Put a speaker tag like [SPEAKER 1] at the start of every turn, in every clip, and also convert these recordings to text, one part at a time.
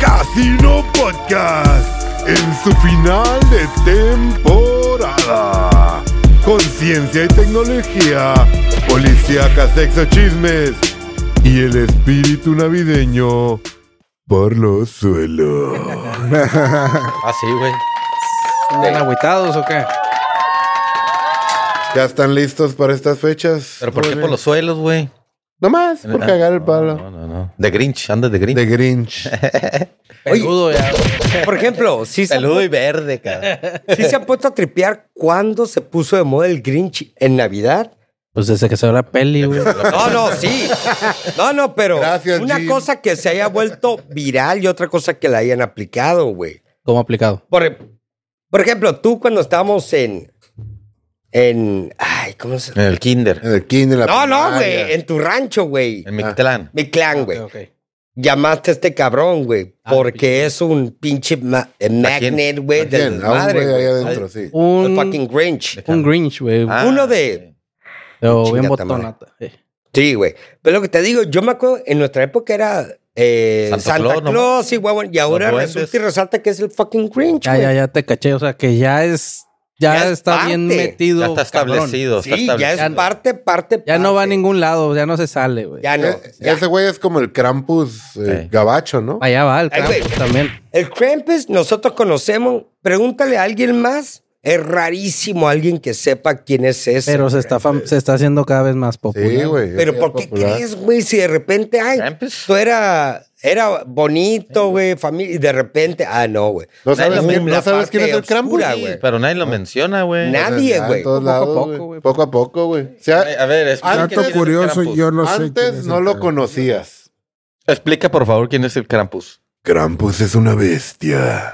[SPEAKER 1] Vecino Podcast en su final de temporada. Con ciencia y tecnología, policíaca, sexo, chismes y el espíritu navideño por los suelos.
[SPEAKER 2] Ah, sí, güey.
[SPEAKER 3] ¿Están agüitados o qué?
[SPEAKER 1] ¿Ya están listos para estas fechas?
[SPEAKER 2] ¿Pero por qué por los suelos, güey?
[SPEAKER 1] Nomás, por cagar el palo.
[SPEAKER 2] No, no, no. De Grinch, andas de Grinch.
[SPEAKER 1] De Grinch.
[SPEAKER 3] Peludo ya.
[SPEAKER 4] Por ejemplo, si se,
[SPEAKER 2] Peludo y verde, cara.
[SPEAKER 4] sí se han puesto a tripear cuándo se puso de moda el Grinch en Navidad.
[SPEAKER 3] Pues desde que se ve la peli, güey.
[SPEAKER 4] No, no, sí. No, no, pero
[SPEAKER 1] Gracias,
[SPEAKER 4] una
[SPEAKER 1] Jim.
[SPEAKER 4] cosa que se haya vuelto viral y otra cosa que la hayan aplicado, güey.
[SPEAKER 3] ¿Cómo aplicado?
[SPEAKER 4] Por, e- por ejemplo, tú cuando estábamos en. En. Ay, ¿cómo se.?
[SPEAKER 2] En el kinder.
[SPEAKER 1] En el kinder, en la
[SPEAKER 4] No, no,
[SPEAKER 1] primaria.
[SPEAKER 4] güey. En tu rancho, güey.
[SPEAKER 2] En Mictlán.
[SPEAKER 4] Mi clan, güey.
[SPEAKER 3] Ok, ok.
[SPEAKER 4] Llamaste a este cabrón, güey.
[SPEAKER 3] Ah,
[SPEAKER 4] Porque es un pinche ma- eh, magnet, güey, de
[SPEAKER 1] Bien, a un
[SPEAKER 4] madre.
[SPEAKER 1] güey ahí adentro, sí.
[SPEAKER 4] El
[SPEAKER 3] Un,
[SPEAKER 4] fucking Grinch.
[SPEAKER 3] un Grinch, güey.
[SPEAKER 2] Ah,
[SPEAKER 4] Uno de-
[SPEAKER 3] pero
[SPEAKER 4] chinga
[SPEAKER 3] bien
[SPEAKER 4] tu madre.
[SPEAKER 3] botonata. eh.
[SPEAKER 4] Sí, güey. Pero lo que te digo, yo me acuerdo, en nuestra época era eh,
[SPEAKER 2] Santa
[SPEAKER 4] Santa,
[SPEAKER 2] Claus,
[SPEAKER 4] Claus,
[SPEAKER 2] ¿no?
[SPEAKER 4] y huevón. Y ahora
[SPEAKER 2] duendes.
[SPEAKER 4] resulta y resalta que es el fucking Grinch,
[SPEAKER 3] Ya,
[SPEAKER 4] güey.
[SPEAKER 3] ya, ya te caché. O sea, que ya es. Ya,
[SPEAKER 4] Ya es
[SPEAKER 3] está bien
[SPEAKER 4] parte.
[SPEAKER 3] metido.
[SPEAKER 2] Ya está
[SPEAKER 3] cabrón.
[SPEAKER 2] establecido. está
[SPEAKER 4] Sí, ya es
[SPEAKER 2] establecido.
[SPEAKER 4] parte, parte,
[SPEAKER 3] Ya no va a
[SPEAKER 4] parte.
[SPEAKER 3] ningún lado. Ya no se sale, güey.
[SPEAKER 4] Ya no.
[SPEAKER 1] Eh,
[SPEAKER 4] ya.
[SPEAKER 1] Ese güey es como el Krampus eh,
[SPEAKER 2] Sí.
[SPEAKER 1] gabacho, ¿no?
[SPEAKER 3] Allá va el
[SPEAKER 4] Ay, güey.
[SPEAKER 3] Krampus también.
[SPEAKER 4] El Krampus nosotros conocemos. Pregúntale a alguien más. Es rarísimo alguien que sepa quién es ese.
[SPEAKER 3] Pero se está, fam- se está haciendo cada vez más popular.
[SPEAKER 1] Sí, güey.
[SPEAKER 4] Pero
[SPEAKER 1] ese
[SPEAKER 4] ¿por
[SPEAKER 1] era
[SPEAKER 4] qué
[SPEAKER 1] popular.
[SPEAKER 4] crees, güey? Si de repente, ay,
[SPEAKER 2] Krampus.
[SPEAKER 4] tú era, era bonito, güey, familia, y de repente, ah, no, güey.
[SPEAKER 1] ¿No sabes,
[SPEAKER 4] Nadie
[SPEAKER 1] quién,
[SPEAKER 4] ve
[SPEAKER 1] ¿no
[SPEAKER 4] la
[SPEAKER 1] sabes quién es
[SPEAKER 4] parte
[SPEAKER 1] el Krampus?
[SPEAKER 4] oscura,
[SPEAKER 1] Sí.
[SPEAKER 4] güey.
[SPEAKER 2] Pero nadie lo menciona, güey.
[SPEAKER 1] O sea,
[SPEAKER 4] Nadie,
[SPEAKER 1] ya
[SPEAKER 4] güey.
[SPEAKER 1] En todos
[SPEAKER 3] Poco a
[SPEAKER 1] lados,
[SPEAKER 3] poco,
[SPEAKER 1] güey.
[SPEAKER 3] güey.
[SPEAKER 1] Poco a poco, güey. O
[SPEAKER 2] Ay,
[SPEAKER 1] sea,
[SPEAKER 2] A ver, explica.
[SPEAKER 1] Antes-
[SPEAKER 2] quién
[SPEAKER 5] Dato
[SPEAKER 2] es el
[SPEAKER 5] curioso,
[SPEAKER 2] Krampus.
[SPEAKER 5] yo no sé. quién
[SPEAKER 1] antes
[SPEAKER 5] es
[SPEAKER 1] no
[SPEAKER 5] el
[SPEAKER 1] lo
[SPEAKER 5] Krampus.
[SPEAKER 1] conocías.
[SPEAKER 2] Explica, por favor, quién es el Krampus.
[SPEAKER 1] Krampus es una bestia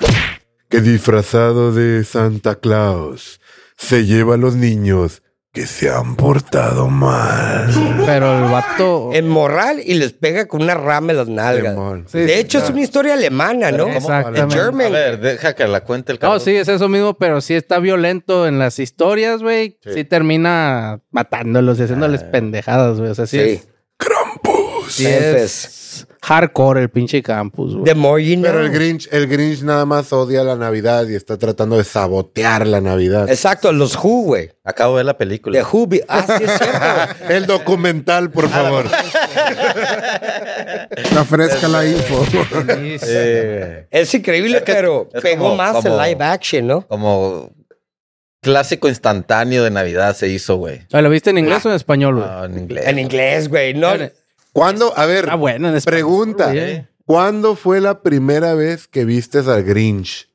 [SPEAKER 1] que disfrazado de Santa Claus se lleva a los niños que se han portado mal.
[SPEAKER 3] Pero el vato.
[SPEAKER 4] En morral y les pega con una rama en las nalgas. de hecho, es una historia alemana, ¿no?
[SPEAKER 3] Exactamente.
[SPEAKER 4] En German.
[SPEAKER 2] A ver, deja que la cuente el
[SPEAKER 3] No,
[SPEAKER 2] Krampus.
[SPEAKER 3] sí, es eso mismo, pero sí está violento en las historias, güey. Sí. termina matándolos y haciéndoles pendejadas, güey. O sea, sí.
[SPEAKER 4] Sí.
[SPEAKER 3] es-
[SPEAKER 1] Krampus.
[SPEAKER 3] sí es hardcore el pinche campus, güey.
[SPEAKER 4] The more you know.
[SPEAKER 1] Pero el Grinch, el Grinch nada más odia la Navidad y está tratando de sabotear la Navidad.
[SPEAKER 4] Exacto, los Who, güey.
[SPEAKER 2] Acabo de ver la película.
[SPEAKER 4] The Who. be- Ah, sí, es cierto.
[SPEAKER 1] El documental, por favor.
[SPEAKER 5] Está fresca la info.
[SPEAKER 2] Eh,
[SPEAKER 4] Es increíble,
[SPEAKER 2] Es que-
[SPEAKER 4] pero
[SPEAKER 2] es
[SPEAKER 4] pegó
[SPEAKER 2] como-
[SPEAKER 4] más
[SPEAKER 2] como-
[SPEAKER 4] el live action, ¿no?
[SPEAKER 2] como clásico instantáneo de Navidad se hizo, güey.
[SPEAKER 3] Ah, ¿Lo viste en inglés o en español, güey?
[SPEAKER 2] Ah, en inglés.
[SPEAKER 4] En inglés, güey, ¿no?
[SPEAKER 1] ¿Cuándo? A ver,
[SPEAKER 3] Ah, bueno, en español.
[SPEAKER 1] pregunta.
[SPEAKER 3] güey, eh.
[SPEAKER 1] ¿Cuándo fue la primera vez que vistes al Grinch?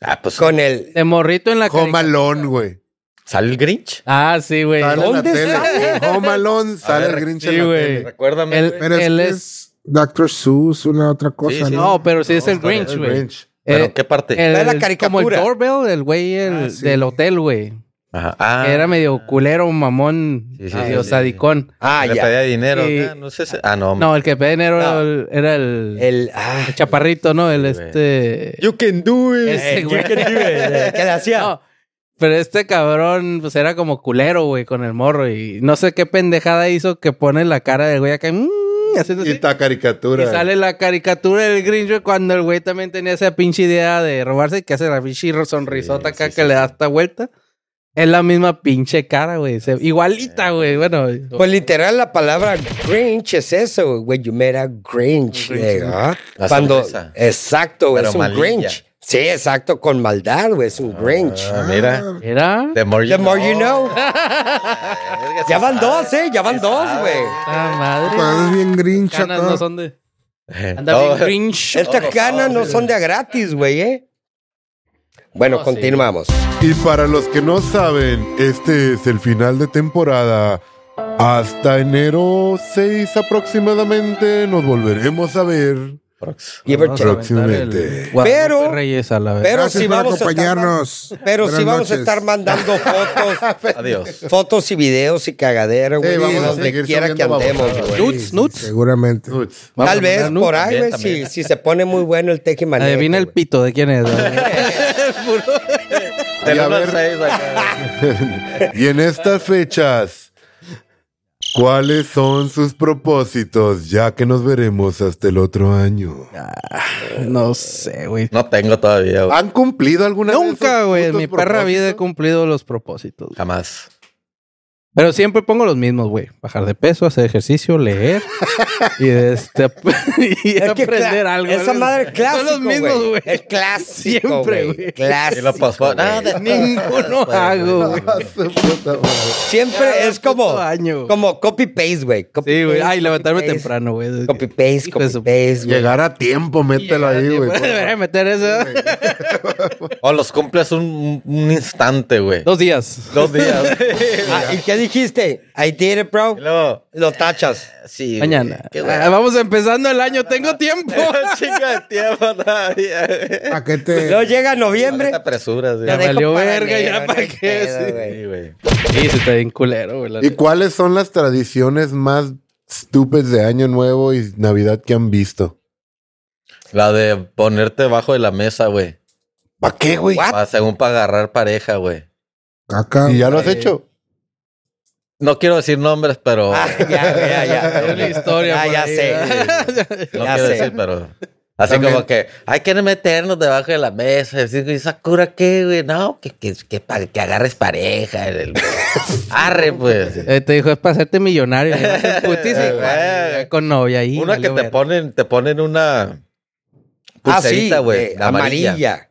[SPEAKER 2] Ah, pues
[SPEAKER 4] Con el...
[SPEAKER 3] De morrito en la
[SPEAKER 1] Home
[SPEAKER 3] carica-
[SPEAKER 1] Alone, güey.
[SPEAKER 2] sale el Grinch.
[SPEAKER 3] Ah, sí, güey.
[SPEAKER 1] Sale en la
[SPEAKER 4] ¿Dónde
[SPEAKER 1] tele.
[SPEAKER 4] sale?
[SPEAKER 1] En Home Alone sale
[SPEAKER 2] ver,
[SPEAKER 1] el Grinch
[SPEAKER 3] sí,
[SPEAKER 1] en la
[SPEAKER 3] güey.
[SPEAKER 1] tele.
[SPEAKER 2] Recuérdame.
[SPEAKER 3] El-
[SPEAKER 2] güey.
[SPEAKER 5] Pero es,
[SPEAKER 3] Él
[SPEAKER 5] que
[SPEAKER 3] es-
[SPEAKER 5] es Dr. Seuss, una otra cosa,
[SPEAKER 2] sí,
[SPEAKER 5] ¿no?
[SPEAKER 3] No, pero sí es el
[SPEAKER 2] está bien,
[SPEAKER 3] Grinch,
[SPEAKER 1] El
[SPEAKER 3] güey.
[SPEAKER 1] Grinch.
[SPEAKER 2] ¿Pero
[SPEAKER 3] Eh,
[SPEAKER 2] qué parte?
[SPEAKER 3] el-
[SPEAKER 4] Ve la
[SPEAKER 3] como el
[SPEAKER 4] caricatura.
[SPEAKER 3] doorbell del güey el-
[SPEAKER 5] Ah, sí.
[SPEAKER 3] del hotel, güey.
[SPEAKER 2] Ajá. Ah,
[SPEAKER 3] Que era medio culero, mamón,
[SPEAKER 2] Sí, sí,
[SPEAKER 3] medio
[SPEAKER 2] sí, sí.
[SPEAKER 3] sadicón.
[SPEAKER 4] Ah,
[SPEAKER 2] le
[SPEAKER 4] ya.
[SPEAKER 2] pedía dinero.
[SPEAKER 3] Sí.
[SPEAKER 2] Ah, no sé si- Ah, no.
[SPEAKER 3] No, el que pedía dinero era
[SPEAKER 4] No.
[SPEAKER 3] el- era el,
[SPEAKER 4] El... Ah,
[SPEAKER 3] el chaparrito, ¿no? El
[SPEAKER 2] Sí, güey.
[SPEAKER 3] este...
[SPEAKER 2] You can do it.
[SPEAKER 3] Ese
[SPEAKER 4] Eh,
[SPEAKER 3] güey.
[SPEAKER 4] ¿Qué qué- qué le hacía?
[SPEAKER 3] No, pero este cabrón, pues era como culero, güey, con el morro. Y no sé qué pendejada hizo que pone la cara del güey acá. mm, haciendo
[SPEAKER 1] Y
[SPEAKER 3] así. y,
[SPEAKER 1] esta caricatura.
[SPEAKER 3] sale la caricatura del Grinch, güey, cuando el güey también tenía esa pinche idea de robarse y que hace la pinche sonrisota
[SPEAKER 2] Sí,
[SPEAKER 3] acá
[SPEAKER 2] sí,
[SPEAKER 3] que
[SPEAKER 2] sí,
[SPEAKER 3] le da
[SPEAKER 2] sí.
[SPEAKER 3] esta vuelta. Es la misma pinche cara, güey. se- Igualita, güey. Bueno,
[SPEAKER 4] Pues literal la palabra Grinch es eso, güey. You made a Grinch. eh, ¿ah?
[SPEAKER 2] La
[SPEAKER 4] Cuando,
[SPEAKER 2] sorpresa.
[SPEAKER 4] exacto, güey,
[SPEAKER 2] Pero
[SPEAKER 4] es un
[SPEAKER 2] malilla.
[SPEAKER 4] Grinch. Sí, exacto, con maldad, güey, es un Grinch.
[SPEAKER 2] Ah, mira.
[SPEAKER 3] era.
[SPEAKER 2] The more you Ah,
[SPEAKER 4] The more you know.
[SPEAKER 2] Verga,
[SPEAKER 4] Ya
[SPEAKER 2] sí
[SPEAKER 4] van
[SPEAKER 2] sabe.
[SPEAKER 4] dos, ¿eh? Ya van
[SPEAKER 2] Sí
[SPEAKER 4] dos,
[SPEAKER 2] sabe.
[SPEAKER 4] güey.
[SPEAKER 3] Ah, madre.
[SPEAKER 5] Cuando pues, es bien Grinch
[SPEAKER 3] Canas
[SPEAKER 5] acá.
[SPEAKER 3] no son de. Anda
[SPEAKER 2] Todo-
[SPEAKER 3] bien Grinch.
[SPEAKER 4] Estas canas no son de a gratis, güey, ¿eh? Bueno,
[SPEAKER 3] No, sí.
[SPEAKER 4] continuamos.
[SPEAKER 1] Y para los que no saben, este es el final de temporada. Hasta enero 6 aproximadamente nos volveremos a ver.
[SPEAKER 2] Prox.
[SPEAKER 4] Y
[SPEAKER 3] Vamos a aventar
[SPEAKER 1] Próximamente.
[SPEAKER 3] el Guadalupe
[SPEAKER 4] Pero-
[SPEAKER 3] Reyes a la vez.
[SPEAKER 4] Pero
[SPEAKER 5] Gracias
[SPEAKER 4] si
[SPEAKER 5] por
[SPEAKER 4] vamos a estar,
[SPEAKER 5] acompañarnos.
[SPEAKER 4] pero si
[SPEAKER 5] Buenas
[SPEAKER 4] vamos a
[SPEAKER 5] noches.
[SPEAKER 4] estar mandando fotos,
[SPEAKER 2] Adiós.
[SPEAKER 4] fotos y videos y cagadero,
[SPEAKER 1] Sí,
[SPEAKER 4] güey,
[SPEAKER 1] vamos a
[SPEAKER 4] donde
[SPEAKER 1] seguir
[SPEAKER 4] quiera que
[SPEAKER 1] subiendo
[SPEAKER 4] andemos,
[SPEAKER 1] babosadas.
[SPEAKER 4] güey.
[SPEAKER 3] Nuts, nuts.
[SPEAKER 5] Seguramente.
[SPEAKER 1] Uts.
[SPEAKER 3] Vamos
[SPEAKER 4] Tal
[SPEAKER 3] a
[SPEAKER 4] vez
[SPEAKER 3] mandar nudes.
[SPEAKER 4] por ahí,
[SPEAKER 2] Bien,
[SPEAKER 4] güey, si,
[SPEAKER 2] también.
[SPEAKER 4] si se pone muy bueno el teje maneje.
[SPEAKER 3] Adivina el pito de quién es. güey.
[SPEAKER 1] Y,
[SPEAKER 2] Del
[SPEAKER 1] a
[SPEAKER 2] uno al
[SPEAKER 1] ver,
[SPEAKER 2] seis acá.
[SPEAKER 1] y en estas fechas ¿Cuáles son sus propósitos ya que nos veremos hasta el otro año?
[SPEAKER 3] No sé, güey.
[SPEAKER 2] No tengo todavía, güey.
[SPEAKER 1] ¿Han cumplido alguna de
[SPEAKER 3] Nunca,
[SPEAKER 1] esos
[SPEAKER 3] güey. En
[SPEAKER 1] putos
[SPEAKER 3] mi perra vida he
[SPEAKER 1] propósitos?
[SPEAKER 3] cumplido los propósitos. güey.
[SPEAKER 2] Jamás.
[SPEAKER 3] Pero siempre pongo los mismos, güey. Bajar de peso, hacer ejercicio, leer y, este, y
[SPEAKER 4] Es que
[SPEAKER 3] aprender
[SPEAKER 4] cla-
[SPEAKER 3] algo.
[SPEAKER 4] Esa madre es clásico,
[SPEAKER 3] Son los mismos, güey.
[SPEAKER 4] Es clásico,
[SPEAKER 3] Siempre,
[SPEAKER 4] güey.
[SPEAKER 3] güey.
[SPEAKER 2] Y lo
[SPEAKER 4] Clásico.
[SPEAKER 2] pospon- Ah,
[SPEAKER 4] güey.
[SPEAKER 2] de-
[SPEAKER 3] Ninguno
[SPEAKER 2] Después,
[SPEAKER 3] hago, güey.
[SPEAKER 1] Ah, su puta madre.
[SPEAKER 4] Siempre
[SPEAKER 3] Cada
[SPEAKER 4] es como,
[SPEAKER 3] puto año.
[SPEAKER 4] como copy-paste, güey.
[SPEAKER 3] Sí, güey.
[SPEAKER 4] Copy-paste,
[SPEAKER 3] Ay, levantarme
[SPEAKER 4] copy-paste.
[SPEAKER 3] temprano, güey.
[SPEAKER 4] Copy-paste,
[SPEAKER 3] Hijo de su-
[SPEAKER 4] copy-paste, güey.
[SPEAKER 1] Llegar a tiempo, mételo ahí, güey.
[SPEAKER 3] Debería meter eso.
[SPEAKER 2] O los cumples un, un instante, güey.
[SPEAKER 3] Dos días.
[SPEAKER 2] Dos días.
[SPEAKER 4] Ah, ¿Y qué dijiste? I did it, bro.
[SPEAKER 2] Y luego, eh,
[SPEAKER 4] Lo tachas.
[SPEAKER 2] sí. güey.
[SPEAKER 3] Mañana.
[SPEAKER 2] Qué
[SPEAKER 3] Ah, Vamos empezando el año. Tengo tiempo.
[SPEAKER 2] bueno. Chinga de tiempo todavía, güey.
[SPEAKER 5] ¿A qué
[SPEAKER 4] Luego
[SPEAKER 5] te...?
[SPEAKER 4] llega noviembre.
[SPEAKER 2] Te apresuras, güey.
[SPEAKER 4] lo dejo
[SPEAKER 3] valió
[SPEAKER 4] para
[SPEAKER 3] verga, ya
[SPEAKER 4] enero,
[SPEAKER 3] pa'
[SPEAKER 4] no hay
[SPEAKER 3] qué,
[SPEAKER 4] pedo,
[SPEAKER 3] sí.
[SPEAKER 4] güey.
[SPEAKER 2] Sí, güey.
[SPEAKER 3] Sí, se está bien culero, güey. la
[SPEAKER 1] ¿Y
[SPEAKER 3] neta.
[SPEAKER 1] cuáles son las tradiciones más estúpidas de Año Nuevo y Navidad que han visto?
[SPEAKER 2] La de ponerte bajo de la mesa, güey.
[SPEAKER 1] ¿Para qué, güey?
[SPEAKER 4] What?
[SPEAKER 2] Pa- según para agarrar pareja, güey.
[SPEAKER 5] Caca.
[SPEAKER 1] ¿Y ya lo has hecho?
[SPEAKER 2] No quiero decir nombres, pero.
[SPEAKER 4] Ah, ya, ya,
[SPEAKER 3] Hay una
[SPEAKER 4] ya.
[SPEAKER 3] historia.
[SPEAKER 4] Ah,
[SPEAKER 3] por
[SPEAKER 4] ya
[SPEAKER 3] ahí,
[SPEAKER 4] sé.
[SPEAKER 3] ¿verdad?
[SPEAKER 2] no
[SPEAKER 4] ya
[SPEAKER 2] quiero
[SPEAKER 4] sé.
[SPEAKER 2] decir, pero. Así
[SPEAKER 1] También.
[SPEAKER 2] como que hay que meternos debajo de la mesa. y Decir, ¿y esa cura qué, güey? No, que, que, que, pa- que agarres pareja. el- el- Arre, pues.
[SPEAKER 3] Eh, te dijo, es para hacerte millonario. ¿no? Haces putis y-
[SPEAKER 2] Eh, güey.
[SPEAKER 3] con novia ahí.
[SPEAKER 2] Una
[SPEAKER 3] valió
[SPEAKER 2] que te
[SPEAKER 3] ver.
[SPEAKER 2] ponen, te ponen una
[SPEAKER 4] Ah, sí.
[SPEAKER 2] pulserita, güey.
[SPEAKER 4] eh,
[SPEAKER 2] la amarilla. Ah,
[SPEAKER 4] amarilla.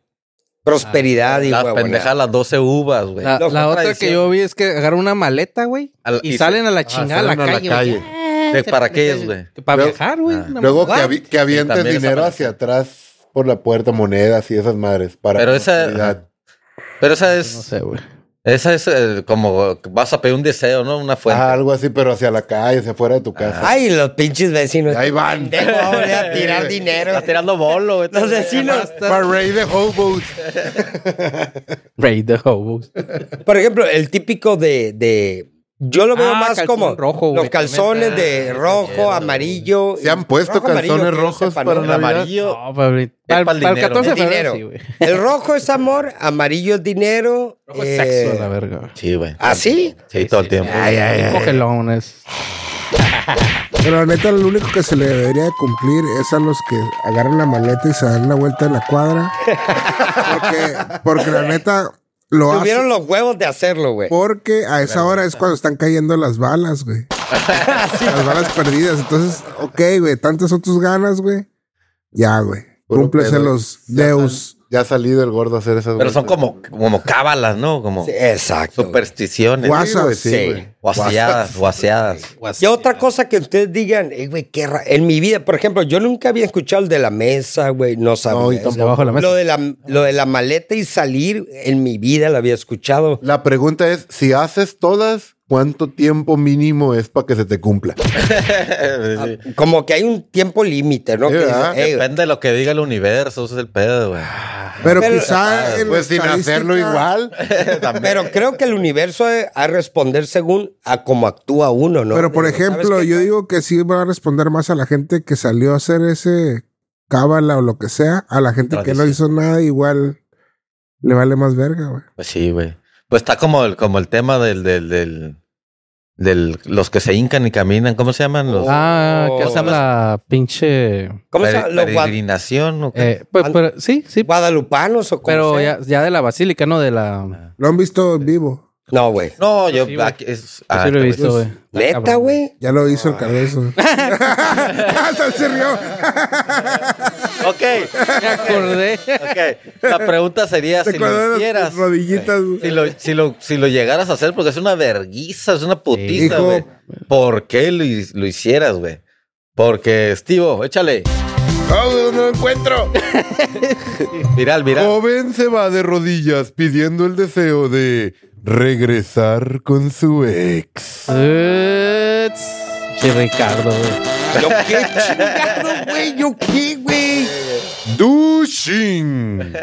[SPEAKER 4] Prosperidad y
[SPEAKER 2] Las
[SPEAKER 4] huevonada.
[SPEAKER 2] pendejas, las 12 uvas, güey.
[SPEAKER 3] La,
[SPEAKER 4] Loco,
[SPEAKER 3] la otra
[SPEAKER 2] tradición.
[SPEAKER 3] que yo vi es que agarran una maleta, güey,
[SPEAKER 2] Al-
[SPEAKER 3] y,
[SPEAKER 2] y
[SPEAKER 3] salen a la
[SPEAKER 1] Ajá,
[SPEAKER 3] chingada a la
[SPEAKER 1] salen
[SPEAKER 3] calle. güey.
[SPEAKER 2] ¿De para qué es, güey?
[SPEAKER 3] Que Para
[SPEAKER 1] Luego-
[SPEAKER 3] viajar, güey.
[SPEAKER 2] Ah.
[SPEAKER 3] una
[SPEAKER 1] Luego que,
[SPEAKER 3] mamada.
[SPEAKER 1] avi- que avientes
[SPEAKER 2] también esa
[SPEAKER 1] dinero
[SPEAKER 2] madre.
[SPEAKER 1] hacia atrás por la puerta, monedas y esas madres. Para
[SPEAKER 2] Pero esa-
[SPEAKER 1] prosperidad.
[SPEAKER 2] Pero esa
[SPEAKER 3] No
[SPEAKER 2] es,
[SPEAKER 3] sé, güey.
[SPEAKER 2] esa es eh, como vas a pedir un deseo, ¿no? Una fuente.
[SPEAKER 1] Ah, algo así, pero hacia la calle, hacia afuera de tu casa.
[SPEAKER 4] Ay, los pinches vecinos.
[SPEAKER 1] Ahí van.
[SPEAKER 4] Pendejo, vale, a tirar dinero.
[SPEAKER 2] Está tirando bolo, güey.
[SPEAKER 4] Los vecinos.
[SPEAKER 1] Parade de hobos.
[SPEAKER 3] Raid the Hobos.
[SPEAKER 4] Por ejemplo, el típico de. de- yo lo veo
[SPEAKER 3] Ah,
[SPEAKER 4] más
[SPEAKER 3] calzón
[SPEAKER 4] como
[SPEAKER 3] rojo, güey,
[SPEAKER 4] los calzones
[SPEAKER 2] también.
[SPEAKER 4] de
[SPEAKER 2] Ah,
[SPEAKER 4] rojo,
[SPEAKER 2] entiendo,
[SPEAKER 4] amarillo.
[SPEAKER 1] ¿Se han puesto
[SPEAKER 4] Rojo, amarillo,
[SPEAKER 1] calzones
[SPEAKER 4] que no
[SPEAKER 1] rojos
[SPEAKER 4] sepa,
[SPEAKER 1] para
[SPEAKER 4] ¿no?
[SPEAKER 2] El amarillo.
[SPEAKER 3] No, para,
[SPEAKER 2] pa'l
[SPEAKER 3] para, para el
[SPEAKER 2] dinero, Eh.
[SPEAKER 3] 14 de
[SPEAKER 4] Es
[SPEAKER 3] febrero,
[SPEAKER 4] dinero.
[SPEAKER 3] sí, güey.
[SPEAKER 4] El rojo es amor, amarillo es dinero.
[SPEAKER 3] Rojo es
[SPEAKER 4] eh,
[SPEAKER 3] sexo, la verga.
[SPEAKER 2] Sí, güey.
[SPEAKER 4] ¿Así?
[SPEAKER 2] Sí, todo el tiempo.
[SPEAKER 1] Ay, ay, ay.
[SPEAKER 3] Cogelones.
[SPEAKER 5] Pero la neta, lo único que se le debería de cumplir es a los que agarran la maleta y se dan la vuelta en la cuadra. Porque, porque la neta lo
[SPEAKER 4] Tuvieron
[SPEAKER 5] hacen.
[SPEAKER 4] los huevos de hacerlo,
[SPEAKER 1] Oh.
[SPEAKER 4] güey.
[SPEAKER 5] Porque a esa hora es cuando están cayendo las balas, güey. Las balas perdidas. Entonces, ok, güey, tantas son tus ganas, güey. Ya, güey.
[SPEAKER 1] Puro
[SPEAKER 5] Cúmplese
[SPEAKER 1] pedo.
[SPEAKER 5] los deus.
[SPEAKER 1] Ya ha salido el gordo a hacer esas
[SPEAKER 2] Pero son
[SPEAKER 1] vueltas.
[SPEAKER 2] como, como cábalas, ¿no? Como
[SPEAKER 4] Sí, Exacto. güey.
[SPEAKER 2] supersticiones.
[SPEAKER 5] Guas-
[SPEAKER 1] Sí, güey,
[SPEAKER 4] Sí.
[SPEAKER 1] sí, güey.
[SPEAKER 2] Guaseadas, guaseadas.
[SPEAKER 4] Y otra cosa que ustedes digan, eh, güey, qué ra- en mi vida, por ejemplo, yo nunca había escuchado el de la mesa, güey, no
[SPEAKER 1] No, y
[SPEAKER 4] sabía. eso.
[SPEAKER 1] tampoco.
[SPEAKER 3] Debajo de la mesa.
[SPEAKER 4] lo, de la, lo de la maleta y salir, en mi vida lo había escuchado.
[SPEAKER 1] La pregunta es, si haces todas, ¿cuánto tiempo mínimo es para que se te cumpla?
[SPEAKER 2] Sí.
[SPEAKER 4] Ah, Como que hay un tiempo límite, ¿no?
[SPEAKER 1] Sí,
[SPEAKER 4] Que
[SPEAKER 1] ¿verdad?
[SPEAKER 4] dices, "Ey, güey,
[SPEAKER 2] Depende de lo que diga el universo, ese es el pedo, güey.
[SPEAKER 5] Pero,
[SPEAKER 4] Pero-
[SPEAKER 5] quizá. en la
[SPEAKER 1] Pues sin
[SPEAKER 5] estadística-
[SPEAKER 1] hacerlo igual.
[SPEAKER 4] Pero creo que el universo ha- ha de responder según a cómo actúa uno, ¿no?
[SPEAKER 5] Pero por
[SPEAKER 4] ¿Sabes
[SPEAKER 5] ejemplo,
[SPEAKER 4] qué?
[SPEAKER 5] yo digo que sí va a responder más a la gente que salió a hacer ese cábala o lo que sea, a la gente que no
[SPEAKER 2] Tradición.
[SPEAKER 5] hizo nada, igual le vale más verga, güey.
[SPEAKER 2] Pues sí, güey. Pues está como el, como el tema del, del, del, del- los que se hincan y caminan, ¿cómo se llaman? Los,
[SPEAKER 3] Ah, que
[SPEAKER 4] Oh.
[SPEAKER 3] hacen la pinche.
[SPEAKER 4] ¿Cómo se
[SPEAKER 2] pere-
[SPEAKER 4] llama? Los gua-
[SPEAKER 2] peregrinación o qué?
[SPEAKER 3] eh, pues, pero- sí, sí.
[SPEAKER 4] guadalupanos o cómo
[SPEAKER 3] Pero
[SPEAKER 4] sea?
[SPEAKER 3] ya, ya de la basílica, no de la.
[SPEAKER 5] Lo han visto en vivo.
[SPEAKER 4] No, güey.
[SPEAKER 2] No, yo
[SPEAKER 3] Pues sí, güey.
[SPEAKER 2] aquí es-
[SPEAKER 3] Yo
[SPEAKER 2] ah,
[SPEAKER 3] sí lo he
[SPEAKER 2] te-
[SPEAKER 3] visto, güey.
[SPEAKER 4] Neta,
[SPEAKER 3] Cabrón.
[SPEAKER 4] güey.
[SPEAKER 5] Ya lo hizo el cabezo. Hasta él se rió.
[SPEAKER 2] Ok,
[SPEAKER 3] Me acordé.
[SPEAKER 2] ok. La pregunta sería
[SPEAKER 5] Se
[SPEAKER 2] si
[SPEAKER 5] acordó de
[SPEAKER 2] lo
[SPEAKER 5] las
[SPEAKER 2] hicieras.
[SPEAKER 5] rodillitas. güey.
[SPEAKER 2] Si lo, si, lo, si lo llegaras a hacer, porque es una verguiza, es una putiza,
[SPEAKER 5] Hijo.
[SPEAKER 2] güey. ¿Por qué lo, hi- lo hicieras, güey? Porque, Estivo, échale.
[SPEAKER 1] ¡Oh, no encuentro!
[SPEAKER 2] Viral, viral.
[SPEAKER 1] Joven se va de rodillas pidiendo el deseo de regresar con su ex.
[SPEAKER 3] Uts. Sí, Ricardo, güey.
[SPEAKER 4] Yo qué chingado, güey. Yo qué, güey.
[SPEAKER 1] Dushin.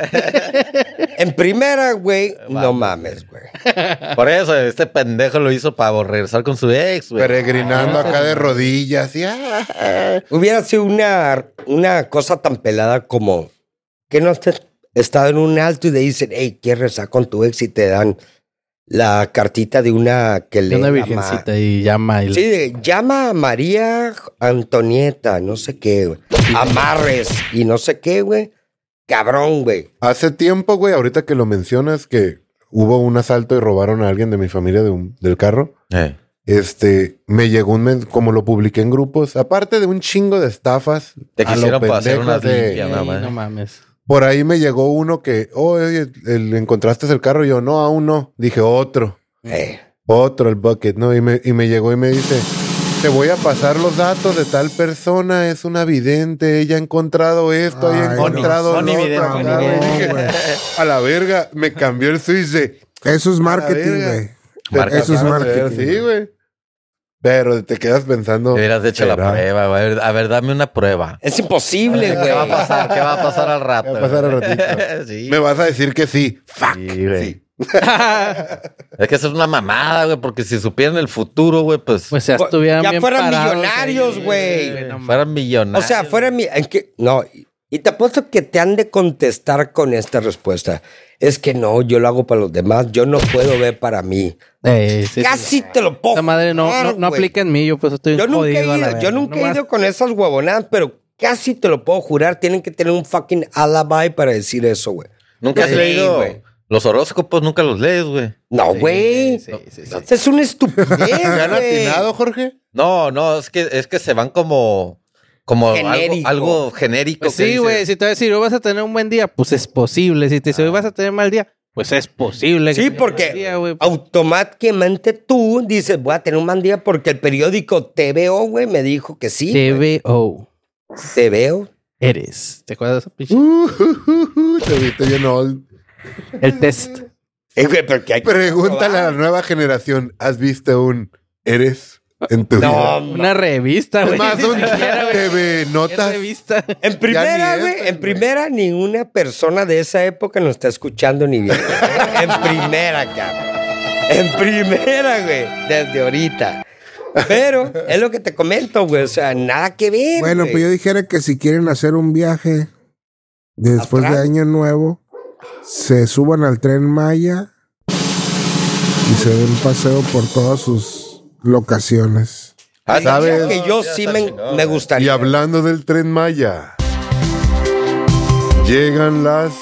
[SPEAKER 4] En primera, güey, no mames, güey.
[SPEAKER 2] Por eso, este pendejo lo hizo para regresar con su ex, güey.
[SPEAKER 1] Peregrinando acá de rodillas. y, ah, ah.
[SPEAKER 4] Hubiera sido una, una cosa tan pelada como que no estés estado en un alto y te dicen, hey, ¿quieres rezar con tu ex? Y te dan la cartita de una que le.
[SPEAKER 3] Una
[SPEAKER 4] ama-
[SPEAKER 3] virgencita y llama. Y
[SPEAKER 4] Sí, de- llama a María Antonieta, no sé qué, güey. Amarres y no sé qué, güey. Cabrón, güey.
[SPEAKER 1] Hace tiempo, güey, ahorita que lo mencionas, que hubo un asalto y robaron a alguien de mi familia de un- del carro.
[SPEAKER 2] Eh.
[SPEAKER 1] Este, me llegó un men- como lo publiqué en grupos, aparte de un chingo de estafas.
[SPEAKER 2] Te
[SPEAKER 1] a lo
[SPEAKER 2] quisieron pasar
[SPEAKER 1] pendejo
[SPEAKER 2] una
[SPEAKER 1] de-
[SPEAKER 2] limpia,
[SPEAKER 3] Ey,
[SPEAKER 2] nada más.
[SPEAKER 3] no mames.
[SPEAKER 1] Por ahí me llegó uno que, oh, oye, el- encontraste el carro. Y yo, no, aún no. Dije, otro,
[SPEAKER 4] Eh,
[SPEAKER 1] otro, el bucket, ¿no? Y me, y me llegó y me dice, te voy a pasar los datos de tal persona, es una vidente, ella ha encontrado esto, ella ha
[SPEAKER 5] Ay,
[SPEAKER 1] encontrado
[SPEAKER 2] no,
[SPEAKER 1] lo otro
[SPEAKER 2] vidente,
[SPEAKER 1] acá,
[SPEAKER 5] no,
[SPEAKER 1] güey.
[SPEAKER 5] vidente.
[SPEAKER 1] Dije, A la verga, me cambió el switch de...
[SPEAKER 5] Eso es
[SPEAKER 1] la
[SPEAKER 5] marketing,
[SPEAKER 1] verga.
[SPEAKER 5] güey.
[SPEAKER 2] Marca-
[SPEAKER 5] Eso es
[SPEAKER 1] Acabas de ver,
[SPEAKER 5] marketing,
[SPEAKER 1] Sí, güey. Pero te quedas pensando...
[SPEAKER 2] Te hubieras hecho
[SPEAKER 1] ¿será?
[SPEAKER 2] la prueba, güey. A ver, A ver, dame una prueba.
[SPEAKER 4] es imposible,
[SPEAKER 2] ¿Qué va a
[SPEAKER 4] güey.
[SPEAKER 2] pasar? ¿Qué va a pasar al rato?
[SPEAKER 1] ¿Qué va a pasar al ratito?
[SPEAKER 2] sí.
[SPEAKER 1] Me vas a decir que sí. Fuck.
[SPEAKER 2] Sí, güey.
[SPEAKER 1] Sí.
[SPEAKER 2] Es que eso es una mamada, güey, porque si supieran el futuro, güey, pues,
[SPEAKER 3] Pues ya
[SPEAKER 4] Pues,
[SPEAKER 3] estuvieran
[SPEAKER 4] ya
[SPEAKER 3] bien
[SPEAKER 4] fueran
[SPEAKER 3] parados
[SPEAKER 4] millonarios,
[SPEAKER 3] ahí,
[SPEAKER 4] güey.
[SPEAKER 3] no mames.
[SPEAKER 2] fueran
[SPEAKER 4] O
[SPEAKER 2] millonarios.
[SPEAKER 4] sea, fuera mi. en que- no, y te apuesto que te han de contestar con esta respuesta. Es que no, yo lo hago para los demás, yo no puedo ver para mí.
[SPEAKER 3] Ey, sí, sí.
[SPEAKER 4] Casi te lo pongo.
[SPEAKER 3] Esa madre no, no, no aplica en mí, yo pues estoy
[SPEAKER 4] Yo nunca he
[SPEAKER 3] jodido a la
[SPEAKER 4] ido, yo
[SPEAKER 3] verga.
[SPEAKER 4] nunca he
[SPEAKER 3] Nomás-
[SPEAKER 4] ido con esas huevonadas, pero casi te lo puedo jurar, tienen que tener un fucking alibi para decir eso, güey.
[SPEAKER 2] Nunca has
[SPEAKER 4] Sí,
[SPEAKER 2] leído
[SPEAKER 4] güey.
[SPEAKER 2] los horóscopos, nunca los lees, güey.
[SPEAKER 4] No, güey.
[SPEAKER 3] Sí, sí, sí.
[SPEAKER 4] Es una estupidez.
[SPEAKER 1] ¿Te han
[SPEAKER 4] güey.
[SPEAKER 1] atinado, Jorge?
[SPEAKER 2] No, no, es que, es que se van como, como algo,
[SPEAKER 4] Genérico.
[SPEAKER 2] algo genérico.
[SPEAKER 3] Pues
[SPEAKER 2] que
[SPEAKER 3] sí,
[SPEAKER 2] dices,
[SPEAKER 3] güey, si te voy a decir, hoy vas a tener un buen día, pues es posible. Si te dice, hoy vas a tener mal día, pues es posible. que
[SPEAKER 4] Sí,
[SPEAKER 3] tengas mal
[SPEAKER 4] porque Ah,
[SPEAKER 3] día, güey.
[SPEAKER 4] automáticamente tú dices, voy a tener un mal día porque el periódico Te veo, güey, me dijo que sí. Te,
[SPEAKER 3] TVO.
[SPEAKER 4] veo.
[SPEAKER 3] Eres. ¿Te acuerdas de esa pinche?
[SPEAKER 1] Uh, uh, uh, uh, te viste bien old.
[SPEAKER 3] El test.
[SPEAKER 4] Eh, güey, porque hay que
[SPEAKER 1] Pregúntale a la
[SPEAKER 4] probar.
[SPEAKER 1] nueva generación. ¿Has visto un eres en tu
[SPEAKER 4] No,
[SPEAKER 1] vida?
[SPEAKER 4] no.
[SPEAKER 3] Una revista,
[SPEAKER 1] Es
[SPEAKER 3] güey.
[SPEAKER 1] más,
[SPEAKER 3] Ni
[SPEAKER 1] un
[SPEAKER 3] siquiera, güey.
[SPEAKER 1] TV
[SPEAKER 3] ¿Qué
[SPEAKER 1] notas.
[SPEAKER 3] revista?
[SPEAKER 4] En primera,
[SPEAKER 1] ni
[SPEAKER 4] güey,
[SPEAKER 1] esas,
[SPEAKER 4] en primera ninguna persona de esa época nos está escuchando ni viendo. güey. en primera, cabrón. En primera, güey, desde ahorita. Pero es lo que te comento, güey, o sea, nada que ver.
[SPEAKER 5] Bueno,
[SPEAKER 4] güey.
[SPEAKER 5] pues yo dijera que si quieren hacer un viaje después de
[SPEAKER 4] Atrás.
[SPEAKER 5] Año Nuevo, se suban al tren Maya y se den un paseo por todas sus locaciones.
[SPEAKER 1] Ah, ¿Sabes?
[SPEAKER 4] Creo que yo
[SPEAKER 2] Ya
[SPEAKER 4] sí
[SPEAKER 2] está
[SPEAKER 4] me,
[SPEAKER 2] chingón,
[SPEAKER 4] me
[SPEAKER 2] güey.
[SPEAKER 4] gustaría.
[SPEAKER 1] Y hablando del tren Maya, llegan las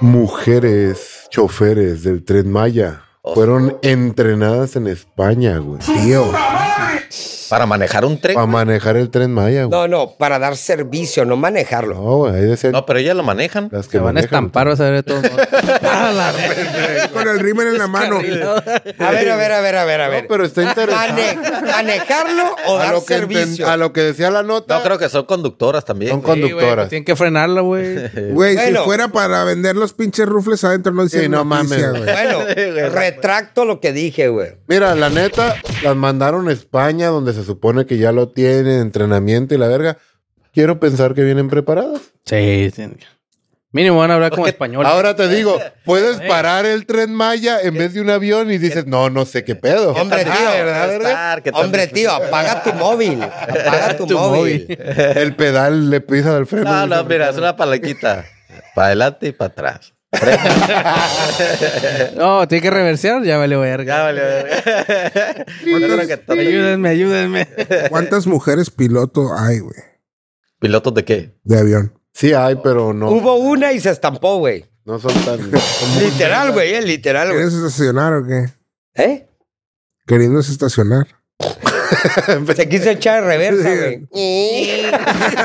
[SPEAKER 1] mujeres choferes del tren Maya. Fueron entrenadas en España, güey.
[SPEAKER 5] Tío,
[SPEAKER 2] Para manejar un tren.
[SPEAKER 1] Para manejar el tren Maya, güey.
[SPEAKER 4] No, no, para dar servicio, no manejarlo.
[SPEAKER 1] No, güey, ahí decían
[SPEAKER 2] No, pero ellas lo manejan.
[SPEAKER 1] las que
[SPEAKER 3] Se van a
[SPEAKER 1] manejan.
[SPEAKER 3] estampar, vas a ver de todos modos. A la
[SPEAKER 5] con el rímel en la mano.
[SPEAKER 3] pues
[SPEAKER 4] A ver, a ver, a ver, a ver, a ver.
[SPEAKER 1] No, pero está
[SPEAKER 4] Mane-
[SPEAKER 1] interesante.
[SPEAKER 4] manejarlo o
[SPEAKER 1] A
[SPEAKER 4] dar
[SPEAKER 1] lo, que enten-
[SPEAKER 4] servicio.
[SPEAKER 1] a lo que decía la nota,
[SPEAKER 2] No, creo que son conductoras
[SPEAKER 1] son
[SPEAKER 2] también. güey.
[SPEAKER 1] conductoras.
[SPEAKER 3] Tienen que frenarla, güey.
[SPEAKER 5] Güey,
[SPEAKER 4] Bueno.
[SPEAKER 5] si fuera para vender los pinches rufles adentro, no dicen
[SPEAKER 1] Sí, no
[SPEAKER 5] noticia,
[SPEAKER 1] mames.
[SPEAKER 5] güey.
[SPEAKER 4] Bueno, retracto lo que dije, güey.
[SPEAKER 1] Mira, la neta, las mandaron a España, donde se supone que ya lo tienen, entrenamiento y la verga. Quiero pensar que vienen preparadas.
[SPEAKER 3] Sí, tienen que- Mínimo van a hablar como
[SPEAKER 2] Porque
[SPEAKER 3] español.
[SPEAKER 1] Ahora te digo, puedes parar el tren Maya en vez de un avión y dices, no, no sé qué pedo.
[SPEAKER 4] Hombre,
[SPEAKER 2] tan
[SPEAKER 4] tío.
[SPEAKER 2] difícil puede estar? ¿Qué tan
[SPEAKER 4] Hombre,
[SPEAKER 2] difícil?
[SPEAKER 4] tío, apaga tu móvil. Apaga tu,
[SPEAKER 3] Tu
[SPEAKER 4] móvil.
[SPEAKER 1] El pedal le pisa al freno.
[SPEAKER 2] No,
[SPEAKER 1] dice,
[SPEAKER 2] no, mira, es una palanquita. para adelante y para atrás.
[SPEAKER 3] No, tiene que reversear, ya vale verga.
[SPEAKER 2] Ya, vale, verga. Yo creo que todo-
[SPEAKER 3] Ayúdenme, ayúdenme.
[SPEAKER 5] ¿Cuántas mujeres piloto hay, güey?
[SPEAKER 2] ¿Pilotos de qué?
[SPEAKER 5] De avión.
[SPEAKER 1] Sí hay, pero no,
[SPEAKER 4] Hubo una y se estampó, güey.
[SPEAKER 1] no son tan... son muy-
[SPEAKER 4] Literal, güey, eh, literal, güey.
[SPEAKER 5] ¿Quieres estacionar o qué?
[SPEAKER 4] ¿Eh?
[SPEAKER 5] Queriéndose estacionar.
[SPEAKER 4] Se quiso echar de reversa, güey.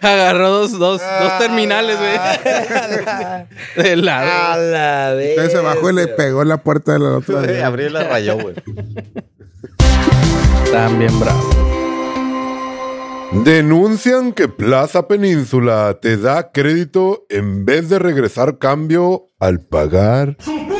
[SPEAKER 3] Agarró dos, dos, dos terminales, güey. De
[SPEAKER 4] A
[SPEAKER 3] lado.
[SPEAKER 4] la vez.
[SPEAKER 5] Entonces se bajó y le pegó en la puerta de la otra.
[SPEAKER 2] Abrir Abrí la rayó, güey.
[SPEAKER 3] También bravo.
[SPEAKER 1] Denuncian que Plaza Península te da crédito en vez de regresar cambio al pagar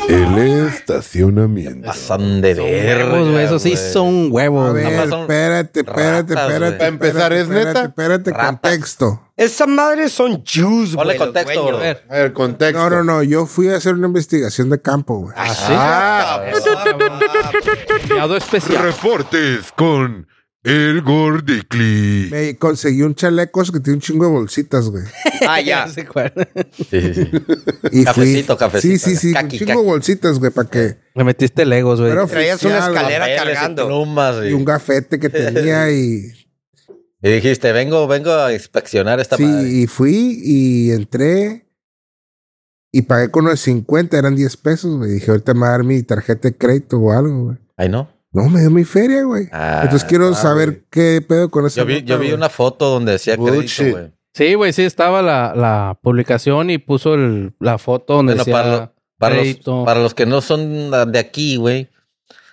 [SPEAKER 1] el estacionamiento.
[SPEAKER 2] Pasan de verga.
[SPEAKER 3] Huevos, güey, eso sí
[SPEAKER 2] güey.
[SPEAKER 3] son huevos.
[SPEAKER 5] A ver,
[SPEAKER 3] güey.
[SPEAKER 2] Nomás son
[SPEAKER 5] espérate, espérate,
[SPEAKER 2] ratas,
[SPEAKER 5] espérate.
[SPEAKER 2] güey. Para
[SPEAKER 1] empezar, ¿es
[SPEAKER 5] espérate,
[SPEAKER 1] neta?
[SPEAKER 5] Espérate,
[SPEAKER 2] Ratas.
[SPEAKER 5] contexto.
[SPEAKER 4] Esa madre son Jews, güey.
[SPEAKER 2] Ponle
[SPEAKER 4] los
[SPEAKER 2] contexto,
[SPEAKER 4] dueños.
[SPEAKER 2] bro.
[SPEAKER 1] A ver, contexto.
[SPEAKER 5] No, no, no. Yo fui a hacer una investigación de campo, güey.
[SPEAKER 4] Ah, sí.
[SPEAKER 1] Ah,
[SPEAKER 3] Cuidado especial.
[SPEAKER 1] reportes con El Gordicli.
[SPEAKER 5] Me conseguí un chaleco que tiene un chingo de bolsitas, güey.
[SPEAKER 4] Ah, ya.
[SPEAKER 3] se acuerdan?
[SPEAKER 2] Sí, sí, sí.
[SPEAKER 5] Y fui-
[SPEAKER 2] Cafecito, cafecito.
[SPEAKER 5] Sí, sí, sí.
[SPEAKER 2] Caqui,
[SPEAKER 5] un chingo
[SPEAKER 2] caqui.
[SPEAKER 5] de bolsitas, güey, para que.
[SPEAKER 3] Le metiste legos, güey.
[SPEAKER 5] Pero
[SPEAKER 4] Traías una
[SPEAKER 5] oficial,
[SPEAKER 4] escalera
[SPEAKER 2] Papeles y
[SPEAKER 4] cargando.
[SPEAKER 2] plumas,
[SPEAKER 5] Y
[SPEAKER 2] y,
[SPEAKER 5] un gafete que tenía y.
[SPEAKER 2] y dijiste, vengo, vengo a inspeccionar esta
[SPEAKER 5] sí,
[SPEAKER 2] madre.
[SPEAKER 5] y fui y entré. Y pagué con unos 50, eran 10 pesos, güey. Dije, ahorita me va a dar mi tarjeta de crédito o algo, güey.
[SPEAKER 2] Ay, no.
[SPEAKER 5] No, me dio mi feria, güey.
[SPEAKER 2] Ah,
[SPEAKER 5] Entonces quiero
[SPEAKER 2] ah,
[SPEAKER 5] saber
[SPEAKER 2] güey.
[SPEAKER 5] qué pedo con esa
[SPEAKER 2] Yo vi,
[SPEAKER 5] nota,
[SPEAKER 2] yo vi
[SPEAKER 5] güey.
[SPEAKER 2] una foto donde decía
[SPEAKER 1] Bullshit.
[SPEAKER 2] crédito, güey.
[SPEAKER 3] Sí, güey, sí, estaba la, la publicación y puso el- la foto donde
[SPEAKER 2] Bueno,
[SPEAKER 3] decía...
[SPEAKER 2] para lo- Para los,
[SPEAKER 3] Crédito.
[SPEAKER 2] para los que no son de aquí, güey,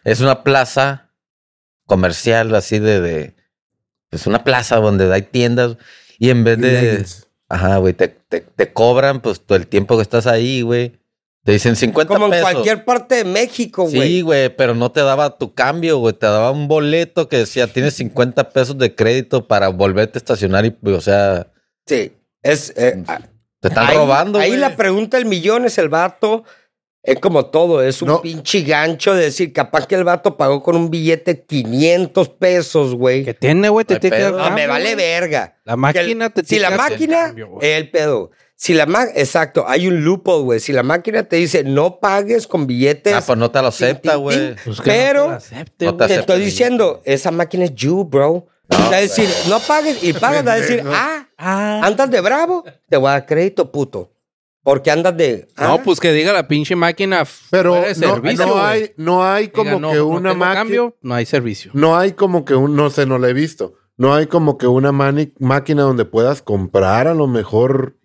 [SPEAKER 2] es una plaza comercial así de, de- Es una plaza donde hay tiendas y en vez de...
[SPEAKER 5] Legends.
[SPEAKER 2] Ajá, güey, te, te, te cobran pues todo el tiempo que estás ahí, güey. Te dicen 50
[SPEAKER 4] Como en
[SPEAKER 2] pesos.
[SPEAKER 4] cualquier parte de México,
[SPEAKER 2] Sí,
[SPEAKER 4] güey.
[SPEAKER 2] güey, pero no te daba tu cambio, güey. Te daba un boleto que decía, tienes 50 pesos de crédito para volverte a estacionar y, o sea,
[SPEAKER 4] Sí. Es, eh, ah,
[SPEAKER 2] te Mm, están
[SPEAKER 4] ahí-
[SPEAKER 2] robando,
[SPEAKER 4] Ahí
[SPEAKER 2] güey.
[SPEAKER 4] la pregunta del millón es el vato. Es como todo, es un
[SPEAKER 1] No.
[SPEAKER 4] pinche gancho de decir, capaz que el vato pagó con un billete 500 pesos, güey.
[SPEAKER 3] Que tiene, güey, te
[SPEAKER 2] Ay,
[SPEAKER 3] tiene que...
[SPEAKER 2] pedo.
[SPEAKER 3] dar
[SPEAKER 4] No, Ah,
[SPEAKER 3] cambio,
[SPEAKER 4] me vale
[SPEAKER 3] güey.
[SPEAKER 4] verga.
[SPEAKER 3] La máquina
[SPEAKER 4] Que
[SPEAKER 3] te
[SPEAKER 4] el- Si
[SPEAKER 3] tiene
[SPEAKER 4] la
[SPEAKER 3] que dar
[SPEAKER 4] máquina, eh,
[SPEAKER 3] cambio, güey.
[SPEAKER 4] el pedo. Si la máquina, exacto, hay un loophole, güey. Si la máquina te dice, no pagues con billetes.
[SPEAKER 2] Ah, pues no te lo acepta,
[SPEAKER 4] tin, tin.
[SPEAKER 2] güey.
[SPEAKER 3] Pues que
[SPEAKER 4] pero-
[SPEAKER 3] no te la acepte,
[SPEAKER 2] No
[SPEAKER 3] güey.
[SPEAKER 2] te
[SPEAKER 4] Te
[SPEAKER 2] acepta
[SPEAKER 4] estoy
[SPEAKER 2] el
[SPEAKER 4] diciendo, esa máquina es you, bro. va a decir, no pagues y pagas, va a decir, ah,
[SPEAKER 3] Ah.
[SPEAKER 4] andas de bravo, te voy a dar crédito, puto. Porque andas de. ah,
[SPEAKER 3] No, pues que diga la pinche máquina. f-
[SPEAKER 1] Pero
[SPEAKER 3] fuera de
[SPEAKER 1] no,
[SPEAKER 3] servicio,
[SPEAKER 1] no
[SPEAKER 3] güey.
[SPEAKER 1] hay, no hay
[SPEAKER 3] Diga,
[SPEAKER 1] como
[SPEAKER 3] no,
[SPEAKER 1] que
[SPEAKER 3] no
[SPEAKER 1] una
[SPEAKER 3] tengo
[SPEAKER 1] máquina.
[SPEAKER 3] cambio, no hay servicio.
[SPEAKER 1] No hay como que un, no sé, no la he visto. No hay como que una mani- máquina donde puedas comprar a lo mejor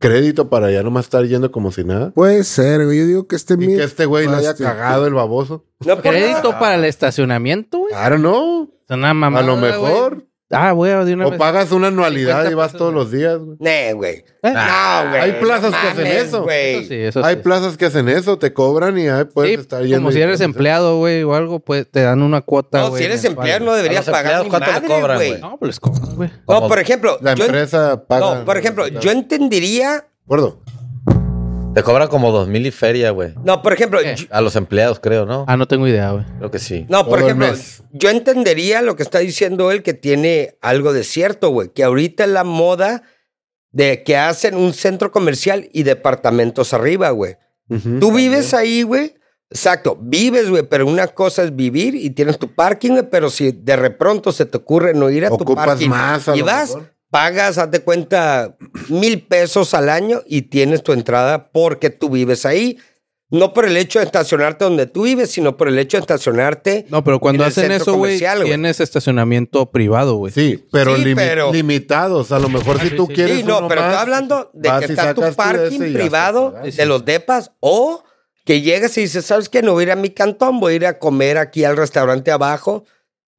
[SPEAKER 1] crédito para ya nomás estar yendo como si nada.
[SPEAKER 5] Puede ser, güey. Yo digo que este
[SPEAKER 1] Y
[SPEAKER 5] mi-
[SPEAKER 1] que este güey le haya
[SPEAKER 5] Hostia.
[SPEAKER 1] cagado el baboso.
[SPEAKER 4] no por
[SPEAKER 3] Crédito
[SPEAKER 4] nada.
[SPEAKER 3] para el estacionamiento, güey.
[SPEAKER 1] Claro, no.
[SPEAKER 3] Es una
[SPEAKER 1] Ah. A
[SPEAKER 3] mamada,
[SPEAKER 1] lo
[SPEAKER 3] güey.
[SPEAKER 1] mejor.
[SPEAKER 3] Ah, güey, de una
[SPEAKER 1] O
[SPEAKER 3] vez.
[SPEAKER 1] pagas una anualidad
[SPEAKER 3] 50
[SPEAKER 1] y vas
[SPEAKER 3] pesos,
[SPEAKER 1] todos
[SPEAKER 3] güey.
[SPEAKER 1] los días, güey.
[SPEAKER 4] Nah, güey.
[SPEAKER 3] Eh.
[SPEAKER 4] No, güey.
[SPEAKER 1] Hay plazas
[SPEAKER 4] no
[SPEAKER 1] que hacen
[SPEAKER 4] mames,
[SPEAKER 1] eso.
[SPEAKER 4] güey.
[SPEAKER 3] Eso sí, eso
[SPEAKER 1] Hay
[SPEAKER 3] sí.
[SPEAKER 1] plazas que hacen eso, te cobran y ahí puedes
[SPEAKER 3] Sí,
[SPEAKER 1] estar yendo.
[SPEAKER 3] como
[SPEAKER 1] y-
[SPEAKER 3] si eres empleado, güey, o algo, pues te dan una cuota,
[SPEAKER 4] No,
[SPEAKER 3] güey.
[SPEAKER 4] si eres
[SPEAKER 3] mensual.
[SPEAKER 4] empleado no deberías
[SPEAKER 2] A los
[SPEAKER 4] pagar.
[SPEAKER 2] empleados,
[SPEAKER 4] ni
[SPEAKER 2] ¿cuánto le
[SPEAKER 4] madre,
[SPEAKER 2] cobran,
[SPEAKER 4] güey?
[SPEAKER 2] güey?
[SPEAKER 3] No, pues ¿cómo, güey.
[SPEAKER 4] No,
[SPEAKER 2] Como-
[SPEAKER 4] por ejemplo,
[SPEAKER 1] La
[SPEAKER 4] yo,
[SPEAKER 1] empresa paga.
[SPEAKER 4] no, por ejemplo, yo entendería.
[SPEAKER 1] Gordo.
[SPEAKER 2] Te cobran como dos mil y feria, güey.
[SPEAKER 4] No, por ejemplo,
[SPEAKER 3] ¿Qué?
[SPEAKER 4] yo-
[SPEAKER 2] A los empleados, creo, ¿no?
[SPEAKER 3] Ah, no tengo idea, güey.
[SPEAKER 2] Creo que sí.
[SPEAKER 4] no,
[SPEAKER 1] Todo
[SPEAKER 4] por
[SPEAKER 1] el
[SPEAKER 4] ejemplo,
[SPEAKER 1] mes.
[SPEAKER 4] yo entendería lo que está diciendo él que tiene algo de cierto, güey. Que ahorita es la moda de que hacen un centro comercial y departamentos arriba, güey.
[SPEAKER 1] Ujú.
[SPEAKER 4] Tú vives ahí, güey. Exacto, vives, güey, pero una cosa es vivir y tienes tu parking, güey, pero si de repronto se te ocurre no ir a tu
[SPEAKER 1] Ocupas
[SPEAKER 4] parking
[SPEAKER 1] más a
[SPEAKER 4] y
[SPEAKER 1] lo
[SPEAKER 4] vas,
[SPEAKER 1] mejor.
[SPEAKER 4] pagas, haz de cuenta, mil pesos al año y tienes tu entrada porque tú vives ahí. No por el hecho de estacionarte donde tú vives, sino por el hecho de estacionarte.
[SPEAKER 3] No, pero cuando
[SPEAKER 4] En el
[SPEAKER 3] hacen
[SPEAKER 4] centro
[SPEAKER 3] eso, güey,
[SPEAKER 4] comercial, güey.
[SPEAKER 3] tienes estacionamiento privado, güey.
[SPEAKER 1] Sí, pero,
[SPEAKER 4] Sí,
[SPEAKER 1] limi-
[SPEAKER 4] pero-
[SPEAKER 1] limitados. A lo mejor si
[SPEAKER 3] sí,
[SPEAKER 1] tú
[SPEAKER 3] sí.
[SPEAKER 1] quieres.
[SPEAKER 4] Sí, no,
[SPEAKER 1] uno
[SPEAKER 4] pero
[SPEAKER 1] más,
[SPEAKER 4] estoy hablando de
[SPEAKER 1] vas
[SPEAKER 4] que
[SPEAKER 1] y
[SPEAKER 4] está tu
[SPEAKER 1] sacas tú
[SPEAKER 4] parking
[SPEAKER 1] ese y ya
[SPEAKER 4] privado
[SPEAKER 1] está, ¿verdad?
[SPEAKER 4] de los depas o que llegas y dices, ¿sabes qué? No voy a ir a mi cantón, voy a ir a comer aquí al restaurante abajo,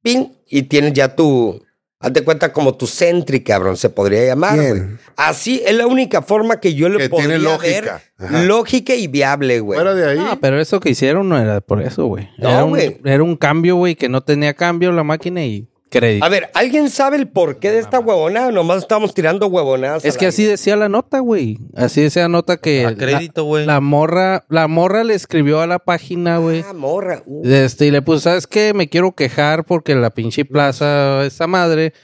[SPEAKER 4] pin, y tienes ya tu, haz de cuenta como tu Sentry, cabrón, se podría llamar.
[SPEAKER 5] Bien.
[SPEAKER 4] güey. Así es la única forma que yo le
[SPEAKER 1] Que
[SPEAKER 4] podría
[SPEAKER 1] tiene lógica.
[SPEAKER 4] ver
[SPEAKER 1] Ajá.
[SPEAKER 4] lógica y viable, güey.
[SPEAKER 1] Fuera de ahí.
[SPEAKER 3] Ah, pero eso que hicieron no era por eso, güey.
[SPEAKER 4] No,
[SPEAKER 3] era, un,
[SPEAKER 4] güey.
[SPEAKER 3] era un cambio, güey, que no tenía cambio la máquina y crédito.
[SPEAKER 4] A ver, ¿alguien sabe el porqué de esta huevonada? Nomás estamos tirando huevonadas.
[SPEAKER 3] Es
[SPEAKER 4] al
[SPEAKER 3] que
[SPEAKER 4] aire.
[SPEAKER 3] así decía la nota, güey. Así decía la nota que
[SPEAKER 2] A crédito,
[SPEAKER 3] la,
[SPEAKER 2] güey.
[SPEAKER 3] la morra, la morra le escribió a la página, güey.
[SPEAKER 4] Ah, morra. uh.
[SPEAKER 3] Este, y le puso, ¿sabes qué? Me quiero quejar porque la pinche plaza, esa madre,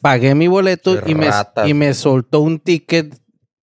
[SPEAKER 3] pagué mi boleto
[SPEAKER 2] Qué
[SPEAKER 3] y me,
[SPEAKER 2] ratas.
[SPEAKER 3] y me soltó un ticket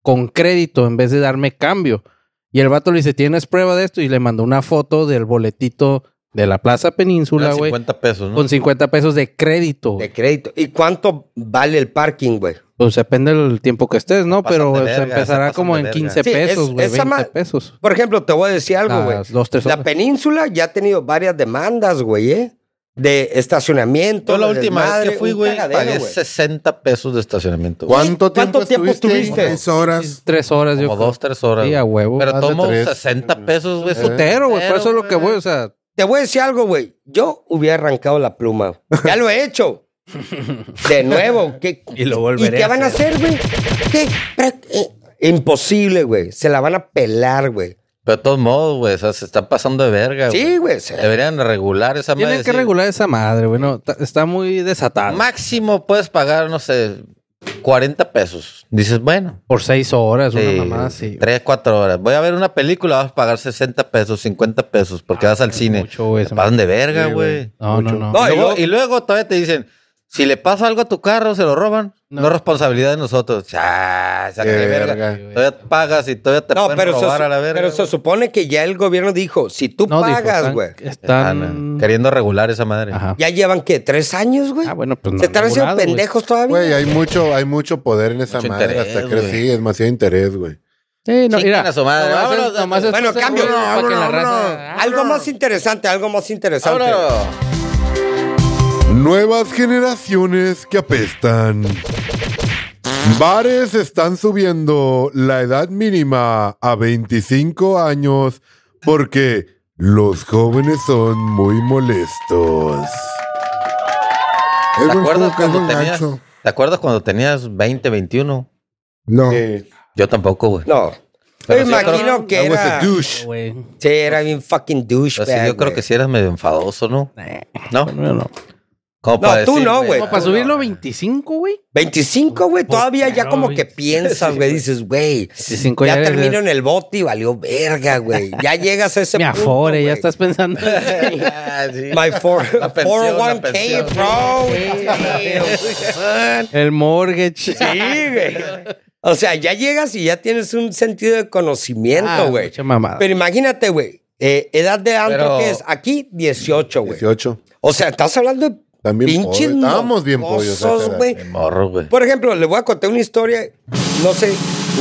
[SPEAKER 3] con crédito en vez de darme cambio. Y el vato le dice, ¿tienes prueba de esto? Y le mandó una foto del boletito de la Plaza Península,
[SPEAKER 2] Eran
[SPEAKER 3] güey,
[SPEAKER 2] 50 pesos, ¿no?
[SPEAKER 3] con 50 pesos de crédito. güey.
[SPEAKER 4] De crédito. ¿Y cuánto vale el parking, güey?
[SPEAKER 3] Pues depende del tiempo que estés, ¿no?
[SPEAKER 2] Pasan
[SPEAKER 3] Pero
[SPEAKER 2] de
[SPEAKER 3] se
[SPEAKER 2] verga, se
[SPEAKER 3] empezará
[SPEAKER 2] pasan
[SPEAKER 3] como
[SPEAKER 2] de
[SPEAKER 3] en
[SPEAKER 2] verga.
[SPEAKER 3] 15
[SPEAKER 4] Sí, es-
[SPEAKER 3] pesos, güey,
[SPEAKER 4] esa
[SPEAKER 3] 20
[SPEAKER 4] ma-
[SPEAKER 3] pesos.
[SPEAKER 4] Por ejemplo, te voy a decir algo, güey.
[SPEAKER 3] Las dos, tres
[SPEAKER 4] La
[SPEAKER 3] horas.
[SPEAKER 4] península ya ha tenido varias demandas, güey, ¿eh? De estacionamiento.
[SPEAKER 2] Yo la
[SPEAKER 4] de
[SPEAKER 2] última vez
[SPEAKER 4] desmadre,
[SPEAKER 2] que fui,
[SPEAKER 4] un
[SPEAKER 2] güey,
[SPEAKER 4] cagadero,
[SPEAKER 2] pagué
[SPEAKER 4] güey.
[SPEAKER 2] 60 pesos de estacionamiento. güey.
[SPEAKER 1] ¿Cuánto,
[SPEAKER 4] ¿Cuánto tiempo estuviste?
[SPEAKER 1] ahí?
[SPEAKER 5] Tres horas.
[SPEAKER 3] Tres horas, yo
[SPEAKER 2] Como
[SPEAKER 3] creo.
[SPEAKER 2] dos, ¿eh? tres horas.
[SPEAKER 3] Sí, a
[SPEAKER 2] güey.
[SPEAKER 3] huevo.
[SPEAKER 2] Pero
[SPEAKER 1] Más de
[SPEAKER 2] tomo
[SPEAKER 1] tres.
[SPEAKER 2] 60 pesos, güey.
[SPEAKER 3] Putero, güey. Por eso es lo que voy, o sea,
[SPEAKER 4] Te voy a decir algo, güey. Yo hubiera arrancado la pluma. Ya lo he hecho. De nuevo. ¿qué,
[SPEAKER 3] Y lo volveré
[SPEAKER 4] ¿Y qué
[SPEAKER 3] a
[SPEAKER 4] van a hacer, güey? ¿Qué? Pre- eh, Imposible, güey. Se la van a pelar, güey.
[SPEAKER 2] Pero de todos modos, güey, o sea, se están pasando de
[SPEAKER 3] Ah,
[SPEAKER 2] verga, güey.
[SPEAKER 4] Sí, güey. se-
[SPEAKER 2] Deberían regular esa madre.
[SPEAKER 3] Tienen que
[SPEAKER 2] sí.
[SPEAKER 3] regular esa madre, güey. no, ta- está muy desatada.
[SPEAKER 2] Máximo puedes pagar, no sé, 40 pesos. Dices, bueno.
[SPEAKER 3] Por seis horas, una mamá
[SPEAKER 2] sí,
[SPEAKER 3] así.
[SPEAKER 2] Tres, cuatro horas. Voy a ver una película, vas a pagar 60 pesos, 50 pesos, porque vas al cine.
[SPEAKER 3] Ah, mucho, güey,
[SPEAKER 2] Te
[SPEAKER 3] se me-
[SPEAKER 2] pasan de verga,
[SPEAKER 1] Sí,
[SPEAKER 2] güey.
[SPEAKER 1] güey.
[SPEAKER 3] No, no, no.
[SPEAKER 4] No,
[SPEAKER 2] y, luego,
[SPEAKER 4] y luego-
[SPEAKER 2] y luego todavía te dicen, Si le pasa algo a tu carro, se lo roban. No,
[SPEAKER 3] No.
[SPEAKER 2] es responsabilidad de nosotros. Ya, saca
[SPEAKER 1] Qué
[SPEAKER 2] de verga.
[SPEAKER 1] verga.
[SPEAKER 2] Todavía pagas y todavía te
[SPEAKER 4] No,
[SPEAKER 2] pueden
[SPEAKER 4] pero, se,
[SPEAKER 2] robar a la verga.
[SPEAKER 4] pero se
[SPEAKER 2] güey.
[SPEAKER 4] supone que ya el gobierno dijo, si tú
[SPEAKER 3] No, dijo,
[SPEAKER 4] pagas,
[SPEAKER 3] están-
[SPEAKER 4] güey,
[SPEAKER 2] Ah,
[SPEAKER 3] Están.
[SPEAKER 2] no, Queriendo regular esa madre.
[SPEAKER 3] Ajá.
[SPEAKER 4] ya llevan, ¿qué? ¿Tres años, güey?
[SPEAKER 3] Ah, bueno, pues no.
[SPEAKER 4] ¿Se están
[SPEAKER 3] han
[SPEAKER 4] haciendo
[SPEAKER 3] volado, güey.
[SPEAKER 4] pendejos todavía?
[SPEAKER 1] Güey, hay mucho, hay mucho poder en esa
[SPEAKER 2] Mucho
[SPEAKER 1] madre.
[SPEAKER 2] interés,
[SPEAKER 1] hasta que
[SPEAKER 2] güey.
[SPEAKER 1] sí, es demasiado interés, güey.
[SPEAKER 3] Sí, no,
[SPEAKER 2] Chinguen
[SPEAKER 3] mira.
[SPEAKER 2] a su madre.
[SPEAKER 3] nomás es-
[SPEAKER 2] Vámonos,
[SPEAKER 3] nomás es-
[SPEAKER 4] Bueno, cambio.
[SPEAKER 3] para que la
[SPEAKER 1] Vámonos,
[SPEAKER 3] raza-
[SPEAKER 4] Algo más interesante, algo más interesante.
[SPEAKER 2] Vámonos.
[SPEAKER 1] Nuevas generaciones que apestan. Bares están subiendo la edad mínima a 25 años porque los jóvenes son muy molestos.
[SPEAKER 5] Es
[SPEAKER 2] ¿Te
[SPEAKER 5] buen
[SPEAKER 2] acuerdas,
[SPEAKER 5] truco, es
[SPEAKER 2] cuando
[SPEAKER 5] buen
[SPEAKER 2] tenías,
[SPEAKER 5] gancho.
[SPEAKER 2] ¿Te acuerdas cuando tenías 20, 21?
[SPEAKER 5] No.
[SPEAKER 2] Yo tampoco, güey.
[SPEAKER 4] No.
[SPEAKER 2] Pero
[SPEAKER 4] Yo
[SPEAKER 2] sí,
[SPEAKER 4] imagino
[SPEAKER 2] creo-
[SPEAKER 4] que
[SPEAKER 1] I was a
[SPEAKER 4] era...
[SPEAKER 1] douche.
[SPEAKER 3] Güey.
[SPEAKER 4] Sí, era bien fucking douche,
[SPEAKER 2] O sea, yo creo que sí eras medio enfadoso, ¿no? ¿No?
[SPEAKER 3] Bueno, no.
[SPEAKER 2] Como
[SPEAKER 4] No, tú no,
[SPEAKER 2] decirme,
[SPEAKER 4] güey.
[SPEAKER 3] Como para subirlo 25, güey.
[SPEAKER 4] 25, güey, todavía ya
[SPEAKER 3] Pero,
[SPEAKER 4] como
[SPEAKER 3] güey.
[SPEAKER 4] que piensas, güey, dices, güey,
[SPEAKER 3] 25
[SPEAKER 4] ya
[SPEAKER 3] ya eres-
[SPEAKER 4] termino en el bote y valió verga, güey. Ya llegas a ese
[SPEAKER 3] Me
[SPEAKER 4] punto,
[SPEAKER 3] afore, ya
[SPEAKER 4] güey.
[SPEAKER 3] estás pensando.
[SPEAKER 2] Ah, sí.
[SPEAKER 4] My four,
[SPEAKER 2] La pensión, la
[SPEAKER 4] 401k,
[SPEAKER 2] pensión.
[SPEAKER 4] bro. Damn, son.
[SPEAKER 3] El mortgage.
[SPEAKER 4] Sí, güey. O sea, ya llegas y ya tienes un sentido de conocimiento,
[SPEAKER 3] Ah,
[SPEAKER 4] güey.
[SPEAKER 3] mucha mamada.
[SPEAKER 4] Pero imagínate, güey, eh, edad de antro
[SPEAKER 2] Pero-
[SPEAKER 4] que es aquí, 18, güey.
[SPEAKER 1] 18.
[SPEAKER 4] O sea, estás hablando de
[SPEAKER 1] También
[SPEAKER 4] pinches
[SPEAKER 1] pollo. Estábamos bien pollos a esa
[SPEAKER 4] mocosos,
[SPEAKER 1] edad.
[SPEAKER 4] güey.
[SPEAKER 2] De Morro, güey.
[SPEAKER 4] Por ejemplo, le voy a contar una historia. No sé,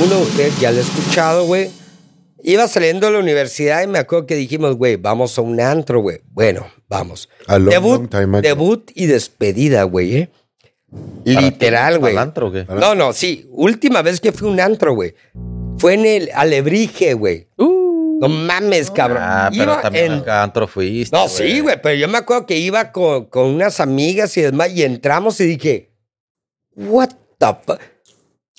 [SPEAKER 4] uno de ustedes ya la ha escuchado, güey. Iba saliendo de la universidad y me acuerdo que dijimos, güey, vamos a un antro, güey. Bueno, vamos.
[SPEAKER 1] A long,
[SPEAKER 4] debut,
[SPEAKER 1] long time ago.
[SPEAKER 4] debut y despedida, güey, ¿eh? Literal, güey.
[SPEAKER 2] ¿Al antro o qué?
[SPEAKER 4] No, no, sí. Última vez que fui a un antro, güey. Fue en el Alebrije, güey.
[SPEAKER 3] Uh,
[SPEAKER 4] No mames, cabrón.
[SPEAKER 2] Ah, pero
[SPEAKER 4] Iba
[SPEAKER 2] también
[SPEAKER 4] en-
[SPEAKER 2] al antro fuiste.
[SPEAKER 4] No, sí, güey, pero yo me acuerdo que iba con, con unas amigas y demás y entramos y dije, what the fuck?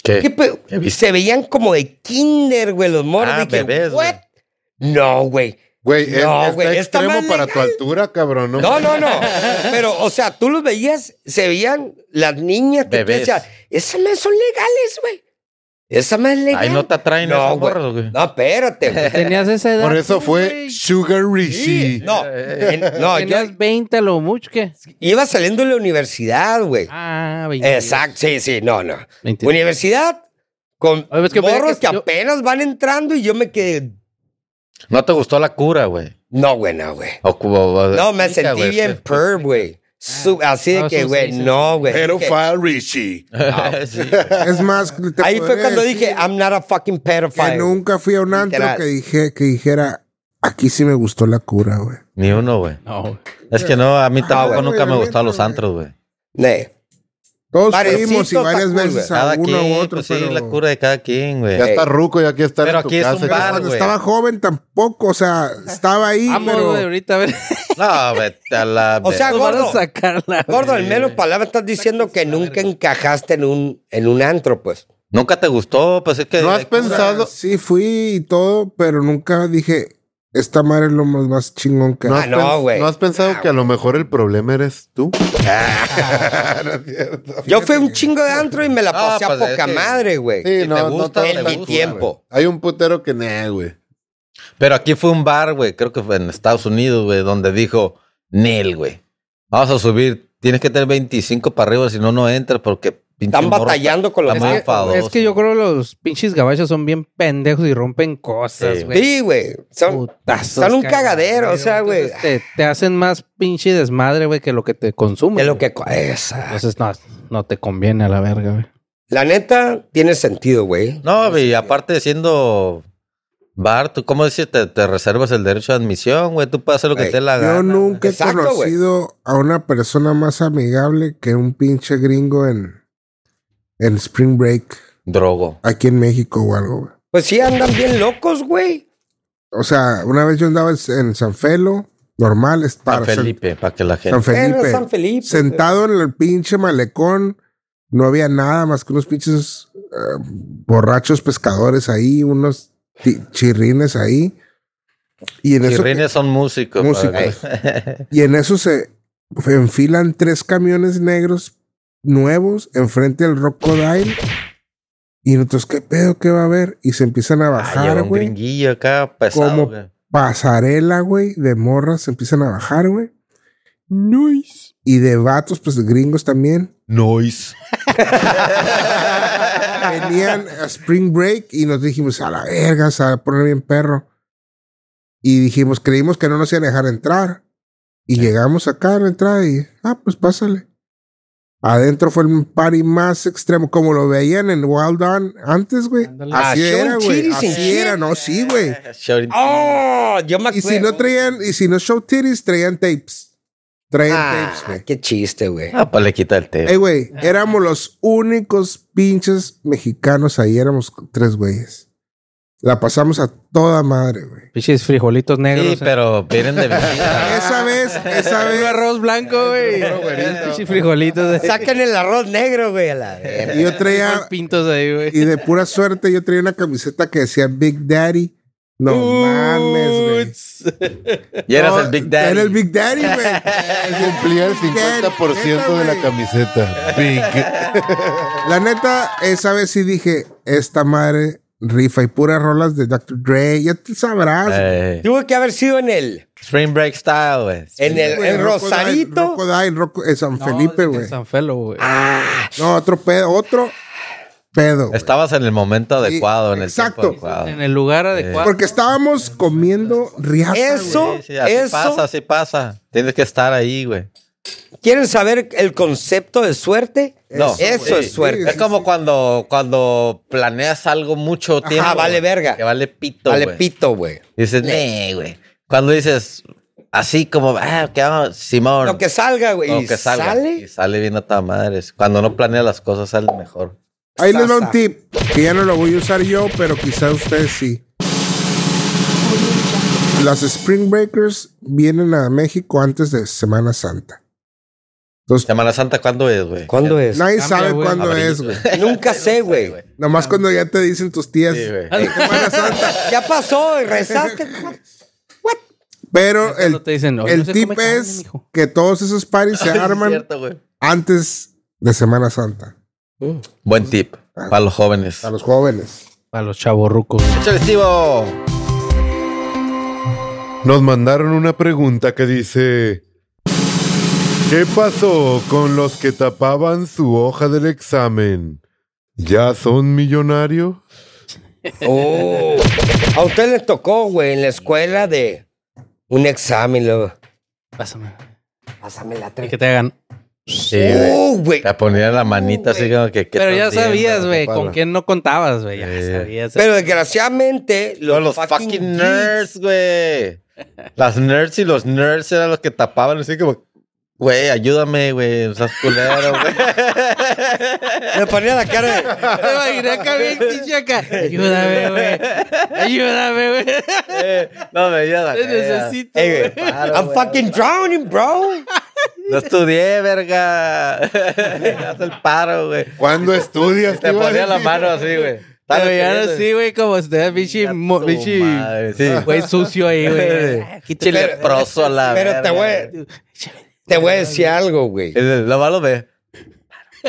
[SPEAKER 2] ¿Qué?
[SPEAKER 4] ¿Qué pedo?
[SPEAKER 2] Eh, ¿Qué viste?
[SPEAKER 4] Se veían como de kinder, güey, los morros.
[SPEAKER 2] Ah,
[SPEAKER 4] Dije,
[SPEAKER 2] bebés,
[SPEAKER 4] "What?" No, güey.
[SPEAKER 1] Güey, es-
[SPEAKER 4] No,
[SPEAKER 1] está
[SPEAKER 4] güey, está
[SPEAKER 1] extremo
[SPEAKER 4] más
[SPEAKER 1] para tu altura, cabrón. No,
[SPEAKER 4] No, no, no. Pero, o sea, tú los veías, se veían las niñas que tú
[SPEAKER 2] Bebés.
[SPEAKER 4] decías, esas más son legales, güey. Esa más es legal.
[SPEAKER 2] Ahí no te atraen
[SPEAKER 4] No,
[SPEAKER 2] esas
[SPEAKER 4] güey.
[SPEAKER 2] morras, güey.
[SPEAKER 4] No, espérate, güey.
[SPEAKER 3] tenías esa edad.
[SPEAKER 1] Por eso
[SPEAKER 3] tú,
[SPEAKER 1] fue
[SPEAKER 3] güey.
[SPEAKER 1] Sugar Rishi.
[SPEAKER 4] No, en- no, yo
[SPEAKER 3] Tenías 20 a lo mucho que.
[SPEAKER 4] iba saliendo de la universidad, güey.
[SPEAKER 3] Ah, 20.
[SPEAKER 4] Exacto, sí, sí, no, no.
[SPEAKER 3] 20.
[SPEAKER 4] Universidad con
[SPEAKER 3] Oye, es que mira
[SPEAKER 4] morros
[SPEAKER 3] que
[SPEAKER 4] que
[SPEAKER 3] yo-
[SPEAKER 4] apenas van entrando y yo me quedé,
[SPEAKER 2] No te gustó la cura, güey.
[SPEAKER 4] no, güey, no, güey.
[SPEAKER 2] O cu- o- o-
[SPEAKER 4] No, me
[SPEAKER 2] explica,
[SPEAKER 4] sentí
[SPEAKER 2] güey, pues,
[SPEAKER 4] bien
[SPEAKER 2] es que-
[SPEAKER 4] perv, güey. Su- Así de
[SPEAKER 3] Ah,
[SPEAKER 4] que,
[SPEAKER 3] sí,
[SPEAKER 4] güey,
[SPEAKER 3] sí, sí.
[SPEAKER 4] no, güey.
[SPEAKER 1] Pero
[SPEAKER 4] Dije,
[SPEAKER 1] fue Rishi.
[SPEAKER 2] Sí, güey.
[SPEAKER 5] Es más, te
[SPEAKER 4] Ahí fue
[SPEAKER 5] podría
[SPEAKER 4] cuando
[SPEAKER 5] decir
[SPEAKER 4] dije, I'm not a fucking pedophile.
[SPEAKER 5] pues, que nunca fui a un antro
[SPEAKER 4] Literal.
[SPEAKER 5] que, dije, que dijera, aquí sí me gustó la cura, güey.
[SPEAKER 2] Ni uno, güey.
[SPEAKER 3] No, güey.
[SPEAKER 2] Es que no, a mí tampoco
[SPEAKER 5] güey,
[SPEAKER 2] nunca me
[SPEAKER 5] la
[SPEAKER 2] gustaron los
[SPEAKER 5] neta,
[SPEAKER 2] antros, güey.
[SPEAKER 4] Nee.
[SPEAKER 5] Todos
[SPEAKER 4] Parecitos
[SPEAKER 5] fuimos y
[SPEAKER 4] tacos,
[SPEAKER 5] varias veces a
[SPEAKER 2] Cada
[SPEAKER 5] uno
[SPEAKER 2] quien,
[SPEAKER 5] u otro,
[SPEAKER 2] pues
[SPEAKER 5] pero
[SPEAKER 2] sí, la cura de cada quien, güey.
[SPEAKER 1] Ya está ruco y aquí está
[SPEAKER 2] Pero
[SPEAKER 1] en tu
[SPEAKER 2] aquí es un
[SPEAKER 1] casa.
[SPEAKER 5] pero
[SPEAKER 2] bar,
[SPEAKER 5] cuando
[SPEAKER 2] güey.
[SPEAKER 5] estaba joven tampoco, o sea, estaba ahí,
[SPEAKER 3] Vamos,
[SPEAKER 5] pero
[SPEAKER 3] güey, ahorita a ver.
[SPEAKER 2] No, vete a la...
[SPEAKER 4] O sea,
[SPEAKER 3] Nos van a
[SPEAKER 4] gordo,
[SPEAKER 3] sacarla. güey.
[SPEAKER 4] gordo, en menos palabras estás diciendo que nunca encajaste en un, en un antro, pues.
[SPEAKER 2] Nunca te gustó, pues es que...
[SPEAKER 1] ¿No has
[SPEAKER 5] o sea,
[SPEAKER 1] pensado,
[SPEAKER 5] sí fui y todo, pero nunca dije, esta madre es lo más, más chingón que...
[SPEAKER 1] ¿No
[SPEAKER 4] Ah,
[SPEAKER 1] has,
[SPEAKER 4] no,
[SPEAKER 1] pens-
[SPEAKER 4] güey.
[SPEAKER 1] ¿no has pensado
[SPEAKER 4] Ah,
[SPEAKER 1] que a lo mejor el problema eres tú?
[SPEAKER 4] Yo fui a un chingo de antro y me la
[SPEAKER 2] No,
[SPEAKER 4] pasé a
[SPEAKER 2] pues, es
[SPEAKER 4] poca
[SPEAKER 2] que-
[SPEAKER 4] madre, güey.
[SPEAKER 1] Sí,
[SPEAKER 2] te
[SPEAKER 1] tanto,
[SPEAKER 2] gusta, en mi
[SPEAKER 1] güey.
[SPEAKER 4] tiempo.
[SPEAKER 1] Hay un putero que nah, güey.
[SPEAKER 2] Pero aquí fue un bar, güey, creo que fue en Estados Unidos, güey, donde dijo, Nel, güey, vamos a subir, tienes que tener 25 para arriba, si no, no entras porque... pinche
[SPEAKER 4] Están
[SPEAKER 2] morro
[SPEAKER 4] batallando con los
[SPEAKER 2] está muy
[SPEAKER 4] antros.
[SPEAKER 2] enfadoso.
[SPEAKER 3] Es que yo creo que los pinches gabachos son bien pendejos y rompen cosas,
[SPEAKER 2] Sí.
[SPEAKER 3] güey.
[SPEAKER 4] Sí, güey. Son,
[SPEAKER 3] Putazos,
[SPEAKER 4] son un cagadero, o sea,
[SPEAKER 3] Entonces,
[SPEAKER 4] güey.
[SPEAKER 3] Te, te hacen más pinche desmadre, güey, que lo que te consume.
[SPEAKER 4] de lo que... Esa.
[SPEAKER 3] Entonces, no, no te conviene a la verga, güey.
[SPEAKER 4] La neta tiene sentido, güey.
[SPEAKER 2] No, y aparte siendo bar, tú cómo dices, te, te reservas el derecho de admisión, güey, tú puedes hacer lo que
[SPEAKER 4] Güey,
[SPEAKER 2] te dé la
[SPEAKER 5] Yo
[SPEAKER 2] gana.
[SPEAKER 5] nunca
[SPEAKER 4] Exacto,
[SPEAKER 5] he
[SPEAKER 4] güey.
[SPEAKER 5] conocido a una persona más amigable que un pinche gringo en, en Spring Break,
[SPEAKER 2] Drogo.
[SPEAKER 5] aquí en México o algo, güey.
[SPEAKER 4] Pues sí, andan bien locos, güey.
[SPEAKER 5] O sea, una vez yo andaba en, en San Felo, normal, es
[SPEAKER 2] Para
[SPEAKER 5] para
[SPEAKER 2] Felipe, para que la gente...
[SPEAKER 5] San, Felipe.
[SPEAKER 4] Era San Felipe.
[SPEAKER 5] Sentado en el pinche malecón, no había nada más que unos pinches eh, borrachos pescadores ahí, unos ti- chirrines ahí. Y en eso que-
[SPEAKER 2] Chirrines son músicos.
[SPEAKER 5] Músicos.
[SPEAKER 2] padre.
[SPEAKER 5] Y en eso se enfilan tres camiones negros nuevos enfrente del Rocodile. Y nosotros, ¿qué pedo que va a haber? Y se empiezan a
[SPEAKER 2] Ah, lleva
[SPEAKER 5] bajar,
[SPEAKER 2] un
[SPEAKER 5] güey.
[SPEAKER 2] gringuillo acá pesado,
[SPEAKER 5] Como-
[SPEAKER 2] güey.
[SPEAKER 5] Pasarela, güey, de morras se empiezan a bajar, güey. Y de vatos, pues gringos también.
[SPEAKER 1] Noise.
[SPEAKER 5] venían a Spring Break y nos dijimos, a la verga, se va a poner bien perro. Y dijimos, creímos que no nos iban a dejar entrar. Y llegamos acá a la entrada y, ah, pues pásale. Adentro fue el party más extremo, como lo veían en Wild On antes, güey.
[SPEAKER 3] Ándale.
[SPEAKER 5] Así
[SPEAKER 4] Ah,
[SPEAKER 5] era,
[SPEAKER 4] Sean
[SPEAKER 5] güey.
[SPEAKER 4] Titties and
[SPEAKER 5] Así
[SPEAKER 4] shit.
[SPEAKER 5] era, no, sí, güey.
[SPEAKER 2] Shorty.
[SPEAKER 4] ¡Oh! Yo me acuerdo.
[SPEAKER 5] Y si no traían, y si no show titties, traían tapes. Traían
[SPEAKER 4] Ah,
[SPEAKER 5] tapes, güey.
[SPEAKER 4] qué chiste, güey.
[SPEAKER 2] Ah, pues le quita el
[SPEAKER 5] Ey,
[SPEAKER 2] té.
[SPEAKER 5] güey, éramos los únicos pinches mexicanos ahí, éramos tres güeyes. La pasamos a toda madre, güey.
[SPEAKER 3] Piches frijolitos negros.
[SPEAKER 2] Sí, pero vienen de visita.
[SPEAKER 5] Esa vez, esa
[SPEAKER 3] Un
[SPEAKER 5] vez.
[SPEAKER 3] arroz blanco, güey. Piches frijolitos. de-
[SPEAKER 4] Saquen el arroz negro, güey, a la verga.
[SPEAKER 5] Y yo traía,
[SPEAKER 3] Unos pintos ahí, güey.
[SPEAKER 5] y de pura suerte, yo traía una camiseta que decía Big Daddy. No mames,
[SPEAKER 2] Y
[SPEAKER 5] güey.
[SPEAKER 2] eras
[SPEAKER 5] No,
[SPEAKER 2] el Big Daddy.
[SPEAKER 5] Era el Big Daddy, güey.
[SPEAKER 1] Cumplía el 50% de la camiseta. Big.
[SPEAKER 5] La neta, esa vez sí dije, esta madre rifa y puras rolas de Dr. Dre. Ya te sabrás,
[SPEAKER 2] Ey.
[SPEAKER 4] Tuvo que haber sido en el.
[SPEAKER 2] Eh, Spring Break Style, güey.
[SPEAKER 4] En el,
[SPEAKER 5] Güey,
[SPEAKER 4] en
[SPEAKER 5] Rocco Dine,
[SPEAKER 4] Rosarito.
[SPEAKER 5] Rocco Dine, Rocco- eh, San Felipe,
[SPEAKER 3] No,
[SPEAKER 5] güey.
[SPEAKER 3] San Felo, güey.
[SPEAKER 4] Ah,
[SPEAKER 5] No, otro pedo, otro pedo. güey.
[SPEAKER 2] Estabas en el momento
[SPEAKER 5] Sí,
[SPEAKER 2] adecuado, en el
[SPEAKER 5] exacto.
[SPEAKER 2] tiempo adecuado.
[SPEAKER 3] En el lugar adecuado.
[SPEAKER 5] Porque estábamos comiendo riata,
[SPEAKER 4] Eso.
[SPEAKER 5] güey.
[SPEAKER 2] Sí, sí, así
[SPEAKER 4] Eso-
[SPEAKER 2] pasa, así pasa. Tienes que estar ahí, güey.
[SPEAKER 4] ¿Quieren saber el concepto de suerte?
[SPEAKER 2] No.
[SPEAKER 4] Eso
[SPEAKER 2] Sí.
[SPEAKER 4] es suerte.
[SPEAKER 5] Sí,
[SPEAKER 2] Es como cuando, cuando planeas algo mucho tiempo.
[SPEAKER 4] vale
[SPEAKER 2] güey,
[SPEAKER 4] verga.
[SPEAKER 2] Que vale pito,
[SPEAKER 4] Vale,
[SPEAKER 2] güey.
[SPEAKER 4] pito, güey.
[SPEAKER 2] Dices, "Nee, güey. Cuando dices, así como, ah, ¿qué hago? Simón.
[SPEAKER 4] Lo que salga, güey.
[SPEAKER 2] Lo
[SPEAKER 4] Y
[SPEAKER 2] que salga. Y
[SPEAKER 4] sale.
[SPEAKER 2] sale bien a toda madre. Cuando no planeas las cosas, sale mejor.
[SPEAKER 5] Ahí les va un
[SPEAKER 4] Sasa.
[SPEAKER 5] tip que ya no lo voy a usar yo, pero quizás ustedes sí. Las Spring Breakers vienen a México antes de Semana Santa. Entonces,
[SPEAKER 2] Semana Santa, ¿cuándo es, güey?
[SPEAKER 4] ¿Cuándo es?
[SPEAKER 5] nadie
[SPEAKER 3] Cambia,
[SPEAKER 5] sabe
[SPEAKER 3] güey.
[SPEAKER 5] cuándo
[SPEAKER 2] Abril.
[SPEAKER 5] es, güey.
[SPEAKER 4] Nunca sé, güey.
[SPEAKER 5] Nomás cuando ya te dicen tus tías.
[SPEAKER 2] Sí, güey.
[SPEAKER 5] Semana Santa.
[SPEAKER 4] Ya pasó, rezaste.
[SPEAKER 5] Pero
[SPEAKER 3] Cuando
[SPEAKER 5] el,
[SPEAKER 3] te dicen, "Oye, no
[SPEAKER 5] el
[SPEAKER 3] se
[SPEAKER 5] tip
[SPEAKER 3] come carne,
[SPEAKER 5] es
[SPEAKER 3] mijo".
[SPEAKER 5] que todos esos parties se
[SPEAKER 2] Sí, es
[SPEAKER 5] arman
[SPEAKER 2] cierto, güey.
[SPEAKER 5] antes de Semana Santa.
[SPEAKER 2] Buen tip
[SPEAKER 4] Ah.
[SPEAKER 2] para los jóvenes.
[SPEAKER 5] A los jóvenes.
[SPEAKER 3] Para los chavorrucos.
[SPEAKER 2] Échale, Estivo.
[SPEAKER 1] Nos mandaron una pregunta que dice: ¿Qué pasó con los que tapaban su hoja del examen? ¿Ya son millonarios?
[SPEAKER 4] Oh. A usted les tocó, güey, en la escuela de un examen. Luego.
[SPEAKER 3] Pásame.
[SPEAKER 4] Pásame la
[SPEAKER 3] Y que te hagan.
[SPEAKER 2] Sí, güey.
[SPEAKER 4] Oh, güey.
[SPEAKER 2] Te ponían la manita así como que... que
[SPEAKER 3] Pero ya
[SPEAKER 2] estás viendo,
[SPEAKER 3] sabías, güey,
[SPEAKER 1] papá,
[SPEAKER 3] con
[SPEAKER 1] güey.
[SPEAKER 3] quién no contabas, güey. Ya
[SPEAKER 2] Sí.
[SPEAKER 3] sabías.
[SPEAKER 4] Pero desgraciadamente,
[SPEAKER 2] Los,
[SPEAKER 4] los,
[SPEAKER 2] los fucking,
[SPEAKER 4] fucking nerds.
[SPEAKER 2] nerds, güey. Las nerds y los nerds eran los que tapaban así como... Güey, ayúdame, güey. Estás culero, güey.
[SPEAKER 4] Me ponía la cara de.
[SPEAKER 3] Te imaginé acá bien pinche acá. Ayúdame, güey. Ayúdame, güey.
[SPEAKER 2] Eh, no me ayudas.
[SPEAKER 3] Te necesito.
[SPEAKER 4] Ey,
[SPEAKER 3] güey.
[SPEAKER 4] güey, I'm fucking drowning, bro.
[SPEAKER 2] No estudié, verga. Haz el paro, güey.
[SPEAKER 1] ¿Cuándo estudias?
[SPEAKER 2] Te
[SPEAKER 1] iba a
[SPEAKER 2] ponía la
[SPEAKER 1] decir?
[SPEAKER 2] mano así, güey.
[SPEAKER 3] Te veían así, güey, como si te pinche. mo-
[SPEAKER 2] tu
[SPEAKER 3] pinche-
[SPEAKER 2] madre, sí.
[SPEAKER 3] Güey, sucio ahí, güey.
[SPEAKER 2] Pinche leproso a la
[SPEAKER 4] Pero
[SPEAKER 2] verga.
[SPEAKER 4] te voy, te voy a decir algo, güey.
[SPEAKER 2] El- Lo malo ve.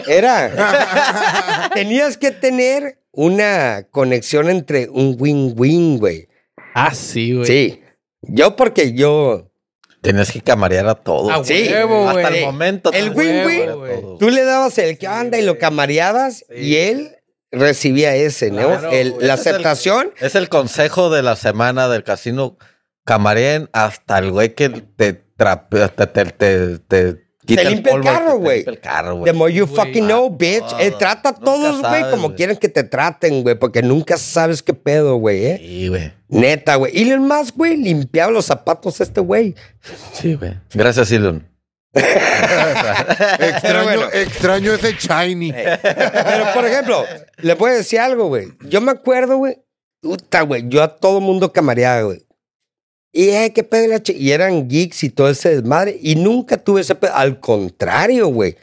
[SPEAKER 4] Era. Tenías que tener una conexión entre un win-win, güey.
[SPEAKER 3] Ah, sí, güey.
[SPEAKER 4] Sí. Yo porque yo...
[SPEAKER 2] Tenías que camarear a todos.
[SPEAKER 3] A
[SPEAKER 4] Sí.
[SPEAKER 3] huevo,
[SPEAKER 2] Hasta
[SPEAKER 3] güey.
[SPEAKER 2] el momento.
[SPEAKER 4] El
[SPEAKER 2] tú-
[SPEAKER 4] win-win,
[SPEAKER 2] Camarear a todos.
[SPEAKER 4] Tú le dabas el que anda y lo camareabas y él recibía ese, ¿no?
[SPEAKER 2] Claro,
[SPEAKER 4] El-
[SPEAKER 2] güey.
[SPEAKER 4] la
[SPEAKER 2] Ese es el-
[SPEAKER 4] aceptación.
[SPEAKER 2] Es el consejo de la semana del casino. Camareen hasta el güey que te trape, hasta te, te, te quita
[SPEAKER 4] Te
[SPEAKER 2] el
[SPEAKER 4] limpia el
[SPEAKER 2] polvo. y te-
[SPEAKER 4] carro,
[SPEAKER 2] te
[SPEAKER 4] güey.
[SPEAKER 2] limpia el carro,
[SPEAKER 4] The
[SPEAKER 2] güey.
[SPEAKER 4] more you
[SPEAKER 3] Güey.
[SPEAKER 4] fucking know, bitch.
[SPEAKER 2] todo.
[SPEAKER 4] Eh, trata a
[SPEAKER 2] Nunca
[SPEAKER 4] todos, güey,
[SPEAKER 2] sabes,
[SPEAKER 4] como
[SPEAKER 2] güey.
[SPEAKER 4] quieren que te traten, güey, porque nunca sabes qué pedo, güey, ¿eh?
[SPEAKER 2] Sí, güey.
[SPEAKER 4] Neta, güey. Elon Musk, güey, limpiaba los zapatos a este güey.
[SPEAKER 2] Sí, güey. Gracias, Elon.
[SPEAKER 1] Extraño,
[SPEAKER 4] bueno. Eh.
[SPEAKER 1] extraño ese shiny.
[SPEAKER 4] Pero, por ejemplo, le voy a decir algo, güey. Yo me acuerdo, güey. Puta, güey. Yo a todo mundo camareaba, güey. Y, eh, qué pedo. la chi- Y eran geeks y todo ese desmadre. Y nunca tuve ese pedo. Al contrario, güey.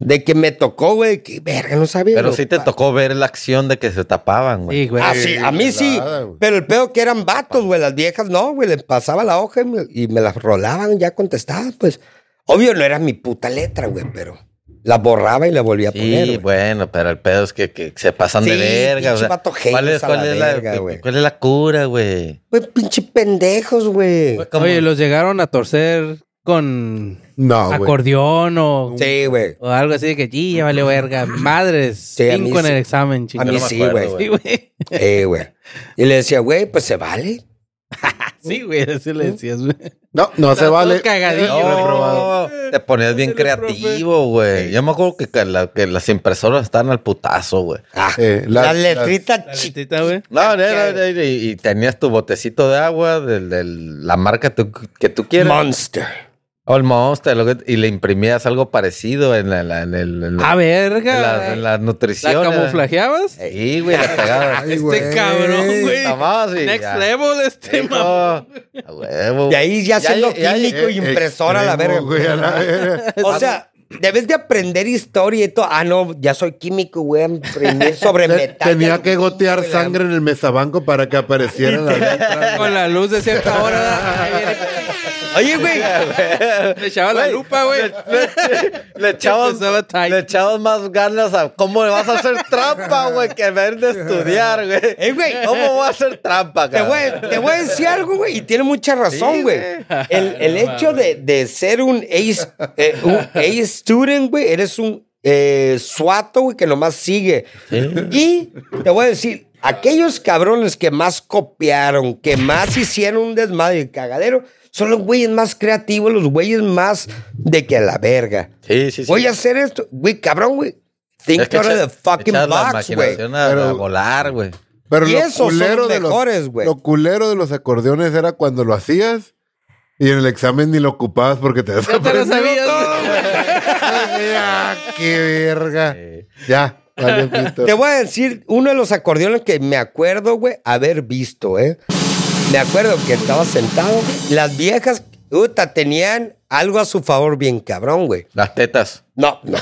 [SPEAKER 4] De que me tocó, güey. Que verga, no sabía.
[SPEAKER 2] Pero
[SPEAKER 4] güey.
[SPEAKER 2] sí te tocó ver la acción de que se tapaban, güey.
[SPEAKER 3] Sí, güey.
[SPEAKER 4] Ah, sí, a mí sí.
[SPEAKER 1] Nada, güey.
[SPEAKER 4] Pero el pedo que eran vatos, güey. Las viejas, no, güey. Les pasaba la hoja y me, y me las rolaban. Ya contestaba, pues. Obvio, no era mi puta letra, güey. Pero la borraba y la volvía a
[SPEAKER 2] Sí,
[SPEAKER 4] poner. güey.
[SPEAKER 2] bueno, pero el pedo es que, que se pasan de
[SPEAKER 4] Sí,
[SPEAKER 2] verga. o
[SPEAKER 4] pinche
[SPEAKER 2] sea,
[SPEAKER 4] vato
[SPEAKER 2] ¿cuál,
[SPEAKER 4] haters
[SPEAKER 2] es,
[SPEAKER 4] a
[SPEAKER 2] cuál
[SPEAKER 4] la
[SPEAKER 2] es la,
[SPEAKER 4] verga,
[SPEAKER 2] cu-
[SPEAKER 4] güey.
[SPEAKER 2] cuál es la cura, güey?
[SPEAKER 4] Güey, pinche pendejos, güey.
[SPEAKER 2] Como-
[SPEAKER 3] Oye, los llegaron a torcer con
[SPEAKER 1] No, güey.
[SPEAKER 3] acordeón o,
[SPEAKER 4] Sí, güey.
[SPEAKER 3] o algo así de que, sí, ya valió verga. Madres,
[SPEAKER 4] Sí, a mí
[SPEAKER 3] cinco en
[SPEAKER 4] sí.
[SPEAKER 3] el examen,
[SPEAKER 4] A
[SPEAKER 3] chicos.
[SPEAKER 4] mí
[SPEAKER 2] no me
[SPEAKER 4] sí,
[SPEAKER 2] acuerdo,
[SPEAKER 4] güey.
[SPEAKER 2] güey.
[SPEAKER 3] Sí, güey.
[SPEAKER 4] Eh, güey. Y le decía, güey, pues se vale.
[SPEAKER 3] Sí, güey, así le decías, güey.
[SPEAKER 1] No, no se vale.
[SPEAKER 3] Cagadillo.
[SPEAKER 1] No, reprobado.
[SPEAKER 2] te ponías bien
[SPEAKER 3] Dásela, profe.
[SPEAKER 2] creativo, güey. Yo me acuerdo que, que la- que las impresoras estaban al putazo, güey.
[SPEAKER 4] Ah,
[SPEAKER 1] Eh, las-
[SPEAKER 4] las letritas
[SPEAKER 3] La
[SPEAKER 4] chi-
[SPEAKER 3] letita, güey.
[SPEAKER 2] No, no, no, no, y, y tenías tu botecito de agua de, la marca tú- que tú quieras.
[SPEAKER 4] Monster.
[SPEAKER 2] o el Monster, lo que- y le imprimías algo parecido en la, la- en el- en la-
[SPEAKER 3] Ah,
[SPEAKER 2] en la-
[SPEAKER 3] verga.
[SPEAKER 2] en
[SPEAKER 3] La,
[SPEAKER 2] la nutrición.
[SPEAKER 3] camuflajeabas?
[SPEAKER 2] Sí, güey, la pegabas.
[SPEAKER 5] Ay,
[SPEAKER 3] este
[SPEAKER 5] güey.
[SPEAKER 3] cabrón, güey.
[SPEAKER 2] Tomabas y
[SPEAKER 3] Next
[SPEAKER 2] ya.
[SPEAKER 3] level este,
[SPEAKER 2] Hijo,
[SPEAKER 3] mamá.
[SPEAKER 2] a huevo.
[SPEAKER 4] De ahí ya,
[SPEAKER 2] Ya,
[SPEAKER 4] haciendo
[SPEAKER 2] ya,
[SPEAKER 4] químico
[SPEAKER 1] Eh,
[SPEAKER 4] y impresora a la
[SPEAKER 1] extremo, güey,
[SPEAKER 4] verga.
[SPEAKER 1] a la verga.
[SPEAKER 4] O sea, debes de aprender historia y todo. Ah, no, ya soy químico, güey. Imprimir sobre
[SPEAKER 1] Te-
[SPEAKER 4] metal.
[SPEAKER 1] Tenía
[SPEAKER 4] Ya-
[SPEAKER 1] que gotear sangre en el mesabanco para que apareciera la letra.
[SPEAKER 3] Con la luz de cierta hora. ahí viene,
[SPEAKER 4] Oye, güey.
[SPEAKER 3] Le echaba la
[SPEAKER 2] Güey,
[SPEAKER 3] lupa, güey.
[SPEAKER 2] Le echabas,
[SPEAKER 3] Empezaba tight.
[SPEAKER 2] le echabas más ganas a cómo le vas a hacer trampa, güey, que en vez de estudiar, güey.
[SPEAKER 4] Eh, güey.
[SPEAKER 2] ¿Cómo voy a hacer trampa,
[SPEAKER 4] Te voy,
[SPEAKER 2] cabrón?
[SPEAKER 4] te voy a decir algo, güey, y tiene mucha razón, güey. El, el hecho de, de ser un A, eh, un A student, güey, eres un eh, suato, güey, que nomás sigue. Y te voy a decir, aquellos cabrones que más copiaron, que más hicieron un desmadre y cagadero, son los güeyes más creativos, los güeyes más de que a la verga.
[SPEAKER 2] Sí, sí, sí.
[SPEAKER 4] Voy a hacer esto, güey, cabrón, güey. Think
[SPEAKER 2] Es que
[SPEAKER 4] out of
[SPEAKER 2] echa-
[SPEAKER 4] the fucking
[SPEAKER 2] echar la
[SPEAKER 4] box, güey.
[SPEAKER 2] imaginación a,
[SPEAKER 1] Pero-
[SPEAKER 2] a volar, güey.
[SPEAKER 1] Pero
[SPEAKER 4] Y
[SPEAKER 1] lo
[SPEAKER 4] esos son
[SPEAKER 1] culero
[SPEAKER 4] los
[SPEAKER 1] de los
[SPEAKER 4] mejores, güey.
[SPEAKER 1] Lo culero de los acordeones era cuando lo hacías y en el examen ni lo ocupabas porque te
[SPEAKER 3] Ya te lo sabías, güey.
[SPEAKER 1] ya, qué verga.
[SPEAKER 2] Sí.
[SPEAKER 1] Ya, vale, pito.
[SPEAKER 4] Te voy a decir uno de los acordeones que me acuerdo, güey, haber visto, ¿eh? Me acuerdo que estaba sentado. güey. Las viejas, puta, tenían algo a su favor bien cabrón, güey.
[SPEAKER 2] Las tetas.
[SPEAKER 4] No, no.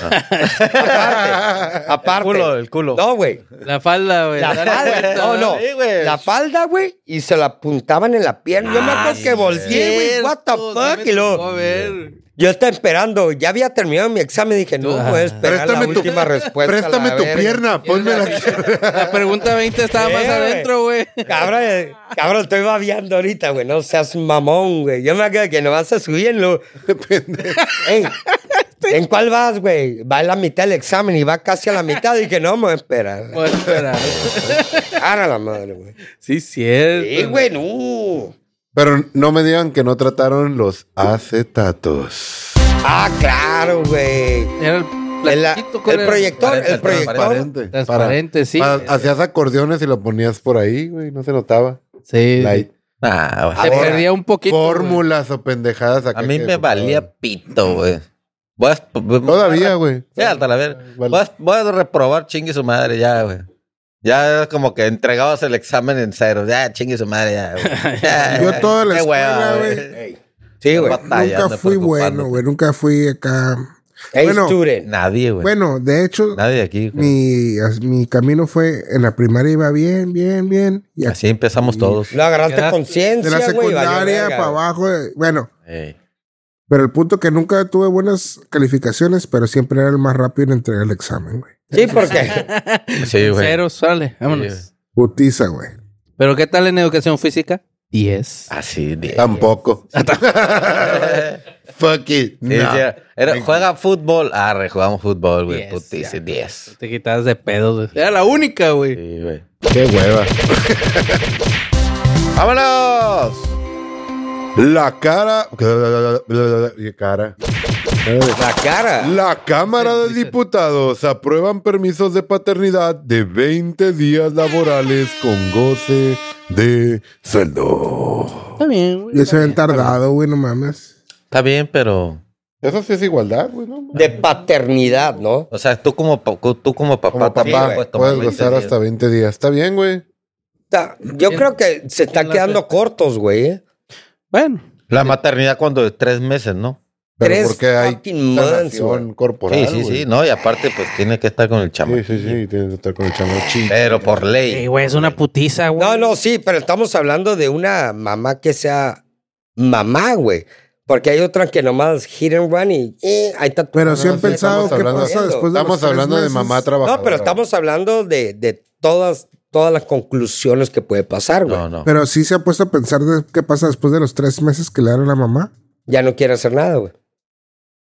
[SPEAKER 4] aparte, aparte.
[SPEAKER 2] El culo, el culo.
[SPEAKER 4] No, güey.
[SPEAKER 3] La falda, güey.
[SPEAKER 4] La
[SPEAKER 3] Dale
[SPEAKER 4] falda, Oh,
[SPEAKER 3] vuelta,
[SPEAKER 4] no, no.
[SPEAKER 2] Sí, güey.
[SPEAKER 4] La falda, güey, y se la apuntaban en la pierna. Yo me acuerdo que volteé, güey, what the
[SPEAKER 3] Cierto, sí me
[SPEAKER 4] fuck, y luego-
[SPEAKER 3] tocó ver.
[SPEAKER 4] Yo estaba esperando, ya había terminado mi examen, dije, no,
[SPEAKER 3] Ah.
[SPEAKER 4] voy a esperar la
[SPEAKER 1] Préstame tu-
[SPEAKER 4] última respuesta. a la
[SPEAKER 1] Préstame tu
[SPEAKER 4] verga.
[SPEAKER 1] pierna, ponme la
[SPEAKER 3] La pregunta 20 estaba más
[SPEAKER 4] Eh,
[SPEAKER 3] adentro, güey.
[SPEAKER 4] Cabrón, eh, cabrón, estoy babeando ahorita, güey. No seas mamón, güey. Yo me acuerdo que no vas a subir en lo. Ey, ¿En cuál vas, güey? Va a la mitad del examen y va casi a la mitad. Dije, no, me voy a esperar.
[SPEAKER 3] Bueno, espera.
[SPEAKER 4] Cara la madre, güey.
[SPEAKER 3] Sí, cierto.
[SPEAKER 4] Sí, güey, no.
[SPEAKER 1] Pero no me digan que no trataron los acetatos.
[SPEAKER 4] Ah, claro, güey.
[SPEAKER 3] Era el,
[SPEAKER 4] El, la-
[SPEAKER 3] platito, ¿cuál
[SPEAKER 4] el
[SPEAKER 3] era?
[SPEAKER 4] proyector, el
[SPEAKER 2] Transparente,
[SPEAKER 4] proyector.
[SPEAKER 1] Transparente.
[SPEAKER 3] Transparente, sí.
[SPEAKER 1] para- hacías acordeones y lo ponías por ahí, güey, no se notaba.
[SPEAKER 3] Sí.
[SPEAKER 1] Light.
[SPEAKER 2] Ah, güey.
[SPEAKER 3] Se
[SPEAKER 4] Ahora,
[SPEAKER 3] perdía un poquito.
[SPEAKER 1] Fórmulas o pendejadas. acá
[SPEAKER 2] A mí
[SPEAKER 1] que
[SPEAKER 2] me valía pito, güey. Voy a-
[SPEAKER 1] Todavía, güey.
[SPEAKER 2] Sí, hasta la verga.
[SPEAKER 1] Vale.
[SPEAKER 2] Voy, a, voy a reprobar, chingue su madre, ya, güey. Ya era como que entregabas el examen en cero. Ya, chingue su madre, ya, güey. Ya,
[SPEAKER 5] Yo
[SPEAKER 2] ya,
[SPEAKER 5] toda la
[SPEAKER 2] qué
[SPEAKER 5] escuela,
[SPEAKER 2] hueva,
[SPEAKER 5] güey.
[SPEAKER 4] Sí, güey.
[SPEAKER 2] Batallando,
[SPEAKER 5] Nunca fui
[SPEAKER 2] preocupándote.
[SPEAKER 5] bueno, güey. Nunca fui acá.
[SPEAKER 4] Hey,
[SPEAKER 5] Bueno,
[SPEAKER 4] student.
[SPEAKER 2] Nadie, güey.
[SPEAKER 5] Bueno, de hecho,
[SPEAKER 2] Nadie aquí. güey.
[SPEAKER 5] mi, as- mi camino fue en la primaria iba bien, bien, bien. Y
[SPEAKER 2] Así empezamos todos.
[SPEAKER 4] Lo agarraste
[SPEAKER 3] Era-
[SPEAKER 5] de la
[SPEAKER 4] conciencia, güey. valió
[SPEAKER 5] secundaria
[SPEAKER 4] verga,
[SPEAKER 5] para
[SPEAKER 4] güey.
[SPEAKER 5] abajo. eh, Bueno,
[SPEAKER 2] Ey.
[SPEAKER 5] pero el punto que nunca tuve buenas calificaciones, pero siempre era el más rápido en entregar el examen, güey.
[SPEAKER 4] Sí, porque.
[SPEAKER 2] Sí, güey.
[SPEAKER 3] Cero, sale. Vámonos.
[SPEAKER 2] Sí,
[SPEAKER 5] Putiza, güey.
[SPEAKER 3] ¿Pero qué tal en educación física? 10.
[SPEAKER 2] Así, de.
[SPEAKER 1] Tampoco. Fuck it.
[SPEAKER 2] Sí,
[SPEAKER 1] no.
[SPEAKER 2] sí, era- era- juega fútbol. Arre, jugamos fútbol, güey.
[SPEAKER 3] Diez,
[SPEAKER 2] Putice,
[SPEAKER 3] ya.
[SPEAKER 2] 10.
[SPEAKER 3] Te quitabas de pedos, güey. Era la única, güey.
[SPEAKER 2] Sí, güey.
[SPEAKER 1] Qué hueva.
[SPEAKER 2] ¡Vámonos!
[SPEAKER 1] La cara. Qué cara.
[SPEAKER 4] pues, La cara.
[SPEAKER 1] La Cámara de Diputados aprueban permisos de paternidad de 20 días laborales con goce de sueldo.
[SPEAKER 3] Está bien, güey.
[SPEAKER 5] Y eso bien tardado, güey, no mames.
[SPEAKER 2] Está bien, pero.
[SPEAKER 1] Eso sí es igualdad, güey, ¿no?
[SPEAKER 4] De paternidad, ¿no?
[SPEAKER 2] O sea, tú como, pa- tú como papá,
[SPEAKER 1] Como
[SPEAKER 2] también
[SPEAKER 1] papá,
[SPEAKER 2] puedes tomar
[SPEAKER 1] puedes gozar
[SPEAKER 2] 20 días.
[SPEAKER 1] hasta 20 días. Está bien, güey.
[SPEAKER 4] Ta- Yo
[SPEAKER 3] ¿Quién-
[SPEAKER 4] creo que se están
[SPEAKER 3] quién la
[SPEAKER 4] quedando
[SPEAKER 3] acepta?
[SPEAKER 4] cortos, güey. ¿eh?
[SPEAKER 3] Bueno.
[SPEAKER 2] La maternidad cuando de tres meses, ¿no?
[SPEAKER 1] Pero
[SPEAKER 4] Tres
[SPEAKER 1] porque hay
[SPEAKER 4] fucking months,
[SPEAKER 1] sanación
[SPEAKER 4] güey.
[SPEAKER 1] corporal.
[SPEAKER 2] Sí, sí,
[SPEAKER 1] güey.
[SPEAKER 2] sí, no, y aparte pues tiene que estar con el chamo.
[SPEAKER 1] Sí, sí, sí, tienes que estar con el chamo chido.
[SPEAKER 2] Pero por
[SPEAKER 3] Ey,
[SPEAKER 2] ley.
[SPEAKER 3] güey, es una putiza, güey.
[SPEAKER 4] No, no, sí, pero estamos hablando de una mamá que sea mamá, güey. Porque hay otras que nomás hit and run y eh, ahí está tu
[SPEAKER 5] Pero
[SPEAKER 4] mamá.
[SPEAKER 5] sí han
[SPEAKER 1] sí,
[SPEAKER 5] pensado
[SPEAKER 1] estamos
[SPEAKER 5] qué
[SPEAKER 1] hablando-
[SPEAKER 5] pasa después pues de los
[SPEAKER 1] Estamos
[SPEAKER 5] tres
[SPEAKER 1] hablando de
[SPEAKER 5] meses?
[SPEAKER 1] mamá trabajadora.
[SPEAKER 4] No, pero estamos hablando de, de todas, todas las conclusiones que puede pasar, güey.
[SPEAKER 2] No, no.
[SPEAKER 5] Pero sí se ha puesto a pensar de qué pasa después de los tres meses que le dieron a la mamá.
[SPEAKER 4] Ya no quiere hacer nada, güey.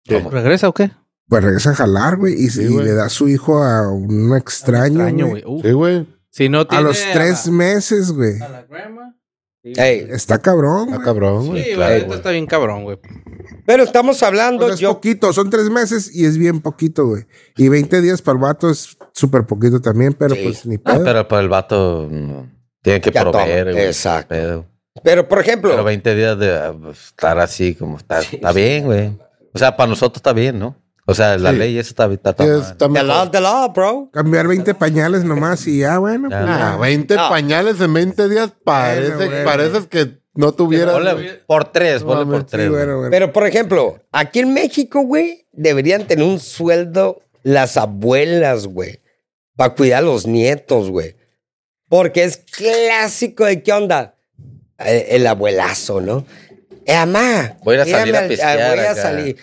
[SPEAKER 1] ¿Qué?
[SPEAKER 2] ¿Cómo?
[SPEAKER 3] ¿Regresa o qué?
[SPEAKER 5] Pues regresa a jalar, güey, y,
[SPEAKER 1] Sí,
[SPEAKER 5] y
[SPEAKER 1] güey.
[SPEAKER 5] le da a su hijo a un extraño.
[SPEAKER 3] Extraño,
[SPEAKER 5] güey.
[SPEAKER 3] güey. Uf.
[SPEAKER 1] Sí, güey.
[SPEAKER 3] Si no
[SPEAKER 5] A
[SPEAKER 3] tiene
[SPEAKER 5] los
[SPEAKER 3] la-
[SPEAKER 5] tres meses, güey.
[SPEAKER 3] a la grandma. Sí,
[SPEAKER 4] Ey,
[SPEAKER 5] Está cabrón,
[SPEAKER 1] Está
[SPEAKER 5] güey.
[SPEAKER 1] cabrón,
[SPEAKER 3] güey,
[SPEAKER 1] güey.
[SPEAKER 3] la
[SPEAKER 2] claro,
[SPEAKER 3] neta
[SPEAKER 2] güey.
[SPEAKER 3] está bien cabrón, güey.
[SPEAKER 4] pero estamos
[SPEAKER 5] O
[SPEAKER 4] hablando,
[SPEAKER 5] sea, Pues es
[SPEAKER 4] yo
[SPEAKER 5] poquito, son tres meses y es bien poquito, güey. Y 20 días para el vato es súper poquito también, pero
[SPEAKER 4] Sí.
[SPEAKER 5] pues ni
[SPEAKER 2] Ah,
[SPEAKER 5] pedo.
[SPEAKER 2] pero para el vato mm, tiene que
[SPEAKER 4] Ya toma,
[SPEAKER 2] proveer, güey.
[SPEAKER 4] exacto.
[SPEAKER 2] Pedo.
[SPEAKER 4] Pero, por ejemplo,
[SPEAKER 2] Pero 20 días de ah, pues, estar así como está, está bien, güey. O sea, para nosotros está bien, ¿no? O sea, la
[SPEAKER 1] Sí.
[SPEAKER 2] ley esa está, está, está
[SPEAKER 1] Sí,
[SPEAKER 2] mal.
[SPEAKER 1] está
[SPEAKER 4] the
[SPEAKER 1] mejor.
[SPEAKER 4] law, is the law, bro.
[SPEAKER 5] Cambiar 20 pañales nomás y ya, bueno.
[SPEAKER 2] Ya,
[SPEAKER 5] pues,
[SPEAKER 2] no.
[SPEAKER 5] ya.
[SPEAKER 1] Ah, 20
[SPEAKER 4] No.
[SPEAKER 1] pañales en 20 días parece,
[SPEAKER 5] Bueno, güey.
[SPEAKER 1] pareces que no tuvieras.
[SPEAKER 2] Ponle por tres, ponle
[SPEAKER 1] Mames,
[SPEAKER 2] por
[SPEAKER 5] Sí,
[SPEAKER 2] tres. güey.
[SPEAKER 5] bueno, bueno.
[SPEAKER 4] Pero, por ejemplo, aquí en México, güey, deberían tener un sueldo las abuelas, güey, para cuidar a los nietos, güey. Porque es clásico de qué onda. Eh, El, abuelazo, ¿no? Eh, mamá.
[SPEAKER 2] Voy a ir a salir
[SPEAKER 4] mírame
[SPEAKER 2] a
[SPEAKER 4] al-
[SPEAKER 2] pistear
[SPEAKER 4] Voy a
[SPEAKER 2] acá.
[SPEAKER 4] salir.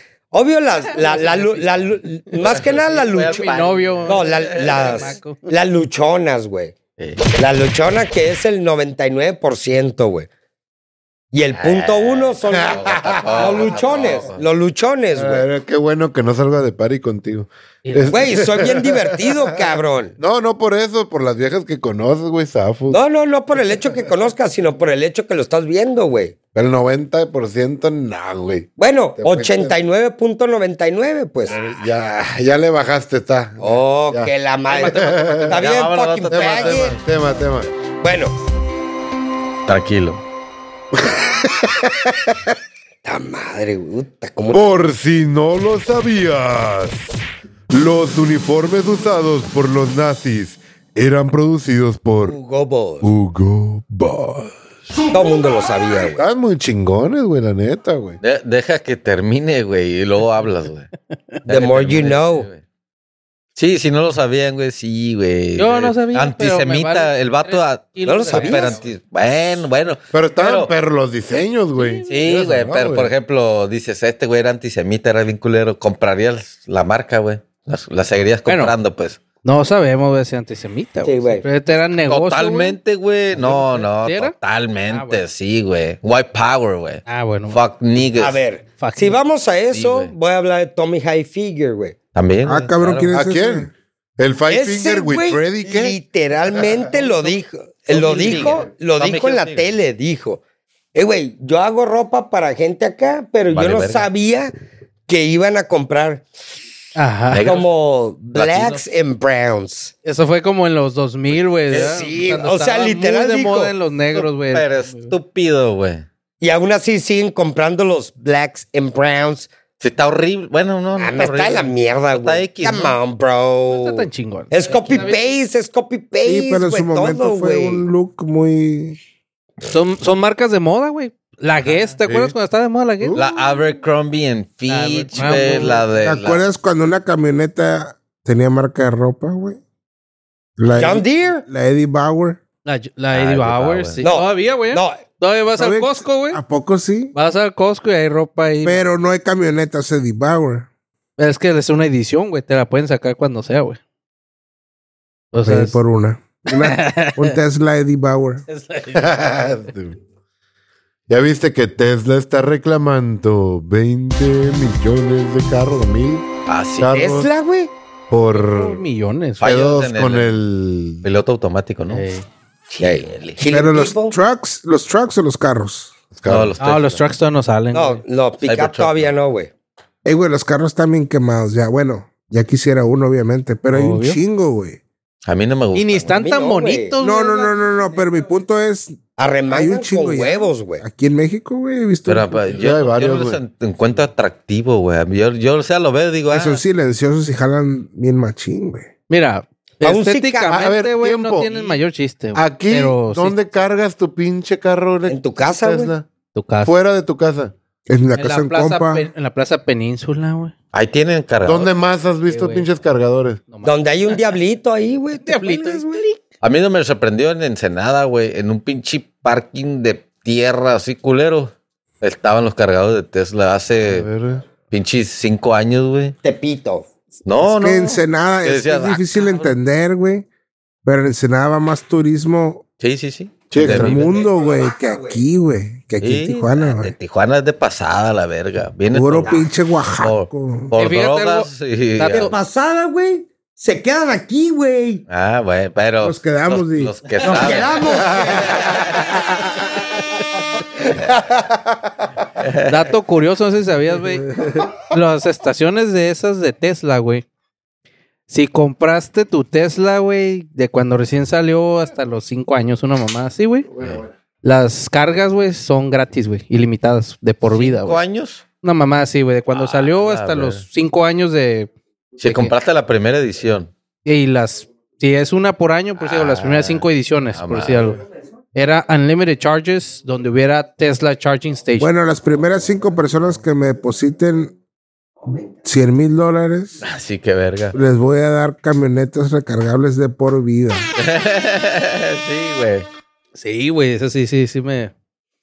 [SPEAKER 4] Obvio, las- la, la, lu- la lu- más que nada la
[SPEAKER 2] Voy a mi
[SPEAKER 4] luchona.
[SPEAKER 3] novio.
[SPEAKER 4] No, la- las,
[SPEAKER 3] Chamaco.
[SPEAKER 4] las luchonas, güey.
[SPEAKER 2] Sí.
[SPEAKER 4] La luchona que es el 99%, güey. Y el punto uno son los luchones, los luchones, güey.
[SPEAKER 1] Ah, Qué bueno que no salga de pari contigo. Es-
[SPEAKER 4] Güey, soy bien divertido, cabrón.
[SPEAKER 1] No, no por eso, por las viejas que conoces, güey, zafo.
[SPEAKER 4] No, no, no por el hecho que conozcas, sino por el hecho que lo estás viendo, güey.
[SPEAKER 1] El 90% nah, güey.
[SPEAKER 4] Bueno,
[SPEAKER 1] Te fuiste.
[SPEAKER 4] 89.99, pues.
[SPEAKER 1] Ya, ya le bajaste, está.
[SPEAKER 4] Oh,
[SPEAKER 1] Ya.
[SPEAKER 4] que la madre.
[SPEAKER 2] Ya,
[SPEAKER 4] Está bien,
[SPEAKER 2] vámonos,
[SPEAKER 4] fucking
[SPEAKER 2] vato,
[SPEAKER 1] Tema,
[SPEAKER 4] faggot.
[SPEAKER 1] tema, tema, tema.
[SPEAKER 4] Bueno,
[SPEAKER 2] Tranquilo.
[SPEAKER 4] la madre, güey. puta, ¿Cómo
[SPEAKER 1] Por si no lo sabías, los uniformes usados por los nazis eran producidos por
[SPEAKER 4] jugó vos?
[SPEAKER 1] Hugo Boss.
[SPEAKER 4] Todo el mundo lo sabía, güey.
[SPEAKER 1] Están muy chingones, güey, la neta, güey.
[SPEAKER 2] De- deja que termine, güey, y luego hablas, güey. Deja
[SPEAKER 4] The
[SPEAKER 2] que
[SPEAKER 4] more you
[SPEAKER 2] termine,
[SPEAKER 4] know.
[SPEAKER 2] sí, güey. Sí, si no lo sabían, güey, sí, güey.
[SPEAKER 3] Yo no sabía, pero me
[SPEAKER 2] Antisemita,
[SPEAKER 3] vale
[SPEAKER 2] el vato.
[SPEAKER 3] tres
[SPEAKER 2] a-
[SPEAKER 3] kilos
[SPEAKER 4] No lo
[SPEAKER 3] de
[SPEAKER 4] sabías.
[SPEAKER 2] pero
[SPEAKER 3] verga, güey.
[SPEAKER 2] anti- bueno, bueno.
[SPEAKER 1] Pero estaban
[SPEAKER 2] Pero-
[SPEAKER 1] perros los diseños, güey.
[SPEAKER 2] Sí, güey,
[SPEAKER 1] no,
[SPEAKER 2] pero por ejemplo, dices, este güey era antisemita, era bien culero. Comprarías la marca, güey. Las, las seguirías
[SPEAKER 3] Bueno,
[SPEAKER 2] comprando, pues.
[SPEAKER 3] No sabemos güey, si antisemita, güey.
[SPEAKER 4] Sí, güey.
[SPEAKER 3] Pero este era negocio. güey.
[SPEAKER 2] Totalmente, güey. No, no,
[SPEAKER 3] ¿Sí era?
[SPEAKER 2] totalmente,
[SPEAKER 3] Ah, bueno.
[SPEAKER 2] sí, güey. White power, güey.
[SPEAKER 3] Ah, bueno.
[SPEAKER 2] Fuck niggas.
[SPEAKER 4] A ver,
[SPEAKER 3] Fuck
[SPEAKER 4] si
[SPEAKER 3] you.
[SPEAKER 4] vamos a eso,
[SPEAKER 2] güey.
[SPEAKER 4] voy a hablar de Tommy High Figure, güey.
[SPEAKER 2] También.
[SPEAKER 5] Ah,
[SPEAKER 2] güey,
[SPEAKER 5] cabrón,
[SPEAKER 2] claro.
[SPEAKER 5] ¿quién es
[SPEAKER 1] ¿A
[SPEAKER 5] ese?
[SPEAKER 1] quién? ¿El Five
[SPEAKER 4] Ese
[SPEAKER 1] Finger with
[SPEAKER 4] güey
[SPEAKER 1] Freddy qué?
[SPEAKER 4] Literalmente lo dijo. Lo
[SPEAKER 2] Tommy
[SPEAKER 4] dijo,
[SPEAKER 2] Hilfiger.
[SPEAKER 4] lo
[SPEAKER 2] Tommy
[SPEAKER 4] dijo en la
[SPEAKER 2] Hilfiger.
[SPEAKER 4] tele, dijo. Eh, güey, yo hago ropa para gente acá, pero
[SPEAKER 2] Vale
[SPEAKER 4] yo no
[SPEAKER 2] verga.
[SPEAKER 4] sabía que iban a comprar
[SPEAKER 3] Ajá.
[SPEAKER 2] Negros.
[SPEAKER 4] como blacks and browns.
[SPEAKER 3] Eso fue como en los 2000, güey.
[SPEAKER 4] Eh,
[SPEAKER 3] ¿verdad?
[SPEAKER 4] sí,
[SPEAKER 3] Cuando
[SPEAKER 4] o sea,
[SPEAKER 3] estaba
[SPEAKER 4] literal
[SPEAKER 3] Muy de
[SPEAKER 4] dijo,
[SPEAKER 3] moda en los negros, güey.
[SPEAKER 2] Pero estúpido, güey.
[SPEAKER 4] Y aún así siguen comprando los blacks and browns.
[SPEAKER 2] Sí, está horrible. Bueno, no, no
[SPEAKER 4] Ah, no, está de
[SPEAKER 2] horrible.
[SPEAKER 4] la mierda,
[SPEAKER 2] Está
[SPEAKER 4] güey.
[SPEAKER 2] X,
[SPEAKER 4] Come
[SPEAKER 2] ¿no?
[SPEAKER 4] on, bro.
[SPEAKER 3] No está tan chingón.
[SPEAKER 4] Es copy-paste, es copy-paste,
[SPEAKER 5] Sí, pero en su
[SPEAKER 4] güey,
[SPEAKER 5] momento
[SPEAKER 4] todo,
[SPEAKER 5] fue
[SPEAKER 4] güey.
[SPEAKER 5] un look muy.
[SPEAKER 3] Son, son marcas de moda, güey. La Guess, ¿te acuerdas
[SPEAKER 1] Sí.
[SPEAKER 3] cuando estaba de moda la Guess?
[SPEAKER 2] La
[SPEAKER 1] Uh.
[SPEAKER 2] Abercrombie and Fitch,
[SPEAKER 3] Ah,
[SPEAKER 2] güey.
[SPEAKER 3] güey.
[SPEAKER 2] La de.
[SPEAKER 5] ¿Te
[SPEAKER 2] la-
[SPEAKER 5] acuerdas cuando una camioneta tenía marca de ropa, güey? La,
[SPEAKER 4] John Deere.
[SPEAKER 5] la Eddie Bauer.
[SPEAKER 3] La, la
[SPEAKER 2] Ah,
[SPEAKER 3] Eddie
[SPEAKER 2] de
[SPEAKER 3] Bauer,
[SPEAKER 2] Bauer.
[SPEAKER 3] sí.
[SPEAKER 4] No.
[SPEAKER 3] Todavía,
[SPEAKER 2] ¿Eh?
[SPEAKER 3] güey.
[SPEAKER 4] No,
[SPEAKER 3] Todavía vas al
[SPEAKER 5] ¿Sabe-
[SPEAKER 3] Costco, güey.
[SPEAKER 5] ¿A poco sí?
[SPEAKER 3] Vas al Costco y hay ropa ahí.
[SPEAKER 5] Pero no hay camionetas Eddie Bauer.
[SPEAKER 3] Es que es una edición, güey. Te la pueden sacar cuando sea, güey. O sea,
[SPEAKER 5] Ahí
[SPEAKER 3] es-
[SPEAKER 5] eh, por una. Una- un Tesla Eddie Bauer.
[SPEAKER 1] ya viste que Tesla está reclamando 20 millones de carros, mil
[SPEAKER 2] Ah, sí.
[SPEAKER 1] carros
[SPEAKER 4] Tesla, güey.
[SPEAKER 3] por
[SPEAKER 1] por
[SPEAKER 3] millones. güey.
[SPEAKER 2] Fallos
[SPEAKER 1] pedos
[SPEAKER 2] en el-
[SPEAKER 1] con el...
[SPEAKER 2] Piloto automático, ¿no?
[SPEAKER 3] Eh.
[SPEAKER 2] Chile.
[SPEAKER 5] Pero los
[SPEAKER 4] People.
[SPEAKER 5] trucks, los trucks o los carros.
[SPEAKER 2] No, los
[SPEAKER 3] Ah, los
[SPEAKER 2] Tesla.
[SPEAKER 3] trucks todavía no salen.
[SPEAKER 4] No,
[SPEAKER 3] güey.
[SPEAKER 4] los pick-up
[SPEAKER 2] Cybertruck,
[SPEAKER 4] todavía no, güey.
[SPEAKER 5] Ey, Eh, güey, los carros están bien quemados ya. Bueno, ya quisiera uno, obviamente, pero hay un
[SPEAKER 3] Obvio.
[SPEAKER 5] chingo, güey.
[SPEAKER 2] A mí no me gusta.
[SPEAKER 3] Y ni están
[SPEAKER 4] mí
[SPEAKER 3] tan
[SPEAKER 4] no, güey.
[SPEAKER 3] bonitos,
[SPEAKER 5] No,
[SPEAKER 3] güey.
[SPEAKER 5] no, no, no, no, pero mi punto es, Hay un
[SPEAKER 4] Arremangan
[SPEAKER 5] chingo
[SPEAKER 4] con
[SPEAKER 5] ya.
[SPEAKER 4] huevos, güey.
[SPEAKER 5] aquí en México, güey, he visto...
[SPEAKER 2] Pero pues,
[SPEAKER 5] un-
[SPEAKER 2] pa,
[SPEAKER 1] Ya hay
[SPEAKER 2] yo,
[SPEAKER 1] varios,
[SPEAKER 2] yo no los
[SPEAKER 1] güey.
[SPEAKER 2] en- encuentro atractivo, güey. A mí- Yo, yo, o sea, lo veo y digo, ah,
[SPEAKER 5] que son silenciosos y jalan bien machín, güey.
[SPEAKER 3] Mira,
[SPEAKER 4] A un
[SPEAKER 1] A ver,
[SPEAKER 3] estéticamente, güey,
[SPEAKER 1] tiempo.
[SPEAKER 3] no tienen mayor chiste. güey.
[SPEAKER 1] Aquí,
[SPEAKER 3] Pero sí,
[SPEAKER 1] ¿dónde cargas tu pinche carro eléctrico,
[SPEAKER 4] En tu casa, güey.
[SPEAKER 1] Tesla?
[SPEAKER 3] tu casa.
[SPEAKER 1] Fuera de tu casa.
[SPEAKER 5] En la
[SPEAKER 3] en,
[SPEAKER 5] casa
[SPEAKER 3] la
[SPEAKER 5] en
[SPEAKER 3] plaza
[SPEAKER 5] compa.
[SPEAKER 3] Pe- en la plaza Península, güey.
[SPEAKER 2] ahí tienen cargador.
[SPEAKER 1] ¿Dónde más has visto
[SPEAKER 3] güey.
[SPEAKER 1] pinches cargadores?
[SPEAKER 3] No mames.
[SPEAKER 4] Donde hay un diablito ahí, güey. te
[SPEAKER 3] Diablito,
[SPEAKER 4] cuelgas, güey.
[SPEAKER 2] A mí no me sorprendió en Ensenada, güey. En un pinche parking de tierra así culero. Estaban los cargadores de Tesla
[SPEAKER 1] A
[SPEAKER 2] hace
[SPEAKER 1] ver, eh.
[SPEAKER 2] pinches cinco años, güey.
[SPEAKER 4] Tepito.
[SPEAKER 2] No,
[SPEAKER 5] es
[SPEAKER 2] no.
[SPEAKER 5] que Ensenada
[SPEAKER 2] Que
[SPEAKER 5] es,
[SPEAKER 2] decías,
[SPEAKER 5] es
[SPEAKER 2] ah,
[SPEAKER 5] difícil
[SPEAKER 2] cabrón.
[SPEAKER 5] entender, güey. Pero en Ensenada va más turismo
[SPEAKER 2] Sí, sí, sí.
[SPEAKER 1] Sí,
[SPEAKER 2] De
[SPEAKER 5] del
[SPEAKER 1] claro.
[SPEAKER 2] mí, güey.
[SPEAKER 5] mundo, güey, que aquí, güey. que aquí
[SPEAKER 2] Sí,
[SPEAKER 5] en Tijuana,
[SPEAKER 2] De
[SPEAKER 5] güey.
[SPEAKER 2] Tijuana es de pasada la verga. Viene
[SPEAKER 5] Puro
[SPEAKER 2] todo-
[SPEAKER 5] pinche
[SPEAKER 2] por,
[SPEAKER 5] Oaxaco.
[SPEAKER 2] por
[SPEAKER 3] Y Eh, fíjate
[SPEAKER 2] drogas y-
[SPEAKER 3] dato-
[SPEAKER 6] pasada, güey. Se quedan aquí, güey.
[SPEAKER 2] Ah, bueno, pero.
[SPEAKER 5] Nos quedamos,
[SPEAKER 2] los,
[SPEAKER 5] Di.
[SPEAKER 2] los que
[SPEAKER 6] Nos
[SPEAKER 2] saben.
[SPEAKER 6] quedamos.
[SPEAKER 3] Dato curioso, no sé si sabías, güey. Las estaciones de esas de Tesla, güey. Si compraste tu Tesla, güey, de cuando recién salió hasta los cinco años, una mamá así, güey. Las cargas, güey, son gratis, güey. Ilimitadas, de por vida,
[SPEAKER 2] ¿Cinco
[SPEAKER 3] güey.
[SPEAKER 2] años?
[SPEAKER 3] Una mamá así, güey. De cuando
[SPEAKER 2] Ah,
[SPEAKER 3] salió
[SPEAKER 2] la
[SPEAKER 3] hasta
[SPEAKER 2] verga.
[SPEAKER 3] los cinco años de...
[SPEAKER 2] Si
[SPEAKER 3] ¿De qué?
[SPEAKER 2] compraste la primera edición.
[SPEAKER 3] Y las... Si es una por año, por decir, las
[SPEAKER 2] Ah,
[SPEAKER 3] primeras cinco ediciones,
[SPEAKER 2] ah,
[SPEAKER 3] por decir
[SPEAKER 2] madre.
[SPEAKER 3] algo. Era Unlimited Charges, donde hubiera Tesla Charging Station.
[SPEAKER 5] Bueno, las primeras cinco personas que me depositen 100 mil dólares,
[SPEAKER 2] Así que verga.
[SPEAKER 5] les voy a dar camionetas recargables de por vida.
[SPEAKER 2] sí, güey.
[SPEAKER 3] Sí, güey, eso sí, sí, sí me...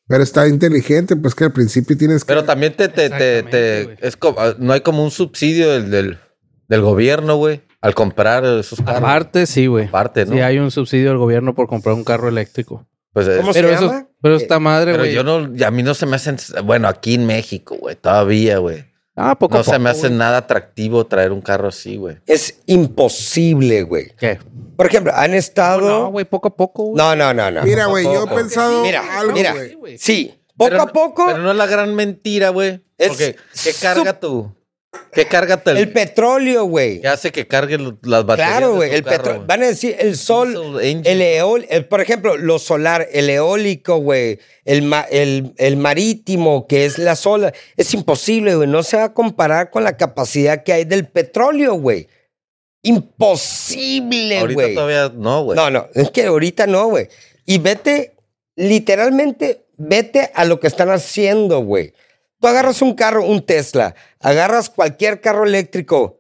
[SPEAKER 5] Pero está inteligente, pues que al principio tienes que...
[SPEAKER 2] Pero también te, te, te,
[SPEAKER 3] Exactamente,
[SPEAKER 2] te-
[SPEAKER 3] güey.
[SPEAKER 2] es como, no hay como un subsidio del, del, del gobierno, güey, al comprar esos carros.
[SPEAKER 3] Aparte, sí, güey.
[SPEAKER 2] Aparte, Este, ¿no?
[SPEAKER 3] Sí, hay un subsidio del gobierno por comprar un carro eléctrico.
[SPEAKER 2] Pues, eh,
[SPEAKER 4] ¿Cómo se
[SPEAKER 3] Pero
[SPEAKER 4] llama?
[SPEAKER 3] eso, pero esta madre,
[SPEAKER 2] pero
[SPEAKER 3] güey.
[SPEAKER 2] yo no, y a mí no se me hacen, bueno, aquí en México, güey, todavía, güey.
[SPEAKER 3] Ah, poco a
[SPEAKER 2] No se
[SPEAKER 3] poco,
[SPEAKER 2] me hace
[SPEAKER 3] güey.
[SPEAKER 2] nada atractivo traer un carro así, güey.
[SPEAKER 4] Es imposible, güey.
[SPEAKER 3] ¿Qué?
[SPEAKER 4] Por ejemplo, han
[SPEAKER 3] No,
[SPEAKER 4] estado.
[SPEAKER 3] güey, poco a poco, güey.
[SPEAKER 4] No, no, no, no.
[SPEAKER 5] Mira, güey, yo he
[SPEAKER 2] Tampoco.
[SPEAKER 5] pensado
[SPEAKER 4] Mira,
[SPEAKER 5] algo,
[SPEAKER 4] mira.
[SPEAKER 5] güey.
[SPEAKER 4] Sí, poco
[SPEAKER 2] Pero-
[SPEAKER 4] a poco
[SPEAKER 2] Pero no es la gran mentira, güey.
[SPEAKER 4] Es
[SPEAKER 2] Porque, ¿qué
[SPEAKER 4] sup-
[SPEAKER 2] carga tú? ¿Qué carga tú?
[SPEAKER 4] el, petróleo, güey.
[SPEAKER 2] ¿Qué hace que cargue lo- las baterías?
[SPEAKER 4] Claro,
[SPEAKER 2] de
[SPEAKER 4] güey.
[SPEAKER 2] tu
[SPEAKER 4] El
[SPEAKER 2] carro,
[SPEAKER 4] petróleo.
[SPEAKER 2] güey?
[SPEAKER 4] Van a decir el sol.
[SPEAKER 2] Diesel engine.
[SPEAKER 4] El eol, el- por ejemplo, lo solar, el eólico, güey, el, ma- el, el marítimo, que es la sola, es imposible, güey. No se va a comparar con la capacidad que hay del petróleo, güey. Imposible,
[SPEAKER 2] Ahorita
[SPEAKER 4] güey.
[SPEAKER 2] todavía no, güey.
[SPEAKER 4] No, no, es que ahorita no, güey. Y vete, literalmente, vete a lo que están haciendo, güey. Tú agarras un carro, un Tesla, agarras cualquier carro eléctrico.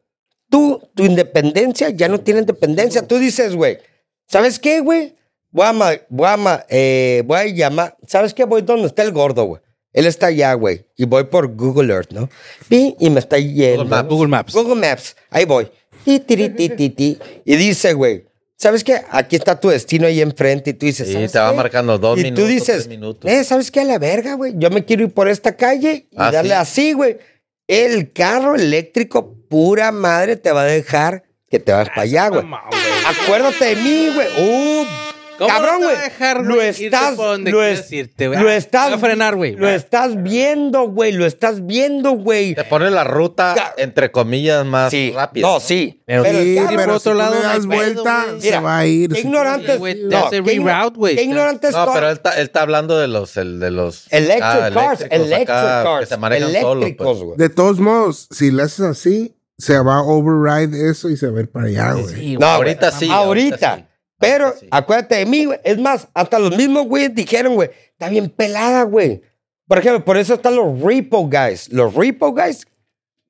[SPEAKER 4] Tú, tu independencia, ya no tienes dependencia. Tú dices, güey, ¿sabes qué, güey? Voy a, ma- voy, a ma- eh, voy a llamar, ¿sabes qué? Voy donde está el gordo, güey. Él está allá, güey. Y voy por Google Earth, ¿no? Pi, Y me está yendo.
[SPEAKER 2] Google Maps.
[SPEAKER 3] Google Maps.
[SPEAKER 4] Google Maps. Ahí voy. Ti, tiri, ti, ti, ti. Y dice, güey, ¿sabes qué? Aquí está tu destino ahí enfrente. Y tú dices,
[SPEAKER 2] Y
[SPEAKER 4] "¿Sabes
[SPEAKER 2] te va
[SPEAKER 4] qué?".
[SPEAKER 2] marcando dos
[SPEAKER 4] y
[SPEAKER 2] minutos,
[SPEAKER 4] tú dices,
[SPEAKER 2] tres minutos.
[SPEAKER 4] eh, ¿sabes qué? A la verga, güey. Yo me quiero ir por esta calle y
[SPEAKER 2] Ah,
[SPEAKER 4] darle
[SPEAKER 2] ¿sí?
[SPEAKER 4] así, güey. El carro eléctrico, pura madre, te va a dejar que te vas para allá, güey.
[SPEAKER 3] mamá,
[SPEAKER 4] Acuérdate de mí, güey. Uh,
[SPEAKER 3] ¿Cómo
[SPEAKER 4] cabrón,
[SPEAKER 3] no te va
[SPEAKER 4] güey.
[SPEAKER 3] a dejar,
[SPEAKER 4] Lo
[SPEAKER 3] güey, irte
[SPEAKER 4] estás,
[SPEAKER 3] por donde
[SPEAKER 4] lo,
[SPEAKER 3] quieres
[SPEAKER 4] es-
[SPEAKER 3] irte, güey?
[SPEAKER 4] lo
[SPEAKER 3] Ah,
[SPEAKER 4] estás,
[SPEAKER 3] voy a frenar, güey.
[SPEAKER 4] Lo estás viendo, güey. Lo estás viendo, güey.
[SPEAKER 2] Te pone la ruta,
[SPEAKER 4] Ca-
[SPEAKER 2] entre comillas, más
[SPEAKER 4] sí.
[SPEAKER 2] rápida.
[SPEAKER 4] No, sí.
[SPEAKER 3] Pero
[SPEAKER 5] Sí,
[SPEAKER 4] el carro-
[SPEAKER 5] pero
[SPEAKER 3] por
[SPEAKER 5] si
[SPEAKER 3] otro
[SPEAKER 5] tú
[SPEAKER 3] lado,
[SPEAKER 5] le
[SPEAKER 3] no hay
[SPEAKER 5] das
[SPEAKER 3] pedo,
[SPEAKER 5] vuelta,
[SPEAKER 3] güey.
[SPEAKER 5] se
[SPEAKER 4] Mira,
[SPEAKER 5] va a ir.
[SPEAKER 4] Qué ignorantes.
[SPEAKER 3] güey, te
[SPEAKER 4] no,
[SPEAKER 3] hace
[SPEAKER 4] qué igno-
[SPEAKER 3] reroute, güey.
[SPEAKER 4] Qué ignorantes
[SPEAKER 2] No,
[SPEAKER 4] to-
[SPEAKER 2] pero él está, él está hablando de los el, de los
[SPEAKER 4] Electric
[SPEAKER 2] ah,
[SPEAKER 4] cars,
[SPEAKER 2] eléctricos
[SPEAKER 4] electric
[SPEAKER 2] acá, que
[SPEAKER 4] cars.
[SPEAKER 2] se manejan solos.
[SPEAKER 4] eléctricos,
[SPEAKER 2] pues.
[SPEAKER 4] güey.
[SPEAKER 5] De todos modos, si le haces así, se va a override eso y se va a ir para allá, güey.
[SPEAKER 3] Sí,
[SPEAKER 4] No,
[SPEAKER 3] güey.
[SPEAKER 2] ahorita
[SPEAKER 4] güey,
[SPEAKER 2] sí,
[SPEAKER 4] Ahorita.
[SPEAKER 2] ahorita sí.
[SPEAKER 4] Pero
[SPEAKER 2] Ahorita sí.
[SPEAKER 4] acuérdate de mí, güey. Es más, hasta los mismos güeyes dijeron, güey, está bien pelada, güey. Por ejemplo, por eso están los repo guys. Los repo guys,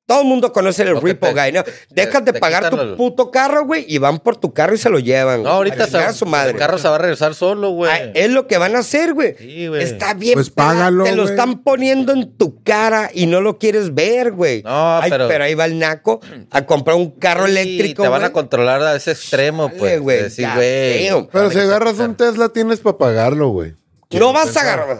[SPEAKER 4] todo el mundo conoce el
[SPEAKER 2] Lo que
[SPEAKER 4] repo
[SPEAKER 2] te-
[SPEAKER 4] guy, ¿no?
[SPEAKER 2] te-
[SPEAKER 4] Dejas de
[SPEAKER 2] te
[SPEAKER 4] pagar tu
[SPEAKER 2] quitan el-
[SPEAKER 4] puto carro, güey, y van por tu carro y se lo llevan.
[SPEAKER 2] No,
[SPEAKER 4] güey.
[SPEAKER 2] ahorita
[SPEAKER 4] A chingar a su madre.
[SPEAKER 2] el carro se va a regresar solo, güey.
[SPEAKER 4] Ah, es lo que van a hacer, güey.
[SPEAKER 2] Sí, güey.
[SPEAKER 4] Está bien.
[SPEAKER 5] Pues
[SPEAKER 4] pelada,
[SPEAKER 5] págalo,
[SPEAKER 4] Te lo
[SPEAKER 5] güey.
[SPEAKER 4] están poniendo en tu cara y no lo quieres ver, güey.
[SPEAKER 2] No,
[SPEAKER 4] Ay,
[SPEAKER 2] pero-
[SPEAKER 4] ahí va el naco a comprar un carro
[SPEAKER 2] Sí,
[SPEAKER 4] eléctrico.
[SPEAKER 2] Te van
[SPEAKER 4] güey.
[SPEAKER 2] a controlar a ese extremo,
[SPEAKER 4] Dale,
[SPEAKER 2] pues.
[SPEAKER 4] güey,
[SPEAKER 2] de decir,
[SPEAKER 4] ya,
[SPEAKER 2] güey.
[SPEAKER 4] damn.
[SPEAKER 1] Pero
[SPEAKER 2] dame
[SPEAKER 1] si
[SPEAKER 2] que
[SPEAKER 1] agarras
[SPEAKER 2] pensar.
[SPEAKER 1] un Tesla, tienes para pagarlo, güey.
[SPEAKER 4] No vas a agarrar.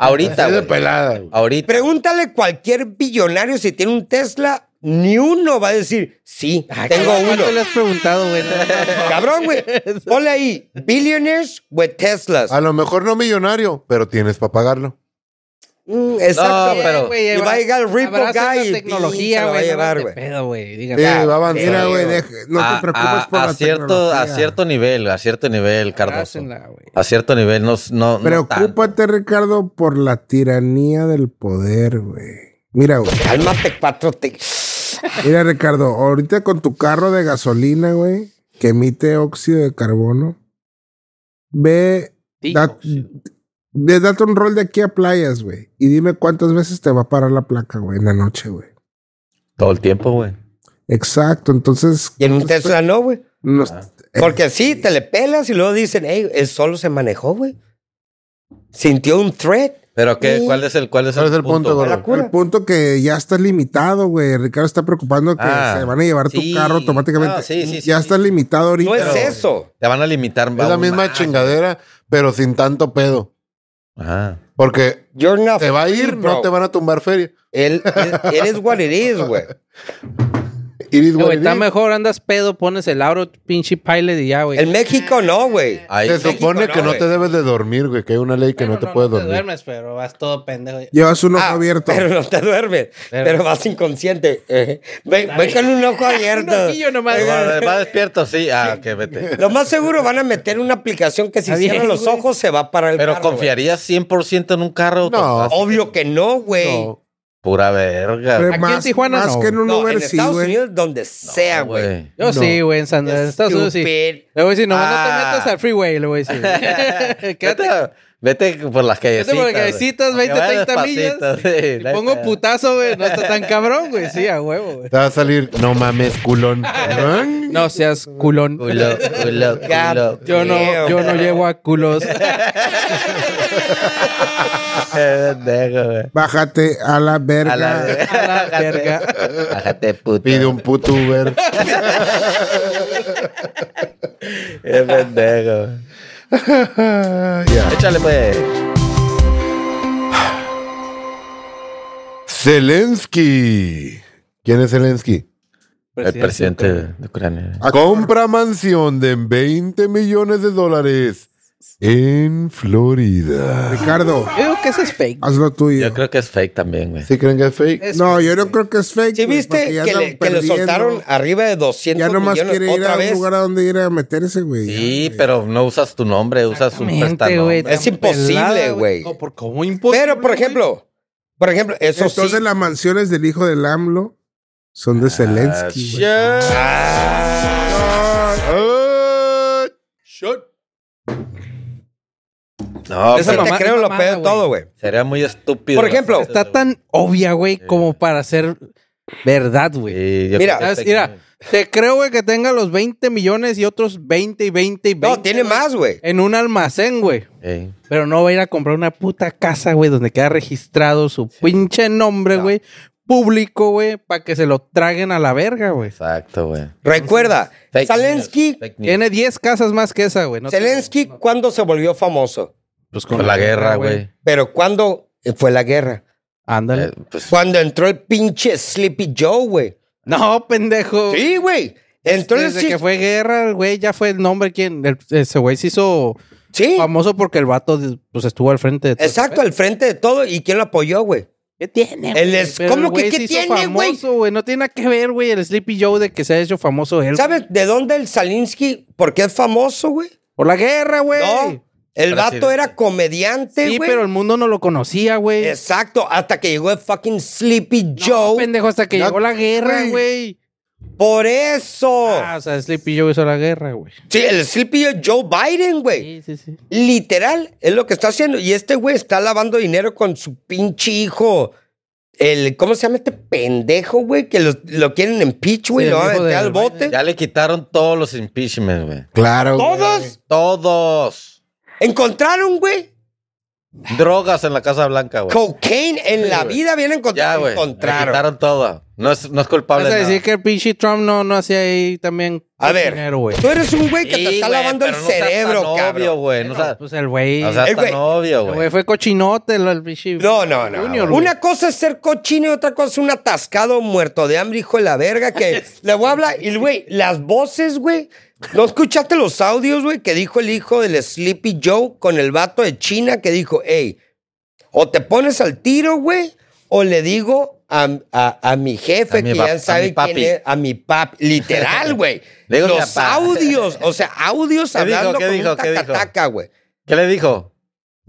[SPEAKER 2] Ahorita,
[SPEAKER 1] Es de
[SPEAKER 2] Ah, güey.
[SPEAKER 1] pelada, güey.
[SPEAKER 2] Ahorita.
[SPEAKER 4] Pregúntale cualquier billonario si tiene un Tesla, ni uno va a decir, sí, tengo
[SPEAKER 3] ¿Cuánto le
[SPEAKER 4] uno.
[SPEAKER 3] has preguntado, güey? No,
[SPEAKER 4] Cabrón, güey. Ponle ahí, billionaires with Teslas.
[SPEAKER 5] Ah.
[SPEAKER 1] A lo mejor no millonario, pero tienes para pagarlo.
[SPEAKER 4] Mm, exacto.
[SPEAKER 2] No, pero-
[SPEAKER 3] güey,
[SPEAKER 4] y va a llegar el Repo
[SPEAKER 3] abraza la
[SPEAKER 4] Guy. y se
[SPEAKER 3] tecnología,
[SPEAKER 4] la
[SPEAKER 3] güey.
[SPEAKER 4] Va a llevar,
[SPEAKER 3] no te
[SPEAKER 4] güey.
[SPEAKER 3] pedo, güey. "Ah,
[SPEAKER 5] Sí,
[SPEAKER 3] Dígame.
[SPEAKER 5] va a avanzar.
[SPEAKER 4] sí,
[SPEAKER 5] Mira, güey,
[SPEAKER 4] güey.
[SPEAKER 5] deje- no
[SPEAKER 2] a,
[SPEAKER 5] te preocupes
[SPEAKER 2] a-
[SPEAKER 5] por
[SPEAKER 2] a
[SPEAKER 5] la
[SPEAKER 2] cierto,
[SPEAKER 5] tecnología.
[SPEAKER 2] a cierto nivel, a cierto nivel, Cardoso.
[SPEAKER 3] Abrácenla, güey.
[SPEAKER 2] A cierto nivel, no, no, no tanto.
[SPEAKER 5] Preocúpate, Ricardo, por la tiranía del poder, güey. Mira, güey.
[SPEAKER 4] Cálmate, cuatro. Te...
[SPEAKER 5] Mira, Ricardo, ahorita con tu carro de gasolina, güey, que emite óxido de carbono, ve, da- ve, date un rol de aquí a playas, güey, y dime cuántas veces te va a parar la placa, güey, en la noche, güey.
[SPEAKER 2] Todo el tiempo, güey.
[SPEAKER 5] Exacto, entonces...
[SPEAKER 4] Y en un Tesla no, güey.
[SPEAKER 5] nos-
[SPEAKER 2] Ah.
[SPEAKER 1] Eh.
[SPEAKER 4] Porque sí, te le pelas y luego dicen, hey, él solo se manejó, güey. Sintió un threat.
[SPEAKER 2] Pero qué,
[SPEAKER 4] Sí.
[SPEAKER 2] ¿cuál es el, cuál es
[SPEAKER 1] ¿Cuál es el punto,
[SPEAKER 2] güey?
[SPEAKER 1] gordo?
[SPEAKER 4] La cu-
[SPEAKER 5] El punto que ya está limitado, güey. Ricardo está preocupando que
[SPEAKER 2] Ah,
[SPEAKER 5] se van a llevar
[SPEAKER 2] sí.
[SPEAKER 5] tu carro automáticamente.
[SPEAKER 4] Ah,
[SPEAKER 2] No, sí, sí, sí.
[SPEAKER 5] ya está limitado ahorita.
[SPEAKER 4] No es
[SPEAKER 2] pero-
[SPEAKER 4] eso.
[SPEAKER 2] Te van a limitar.
[SPEAKER 1] Es la misma chingadera, pero sin tanto pedo.
[SPEAKER 2] Ajá.
[SPEAKER 1] Porque
[SPEAKER 4] You're not
[SPEAKER 1] te va a ir,
[SPEAKER 4] free, bro.
[SPEAKER 1] no te van a tumbar feria.
[SPEAKER 4] Él, él, él es what it is, güey.
[SPEAKER 1] It is
[SPEAKER 3] Eh,
[SPEAKER 1] what
[SPEAKER 3] güey,
[SPEAKER 1] it
[SPEAKER 3] Está
[SPEAKER 1] is.
[SPEAKER 3] mejor, andas pedo, pones el Auro, pinche pilot y ya, güey.
[SPEAKER 4] En México no, güey.
[SPEAKER 2] Ahí-
[SPEAKER 1] Se
[SPEAKER 4] México
[SPEAKER 1] supone que
[SPEAKER 4] no,
[SPEAKER 1] no
[SPEAKER 4] güey.
[SPEAKER 1] te debes de dormir, güey, que hay una ley que no,
[SPEAKER 3] Bueno,
[SPEAKER 1] te puedes
[SPEAKER 3] te
[SPEAKER 1] dormir.
[SPEAKER 3] duermes, pero vas todo pendejo.
[SPEAKER 5] Llevas un ojo
[SPEAKER 4] Ah,
[SPEAKER 5] abierto.
[SPEAKER 4] Pero no te duermes. Pero, vas inconsciente. Eh, Ve, ve con un ojo abierto.
[SPEAKER 3] Un ojillo nomás.
[SPEAKER 2] Pero Va, va despierto, sí. Ah, que vete.
[SPEAKER 4] Lo más seguro van a meter una aplicación que si
[SPEAKER 3] Está bien,
[SPEAKER 4] cierran los
[SPEAKER 3] güey.
[SPEAKER 4] ojos se va para el
[SPEAKER 2] Pero
[SPEAKER 4] carro, güey.
[SPEAKER 2] confiarías 100% en un carro.
[SPEAKER 1] No.
[SPEAKER 2] Pues,
[SPEAKER 4] Obvio que no, güey.
[SPEAKER 1] No.
[SPEAKER 2] Pura verga.
[SPEAKER 5] Pero
[SPEAKER 3] Aquí en Tijuana
[SPEAKER 5] más
[SPEAKER 3] no,
[SPEAKER 5] que en un
[SPEAKER 4] No,
[SPEAKER 5] Uber
[SPEAKER 4] en
[SPEAKER 5] sí,
[SPEAKER 4] Estados
[SPEAKER 5] güey.
[SPEAKER 4] Unidos, donde sea,
[SPEAKER 2] güey.
[SPEAKER 4] güey.
[SPEAKER 3] Yo sí, güey, en San en Estados Unidos sí.
[SPEAKER 4] Stupid.
[SPEAKER 3] Le voy a decir, nomás no
[SPEAKER 2] Ah.
[SPEAKER 3] te metas al freeway, le voy a decir.
[SPEAKER 2] vete,
[SPEAKER 3] Eh, Quédate.
[SPEAKER 2] vete por las callecitas.
[SPEAKER 3] por las
[SPEAKER 2] güey.
[SPEAKER 3] callecitas,
[SPEAKER 2] Aunque
[SPEAKER 3] 20,
[SPEAKER 2] vaya
[SPEAKER 3] 30 millas,
[SPEAKER 2] despacito, sí,
[SPEAKER 3] Si
[SPEAKER 2] la
[SPEAKER 3] pongo
[SPEAKER 2] neta.
[SPEAKER 3] putazo, güey, no está tan cabrón, güey. Sí, a huevo, güey.
[SPEAKER 1] Te va a salir, no mames, culón. ¿Eh?
[SPEAKER 3] No seas culón.
[SPEAKER 2] Culo, culo, culo.
[SPEAKER 4] God.
[SPEAKER 3] Yo no, yo no llevo a culos.
[SPEAKER 2] Qué pendejo, güey.
[SPEAKER 5] Bájate a la verga.
[SPEAKER 2] A la
[SPEAKER 3] A la verga.
[SPEAKER 2] Bájate, puto.
[SPEAKER 1] Pide un puto Uber.
[SPEAKER 2] Qué pendejo. güey.
[SPEAKER 1] Ah, Ya.
[SPEAKER 2] Échale, pues.
[SPEAKER 1] Zelensky. ¿Quién es Zelensky?
[SPEAKER 2] El presidente de Ucrania.
[SPEAKER 1] Compra mansión de 20 millones de dólares en Florida.
[SPEAKER 5] Ricardo,
[SPEAKER 3] Yo digo que eso es fake.
[SPEAKER 5] haz lo tuyo.
[SPEAKER 2] Yo creo que es fake también, güey.
[SPEAKER 1] ¿Sí creen que es fake?
[SPEAKER 3] Es-
[SPEAKER 5] No, yo no creo que es fake.
[SPEAKER 4] ¿Sí
[SPEAKER 5] güey,
[SPEAKER 4] viste
[SPEAKER 5] Pues, porque ya
[SPEAKER 4] que
[SPEAKER 5] andan
[SPEAKER 4] le, que le
[SPEAKER 5] perdiendo.
[SPEAKER 4] soltaron arriba de 200
[SPEAKER 5] Ya nomás
[SPEAKER 4] millones
[SPEAKER 5] quiere ir
[SPEAKER 4] otra
[SPEAKER 5] a un
[SPEAKER 4] vez?
[SPEAKER 5] lugar a donde ir a meterse, güey.
[SPEAKER 2] Sí, pero no usas tu nombre, usas un
[SPEAKER 3] Mente,
[SPEAKER 2] prestanombre.
[SPEAKER 3] güey, tan
[SPEAKER 4] Es imposible,
[SPEAKER 3] pelada,
[SPEAKER 4] güey.
[SPEAKER 3] No, por cómo imposible.
[SPEAKER 4] Pero, por ejemplo, por ejemplo, eso
[SPEAKER 5] Entonces
[SPEAKER 4] sí. Ah,
[SPEAKER 5] las mansiones del hijo del AMLO son de Zelensky. güey.
[SPEAKER 1] Ah,
[SPEAKER 2] No,
[SPEAKER 4] Esa
[SPEAKER 2] pero
[SPEAKER 4] te
[SPEAKER 3] mamá-
[SPEAKER 4] creo lo
[SPEAKER 3] mamada,
[SPEAKER 4] peor de
[SPEAKER 3] güey.
[SPEAKER 4] todo, güey.
[SPEAKER 2] sería muy estúpido.
[SPEAKER 4] Por ejemplo,
[SPEAKER 3] Está tan obvia, güey, como para ser verdad, güey.
[SPEAKER 2] Sí, yo creo
[SPEAKER 4] Mira,
[SPEAKER 2] que
[SPEAKER 3] ¿Sabes?
[SPEAKER 2] fake
[SPEAKER 3] Mira,
[SPEAKER 2] news.
[SPEAKER 3] te creo, güey, que tenga los 20 millones y otros 20 y 20 y 20.
[SPEAKER 4] No, tiene
[SPEAKER 3] güey,
[SPEAKER 4] más, güey.
[SPEAKER 3] En un almacén, güey.
[SPEAKER 2] Ey.
[SPEAKER 3] Pero no va a ir a comprar una puta casa, güey, donde queda registrado su pinche nombre, güey. Público, güey, para que se lo traguen a la verga, güey.
[SPEAKER 2] Exacto, güey.
[SPEAKER 4] Recuerda,
[SPEAKER 2] Fake
[SPEAKER 4] Zelensky,
[SPEAKER 2] news, fake news.
[SPEAKER 3] Tiene 10 casas más que esa, güey. No te-
[SPEAKER 4] Zelensky, ¿cuándo se volvió famoso?
[SPEAKER 3] Pues
[SPEAKER 2] Con la guerra, güey.
[SPEAKER 4] Pero ¿cuándo fue la guerra?
[SPEAKER 3] Ándale.
[SPEAKER 2] Eh, pues,
[SPEAKER 4] Cuando entró el pinche Sleepy Joe, güey.
[SPEAKER 3] No, pendejo.
[SPEAKER 4] Sí, güey. Entró el
[SPEAKER 3] Desde
[SPEAKER 4] chi-
[SPEAKER 3] que fue guerra, el güey ya fue el nombre quien. el- ese güey se hizo
[SPEAKER 4] Sí,
[SPEAKER 3] famoso porque el vato de- pues, eh. estuvo al frente de todo.
[SPEAKER 4] exacto, al frente de todo. ¿Y quién lo apoyó, güey?
[SPEAKER 3] ¿Qué tiene?
[SPEAKER 4] El
[SPEAKER 3] güey?
[SPEAKER 4] es-
[SPEAKER 3] Pero
[SPEAKER 4] ¿cómo
[SPEAKER 3] el
[SPEAKER 4] que
[SPEAKER 3] güey
[SPEAKER 4] qué
[SPEAKER 3] se hizo
[SPEAKER 4] tiene, güey?
[SPEAKER 3] famoso, güey? No tiene nada que ver, güey, el Sleepy Joe de que se ha hecho famoso él.
[SPEAKER 4] ¿Sabes de dónde el Zelinsky? ¿Por qué es famoso, güey?
[SPEAKER 3] Por la guerra, güey.
[SPEAKER 4] No, el vato
[SPEAKER 2] Presidente.
[SPEAKER 4] era comediante,
[SPEAKER 3] Sí,
[SPEAKER 4] güey.
[SPEAKER 3] pero el mundo no lo conocía, güey.
[SPEAKER 4] Exacto, hasta que llegó el fucking Sleepy
[SPEAKER 3] No,
[SPEAKER 4] Joe.
[SPEAKER 3] pendejo, hasta que
[SPEAKER 1] Ya-
[SPEAKER 3] llegó la guerra,
[SPEAKER 1] güey.
[SPEAKER 3] güey.
[SPEAKER 4] Por eso.
[SPEAKER 3] Ah, o sea, Sleepy Joe hizo la guerra, güey.
[SPEAKER 4] Sí, el Sleepy Joe Biden, güey.
[SPEAKER 3] Sí, sí, sí.
[SPEAKER 4] Literal, es lo que está haciendo. Y este güey está lavando dinero con su pinche hijo. El, ¿Cómo se llama este pendejo, güey? Que lo, lo quieren impeach, güey.
[SPEAKER 3] Sí,
[SPEAKER 4] lo
[SPEAKER 3] el
[SPEAKER 4] van a
[SPEAKER 3] hijo
[SPEAKER 4] meter
[SPEAKER 3] del
[SPEAKER 4] al bote.
[SPEAKER 2] ya le quitaron todos los impeachments, güey.
[SPEAKER 1] Claro. güey.
[SPEAKER 4] Todos
[SPEAKER 2] Todos.
[SPEAKER 4] encontraron, güey.
[SPEAKER 2] Drogas en la Casa Blanca, güey.
[SPEAKER 4] Cocaine en la
[SPEAKER 2] güey.
[SPEAKER 4] vida habían encontrado.
[SPEAKER 2] Ya, güey. Le
[SPEAKER 4] encontraron.
[SPEAKER 2] quitaron todo. No es, no es culpable.
[SPEAKER 3] Vas a
[SPEAKER 2] de nada.
[SPEAKER 3] decir que el pinche Trump no, no hacía ahí también
[SPEAKER 4] A ver.
[SPEAKER 3] dinero, güey.
[SPEAKER 4] Tú eres un güey que
[SPEAKER 2] Sí,
[SPEAKER 4] te está
[SPEAKER 2] güey,
[SPEAKER 4] lavando el
[SPEAKER 2] pero no seas tan
[SPEAKER 4] cerebro,
[SPEAKER 2] obvio,
[SPEAKER 4] cabrón.
[SPEAKER 2] güey. No seas,
[SPEAKER 3] Pues el güey.
[SPEAKER 2] no seas
[SPEAKER 4] Eh, güey.
[SPEAKER 2] tan obvio,
[SPEAKER 3] el
[SPEAKER 2] güey.
[SPEAKER 3] güey fue cochinote, el, el pinche.
[SPEAKER 4] No, no, no.
[SPEAKER 3] Junior, güey.
[SPEAKER 4] una cosa es ser cochino y otra cosa es un atascado muerto de hambre, hijo de la verga, que le voy a hablar. Y, güey, las voces, güey. ¿No escuchaste los audios, güey, que dijo el hijo del Sleepy Joe con el vato de China que dijo, hey, o te pones al tiro, güey, o le digo a, a- a mi jefe
[SPEAKER 2] A mi
[SPEAKER 4] que
[SPEAKER 2] pap-
[SPEAKER 4] ya
[SPEAKER 2] a mi
[SPEAKER 4] sabe quién
[SPEAKER 2] papi.
[SPEAKER 4] es, a mi papi, literal, güey.
[SPEAKER 2] Le digo a mi
[SPEAKER 4] los
[SPEAKER 2] papá.
[SPEAKER 4] audios, o sea, audios
[SPEAKER 2] ¿Qué dijo?
[SPEAKER 4] hablando
[SPEAKER 2] ¿Qué
[SPEAKER 4] con
[SPEAKER 2] dijo?
[SPEAKER 4] un
[SPEAKER 2] ¿Qué dijo?
[SPEAKER 4] tacataca, güey.
[SPEAKER 2] ¿Qué le dijo?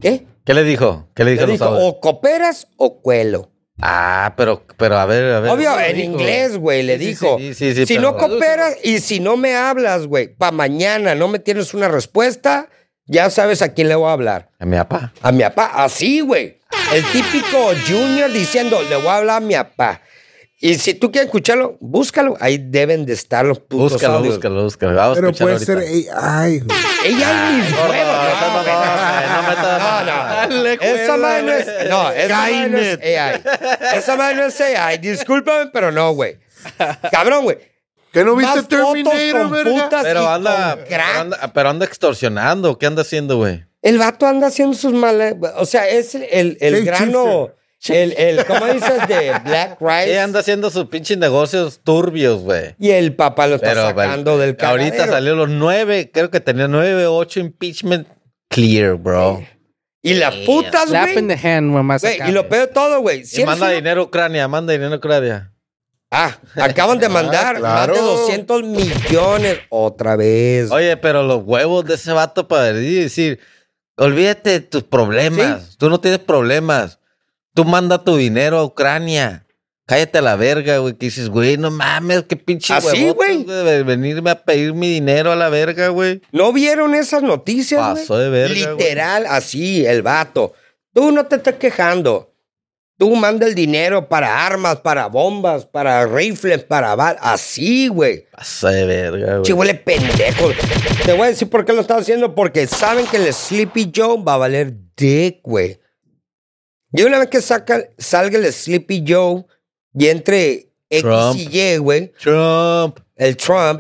[SPEAKER 4] ¿Qué?
[SPEAKER 2] ¿Qué le dijo? ¿Qué le dijo?
[SPEAKER 4] Le
[SPEAKER 2] a los
[SPEAKER 4] dijo, oh.
[SPEAKER 2] audios?
[SPEAKER 4] o cooperas o cuelo.
[SPEAKER 2] Ah, pero, pero a ver, a ver.
[SPEAKER 4] Obvio,
[SPEAKER 3] lo
[SPEAKER 4] en
[SPEAKER 3] dijo.
[SPEAKER 4] inglés, güey, le
[SPEAKER 2] Sí, sí,
[SPEAKER 4] dijo.
[SPEAKER 2] sí, sí, sí,
[SPEAKER 4] si
[SPEAKER 2] pero-
[SPEAKER 4] no cooperas y si no me hablas, güey, para mañana no me tienes una respuesta, ya sabes a quién le voy a hablar.
[SPEAKER 2] A mi papá.
[SPEAKER 4] A mi papá, así, güey. El típico junior diciendo, le voy a hablar a mi papá. Y si tú quieres escucharlo, búscalo. Ahí deben de estar los putos
[SPEAKER 2] Búscalo,
[SPEAKER 4] audios.
[SPEAKER 2] búscalo, búscalo. Vamos a
[SPEAKER 5] Pero
[SPEAKER 2] escucharlo
[SPEAKER 5] puede
[SPEAKER 2] ahorita.
[SPEAKER 5] ser AI, güey.
[SPEAKER 4] Ella es mis
[SPEAKER 2] gordo,
[SPEAKER 4] huevos.
[SPEAKER 2] no seas
[SPEAKER 4] No, güey.
[SPEAKER 2] mamón, güey, no metas la
[SPEAKER 4] no,
[SPEAKER 2] mano.
[SPEAKER 4] no. Esa madre no es. No, esa madre no es AI. Esa madre no es AI. Discúlpame, pero no, güey. Cabrón, güey.
[SPEAKER 1] ¿Que no viste
[SPEAKER 4] Más fotos
[SPEAKER 1] Terminator,
[SPEAKER 4] con
[SPEAKER 1] verga?
[SPEAKER 4] putas y
[SPEAKER 2] Pero anda,
[SPEAKER 4] con
[SPEAKER 2] pero
[SPEAKER 4] crack.
[SPEAKER 2] anda, pero anda extorsionando. ¿Qué anda haciendo, güey?
[SPEAKER 4] El vato anda haciendo sus malas. O sea, es el, el, el
[SPEAKER 5] Sí,
[SPEAKER 4] grano. El, el, ¿Cómo dices? De Black Rice.
[SPEAKER 2] Ella anda haciendo sus pinches negocios turbios, güey.
[SPEAKER 4] Y el papá lo está
[SPEAKER 2] Pero bueno,
[SPEAKER 4] sacando del cagadero.
[SPEAKER 2] ahorita salió los nueve, creo que tenía nueve, ocho impeachment clear, bro.
[SPEAKER 4] Y las putas,
[SPEAKER 3] Slap in the
[SPEAKER 4] güey.
[SPEAKER 3] hand, mamá.
[SPEAKER 4] Güey, Y lo peor de todo, güey. Si
[SPEAKER 2] y
[SPEAKER 4] eres
[SPEAKER 2] manda
[SPEAKER 4] una-
[SPEAKER 2] dinero a Ucrania, manda dinero a Ucrania.
[SPEAKER 4] Ah, acaban de mandar
[SPEAKER 1] claro.
[SPEAKER 4] más de 200 millones otra vez.
[SPEAKER 2] Oye, pero los huevos de ese vato para venir y decir, olvídate de tus problemas, tú no tienes problemas, tú manda tu dinero a Ucrania. Cállate a la verga, güey, que dices, güey, no mames, qué pinche
[SPEAKER 4] Así,
[SPEAKER 2] huevotes,
[SPEAKER 4] ¿Ah, güey.
[SPEAKER 2] de venirme a pedir mi dinero a la verga, güey.
[SPEAKER 4] ¿No vieron esas noticias? güey?
[SPEAKER 2] Pasó de verga, güey.
[SPEAKER 4] Literal, así, el vato. Tú no te estás quejando. Tú manda el dinero para armas, para bombas, para rifles, para balas. Así, güey.
[SPEAKER 2] Pasó de verga, güey.
[SPEAKER 4] Chihuele pendejo. Te voy a decir por qué lo están haciendo. Porque saben que el Sleepy Joe va a valer dick, güey. Y una vez que saca, salga el Sleepy Joe y entre X
[SPEAKER 2] Trump.
[SPEAKER 4] y Y, güey,
[SPEAKER 2] Trump.
[SPEAKER 4] el Trump,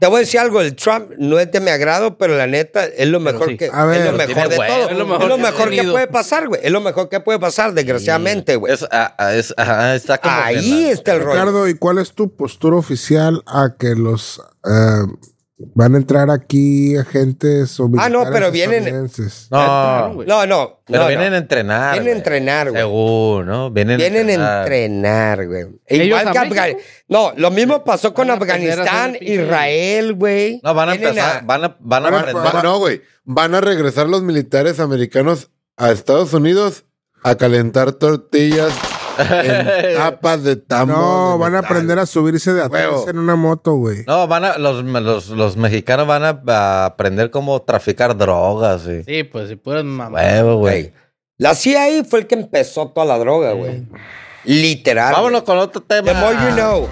[SPEAKER 4] Te voy a decir algo, el Trump no es de mi agrado, pero la neta es lo mejor
[SPEAKER 3] sí.
[SPEAKER 4] que
[SPEAKER 5] A ver.
[SPEAKER 4] es lo
[SPEAKER 5] Pero
[SPEAKER 2] tiene
[SPEAKER 4] mejor de
[SPEAKER 2] huevo,
[SPEAKER 4] todo. Es lo mejor,
[SPEAKER 3] que ha
[SPEAKER 4] que,
[SPEAKER 3] tenido.
[SPEAKER 4] puede pasar, güey. Es lo mejor que puede pasar, desgraciadamente, güey.
[SPEAKER 2] Es, ah, ah, es- ajá, está como que
[SPEAKER 4] Ahí
[SPEAKER 2] la-
[SPEAKER 4] está el rollo.
[SPEAKER 5] Ricardo, ¿y cuál es tu postura oficial a que los eh, van a entrar aquí agentes o
[SPEAKER 4] Ah, no,
[SPEAKER 5] militares
[SPEAKER 4] pero vienen-
[SPEAKER 5] estadounidenses?
[SPEAKER 2] No,
[SPEAKER 4] No, no,
[SPEAKER 2] pero
[SPEAKER 4] no,
[SPEAKER 2] vienen
[SPEAKER 4] no.
[SPEAKER 2] a entrenar.
[SPEAKER 4] Vienen
[SPEAKER 2] güey.
[SPEAKER 4] a entrenar, güey.
[SPEAKER 2] Seguro, ¿no? Vienen,
[SPEAKER 4] Vienen
[SPEAKER 2] a
[SPEAKER 4] a
[SPEAKER 2] entrenar.
[SPEAKER 4] entrenar, güey.
[SPEAKER 3] ¿Ellos
[SPEAKER 4] Igual
[SPEAKER 3] a
[SPEAKER 4] que
[SPEAKER 3] México?
[SPEAKER 4] Afganistán. No, lo mismo pasó con
[SPEAKER 3] Van a aprender a hacer
[SPEAKER 4] Afganistán,
[SPEAKER 3] el pinche-
[SPEAKER 4] Israel, güey.
[SPEAKER 2] No, van a
[SPEAKER 4] Vienen
[SPEAKER 2] empezar, van a, van
[SPEAKER 1] Van
[SPEAKER 2] a
[SPEAKER 1] a-
[SPEAKER 2] aprender.
[SPEAKER 1] va- no, güey. Van a regresar los militares americanos a Estados Unidos a calentar tortillas en tapas de tambo.
[SPEAKER 5] No,
[SPEAKER 1] de
[SPEAKER 5] van a
[SPEAKER 1] metal.
[SPEAKER 5] aprender a subirse de atrás
[SPEAKER 1] Huevo.
[SPEAKER 5] en una moto, güey.
[SPEAKER 2] No, van a, los, los, los mexicanos van a, a aprender cómo traficar drogas y
[SPEAKER 3] Sí, pues si puedes mamá.
[SPEAKER 2] huevo, güey.
[SPEAKER 4] Güey. La CIA fue el que empezó toda la droga, güey.
[SPEAKER 1] Ah,
[SPEAKER 4] Literal.
[SPEAKER 2] Vámonos
[SPEAKER 4] güey.
[SPEAKER 2] con otro tema.
[SPEAKER 4] The more you know.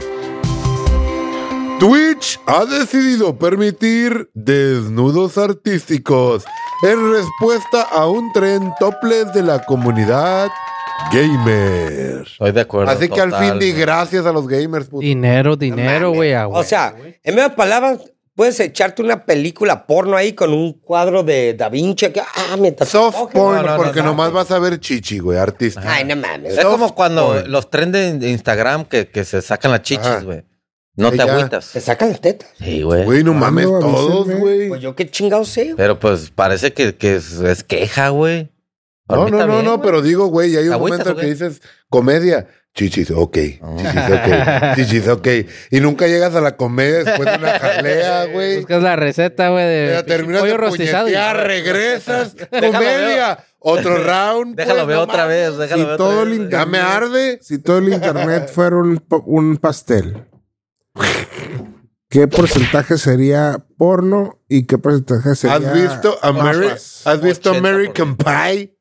[SPEAKER 1] Twitch ha decidido permitir desnudos artísticos en respuesta a un tren topless de la comunidad gamer.
[SPEAKER 2] Estoy de acuerdo.
[SPEAKER 1] Así que al fin di
[SPEAKER 2] totalmente.
[SPEAKER 1] gracias a los gamers, puto.
[SPEAKER 3] Dinero, dinero, Ah, güey. a
[SPEAKER 4] O
[SPEAKER 3] huevo,
[SPEAKER 4] sea,
[SPEAKER 3] güey.
[SPEAKER 4] en menos palabras, puedes echarte una película porno ahí con un cuadro de Da Vinci. Que, ah, mientras.
[SPEAKER 1] Soft
[SPEAKER 4] coges,
[SPEAKER 1] porn,
[SPEAKER 2] no, no,
[SPEAKER 1] porque
[SPEAKER 2] no, no.
[SPEAKER 1] nomás vas a ver chichi, güey, artista.
[SPEAKER 4] Ay, no mames.
[SPEAKER 2] Es como
[SPEAKER 1] Soft
[SPEAKER 2] cuando
[SPEAKER 1] porn.
[SPEAKER 2] los trenes de Instagram que, que se sacan las
[SPEAKER 1] Ajá.
[SPEAKER 2] chichis, güey. No
[SPEAKER 1] Sí,
[SPEAKER 2] te
[SPEAKER 1] ya.
[SPEAKER 2] agüitas.
[SPEAKER 4] Se sacan las tetas.
[SPEAKER 2] Sí, güey.
[SPEAKER 1] Güey, no mames,
[SPEAKER 5] ¿Cuándo?
[SPEAKER 1] todos,
[SPEAKER 5] Avísenme.
[SPEAKER 1] güey.
[SPEAKER 4] Pues yo qué chingado sé.
[SPEAKER 2] Pero pues parece que, que es, es queja, güey. Por
[SPEAKER 1] No,
[SPEAKER 2] mí
[SPEAKER 1] no,
[SPEAKER 2] está
[SPEAKER 1] no,
[SPEAKER 2] bien,
[SPEAKER 1] no,
[SPEAKER 2] güey.
[SPEAKER 1] pero digo, güey, hay un
[SPEAKER 2] ¿Agüitas
[SPEAKER 1] momento
[SPEAKER 2] o
[SPEAKER 1] que
[SPEAKER 2] qué? Oh.
[SPEAKER 1] dices comedia. Chichis, ok. Chichis, ok. Chichis, ok. Y nunca llegas a la comedia después de una jalea, güey.
[SPEAKER 3] Buscas la receta, güey, de
[SPEAKER 1] Ya terminas
[SPEAKER 3] pollo
[SPEAKER 1] de
[SPEAKER 3] rostizado. y-
[SPEAKER 1] puñetear, regresas,
[SPEAKER 2] Déjalo
[SPEAKER 1] comedia, otro round.
[SPEAKER 2] Déjalo
[SPEAKER 1] pues,
[SPEAKER 2] ver
[SPEAKER 1] no
[SPEAKER 2] otra
[SPEAKER 1] mames.
[SPEAKER 2] vez, déjalo
[SPEAKER 5] si
[SPEAKER 2] ver otra
[SPEAKER 5] todo
[SPEAKER 2] vez.
[SPEAKER 5] el
[SPEAKER 1] Ya me arde.
[SPEAKER 5] Si todo el internet fuera un, po- un pastel, ¿qué porcentaje sería porno y qué porcentaje sería.
[SPEAKER 1] ¿Has visto, Ameri-
[SPEAKER 5] papas?
[SPEAKER 1] ¿Has visto
[SPEAKER 2] 80%.
[SPEAKER 1] American Pie?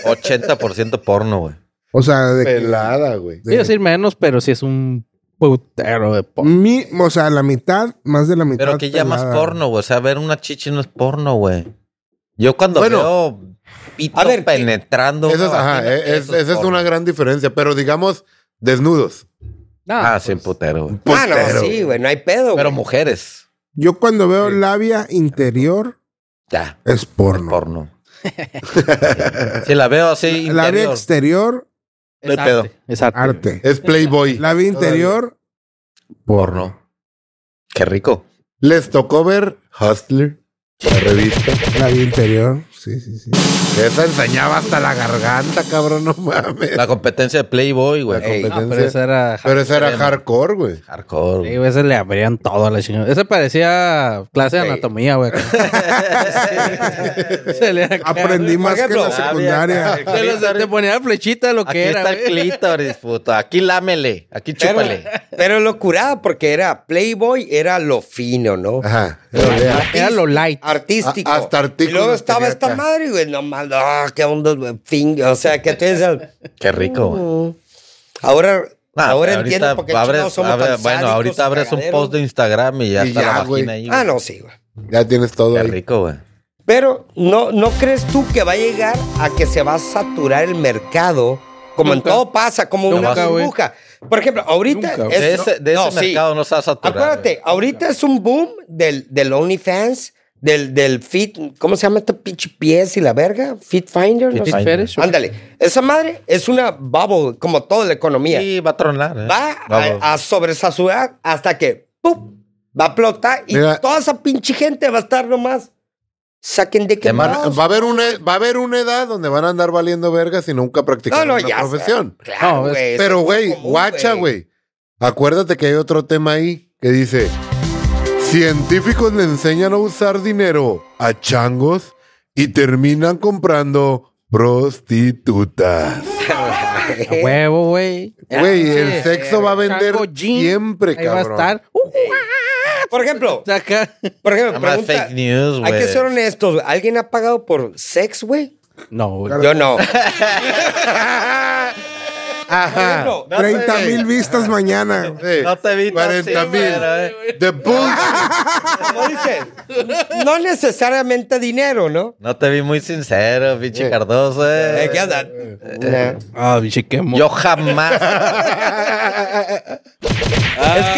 [SPEAKER 2] 80% porno, güey.
[SPEAKER 5] O sea, de,
[SPEAKER 1] Pelada, güey.
[SPEAKER 5] de-
[SPEAKER 3] Iba a decir menos, pero sí es un putero de po-
[SPEAKER 5] mi- o sea, la mitad, más de la mitad.
[SPEAKER 2] Pero que llamas
[SPEAKER 5] pelada.
[SPEAKER 2] porno, güey. O sea, ver una chichi no es porno, güey. Yo cuando
[SPEAKER 1] Bueno.
[SPEAKER 2] veo pito
[SPEAKER 4] A ver,
[SPEAKER 2] penetrando.
[SPEAKER 1] Eso es,
[SPEAKER 2] una
[SPEAKER 1] ajá,
[SPEAKER 2] vagina,
[SPEAKER 1] eh, es-
[SPEAKER 2] eso es
[SPEAKER 1] esa es
[SPEAKER 2] porno.
[SPEAKER 1] una gran diferencia, pero digamos, desnudos.
[SPEAKER 3] No,
[SPEAKER 2] Ah,
[SPEAKER 3] pues,
[SPEAKER 2] sí, putero, güey.
[SPEAKER 4] Ah, no,
[SPEAKER 1] Putero.
[SPEAKER 4] sí, güey, no hay pedo.
[SPEAKER 2] Pero
[SPEAKER 4] güey.
[SPEAKER 2] mujeres.
[SPEAKER 5] Yo cuando veo labia interior,
[SPEAKER 2] Ya.
[SPEAKER 5] es
[SPEAKER 2] Porno.
[SPEAKER 5] porno.
[SPEAKER 2] si la veo así,
[SPEAKER 5] labia
[SPEAKER 2] interior,
[SPEAKER 5] exterior,
[SPEAKER 3] es
[SPEAKER 2] no hay
[SPEAKER 3] arte,
[SPEAKER 2] pedo.
[SPEAKER 3] Es arte.
[SPEAKER 5] arte.
[SPEAKER 1] Es Playboy.
[SPEAKER 5] Labia interior,
[SPEAKER 2] porno. Qué rico.
[SPEAKER 1] Les tocó ver Hustler, la revista.
[SPEAKER 5] labia interior. Sí, sí, sí.
[SPEAKER 1] Esa enseñaba hasta la garganta, cabrón, no mames.
[SPEAKER 2] La competencia de Playboy, güey.
[SPEAKER 1] Ey.
[SPEAKER 3] No, pero esa era.
[SPEAKER 1] Pero esa era
[SPEAKER 2] Extremo.
[SPEAKER 1] hardcore, güey.
[SPEAKER 2] Hardcore.
[SPEAKER 3] Sí,
[SPEAKER 2] güey.
[SPEAKER 3] güey, ese le abrían todo a la chingada. Ese parecía clase de
[SPEAKER 4] Sí.
[SPEAKER 3] anatomía, güey. Se le acá,
[SPEAKER 5] Aprendí
[SPEAKER 3] güey.
[SPEAKER 5] más que en la
[SPEAKER 2] Labia,
[SPEAKER 5] secundaria.
[SPEAKER 2] acá,
[SPEAKER 3] Te,
[SPEAKER 2] el
[SPEAKER 3] los- te
[SPEAKER 2] clítoris.
[SPEAKER 3] ponía flechita lo que
[SPEAKER 2] Aquí
[SPEAKER 3] era.
[SPEAKER 2] está el
[SPEAKER 3] güey.
[SPEAKER 2] clítoris, puto. Aquí lámele. Aquí
[SPEAKER 4] Pero,
[SPEAKER 2] chúpale.
[SPEAKER 4] pero lo curaba porque era Playboy, era lo fino, ¿no?
[SPEAKER 1] Ajá. Pero vea,
[SPEAKER 3] Era lo light.
[SPEAKER 4] Artístico.
[SPEAKER 1] A- hasta
[SPEAKER 4] Y luego
[SPEAKER 1] artículos
[SPEAKER 4] estaba
[SPEAKER 1] tenía
[SPEAKER 4] esta
[SPEAKER 1] acá.
[SPEAKER 4] madre, güey. No mames, ah, qué onda, güey, fin. O sea, que tú dices.
[SPEAKER 2] Qué rico, güey.
[SPEAKER 4] Ahora,
[SPEAKER 2] Nah,
[SPEAKER 4] ahora
[SPEAKER 2] Ah, ahorita
[SPEAKER 4] entiendo por qué chingados
[SPEAKER 2] abres,
[SPEAKER 4] somos
[SPEAKER 2] abre-
[SPEAKER 4] tan
[SPEAKER 2] Bueno,
[SPEAKER 4] sádicos y
[SPEAKER 2] ahorita abres un
[SPEAKER 4] cagaderos.
[SPEAKER 2] post de Instagram y ya
[SPEAKER 1] Y
[SPEAKER 2] está
[SPEAKER 1] ya,
[SPEAKER 2] la
[SPEAKER 1] güey.
[SPEAKER 2] vagina ahí.
[SPEAKER 4] Ah,
[SPEAKER 2] güey.
[SPEAKER 4] no, sí, güey.
[SPEAKER 1] Ya tienes todo
[SPEAKER 2] Qué
[SPEAKER 1] ahí.
[SPEAKER 2] rico, güey.
[SPEAKER 4] Pero no, no crees tú que va a llegar a que se va a saturar el mercado, como
[SPEAKER 3] Nunca.
[SPEAKER 4] en todo pasa, como
[SPEAKER 3] Nunca,
[SPEAKER 4] una
[SPEAKER 3] güey.
[SPEAKER 4] burbuja. Por ejemplo, ahorita
[SPEAKER 3] Nunca, güey.
[SPEAKER 4] es-
[SPEAKER 2] De ese, de
[SPEAKER 4] no,
[SPEAKER 2] ese
[SPEAKER 4] sí.
[SPEAKER 2] mercado no se va a saturar.
[SPEAKER 4] Acuérdate, ahorita es un boom del, del OnlyFans, del, del Fit, ¿cómo se llama este pinche pies y la verga? Fit Finder. no
[SPEAKER 3] Fit
[SPEAKER 4] sé.
[SPEAKER 2] Ay,
[SPEAKER 3] Fetish.
[SPEAKER 4] Ándale, esa madre es una bubble, como toda la economía.
[SPEAKER 2] Sí, va a tronar. ¿eh?
[SPEAKER 4] va
[SPEAKER 2] Vamos.
[SPEAKER 4] a, a sobresaturar hasta que ¡pum! va a explotar y
[SPEAKER 1] Mira.
[SPEAKER 4] toda esa pinche gente va a estar nomás. Saquen de que
[SPEAKER 2] Te mar-
[SPEAKER 4] no,
[SPEAKER 1] Va a, haber una, va a haber una edad donde van a andar valiendo vergas y nunca practicar
[SPEAKER 4] no,
[SPEAKER 1] una
[SPEAKER 4] ya.
[SPEAKER 1] profesión.
[SPEAKER 4] Claro,
[SPEAKER 3] No, es-
[SPEAKER 4] güey, eso
[SPEAKER 1] Pero,
[SPEAKER 4] es
[SPEAKER 1] güey,
[SPEAKER 4] común,
[SPEAKER 1] guacha, güey. Acuérdate que hay otro tema ahí que dice: Científicos le enseñan a usar dinero a changos y terminan comprando prostitutas.
[SPEAKER 3] A huevo, güey.
[SPEAKER 1] Güey,
[SPEAKER 3] Ah,
[SPEAKER 1] el
[SPEAKER 3] sí.
[SPEAKER 1] sexo va a vender
[SPEAKER 3] Chango Jean.
[SPEAKER 1] siempre,
[SPEAKER 3] Ahí va a
[SPEAKER 1] cabrón.
[SPEAKER 3] estar. Uh,
[SPEAKER 4] Por ejemplo,
[SPEAKER 3] saca.
[SPEAKER 4] por
[SPEAKER 2] Nada
[SPEAKER 4] ejemplo,
[SPEAKER 2] más
[SPEAKER 4] pregunta,
[SPEAKER 2] fake news, güey.
[SPEAKER 4] hay que ser honestos. güey. ¿Alguien ha pagado por sex, güey?
[SPEAKER 3] No, güey.
[SPEAKER 4] Yo no. Por
[SPEAKER 1] Ajá.
[SPEAKER 4] ejemplo,
[SPEAKER 5] 30 mil vistas mañana.
[SPEAKER 1] Sí,
[SPEAKER 2] No te vi tan
[SPEAKER 1] 40 mil.
[SPEAKER 2] así, pero, eh.
[SPEAKER 1] The Bulls.
[SPEAKER 4] como dices, no necesariamente dinero, ¿no?
[SPEAKER 2] No te vi muy sincero, pinche Cardoso. eh.
[SPEAKER 4] Eh, ¿Qué onda? Nah.
[SPEAKER 3] Ah, biche, qué mo-
[SPEAKER 2] Yo jamás.
[SPEAKER 3] Ah,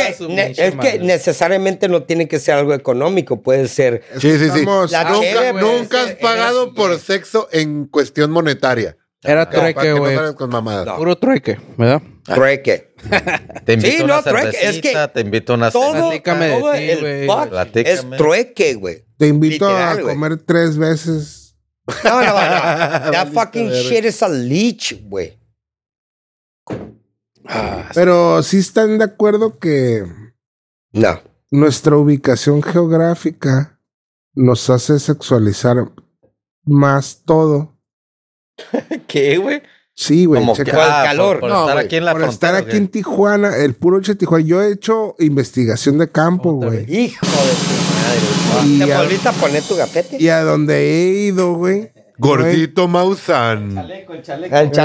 [SPEAKER 4] es que,
[SPEAKER 3] su
[SPEAKER 4] ne-
[SPEAKER 3] pinche
[SPEAKER 4] es que
[SPEAKER 3] madre.
[SPEAKER 4] necesariamente no tiene que ser algo económico, puede ser
[SPEAKER 1] Sí, sí, sí.
[SPEAKER 5] Estamos-
[SPEAKER 4] La
[SPEAKER 1] nunca
[SPEAKER 4] cheve, güey,
[SPEAKER 1] nunca has
[SPEAKER 4] ese-
[SPEAKER 1] pagado
[SPEAKER 4] era-
[SPEAKER 1] por sexo en cuestión monetaria.
[SPEAKER 3] Era
[SPEAKER 1] Para que
[SPEAKER 3] trueque,
[SPEAKER 1] no
[SPEAKER 3] güey.
[SPEAKER 1] salgas con mamadas.
[SPEAKER 4] No.
[SPEAKER 3] Puro trueque, ¿verdad?
[SPEAKER 4] trueque.
[SPEAKER 2] Te invito
[SPEAKER 4] Sí,
[SPEAKER 2] a una
[SPEAKER 4] no, trueque,
[SPEAKER 2] cervecita,
[SPEAKER 4] es que
[SPEAKER 2] te invito a una
[SPEAKER 4] Todo,
[SPEAKER 3] Platícame de
[SPEAKER 4] todo
[SPEAKER 3] ti,
[SPEAKER 4] el
[SPEAKER 3] güey.
[SPEAKER 4] fuck es
[SPEAKER 2] Platícame.
[SPEAKER 4] trueque, güey.
[SPEAKER 5] Te invito
[SPEAKER 4] Literal,
[SPEAKER 5] a
[SPEAKER 4] güey.
[SPEAKER 5] comer tres veces.
[SPEAKER 4] No, no, no. That
[SPEAKER 1] Maldita
[SPEAKER 4] fucking
[SPEAKER 1] verga.
[SPEAKER 4] shit is a leech, güey.
[SPEAKER 5] Pero sí están de acuerdo que
[SPEAKER 4] No.
[SPEAKER 5] nuestra ubicación geográfica nos hace sexualizar más todo.
[SPEAKER 4] ¿Qué, güey?
[SPEAKER 5] Sí, güey.
[SPEAKER 2] Como
[SPEAKER 5] checa.
[SPEAKER 2] que,
[SPEAKER 4] Por el
[SPEAKER 2] ah, por-
[SPEAKER 4] calor.
[SPEAKER 2] Por,
[SPEAKER 1] No,
[SPEAKER 2] estar
[SPEAKER 1] güey,
[SPEAKER 2] aquí en la
[SPEAKER 5] Por
[SPEAKER 2] frontera.
[SPEAKER 5] estar aquí
[SPEAKER 2] güey.
[SPEAKER 5] en Tijuana, el puro hecho de Tijuana. Yo he hecho investigación de campo,
[SPEAKER 3] Otra
[SPEAKER 5] güey.
[SPEAKER 4] Hijo de tu madre.
[SPEAKER 5] Y
[SPEAKER 4] güey. ¿Te
[SPEAKER 5] a-
[SPEAKER 4] volviste a poner tu gafete?
[SPEAKER 5] Y a donde he ido, güey. güey,
[SPEAKER 1] Gordito Maussan.
[SPEAKER 4] El
[SPEAKER 5] Me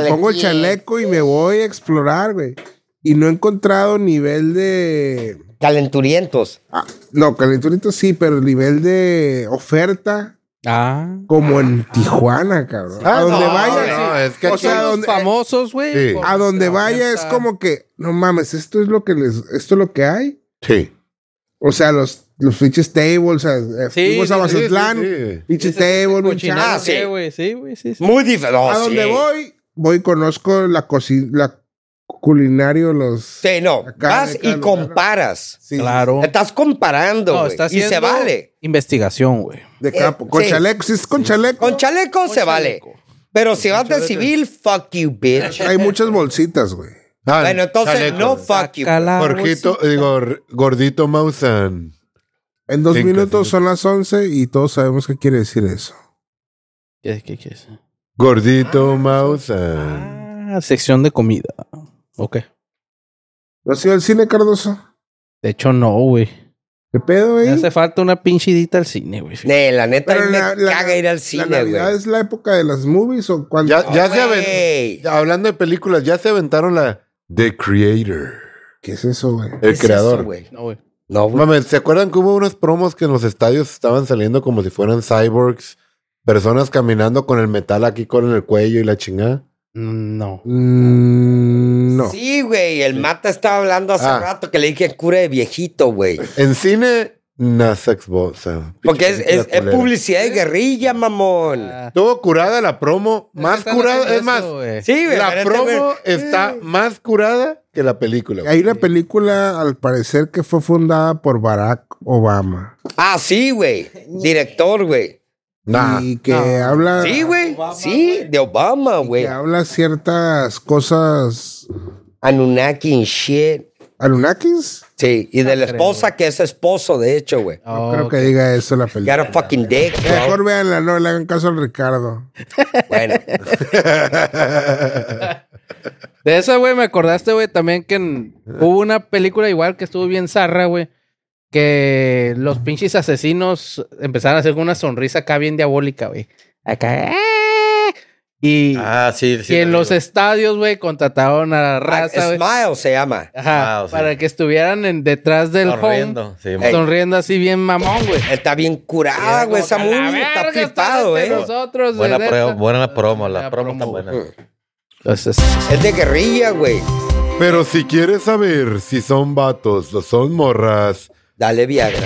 [SPEAKER 5] pongo el chaleco y me voy a explorar, güey. Y no he encontrado nivel de.
[SPEAKER 4] Calenturientos.
[SPEAKER 5] ah, no, calenturiento sí, pero nivel de oferta
[SPEAKER 3] Ah.
[SPEAKER 5] como en Tijuana, cabrón.
[SPEAKER 1] Ah,
[SPEAKER 5] a donde
[SPEAKER 1] no,
[SPEAKER 5] vaya,
[SPEAKER 1] no, es que
[SPEAKER 5] o
[SPEAKER 1] aquí-
[SPEAKER 5] sea,
[SPEAKER 3] Los
[SPEAKER 5] donde- eh,
[SPEAKER 3] famosos, güey.
[SPEAKER 1] Sí.
[SPEAKER 3] por-
[SPEAKER 5] a donde
[SPEAKER 3] por-
[SPEAKER 5] vaya es como que, no mames, esto es lo que les, esto es lo que hay.
[SPEAKER 1] Sí.
[SPEAKER 5] O sea, los los pinches tables, o sea, eh,
[SPEAKER 3] Sí,
[SPEAKER 5] fuimos a
[SPEAKER 3] sí,
[SPEAKER 5] Mazatlán,
[SPEAKER 1] Sí, sí, sí.
[SPEAKER 5] pinche
[SPEAKER 3] Ese es el
[SPEAKER 5] table, un
[SPEAKER 3] cochinero,
[SPEAKER 4] Ah, sí.
[SPEAKER 3] ¿qué, güey? Sí, güey, sí, sí.
[SPEAKER 4] Muy diferente.
[SPEAKER 5] chavo. A donde voy, voy y conozco la cocina, la culinario, los.
[SPEAKER 4] Sí, no.
[SPEAKER 5] Acá,
[SPEAKER 4] Vas
[SPEAKER 5] acá,
[SPEAKER 4] y
[SPEAKER 5] acá.
[SPEAKER 4] comparas.
[SPEAKER 5] sí,
[SPEAKER 3] Claro.
[SPEAKER 4] Estás comparando,
[SPEAKER 3] No,
[SPEAKER 4] güey.
[SPEAKER 3] está
[SPEAKER 4] y se
[SPEAKER 3] haciendo
[SPEAKER 4] vale.
[SPEAKER 3] Investigación, güey.
[SPEAKER 5] De campo. con
[SPEAKER 4] sí.
[SPEAKER 5] chaleco, si es con chaleco.
[SPEAKER 4] Con chaleco se vale. Pero si vas de civil, fuck you, bitch.
[SPEAKER 5] hay muchas bolsitas, güey.
[SPEAKER 1] Ah,
[SPEAKER 4] Bueno, entonces
[SPEAKER 1] chaleco.
[SPEAKER 4] no fuck you.
[SPEAKER 3] Saca la
[SPEAKER 1] Jorgito,
[SPEAKER 3] bolsita.
[SPEAKER 1] digo, r- Gordito Maussan.
[SPEAKER 5] En dos
[SPEAKER 1] Cinco,
[SPEAKER 5] minutos
[SPEAKER 1] cinco.
[SPEAKER 5] son las 11 y todos sabemos qué quiere decir eso.
[SPEAKER 3] ¿Qué, qué, qué es?
[SPEAKER 1] Gordito Maussan.
[SPEAKER 3] Ah, sección de comida. Ok.
[SPEAKER 5] ¿No has ido al cine, Cardoso?
[SPEAKER 3] De hecho, no, güey.
[SPEAKER 5] ¿Qué pedo,
[SPEAKER 3] Me
[SPEAKER 5] güey?
[SPEAKER 3] hace falta una pinche idita al cine, güey.
[SPEAKER 4] Nee, la neta, a mí me
[SPEAKER 5] la- la-
[SPEAKER 4] caga ir al
[SPEAKER 5] ¿La
[SPEAKER 4] cine,
[SPEAKER 5] Navidad
[SPEAKER 4] güey.
[SPEAKER 5] es la época de las movies o cuando?
[SPEAKER 1] Ya, ya se aventó.
[SPEAKER 4] Güey.
[SPEAKER 1] Hablando de películas, ya se aventaron la The Creator.
[SPEAKER 5] ¿Qué es eso, güey?
[SPEAKER 1] El
[SPEAKER 4] ¿Qué es
[SPEAKER 1] creador.
[SPEAKER 4] eso, güey?
[SPEAKER 3] No, güey.
[SPEAKER 4] No, güey.
[SPEAKER 1] Mames, ¿se acuerdan que hubo unos promos que en los estadios estaban saliendo como si fueran cyborgs? Personas caminando con el metal aquí con el cuello y la chingada.
[SPEAKER 3] No.
[SPEAKER 5] Mm, no.
[SPEAKER 4] Sí, güey. El mata estaba hablando hace
[SPEAKER 1] Ah.
[SPEAKER 4] rato que le dije cura de viejito, güey.
[SPEAKER 1] En cine, na sex bo- o sea,
[SPEAKER 4] Porque es,
[SPEAKER 1] pinche
[SPEAKER 4] es-
[SPEAKER 1] película
[SPEAKER 4] es
[SPEAKER 1] culera.
[SPEAKER 4] publicidad de guerrilla, mamón.
[SPEAKER 3] Ah.
[SPEAKER 1] Estuvo curada la promo, más
[SPEAKER 3] Están
[SPEAKER 1] curada,
[SPEAKER 3] haciendo
[SPEAKER 1] es más,
[SPEAKER 3] eso, güey.
[SPEAKER 4] Sí, güey.
[SPEAKER 1] la
[SPEAKER 4] pero este güey-
[SPEAKER 1] promo está más curada que la película. güey.
[SPEAKER 5] Hay una película, al parecer, que fue fundada por Barack Obama.
[SPEAKER 4] Ah, sí, güey. Director, güey.
[SPEAKER 1] Nah.
[SPEAKER 5] Y que habla.
[SPEAKER 4] Sí, güey. Sí, de Obama, güey.
[SPEAKER 5] Ah. Que habla ciertas cosas.
[SPEAKER 4] Anunnaki and shit.
[SPEAKER 5] ¿Anunnakis?
[SPEAKER 4] Sí, y de la
[SPEAKER 3] creo.
[SPEAKER 4] esposa que es esposo, de hecho, güey.
[SPEAKER 5] No
[SPEAKER 3] Oh,
[SPEAKER 5] creo
[SPEAKER 3] ok.
[SPEAKER 5] que diga eso la película.
[SPEAKER 4] Got a fucking dick, bro.
[SPEAKER 5] Mejor veanla, no le hagan caso al Ricardo.
[SPEAKER 4] Bueno,
[SPEAKER 3] De esa, güey, me acordaste, güey, también que en- hubo una película igual que estuvo bien zarra, güey. Que los pinches asesinos empezaron a hacer una sonrisa acá bien diabólica, güey. Acá. ¡ah! Y,
[SPEAKER 2] Ah, sí, sí.
[SPEAKER 3] y
[SPEAKER 2] lo
[SPEAKER 3] en
[SPEAKER 2] vi,
[SPEAKER 3] los
[SPEAKER 2] güey.
[SPEAKER 3] estadios, güey, contrataron a la raza, güey.
[SPEAKER 4] Smile se llama.
[SPEAKER 3] Ajá,
[SPEAKER 2] Ah, sí.
[SPEAKER 3] para que estuvieran en, detrás del
[SPEAKER 2] Sonriendo,
[SPEAKER 3] home,
[SPEAKER 2] sí,
[SPEAKER 4] Ey.
[SPEAKER 3] sonriendo así bien mamón, güey.
[SPEAKER 4] Está bien
[SPEAKER 2] Ah,
[SPEAKER 4] curada, güey. Esa
[SPEAKER 3] Como que, "A la
[SPEAKER 4] movie está
[SPEAKER 3] verga,
[SPEAKER 4] flipado,
[SPEAKER 3] entre
[SPEAKER 4] eh.
[SPEAKER 3] Nosotros,
[SPEAKER 2] Buena,
[SPEAKER 3] de
[SPEAKER 2] pro-
[SPEAKER 3] neta".
[SPEAKER 2] buena promo, la
[SPEAKER 3] Buena
[SPEAKER 2] promo está
[SPEAKER 3] güey.
[SPEAKER 2] buena.
[SPEAKER 3] Entonces,
[SPEAKER 4] Mm. Es de guerrilla, güey.
[SPEAKER 1] Pero si quieres saber si son vatos o son morras,
[SPEAKER 4] Dale Viagra.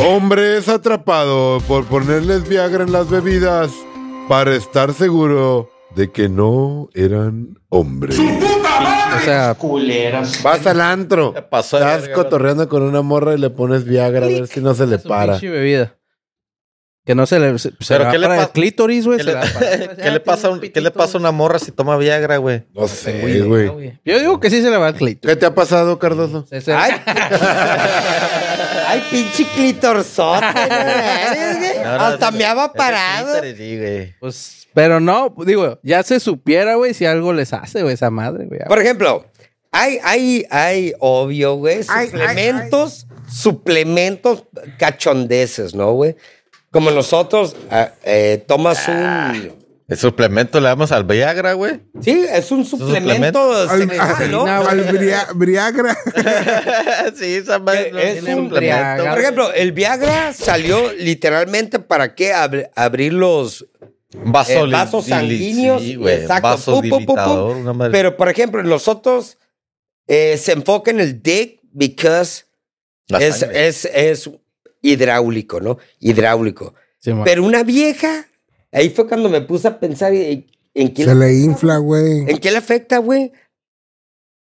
[SPEAKER 1] Hombre es atrapado por ponerles Viagra en las bebidas para estar seguro de que no eran hombres.
[SPEAKER 3] O sea,
[SPEAKER 1] Vas al antro.
[SPEAKER 2] Te pasó de
[SPEAKER 1] Estás
[SPEAKER 2] verga,
[SPEAKER 1] cotorreando con una morra y le pones Viagra a ver si no se le
[SPEAKER 3] su
[SPEAKER 1] para.
[SPEAKER 3] pinche bebida. Que no se le. Se, se
[SPEAKER 2] ¿Pero
[SPEAKER 3] le va
[SPEAKER 2] qué le
[SPEAKER 3] para
[SPEAKER 2] pa-
[SPEAKER 3] el clítoris, güey.
[SPEAKER 2] ¿Qué
[SPEAKER 3] se
[SPEAKER 2] le,
[SPEAKER 3] la para-
[SPEAKER 2] ¿Qué le pasa, a un- ¿Qué le pasa a una morra si toma Viagra, güey?
[SPEAKER 1] No sé,
[SPEAKER 4] Eh,
[SPEAKER 1] güey.
[SPEAKER 3] Yo digo que sí se le va el clítoris.
[SPEAKER 1] ¿Qué te ha pasado, Cardoso?
[SPEAKER 3] Se-
[SPEAKER 4] Eh,
[SPEAKER 3] se-
[SPEAKER 4] Ay, ay pinche clitorzote. no eres, güey.
[SPEAKER 2] No, no,
[SPEAKER 4] Hasta
[SPEAKER 2] es-
[SPEAKER 4] me
[SPEAKER 2] es
[SPEAKER 4] había
[SPEAKER 2] el
[SPEAKER 4] parado.
[SPEAKER 2] clítoris, Sí, güey.
[SPEAKER 3] Pues, pero no, digo, ya se supiera, güey, si algo les hace, güey, esa madre, güey.
[SPEAKER 4] Por ejemplo, hay, hay, hay, obvio, güey,
[SPEAKER 5] Ay, ay,
[SPEAKER 4] suplementos, suplementos cachondeses, ¿no, güey? Como nosotros, ah, eh, tomas
[SPEAKER 2] Ah.
[SPEAKER 4] un...
[SPEAKER 2] El suplemento le damos al Viagra, güey.
[SPEAKER 4] Sí, es un suplemento
[SPEAKER 2] suplemento?
[SPEAKER 5] Al,
[SPEAKER 4] sexual, ¿no?
[SPEAKER 3] Al-
[SPEAKER 5] al Bria- Briagra.
[SPEAKER 2] sí, esa madre
[SPEAKER 4] Que es
[SPEAKER 2] tiene
[SPEAKER 4] un
[SPEAKER 2] suplemento.
[SPEAKER 4] Por ejemplo, el Viagra salió literalmente para qué Abri- abrir los eh,
[SPEAKER 2] Vasoli-
[SPEAKER 4] vasos
[SPEAKER 2] dili-
[SPEAKER 4] sanguíneos.
[SPEAKER 2] Sí, güey.
[SPEAKER 4] exacto,
[SPEAKER 2] Vaso
[SPEAKER 4] pu, pu, pu, pu.
[SPEAKER 2] dilatador, una madre.
[SPEAKER 4] Pero, por ejemplo, los otros eh, se enfocan en el dick because
[SPEAKER 2] La
[SPEAKER 4] es,
[SPEAKER 2] sangre.
[SPEAKER 4] es, es hidráulico, ¿no? Hidráulico.
[SPEAKER 3] Sí, mo-
[SPEAKER 4] Pero una vieja, ahí fue cuando me puse a pensar en, en qué,
[SPEAKER 5] Se le infla, güey.
[SPEAKER 4] en qué le afecta, güey.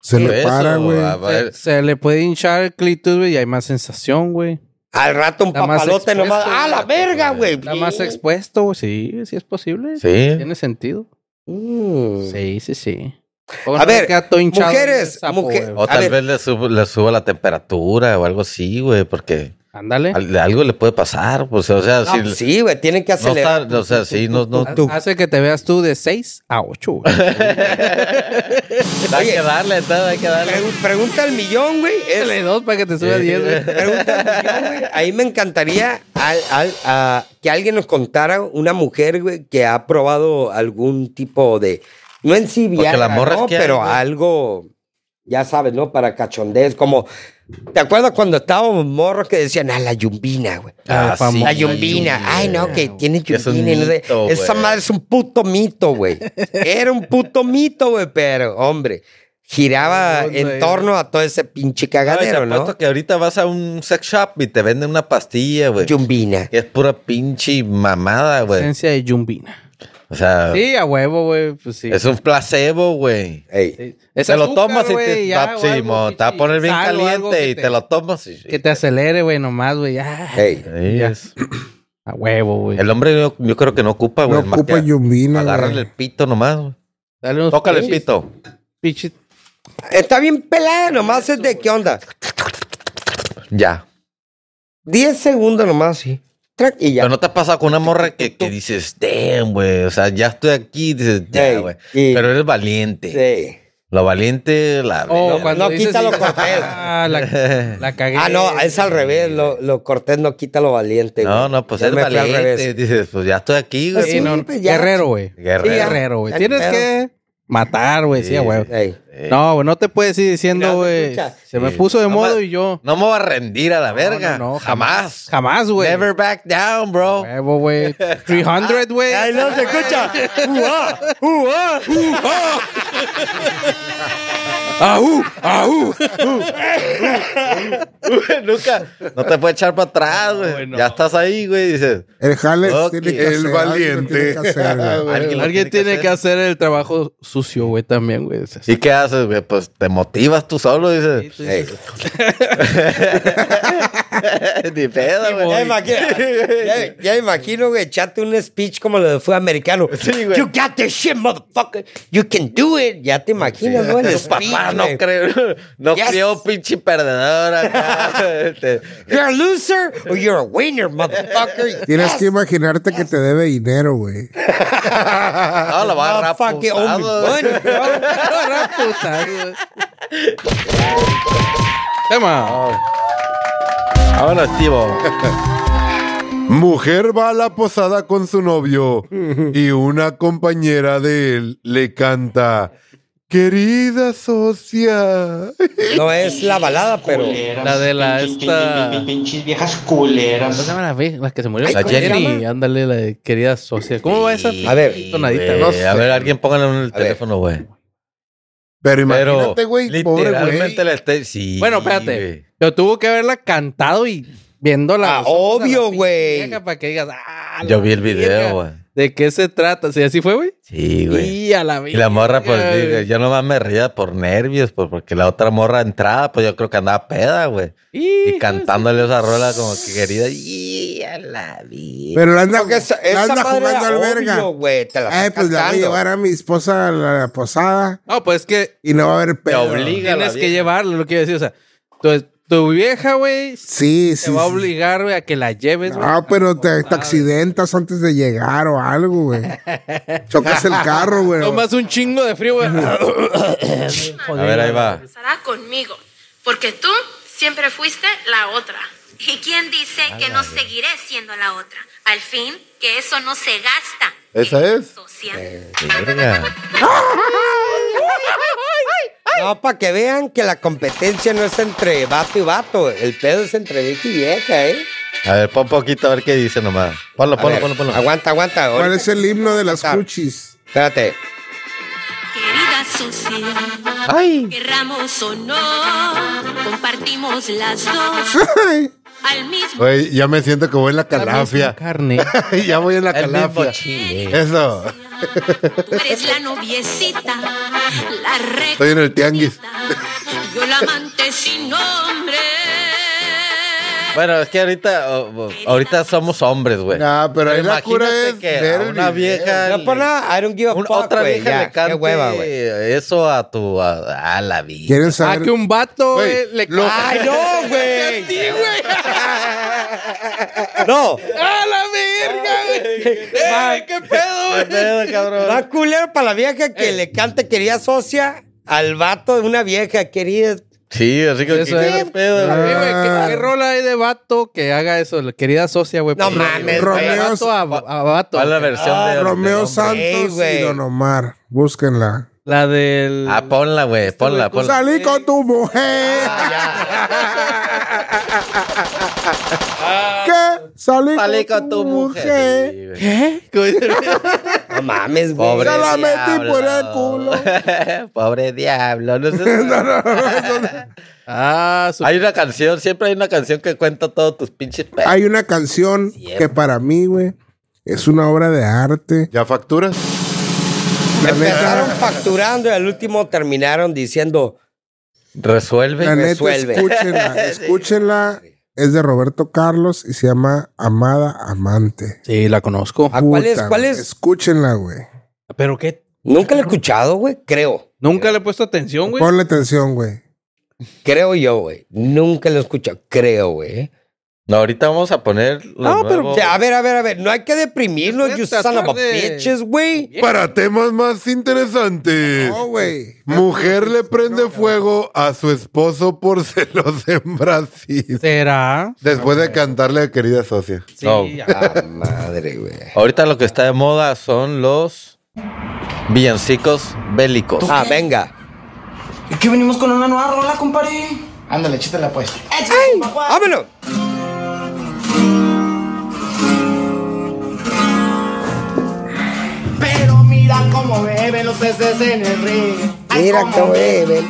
[SPEAKER 5] Se le
[SPEAKER 2] Eso,
[SPEAKER 5] para, güey.
[SPEAKER 2] a
[SPEAKER 3] se,
[SPEAKER 2] ver,
[SPEAKER 3] se le puede hinchar el clítoris, güey, y hay más sensación, güey.
[SPEAKER 4] Al rato un
[SPEAKER 3] Está más
[SPEAKER 4] papalote
[SPEAKER 3] expuesto,
[SPEAKER 4] nomás. ¡Ah, la verga, güey!
[SPEAKER 3] Está más expuesto, güey. Sí, sí es posible.
[SPEAKER 2] Sí.
[SPEAKER 3] Tiene sentido.
[SPEAKER 4] Mm.
[SPEAKER 3] Sí, sí, sí.
[SPEAKER 4] A ver,
[SPEAKER 3] gato hinchado,
[SPEAKER 4] mujeres,
[SPEAKER 3] el sapo,
[SPEAKER 4] mujer-
[SPEAKER 3] güey.
[SPEAKER 2] O
[SPEAKER 4] A
[SPEAKER 2] tal
[SPEAKER 4] ver.
[SPEAKER 2] vez le subo, le suba la temperatura o algo así, güey, porque
[SPEAKER 3] Ándale.
[SPEAKER 2] al- algo le puede pasar. Pues, o sea,
[SPEAKER 4] Ah,
[SPEAKER 2] si
[SPEAKER 4] sí, güey, tienen que
[SPEAKER 2] no
[SPEAKER 4] acelerar.
[SPEAKER 2] está- o sea, sí, no, no,
[SPEAKER 3] Ha-
[SPEAKER 4] tú.
[SPEAKER 3] Hace que te veas tú de 6 a 8, güey.
[SPEAKER 2] hay que darle, tal, hay que darle.
[SPEAKER 4] Pregu- pregunta al millón, güey. Es-
[SPEAKER 3] Dale dos para que te suba a 10, güey.
[SPEAKER 4] Pregunta al millón, güey. Ahí me encantaría al- al- a- que alguien nos contara una mujer, güey, que ha probado algún tipo de. No en sí,
[SPEAKER 2] Porque
[SPEAKER 4] Viagra,
[SPEAKER 2] la morra
[SPEAKER 4] ¿no?
[SPEAKER 2] es que hay,
[SPEAKER 4] pero
[SPEAKER 2] güey.
[SPEAKER 4] algo. Ya sabes, ¿no? Para cachondez. Como. ¿Te acuerdas cuando estábamos morros que decían, ah, la yumbina, güey?
[SPEAKER 3] Ah,
[SPEAKER 2] Ah, sí,
[SPEAKER 4] La
[SPEAKER 3] la
[SPEAKER 4] yumbina. Ay, no, que tiene
[SPEAKER 2] Que es un
[SPEAKER 4] yumbina. y no sé.
[SPEAKER 2] mito,
[SPEAKER 4] Esa
[SPEAKER 2] güey.
[SPEAKER 4] madre es un puto mito, güey. Era un puto mito, güey, pero, hombre, giraba
[SPEAKER 3] No,
[SPEAKER 4] en
[SPEAKER 3] güey.
[SPEAKER 4] torno a todo ese pinche cagadero,
[SPEAKER 2] Ay, te apuesto
[SPEAKER 4] ¿no?
[SPEAKER 2] que ahorita vas a un sex shop y te venden una pastilla, güey.
[SPEAKER 4] Yumbina.
[SPEAKER 2] Que es pura pinche mamada, güey.
[SPEAKER 3] Esencia de yumbina.
[SPEAKER 2] O sea,
[SPEAKER 3] Sí, a huevo, güey. Pues sí.
[SPEAKER 2] es un placebo, güey.
[SPEAKER 4] Ey.
[SPEAKER 3] Sí. Es
[SPEAKER 2] Te lo
[SPEAKER 3] azúcar,
[SPEAKER 2] tomas y te,
[SPEAKER 3] güey, ya,
[SPEAKER 2] va-
[SPEAKER 3] o
[SPEAKER 2] sí,
[SPEAKER 3] algo,
[SPEAKER 2] mo, te va a
[SPEAKER 3] pinche
[SPEAKER 2] poner bien
[SPEAKER 3] sal o algo
[SPEAKER 2] caliente
[SPEAKER 3] que
[SPEAKER 2] y te lo tomas. y-
[SPEAKER 3] Que te acelere, güey, nomás, güey. ya.
[SPEAKER 4] Ey.
[SPEAKER 2] Ahí
[SPEAKER 3] Ya.
[SPEAKER 2] es.
[SPEAKER 3] A huevo, güey.
[SPEAKER 2] El hombre yo, yo creo que no ocupa, güey.
[SPEAKER 5] No
[SPEAKER 2] más
[SPEAKER 5] ocupa
[SPEAKER 2] que
[SPEAKER 5] yumbina,
[SPEAKER 2] Agárrale
[SPEAKER 5] güey.
[SPEAKER 2] el pito nomás, güey.
[SPEAKER 3] Dale unos
[SPEAKER 2] Tócale el
[SPEAKER 3] pinches-
[SPEAKER 2] pito.
[SPEAKER 3] pinches-
[SPEAKER 4] Está bien pelada, nomás es de qué onda.
[SPEAKER 2] Ya.
[SPEAKER 4] 10 segundos nomás, sí. Trac, Y ya.
[SPEAKER 2] Pero no te ha pasado con una morra que, que dices, damn, güey. O sea, ya estoy aquí. Dices, ya,
[SPEAKER 4] Ey,
[SPEAKER 2] güey.
[SPEAKER 4] y-
[SPEAKER 2] Pero eres valiente.
[SPEAKER 4] Sí.
[SPEAKER 2] Lo valiente, la.
[SPEAKER 3] Oh,
[SPEAKER 2] verga.
[SPEAKER 3] cuando
[SPEAKER 4] no,
[SPEAKER 3] dices-
[SPEAKER 4] quítalo, Cortés.
[SPEAKER 3] Ah, la, la cagué.
[SPEAKER 4] Ah, no, es al revés. Lo, lo cortés no quita lo valiente.
[SPEAKER 2] No,
[SPEAKER 4] este, güey.
[SPEAKER 2] no, pues
[SPEAKER 4] Ya
[SPEAKER 2] eres
[SPEAKER 4] me fui al
[SPEAKER 2] valiente.
[SPEAKER 4] revés.
[SPEAKER 2] Dices, pues ya estoy aquí, güey.
[SPEAKER 3] Sí, no,
[SPEAKER 4] pues ya.
[SPEAKER 3] Guerrero, güey.
[SPEAKER 2] Guerrero.
[SPEAKER 3] Guerrero, güey.
[SPEAKER 4] Ya,
[SPEAKER 3] Tienes
[SPEAKER 4] pero-
[SPEAKER 3] que matar, güey. Sí, a huevo.
[SPEAKER 4] Ey.
[SPEAKER 2] Eh,
[SPEAKER 3] No, güey, no te puedes ir diciendo,
[SPEAKER 4] Mira,
[SPEAKER 3] güey.
[SPEAKER 4] escucha.
[SPEAKER 3] Se me
[SPEAKER 2] Sí.
[SPEAKER 3] puso de
[SPEAKER 2] No
[SPEAKER 3] modo
[SPEAKER 2] me-
[SPEAKER 3] y yo.
[SPEAKER 2] No me voy a rendir a la verga.
[SPEAKER 3] no, no,
[SPEAKER 2] jamás.
[SPEAKER 3] Jamás, güey.
[SPEAKER 2] Never back down,
[SPEAKER 3] A
[SPEAKER 2] bro.
[SPEAKER 3] Huevo, güey. 300, güey.
[SPEAKER 4] Ay, no se escucha. Uah, uah, uah.
[SPEAKER 3] ¡Aú! ¡Aú!
[SPEAKER 2] Nunca. No te puedes echar para atrás, güey. Ya estás ahí, güey. Dices,
[SPEAKER 5] El jale
[SPEAKER 2] Ok.
[SPEAKER 5] tiene que
[SPEAKER 1] El
[SPEAKER 5] hacer,
[SPEAKER 1] valiente.
[SPEAKER 5] tiene que hacer, güey.
[SPEAKER 2] alguien, lo
[SPEAKER 3] Alguien tiene que hacer el trabajo sucio, güey, también, güey. Es-
[SPEAKER 2] ¿Y qué haces, güey? Pues te motivas tú solo, dices. Ni pedo,
[SPEAKER 4] Ya
[SPEAKER 2] güey.
[SPEAKER 4] imagino, ya, ya imagino, güey, echate un speech como lo de fue americano.
[SPEAKER 2] Sí, güey.
[SPEAKER 4] You got this shit, motherfucker. You can do it. Ya te imaginas, ¿no? El
[SPEAKER 2] Tu
[SPEAKER 4] speech,
[SPEAKER 2] papá no
[SPEAKER 4] güey.
[SPEAKER 2] creo. No
[SPEAKER 4] Yes.
[SPEAKER 2] creo pinche perdedor acá. este. Te-
[SPEAKER 4] You're a loser or you're a winner, motherfucker.
[SPEAKER 5] Tienes
[SPEAKER 4] Yes.
[SPEAKER 5] que imaginarte que te debe dinero, güey.
[SPEAKER 2] No, lo va a agarrar
[SPEAKER 4] Motherfucker, owe me
[SPEAKER 2] putado.
[SPEAKER 4] money, bro.
[SPEAKER 3] ¡Ah, puta, güey! Tema.
[SPEAKER 2] Vámonos, chivo.
[SPEAKER 1] Mujer va a la posada con su novio y una compañera de él le canta, querida socia.
[SPEAKER 4] No es la balada, pero.
[SPEAKER 3] La de la esta-
[SPEAKER 7] Pinches viejas
[SPEAKER 3] ¿Cómo se
[SPEAKER 7] culeras.
[SPEAKER 3] llama la ve- la que se murió?
[SPEAKER 2] La
[SPEAKER 3] ¿Cómo se
[SPEAKER 2] Jenny.
[SPEAKER 3] llama? Ándale, la de querida socia. ¿Cómo va esa?
[SPEAKER 2] Sí,
[SPEAKER 4] A ver,
[SPEAKER 3] tonadita,
[SPEAKER 2] güey.
[SPEAKER 3] no
[SPEAKER 2] A ver, alguien póngale en el
[SPEAKER 4] A ver.
[SPEAKER 2] teléfono, güey.
[SPEAKER 1] Pero
[SPEAKER 2] Pero
[SPEAKER 1] imagínate, güey, pobre güey.
[SPEAKER 2] literalmente la esté... Sí,
[SPEAKER 3] Bueno, espérate.
[SPEAKER 2] güey.
[SPEAKER 3] Yo tuvo que haberla cantado y viéndola.
[SPEAKER 4] Ah, obvio, güey.
[SPEAKER 3] Para que digas, ah,
[SPEAKER 2] Yo
[SPEAKER 3] la
[SPEAKER 2] vi el video,
[SPEAKER 3] verga.
[SPEAKER 2] güey.
[SPEAKER 3] ¿De qué se trata? ¿Sí así fue, güey?
[SPEAKER 2] Sí, güey.
[SPEAKER 3] Y a la
[SPEAKER 2] Y la morra, pues,
[SPEAKER 3] verga,
[SPEAKER 2] digo,
[SPEAKER 3] güey.
[SPEAKER 2] yo nomás me reía por nervios, pues, porque la otra morra entrada, pues, yo creo que andaba peda, güey.
[SPEAKER 3] Hijo
[SPEAKER 2] Y
[SPEAKER 3] de
[SPEAKER 2] cantándole esa rola como que querida. Y a la vida.
[SPEAKER 5] Pero la anda,
[SPEAKER 4] Porque esa,
[SPEAKER 5] la
[SPEAKER 4] esa
[SPEAKER 5] anda
[SPEAKER 4] madre
[SPEAKER 5] jugando
[SPEAKER 4] era
[SPEAKER 5] al
[SPEAKER 4] obvio,
[SPEAKER 5] verga.
[SPEAKER 4] güey, te la
[SPEAKER 5] Eh,
[SPEAKER 4] está
[SPEAKER 5] pues la voy a
[SPEAKER 4] cantando.
[SPEAKER 5] llevar a mi esposa a la posada
[SPEAKER 3] su- No, pues es que
[SPEAKER 5] y no va a haber
[SPEAKER 2] Te
[SPEAKER 5] pedo.
[SPEAKER 2] obliga la
[SPEAKER 3] tienes que
[SPEAKER 2] vieja.
[SPEAKER 3] llevarle, lo que iba a decir. O sea, tu, tu vieja, güey,
[SPEAKER 5] Sí, sí.
[SPEAKER 3] te va a
[SPEAKER 5] sí.
[SPEAKER 3] obligar, güey, a que la lleves, güey.
[SPEAKER 5] Ah, pero te, te accidentas antes de llegar o algo, güey. Chocas el carro, güey.
[SPEAKER 3] Tomas un chingo de frío, güey.
[SPEAKER 2] A ver, ahí va.
[SPEAKER 7] Empezará conmigo, porque tú siempre fuiste la otra.
[SPEAKER 8] ¿Y quién dice que no seguiré siendo la otra? Al fin, que eso no se gasta.
[SPEAKER 1] ¿Esa es?
[SPEAKER 8] Social.
[SPEAKER 2] Verga.
[SPEAKER 4] No, para que vean que la competencia no es entre vato y vato. El pedo es entre vieja y vieja, ¿eh?
[SPEAKER 2] A ver, pon poquito a ver qué dice nomás. Ponlo,
[SPEAKER 4] A
[SPEAKER 2] ponlo,
[SPEAKER 4] ver,
[SPEAKER 2] ponlo, ponlo.
[SPEAKER 4] Aguanta, aguanta.
[SPEAKER 5] ¿Cuál
[SPEAKER 4] ahorita-
[SPEAKER 5] es el himno de las cuchis?
[SPEAKER 4] Espérate.
[SPEAKER 8] Querida sociedad, querramos o no, compartimos las dos al mismo
[SPEAKER 1] Güey, ya me siento que voy en la calafia.
[SPEAKER 3] Carne.
[SPEAKER 1] ya voy en la
[SPEAKER 2] El mismo
[SPEAKER 1] calafia.
[SPEAKER 2] chingue.
[SPEAKER 1] Eso.
[SPEAKER 8] Tú eres la noviecita, la
[SPEAKER 1] Estoy
[SPEAKER 8] recta.
[SPEAKER 1] en el tianguis.
[SPEAKER 8] Yo la amante sin nombre.
[SPEAKER 2] Bueno, es que ahorita, oh, oh, ahorita somos hombres, güey.
[SPEAKER 1] Nah, Ah, pero ahí la
[SPEAKER 2] imagínate
[SPEAKER 1] cura es
[SPEAKER 2] que
[SPEAKER 1] ver
[SPEAKER 2] a
[SPEAKER 1] el
[SPEAKER 2] una
[SPEAKER 1] video.
[SPEAKER 2] vieja.
[SPEAKER 4] pues, No
[SPEAKER 2] le-
[SPEAKER 4] por nada, I don't give a
[SPEAKER 2] un-
[SPEAKER 4] fuck,
[SPEAKER 2] otra
[SPEAKER 4] güey,
[SPEAKER 2] vieja
[SPEAKER 4] ya,
[SPEAKER 2] le canta
[SPEAKER 4] Qué hueva, güey.
[SPEAKER 2] eso a tu. A, a la vida.
[SPEAKER 5] ¿Quieren
[SPEAKER 3] Ah,
[SPEAKER 5] saber?
[SPEAKER 3] que un vato,
[SPEAKER 1] Güey,
[SPEAKER 3] güey, le
[SPEAKER 1] lo-
[SPEAKER 4] ¡Ay, no, güey! No,
[SPEAKER 3] ¡Ah, la verga, güey! ¡Eh, qué pedo,
[SPEAKER 2] ¿Qué
[SPEAKER 3] güey!
[SPEAKER 2] pedo, cabrón? Eh.
[SPEAKER 4] va culero para la vieja que le cante querida socia al vato de una vieja querida.
[SPEAKER 2] Sí, así que.
[SPEAKER 3] Eso
[SPEAKER 2] ¿qué
[SPEAKER 3] era.
[SPEAKER 2] pedo,
[SPEAKER 3] Eh,
[SPEAKER 2] güey?
[SPEAKER 3] güey,
[SPEAKER 5] Ah,
[SPEAKER 3] ¿qué, qué rola hay de vato que haga eso? La querida socia, güey.
[SPEAKER 4] No
[SPEAKER 3] Porque
[SPEAKER 4] mames,
[SPEAKER 3] de
[SPEAKER 5] güey.
[SPEAKER 3] vato a, a vato.
[SPEAKER 2] ¿Cuál es la versión de. del
[SPEAKER 5] ah, Romeo
[SPEAKER 2] hombre?
[SPEAKER 5] Santos
[SPEAKER 4] Ey, güey.
[SPEAKER 5] y Don Omar. Búsquenla.
[SPEAKER 3] La del...
[SPEAKER 2] Ah, ponla, güey. Ponla, ponla.
[SPEAKER 5] Salí con tu mujer. ¿Qué? Salí,
[SPEAKER 2] Salí con tu mujer. Sí, güey.
[SPEAKER 3] ¿Qué? ¿Cómo dice?
[SPEAKER 4] No mames, güey.
[SPEAKER 2] Pobre
[SPEAKER 5] Se la metí
[SPEAKER 2] diablo.
[SPEAKER 5] por el culo.
[SPEAKER 2] Pobre diablo. No sé si-
[SPEAKER 3] ah, su...
[SPEAKER 2] Hay una canción, siempre hay una canción que cuenta todos tus pinches pedos.
[SPEAKER 5] Hay una canción que para mí, güey, es una obra de arte.
[SPEAKER 1] ¿Ya facturas?
[SPEAKER 5] La
[SPEAKER 4] Empezaron
[SPEAKER 5] neta,
[SPEAKER 4] facturando y al último terminaron diciendo,
[SPEAKER 2] Resuelve.
[SPEAKER 5] la neta,
[SPEAKER 4] resuelve.
[SPEAKER 5] escúchenla. Escúchenla. Es de Roberto Carlos y se llama Amada Amante.
[SPEAKER 3] Sí, la conozco.
[SPEAKER 4] ¿A Ah, cuál es?
[SPEAKER 5] Puta,
[SPEAKER 4] ¿Cuál
[SPEAKER 5] güey,
[SPEAKER 4] es?
[SPEAKER 5] Escúchenla, güey.
[SPEAKER 3] ¿Pero qué?
[SPEAKER 4] Nunca lo he escuchado, güey. Creo.
[SPEAKER 3] Nunca le he puesto atención, güey.
[SPEAKER 5] Ponle atención, güey.
[SPEAKER 4] Creo yo, güey. Nunca lo he escuchado. Creo, güey.
[SPEAKER 2] No, ahorita vamos a poner. lo
[SPEAKER 4] No, pero.
[SPEAKER 2] nuevo.
[SPEAKER 4] o sea, a ver, a ver, a ver. No hay que deprimirnos,
[SPEAKER 3] Voy a
[SPEAKER 4] you son of a
[SPEAKER 3] tratar de-
[SPEAKER 4] bitches, güey.
[SPEAKER 1] Para temas más interesantes.
[SPEAKER 5] No, güey.
[SPEAKER 1] Mujer le prende fuego a su esposo por celos en Brasil.
[SPEAKER 3] ¿Será?
[SPEAKER 1] Después de cantarle a querida socia.
[SPEAKER 3] Sí.
[SPEAKER 2] No.
[SPEAKER 3] ya.
[SPEAKER 4] Ah, madre, güey.
[SPEAKER 2] Ahorita lo que está de moda son los villancicos bélicos.
[SPEAKER 4] Ah, venga.
[SPEAKER 9] ¿Y que venimos con una nueva rola, compadre? Ándale, la pues.
[SPEAKER 4] ¡Vámonos!
[SPEAKER 9] Pero mira cómo beben los peces en el río. Ay,
[SPEAKER 4] Mira cómo beben.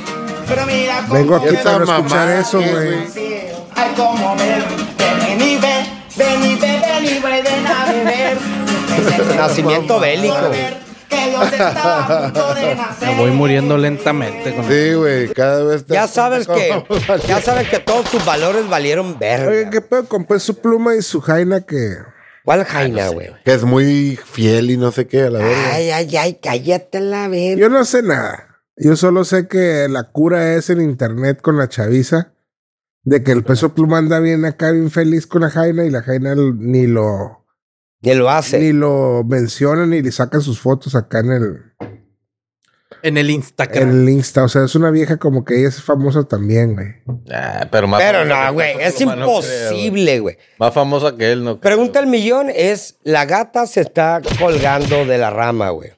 [SPEAKER 9] Pero mira cómo
[SPEAKER 5] Vengo aquí
[SPEAKER 9] beben
[SPEAKER 5] para no
[SPEAKER 1] mamá,
[SPEAKER 5] escuchar eso,
[SPEAKER 1] eh,
[SPEAKER 5] güey.
[SPEAKER 9] el cielo. Ay, cómo beben. Ven y ven, ven y ven, ven y ven a beber.
[SPEAKER 4] Nacimiento bélico.
[SPEAKER 9] Que Dios estaba a punto de nacer.
[SPEAKER 3] Me voy muriendo lentamente con
[SPEAKER 1] Sí, güey, cada vez te
[SPEAKER 4] Ya
[SPEAKER 1] das
[SPEAKER 4] sabes que.
[SPEAKER 1] cuenta cómo vale.
[SPEAKER 4] Ya sabes que todos tus valores valieron
[SPEAKER 5] Oye,
[SPEAKER 4] verga.
[SPEAKER 5] ¿qué pedo con pues, su pluma y su jaina que.
[SPEAKER 4] ¿Cuál Jaina, güey?
[SPEAKER 1] Que es muy fiel y no sé qué, a la verga.
[SPEAKER 4] Ay, ay, ay, cállate la verga.
[SPEAKER 5] Yo no sé nada. Yo solo sé que la cura es en internet con la chaviza. De que el peso pluma anda bien acá, bien feliz con la jaina y la jaina l- ni lo.
[SPEAKER 4] Que lo hace.
[SPEAKER 5] Ni lo menciona ni le saca sus fotos acá en el,
[SPEAKER 3] En el
[SPEAKER 5] en
[SPEAKER 3] Instagram.
[SPEAKER 5] el Insta. O sea, es una vieja como que ella es famosa también, güey.
[SPEAKER 2] Ah, pero más
[SPEAKER 4] Pero
[SPEAKER 2] famosa
[SPEAKER 4] no,
[SPEAKER 2] que
[SPEAKER 4] güey.
[SPEAKER 2] Peso
[SPEAKER 4] Es
[SPEAKER 2] Pluma no creo, güey.
[SPEAKER 4] imposible, güey.
[SPEAKER 2] más famosa que él, no. creo.
[SPEAKER 4] Pregunta el millón es, la gata se está colgando de la rama, güey.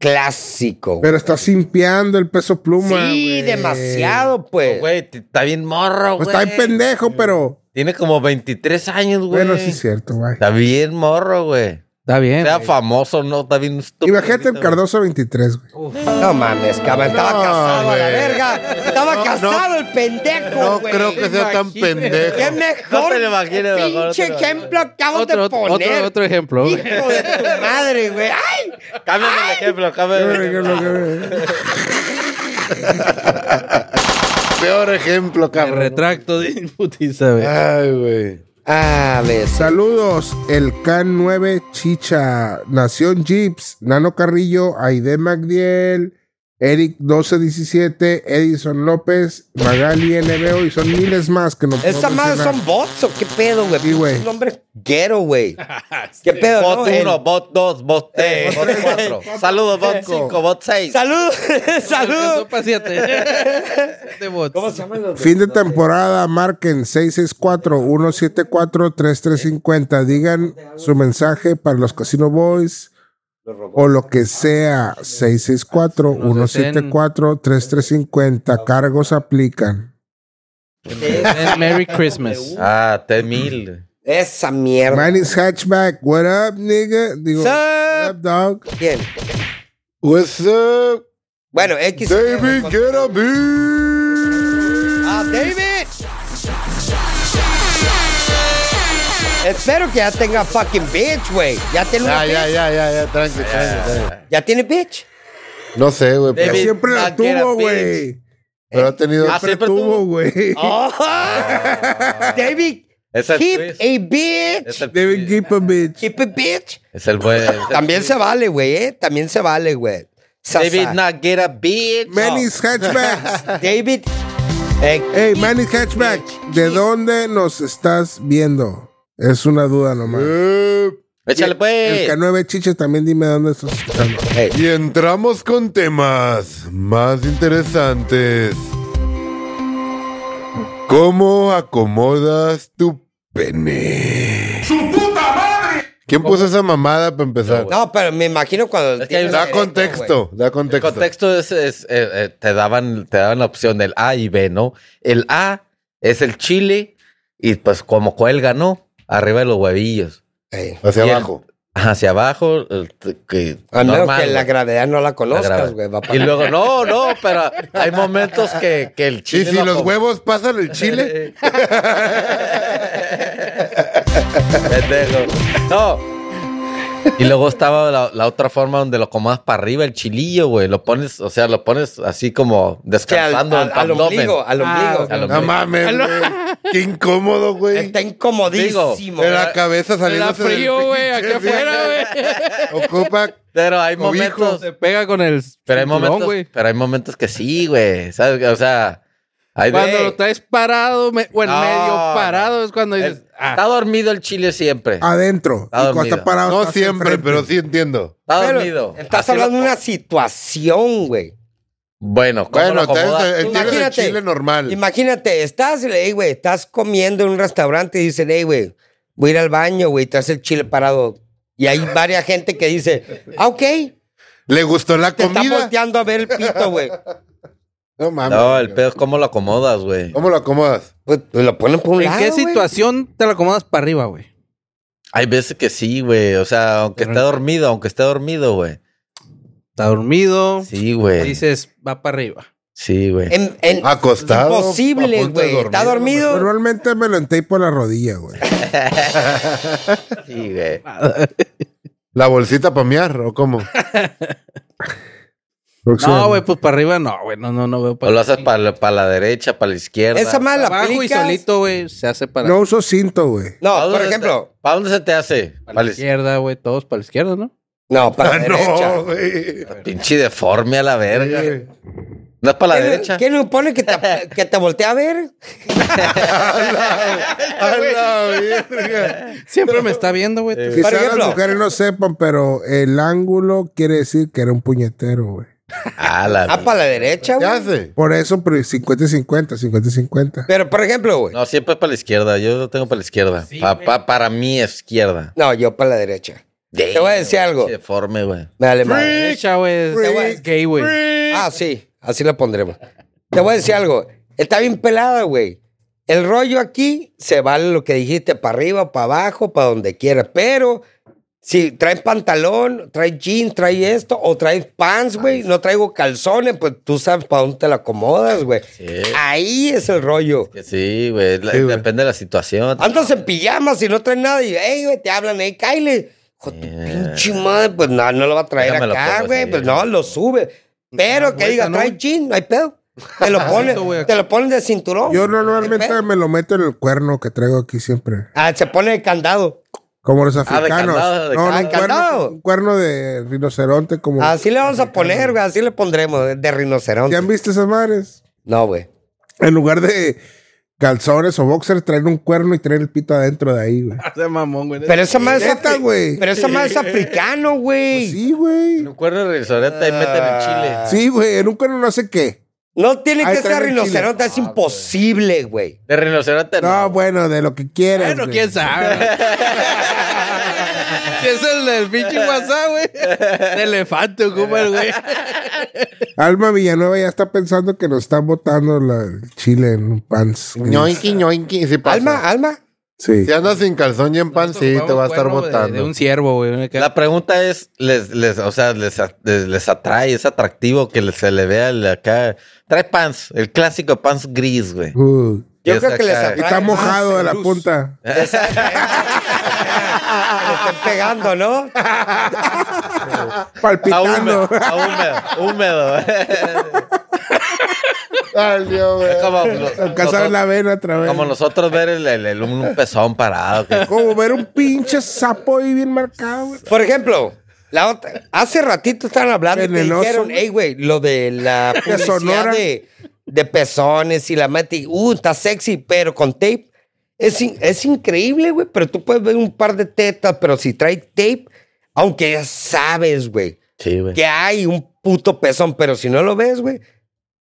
[SPEAKER 4] Clásico. güey.
[SPEAKER 5] Pero está simpeando el peso pluma.
[SPEAKER 4] sí,
[SPEAKER 5] güey.
[SPEAKER 4] demasiado, pues.
[SPEAKER 2] Güey, t- está bien morro, güey.
[SPEAKER 5] Pues está en pendejo, pero.
[SPEAKER 2] Tiene como 23 años, güey.
[SPEAKER 5] Bueno, sí es cierto, güey.
[SPEAKER 2] Está bien morro, güey.
[SPEAKER 3] Está bien.
[SPEAKER 2] Sea
[SPEAKER 3] güey.
[SPEAKER 2] famoso, no, está bien estúpido.
[SPEAKER 5] Imagínate el
[SPEAKER 2] ahorita, güey.
[SPEAKER 5] Cardoso 23, güey.
[SPEAKER 4] No mames, cabrón. Estaba
[SPEAKER 1] No,
[SPEAKER 4] casado a la
[SPEAKER 1] güey.
[SPEAKER 4] verga. Estaba
[SPEAKER 1] No, no.
[SPEAKER 4] casado el pendejo,
[SPEAKER 1] No
[SPEAKER 4] güey.
[SPEAKER 1] creo que sea tan pendejo.
[SPEAKER 4] Qué mejor.
[SPEAKER 2] No te lo imagines, mejor, no
[SPEAKER 4] pinche
[SPEAKER 2] te lo
[SPEAKER 4] ejemplo acabo
[SPEAKER 3] Otro,
[SPEAKER 4] de
[SPEAKER 3] otro,
[SPEAKER 4] poner.
[SPEAKER 3] otro, otro ejemplo. güey.
[SPEAKER 4] Hijo de tu madre, güey. Ay,
[SPEAKER 2] Cámbiame el ejemplo, cámbiame el ejemplo.
[SPEAKER 1] Peor ejemplo,
[SPEAKER 3] Me
[SPEAKER 1] cabrón.
[SPEAKER 3] retracto de putiza, güey.
[SPEAKER 1] Ay, güey.
[SPEAKER 4] A ver.
[SPEAKER 5] Saludos, el K9 Chicha, Nación Jeeps, Nano Carrillo, Aide Magdiel, Eric 1217, Edison López, Magali NBO y son miles más que no puedo
[SPEAKER 4] ¿Esa madre
[SPEAKER 5] mencionar.
[SPEAKER 4] son bots o qué pedo, güey?
[SPEAKER 5] Sí, güey.
[SPEAKER 4] Pinches nombres guero, güey. ¿Qué pedo, no?
[SPEAKER 2] Bot
[SPEAKER 4] El-
[SPEAKER 2] 1, bot 2, bot
[SPEAKER 4] Eh,
[SPEAKER 2] 3, bot 4. Saludos, bot 5, bot 6.
[SPEAKER 4] Saludos,
[SPEAKER 3] Alcanzó
[SPEAKER 4] saludos.
[SPEAKER 3] pa' siete. Siete bots.
[SPEAKER 5] Fin de temporada, marquen 664-174-3350. Digan su mensaje para los Casino Boys o lo que sea. 664-174-3350. Cargos aplican.
[SPEAKER 3] And Merry Christmas.
[SPEAKER 2] Ah, T1000.
[SPEAKER 4] Esa mierda.
[SPEAKER 5] Manny's Hatchback, what up, nigga? Digo, what
[SPEAKER 4] Sup?
[SPEAKER 5] up, dog?
[SPEAKER 4] Bien.
[SPEAKER 1] What's up,
[SPEAKER 4] Bueno, X.
[SPEAKER 1] David? Get a beat.
[SPEAKER 4] Ah, David. Espero que ya tenga fucking bitch, güey. Ya tiene una
[SPEAKER 2] Ah,
[SPEAKER 1] Ya,
[SPEAKER 4] bitch.
[SPEAKER 1] Ah, ya, ya, ya, ya, tranqui, tranqui, tranqui.
[SPEAKER 4] Ya tiene bitch.
[SPEAKER 1] No sé, güey,
[SPEAKER 5] Que
[SPEAKER 1] pero,
[SPEAKER 2] David.
[SPEAKER 5] siempre la
[SPEAKER 2] not get a
[SPEAKER 5] tuvo,
[SPEAKER 2] bitch.
[SPEAKER 5] güey.
[SPEAKER 1] pero ha tenido.
[SPEAKER 2] Ah,
[SPEAKER 5] Siempre
[SPEAKER 2] siempre
[SPEAKER 5] tuvo,
[SPEAKER 2] tuvo.
[SPEAKER 5] güey.
[SPEAKER 4] Oh. David,
[SPEAKER 2] Ah. Es el
[SPEAKER 4] keep
[SPEAKER 2] twist.
[SPEAKER 4] a bitch.
[SPEAKER 2] Es el
[SPEAKER 5] David
[SPEAKER 2] twist.
[SPEAKER 5] keep a bitch.
[SPEAKER 4] Keep a bitch.
[SPEAKER 2] Es el buen. es el
[SPEAKER 4] También se vale, güey, eh. También se vale, güey. Sasa.
[SPEAKER 2] David not get a bitch.
[SPEAKER 5] Manny's Hatchbacks.
[SPEAKER 4] David.
[SPEAKER 2] Ah,
[SPEAKER 4] eh,
[SPEAKER 5] Hey, Manny's Hatchback, ¿de dónde nos estás viendo? Es una duda nomás.
[SPEAKER 1] Eh,
[SPEAKER 2] Échale
[SPEAKER 5] El
[SPEAKER 2] pues.
[SPEAKER 5] K9 Chiche también dime dónde estás escuchando.
[SPEAKER 1] Y entramos con temas más interesantes. ¿Cómo acomodas tu pene? ¡Su puta madre! ¿Quién puso esa mamada para empezar?
[SPEAKER 4] No, pero me imagino cuando.
[SPEAKER 2] Es que hay
[SPEAKER 4] tienes
[SPEAKER 2] una-
[SPEAKER 1] da
[SPEAKER 4] derecho, güey.
[SPEAKER 1] contexto, da
[SPEAKER 2] El
[SPEAKER 1] contexto.
[SPEAKER 2] contexto es, es, eh, eh, te daban te daban la opción del A y B, ¿no? El A es el chile y pues como cuelga, ¿no? Arriba de los huevillos.
[SPEAKER 4] Ey.
[SPEAKER 1] Hacia
[SPEAKER 2] Y el-
[SPEAKER 1] abajo.
[SPEAKER 2] Hacia abajo, el t- que
[SPEAKER 4] A menos
[SPEAKER 2] normal,
[SPEAKER 4] que la
[SPEAKER 2] güey.
[SPEAKER 4] gravedad no la
[SPEAKER 2] La grava.
[SPEAKER 4] conozcas, güey. va pa-
[SPEAKER 2] Y luego, no, no, pero hay momentos que, que el
[SPEAKER 1] ¿Y
[SPEAKER 2] chile.
[SPEAKER 1] si
[SPEAKER 2] lo
[SPEAKER 1] los
[SPEAKER 2] acom-
[SPEAKER 1] huevos pasan el chile?
[SPEAKER 2] Pendejo. No. Y luego estaba la, la otra forma donde lo comas para arriba el chilillo, güey. Lo pones, o sea, lo pones así como
[SPEAKER 4] O sea, al,
[SPEAKER 2] descansando
[SPEAKER 4] al-
[SPEAKER 2] el
[SPEAKER 4] al
[SPEAKER 2] abdomen.
[SPEAKER 4] ombligo, al
[SPEAKER 3] Ah,
[SPEAKER 4] ombligo.
[SPEAKER 3] ok.
[SPEAKER 2] Al
[SPEAKER 1] No
[SPEAKER 2] ombligo.
[SPEAKER 1] mames, güey. Qué incómodo, güey.
[SPEAKER 4] Está incomodísimo.
[SPEAKER 1] Este De
[SPEAKER 4] güey.
[SPEAKER 1] la cabeza
[SPEAKER 3] Era
[SPEAKER 1] saliéndose del
[SPEAKER 3] frío, güey, aquí
[SPEAKER 1] pinche-
[SPEAKER 3] afuera, güey.
[SPEAKER 1] Ocupa
[SPEAKER 2] Pero hay
[SPEAKER 1] Cobijo.
[SPEAKER 2] momentos.
[SPEAKER 3] Se pega con el
[SPEAKER 2] Pero hay
[SPEAKER 3] cinturón,
[SPEAKER 2] momentos.
[SPEAKER 3] güey.
[SPEAKER 2] pero hay momentos que sí, güey. ¿sabes? O sea, hay de-
[SPEAKER 3] Cuando lo traes parado me- o en
[SPEAKER 2] No,
[SPEAKER 3] medio parado
[SPEAKER 2] no.
[SPEAKER 3] es cuando dices,
[SPEAKER 2] El-
[SPEAKER 3] ah,
[SPEAKER 2] Está dormido el chile siempre.
[SPEAKER 5] Ah, Adentro. y
[SPEAKER 2] Está
[SPEAKER 5] cuando
[SPEAKER 2] dormido.
[SPEAKER 5] está parado.
[SPEAKER 1] No
[SPEAKER 5] estás
[SPEAKER 1] siempre,
[SPEAKER 5] enfrente.
[SPEAKER 1] pero sí entiendo.
[SPEAKER 2] Está
[SPEAKER 4] Pero
[SPEAKER 2] dormido.
[SPEAKER 4] Estás
[SPEAKER 2] Así lo
[SPEAKER 4] hablando de
[SPEAKER 2] co-
[SPEAKER 4] una situación, güey.
[SPEAKER 2] Bueno, ¿cómo
[SPEAKER 1] Bueno,
[SPEAKER 2] lo acomodas
[SPEAKER 1] está-
[SPEAKER 2] tú?
[SPEAKER 4] Eh,
[SPEAKER 1] Chile de
[SPEAKER 4] Imagínate.
[SPEAKER 1] chile normal.
[SPEAKER 4] Imagínate, estás, ey, güey, estás comiendo en un restaurante y dicen, hey, güey, voy a ir al baño, güey, traes el chile parado. Y hay varias gente que dice, ah, ok, te
[SPEAKER 1] ¿Le gustó la
[SPEAKER 4] está
[SPEAKER 1] comida?
[SPEAKER 4] volteando a ver el pito, güey.
[SPEAKER 1] No mames.
[SPEAKER 2] No, el pedo es cómo lo acomodas, güey.
[SPEAKER 1] ¿Cómo lo acomodas?
[SPEAKER 4] Pues, pues lo ponen por un
[SPEAKER 3] ¿en
[SPEAKER 4] lado,
[SPEAKER 3] qué
[SPEAKER 4] güey.
[SPEAKER 3] situación te lo acomodas para arriba, güey?
[SPEAKER 2] Hay veces que sí, güey. O sea, aunque
[SPEAKER 3] Pero-
[SPEAKER 2] esté dormido, aunque esté dormido, güey.
[SPEAKER 3] Está dormido,
[SPEAKER 2] Sí, güey.
[SPEAKER 3] dices, va para arriba.
[SPEAKER 2] Sí, güey.
[SPEAKER 4] En- en-
[SPEAKER 1] Acostado.
[SPEAKER 4] Imposible,
[SPEAKER 1] a punto de
[SPEAKER 4] güey. Está
[SPEAKER 1] dormir,
[SPEAKER 4] dormido.
[SPEAKER 5] Normalmente me lo entapo a la rodilla, güey.
[SPEAKER 2] Sí, güey.
[SPEAKER 1] ¿La bolsita para mear o cómo?
[SPEAKER 3] No, güey, pues para arriba no, güey, no, no, no veo
[SPEAKER 2] O
[SPEAKER 3] para
[SPEAKER 2] Pues lo haces para la derecha, para la izquierda.
[SPEAKER 4] esa madre la
[SPEAKER 3] abajo y
[SPEAKER 4] aplicas.
[SPEAKER 3] solito, güey, se hace para,
[SPEAKER 5] No uso cinto, güey.
[SPEAKER 2] ¿Para
[SPEAKER 4] No,
[SPEAKER 2] dónde
[SPEAKER 4] por
[SPEAKER 2] se te-
[SPEAKER 4] ejemplo.
[SPEAKER 2] ¿Para dónde se te hace? Para
[SPEAKER 3] para la
[SPEAKER 2] la izquierda.
[SPEAKER 3] izquierda, güey, todos para la izquierda, ¿no?
[SPEAKER 4] No, para
[SPEAKER 1] Ah,
[SPEAKER 4] la derecha.
[SPEAKER 1] no, güey.
[SPEAKER 2] Pinche deforme a la verga.
[SPEAKER 1] Eh,
[SPEAKER 2] No es para la
[SPEAKER 4] ¿Quién-
[SPEAKER 2] derecha.
[SPEAKER 4] ¿Quién nos pone que te, que te voltea a ver?
[SPEAKER 1] A la verga.
[SPEAKER 3] Siempre me está viendo, güey.
[SPEAKER 2] Eh.
[SPEAKER 3] tú.
[SPEAKER 5] Quizás
[SPEAKER 4] ejemplo.
[SPEAKER 5] las mujeres no sepan, pero el ángulo quiere decir que era un puñetero, güey.
[SPEAKER 2] Ah, la
[SPEAKER 4] Ah, para la derecha,
[SPEAKER 1] ¿Qué
[SPEAKER 4] güey.
[SPEAKER 1] hace?
[SPEAKER 5] Por eso, pero 50-50, 50-50.
[SPEAKER 4] Pero, por ejemplo, güey.
[SPEAKER 2] No, siempre es para la izquierda. Yo lo tengo para la izquierda. Pa- pa- para mí, izquierda.
[SPEAKER 4] No, yo para la derecha. Te voy a decir algo.
[SPEAKER 2] Pinche deforme, güey.
[SPEAKER 4] Me vale
[SPEAKER 3] La
[SPEAKER 4] madre.
[SPEAKER 3] derecha, güey,
[SPEAKER 4] Freak.
[SPEAKER 3] es gay, güey.
[SPEAKER 4] Ah, sí. Así la pondremos. Te voy a decir algo. Está bien pelada, güey. El rollo aquí se vale lo que dijiste, para arriba, para abajo, para donde quieras. Pero Si traes pantalón, traes jeans, traes esto, o traes pants, güey, no traigo calzones, pues tú sabes para dónde te la acomodas, güey. Ahí es el rollo.
[SPEAKER 2] Que sí, güey. la-
[SPEAKER 1] Sí, güey.
[SPEAKER 2] Depende de la situación.
[SPEAKER 4] Andas en pijamas y no traes nada y, hey, güey, te hablan, hey, Kyle. Hijo de tu pinche madre, pues no, no lo va a traer
[SPEAKER 2] Déjame lo
[SPEAKER 4] acá,
[SPEAKER 2] pongo
[SPEAKER 4] güey.
[SPEAKER 2] así,
[SPEAKER 4] Pues
[SPEAKER 2] güey.
[SPEAKER 4] no, lo sube. Pero que
[SPEAKER 3] vuelta,
[SPEAKER 4] diga,
[SPEAKER 3] ¿no,
[SPEAKER 4] trae
[SPEAKER 3] güey?
[SPEAKER 4] jean, no hay pedo. Te lo ponen,
[SPEAKER 3] güey,
[SPEAKER 4] te lo ponen de cinturón.
[SPEAKER 5] Yo
[SPEAKER 4] No hay
[SPEAKER 5] normalmente
[SPEAKER 4] pedo.
[SPEAKER 5] me lo meto en el cuerno que traigo aquí siempre.
[SPEAKER 4] Ah, se pone el candado.
[SPEAKER 5] Como los
[SPEAKER 2] Ah, de
[SPEAKER 5] africanos.
[SPEAKER 2] candado, Ah, de
[SPEAKER 5] no, no, un
[SPEAKER 4] candado.
[SPEAKER 5] cuerno, un cuerno de rinoceronte como...
[SPEAKER 4] Así le vamos a poner, güey. Así le pondremos, de- de
[SPEAKER 5] ¿Ya
[SPEAKER 4] rinoceronte.
[SPEAKER 5] han visto esas madres?
[SPEAKER 4] No, güey.
[SPEAKER 5] En lugar de calzones o boxers, traer un cuerno y traer el pito adentro de ahí, güey.
[SPEAKER 3] Ese mamón, Ah, güey.
[SPEAKER 4] Pero esa más es,
[SPEAKER 5] Neta,
[SPEAKER 4] afri-
[SPEAKER 5] güey. Pues
[SPEAKER 4] pero esa más es africano, güey.
[SPEAKER 5] Sí, güey.
[SPEAKER 2] En un cuerno de rinoceronte ahí meten el chile.
[SPEAKER 4] Ah.
[SPEAKER 5] Sí, güey. En un cuerno no sé qué.
[SPEAKER 4] No tiene
[SPEAKER 5] Ahí
[SPEAKER 4] que
[SPEAKER 5] traen
[SPEAKER 4] ser
[SPEAKER 5] el chile. Ah,
[SPEAKER 4] rinoceronte, es imposible, güey.
[SPEAKER 2] De rinoceronte no.
[SPEAKER 5] No, bueno, de lo que quieras.
[SPEAKER 3] Bueno,
[SPEAKER 5] güey.
[SPEAKER 3] quién sabe. si es el del pinche WhatsApp, güey. De elefante, ocupa el güey.
[SPEAKER 5] Alma Villanueva ya está pensando que nos están botando la el chile en un pants. gris.
[SPEAKER 1] ñoinqui, ñoinqui. Sí pasa.
[SPEAKER 4] Alma, ah. alma.
[SPEAKER 5] Sí.
[SPEAKER 1] Si andas sin calzón y en pan, sí, te va a estar
[SPEAKER 3] Cuerno de-
[SPEAKER 1] botando.
[SPEAKER 3] De un ciervo, güey.
[SPEAKER 2] La pregunta es, les, les, o sea, les, a- les, les atrae, es atractivo que les- se le vea el acá. Trae pants, el clásico pants gris, güey.
[SPEAKER 5] Uh,
[SPEAKER 4] Yo
[SPEAKER 2] Es
[SPEAKER 4] creo que les
[SPEAKER 2] acá.
[SPEAKER 5] y
[SPEAKER 4] atrae.
[SPEAKER 5] está
[SPEAKER 4] más
[SPEAKER 5] mojado de la
[SPEAKER 3] luz.
[SPEAKER 5] punta.
[SPEAKER 4] que le estén pegando, ¿no?
[SPEAKER 2] Está húmedo,
[SPEAKER 5] Palpitando.
[SPEAKER 2] está húmedo, húmedo.
[SPEAKER 1] Ay, Dios, güey.
[SPEAKER 2] Es como, nos-
[SPEAKER 5] Alcanzar
[SPEAKER 2] nosotros,
[SPEAKER 5] la vena a través.
[SPEAKER 2] como nosotros ver el, el- el- un pezón parado. que-
[SPEAKER 5] Como ver un pinche sapo ahí bien marcado, güey.
[SPEAKER 4] Por ejemplo, la otra, hace ratito estaban hablando y te
[SPEAKER 5] Venenoso,
[SPEAKER 4] dijeron,
[SPEAKER 5] güey.
[SPEAKER 4] hey, güey, lo de la publicidad
[SPEAKER 5] Sonora.
[SPEAKER 4] de, de pezones y la mate, uh, está sexy, pero con tape. Es, in- es increíble, güey, pero tú puedes ver un par de tetas, pero si trae tape, aunque ya sabes, güey,
[SPEAKER 2] Sí, güey.
[SPEAKER 4] que hay un puto pezón, pero si no lo ves, güey,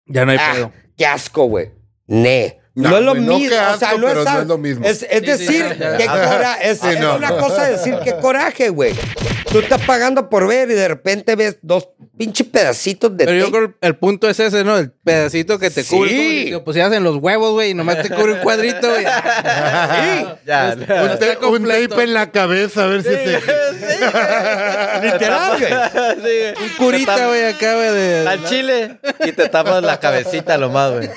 [SPEAKER 3] Ya no hay
[SPEAKER 4] ah,
[SPEAKER 3] pedo.
[SPEAKER 4] qué asco, güey. Ne.
[SPEAKER 1] No,
[SPEAKER 4] No, es lo
[SPEAKER 1] güey, no,
[SPEAKER 4] mismo,
[SPEAKER 1] qué
[SPEAKER 4] o sea,
[SPEAKER 1] asco,
[SPEAKER 4] no es,
[SPEAKER 1] pero no
[SPEAKER 4] al-
[SPEAKER 1] es lo mismo.
[SPEAKER 4] Es, es
[SPEAKER 3] Sí, sí,
[SPEAKER 4] decir,
[SPEAKER 3] ya, ya, ya.
[SPEAKER 4] qué cora- es,
[SPEAKER 1] Sí,
[SPEAKER 4] es
[SPEAKER 1] no.
[SPEAKER 4] una cosa decir qué coraje, güey. Tú estás pagando por ver y de repente ves dos pinches pedacitos de
[SPEAKER 3] Pero yo
[SPEAKER 4] tape.
[SPEAKER 3] creo que el punto es ese, ¿no? El pedacito que te
[SPEAKER 4] Sí.
[SPEAKER 3] cubre. como si te lo pusieras en los huevos, güey, y nomás te cubre un cuadrito, güey. Sí.
[SPEAKER 2] Ya,
[SPEAKER 1] Un,
[SPEAKER 2] no.
[SPEAKER 1] te-
[SPEAKER 3] está
[SPEAKER 1] un
[SPEAKER 3] completo.
[SPEAKER 1] tape en la cabeza, a ver si se.
[SPEAKER 4] Literal, güey.
[SPEAKER 2] Sí,
[SPEAKER 3] Un curita, güey, acá, güey, de...
[SPEAKER 2] Al chile y te tapas la cabecita lo más, güey.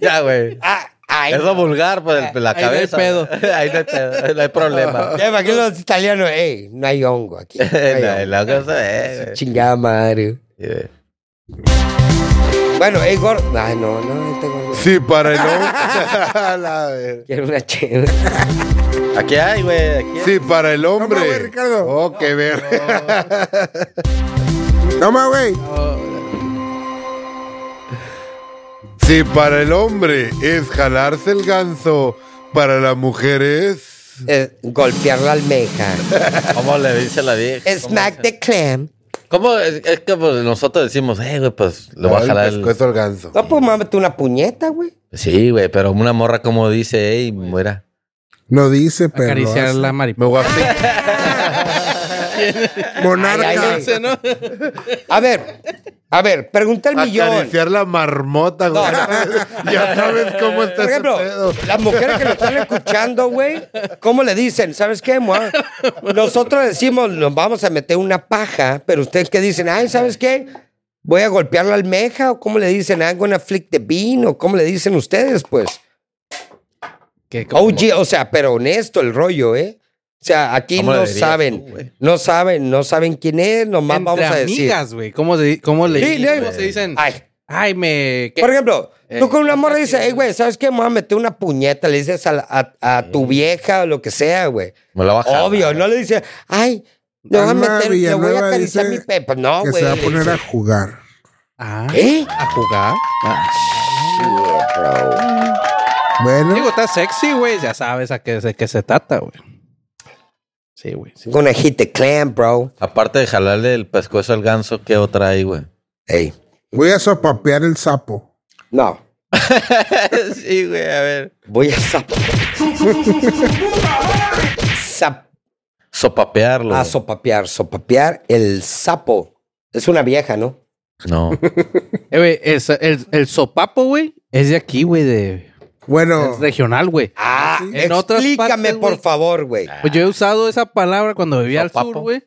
[SPEAKER 2] Ya, güey.
[SPEAKER 4] Ah, ay,
[SPEAKER 2] Es lo vulgar, pues el- la
[SPEAKER 3] Ahí no hay
[SPEAKER 2] cabeza.
[SPEAKER 3] pedo.
[SPEAKER 2] Ahí no hay pedo, no hay problema.
[SPEAKER 4] ya me imagino los italianos, ey, no hay hongo aquí. no hay
[SPEAKER 2] la,
[SPEAKER 4] hongo".
[SPEAKER 2] la cosa es, güey.
[SPEAKER 4] Chingada madre.
[SPEAKER 2] Sí, güey.
[SPEAKER 4] Bueno, ey, gordo. Ay, no, no, este gordo.
[SPEAKER 1] Sí, para el hombre. La ver-
[SPEAKER 4] Quiero una chévere.
[SPEAKER 2] Aquí hay, güey. Aquí hay.
[SPEAKER 1] Sí, para el hombre.
[SPEAKER 5] Toma, güey, Ricardo.
[SPEAKER 1] Oh, qué ver.
[SPEAKER 5] Toma, güey.
[SPEAKER 1] Si para el hombre es jalarse el ganso, para la mujer es.
[SPEAKER 4] Eh, golpear la almeja.
[SPEAKER 2] ¿Cómo le dice la vieja? ¿Cómo
[SPEAKER 4] Smack
[SPEAKER 2] dice?
[SPEAKER 4] the clam.
[SPEAKER 2] ¿Cómo? Es, es que pues, nosotros decimos, eh, güey, pues le voy a
[SPEAKER 1] Ay,
[SPEAKER 2] jalar
[SPEAKER 1] el
[SPEAKER 2] el...
[SPEAKER 1] pescuezo al ganso.
[SPEAKER 4] No, pues mámate una puñeta, güey.
[SPEAKER 2] Sí, güey, pero una morra como dice, ey, muera.
[SPEAKER 5] Lo dice, pero. lo
[SPEAKER 3] Acariciar
[SPEAKER 5] hace.
[SPEAKER 3] la
[SPEAKER 1] Me
[SPEAKER 3] mariposa.
[SPEAKER 1] voy a picar.
[SPEAKER 5] Monarca.
[SPEAKER 4] Ay, ay, ay.
[SPEAKER 3] ¿no?
[SPEAKER 4] A ver, a ver, pregunta el millón.
[SPEAKER 1] Acariciar la marmota, güey.
[SPEAKER 4] No,
[SPEAKER 1] ya sabes cómo está
[SPEAKER 4] Por
[SPEAKER 1] ese
[SPEAKER 4] ejemplo,
[SPEAKER 1] pedo.
[SPEAKER 4] las mujeres que lo están escuchando, güey, ¿cómo le dicen? ¿Sabes qué, mua? Nosotros decimos, nos vamos a meter una paja, pero ustedes qué dicen, ay, ¿sabes qué? ¿Voy a golpear la almeja? ¿O cómo le dicen? ¿I'm gonna flick the bean? ¿O cómo le dicen ustedes, pues? Oh,
[SPEAKER 3] Que como-
[SPEAKER 4] OG, o sea, pero honesto el rollo, ¿eh? O sea, aquí
[SPEAKER 2] ¿Cómo le
[SPEAKER 4] no
[SPEAKER 2] dirías
[SPEAKER 4] saben,
[SPEAKER 2] tú, güey?
[SPEAKER 4] no saben, no saben quién es, nomás
[SPEAKER 3] Entre
[SPEAKER 4] vamos a decir.
[SPEAKER 3] amigas, güey. ¿Cómo, se- cómo le
[SPEAKER 4] Sí,
[SPEAKER 3] ¿cómo
[SPEAKER 4] güey.
[SPEAKER 3] se dicen? Ay,
[SPEAKER 4] Ay,
[SPEAKER 3] me... ¿qué?
[SPEAKER 4] Por ejemplo,
[SPEAKER 3] Eh,
[SPEAKER 4] tú con una morra
[SPEAKER 3] está
[SPEAKER 4] dices,
[SPEAKER 3] chido.
[SPEAKER 4] hey, güey, ¿sabes qué? Me voy a meter una puñeta, le dices a, la- a- a
[SPEAKER 3] Mm.
[SPEAKER 4] tu vieja o lo que sea, güey.
[SPEAKER 2] Me la va a jalar.
[SPEAKER 4] Obvio, no le dices, ay, le voy a
[SPEAKER 5] Alma
[SPEAKER 4] meter, le voy a
[SPEAKER 5] Villanueva
[SPEAKER 4] acariciar mi
[SPEAKER 5] dice
[SPEAKER 4] pepa. No,
[SPEAKER 5] que
[SPEAKER 4] güey.
[SPEAKER 5] se va a
[SPEAKER 4] le
[SPEAKER 5] poner a
[SPEAKER 4] dices,
[SPEAKER 5] jugar.
[SPEAKER 3] Ah,
[SPEAKER 4] ¿Eh?
[SPEAKER 3] ¿A jugar?
[SPEAKER 5] Bueno,
[SPEAKER 3] Digo, está sexy, güey. Ya sabes a qué, de qué se trata, güey. Sí, güey. sí.
[SPEAKER 4] Gonna hit the clan, bro.
[SPEAKER 2] Aparte de jalarle el pescuezo al ganso, ¿qué otra hay, güey?
[SPEAKER 4] Ey,
[SPEAKER 5] voy a sopapear el sapo.
[SPEAKER 4] no,
[SPEAKER 2] sí, güey, a ver.
[SPEAKER 4] voy a zap. Zap-
[SPEAKER 2] Sopapearlo.
[SPEAKER 4] a
[SPEAKER 2] güey.
[SPEAKER 4] sopapear, sopapear el sapo. Es una vieja, ¿no?
[SPEAKER 2] No.
[SPEAKER 3] Eh, güey, esa- el, el sopapo, güey, es de aquí, güey, de
[SPEAKER 5] Bueno,
[SPEAKER 4] Oh.
[SPEAKER 3] Es regional, güey.
[SPEAKER 4] Ah,
[SPEAKER 5] Sí.
[SPEAKER 3] En otras
[SPEAKER 4] explícame,
[SPEAKER 3] partes,
[SPEAKER 4] por
[SPEAKER 3] güey.
[SPEAKER 4] favor, güey.
[SPEAKER 3] Pues yo he usado esa palabra cuando vivía al
[SPEAKER 2] Sopapo.
[SPEAKER 3] sur, güey.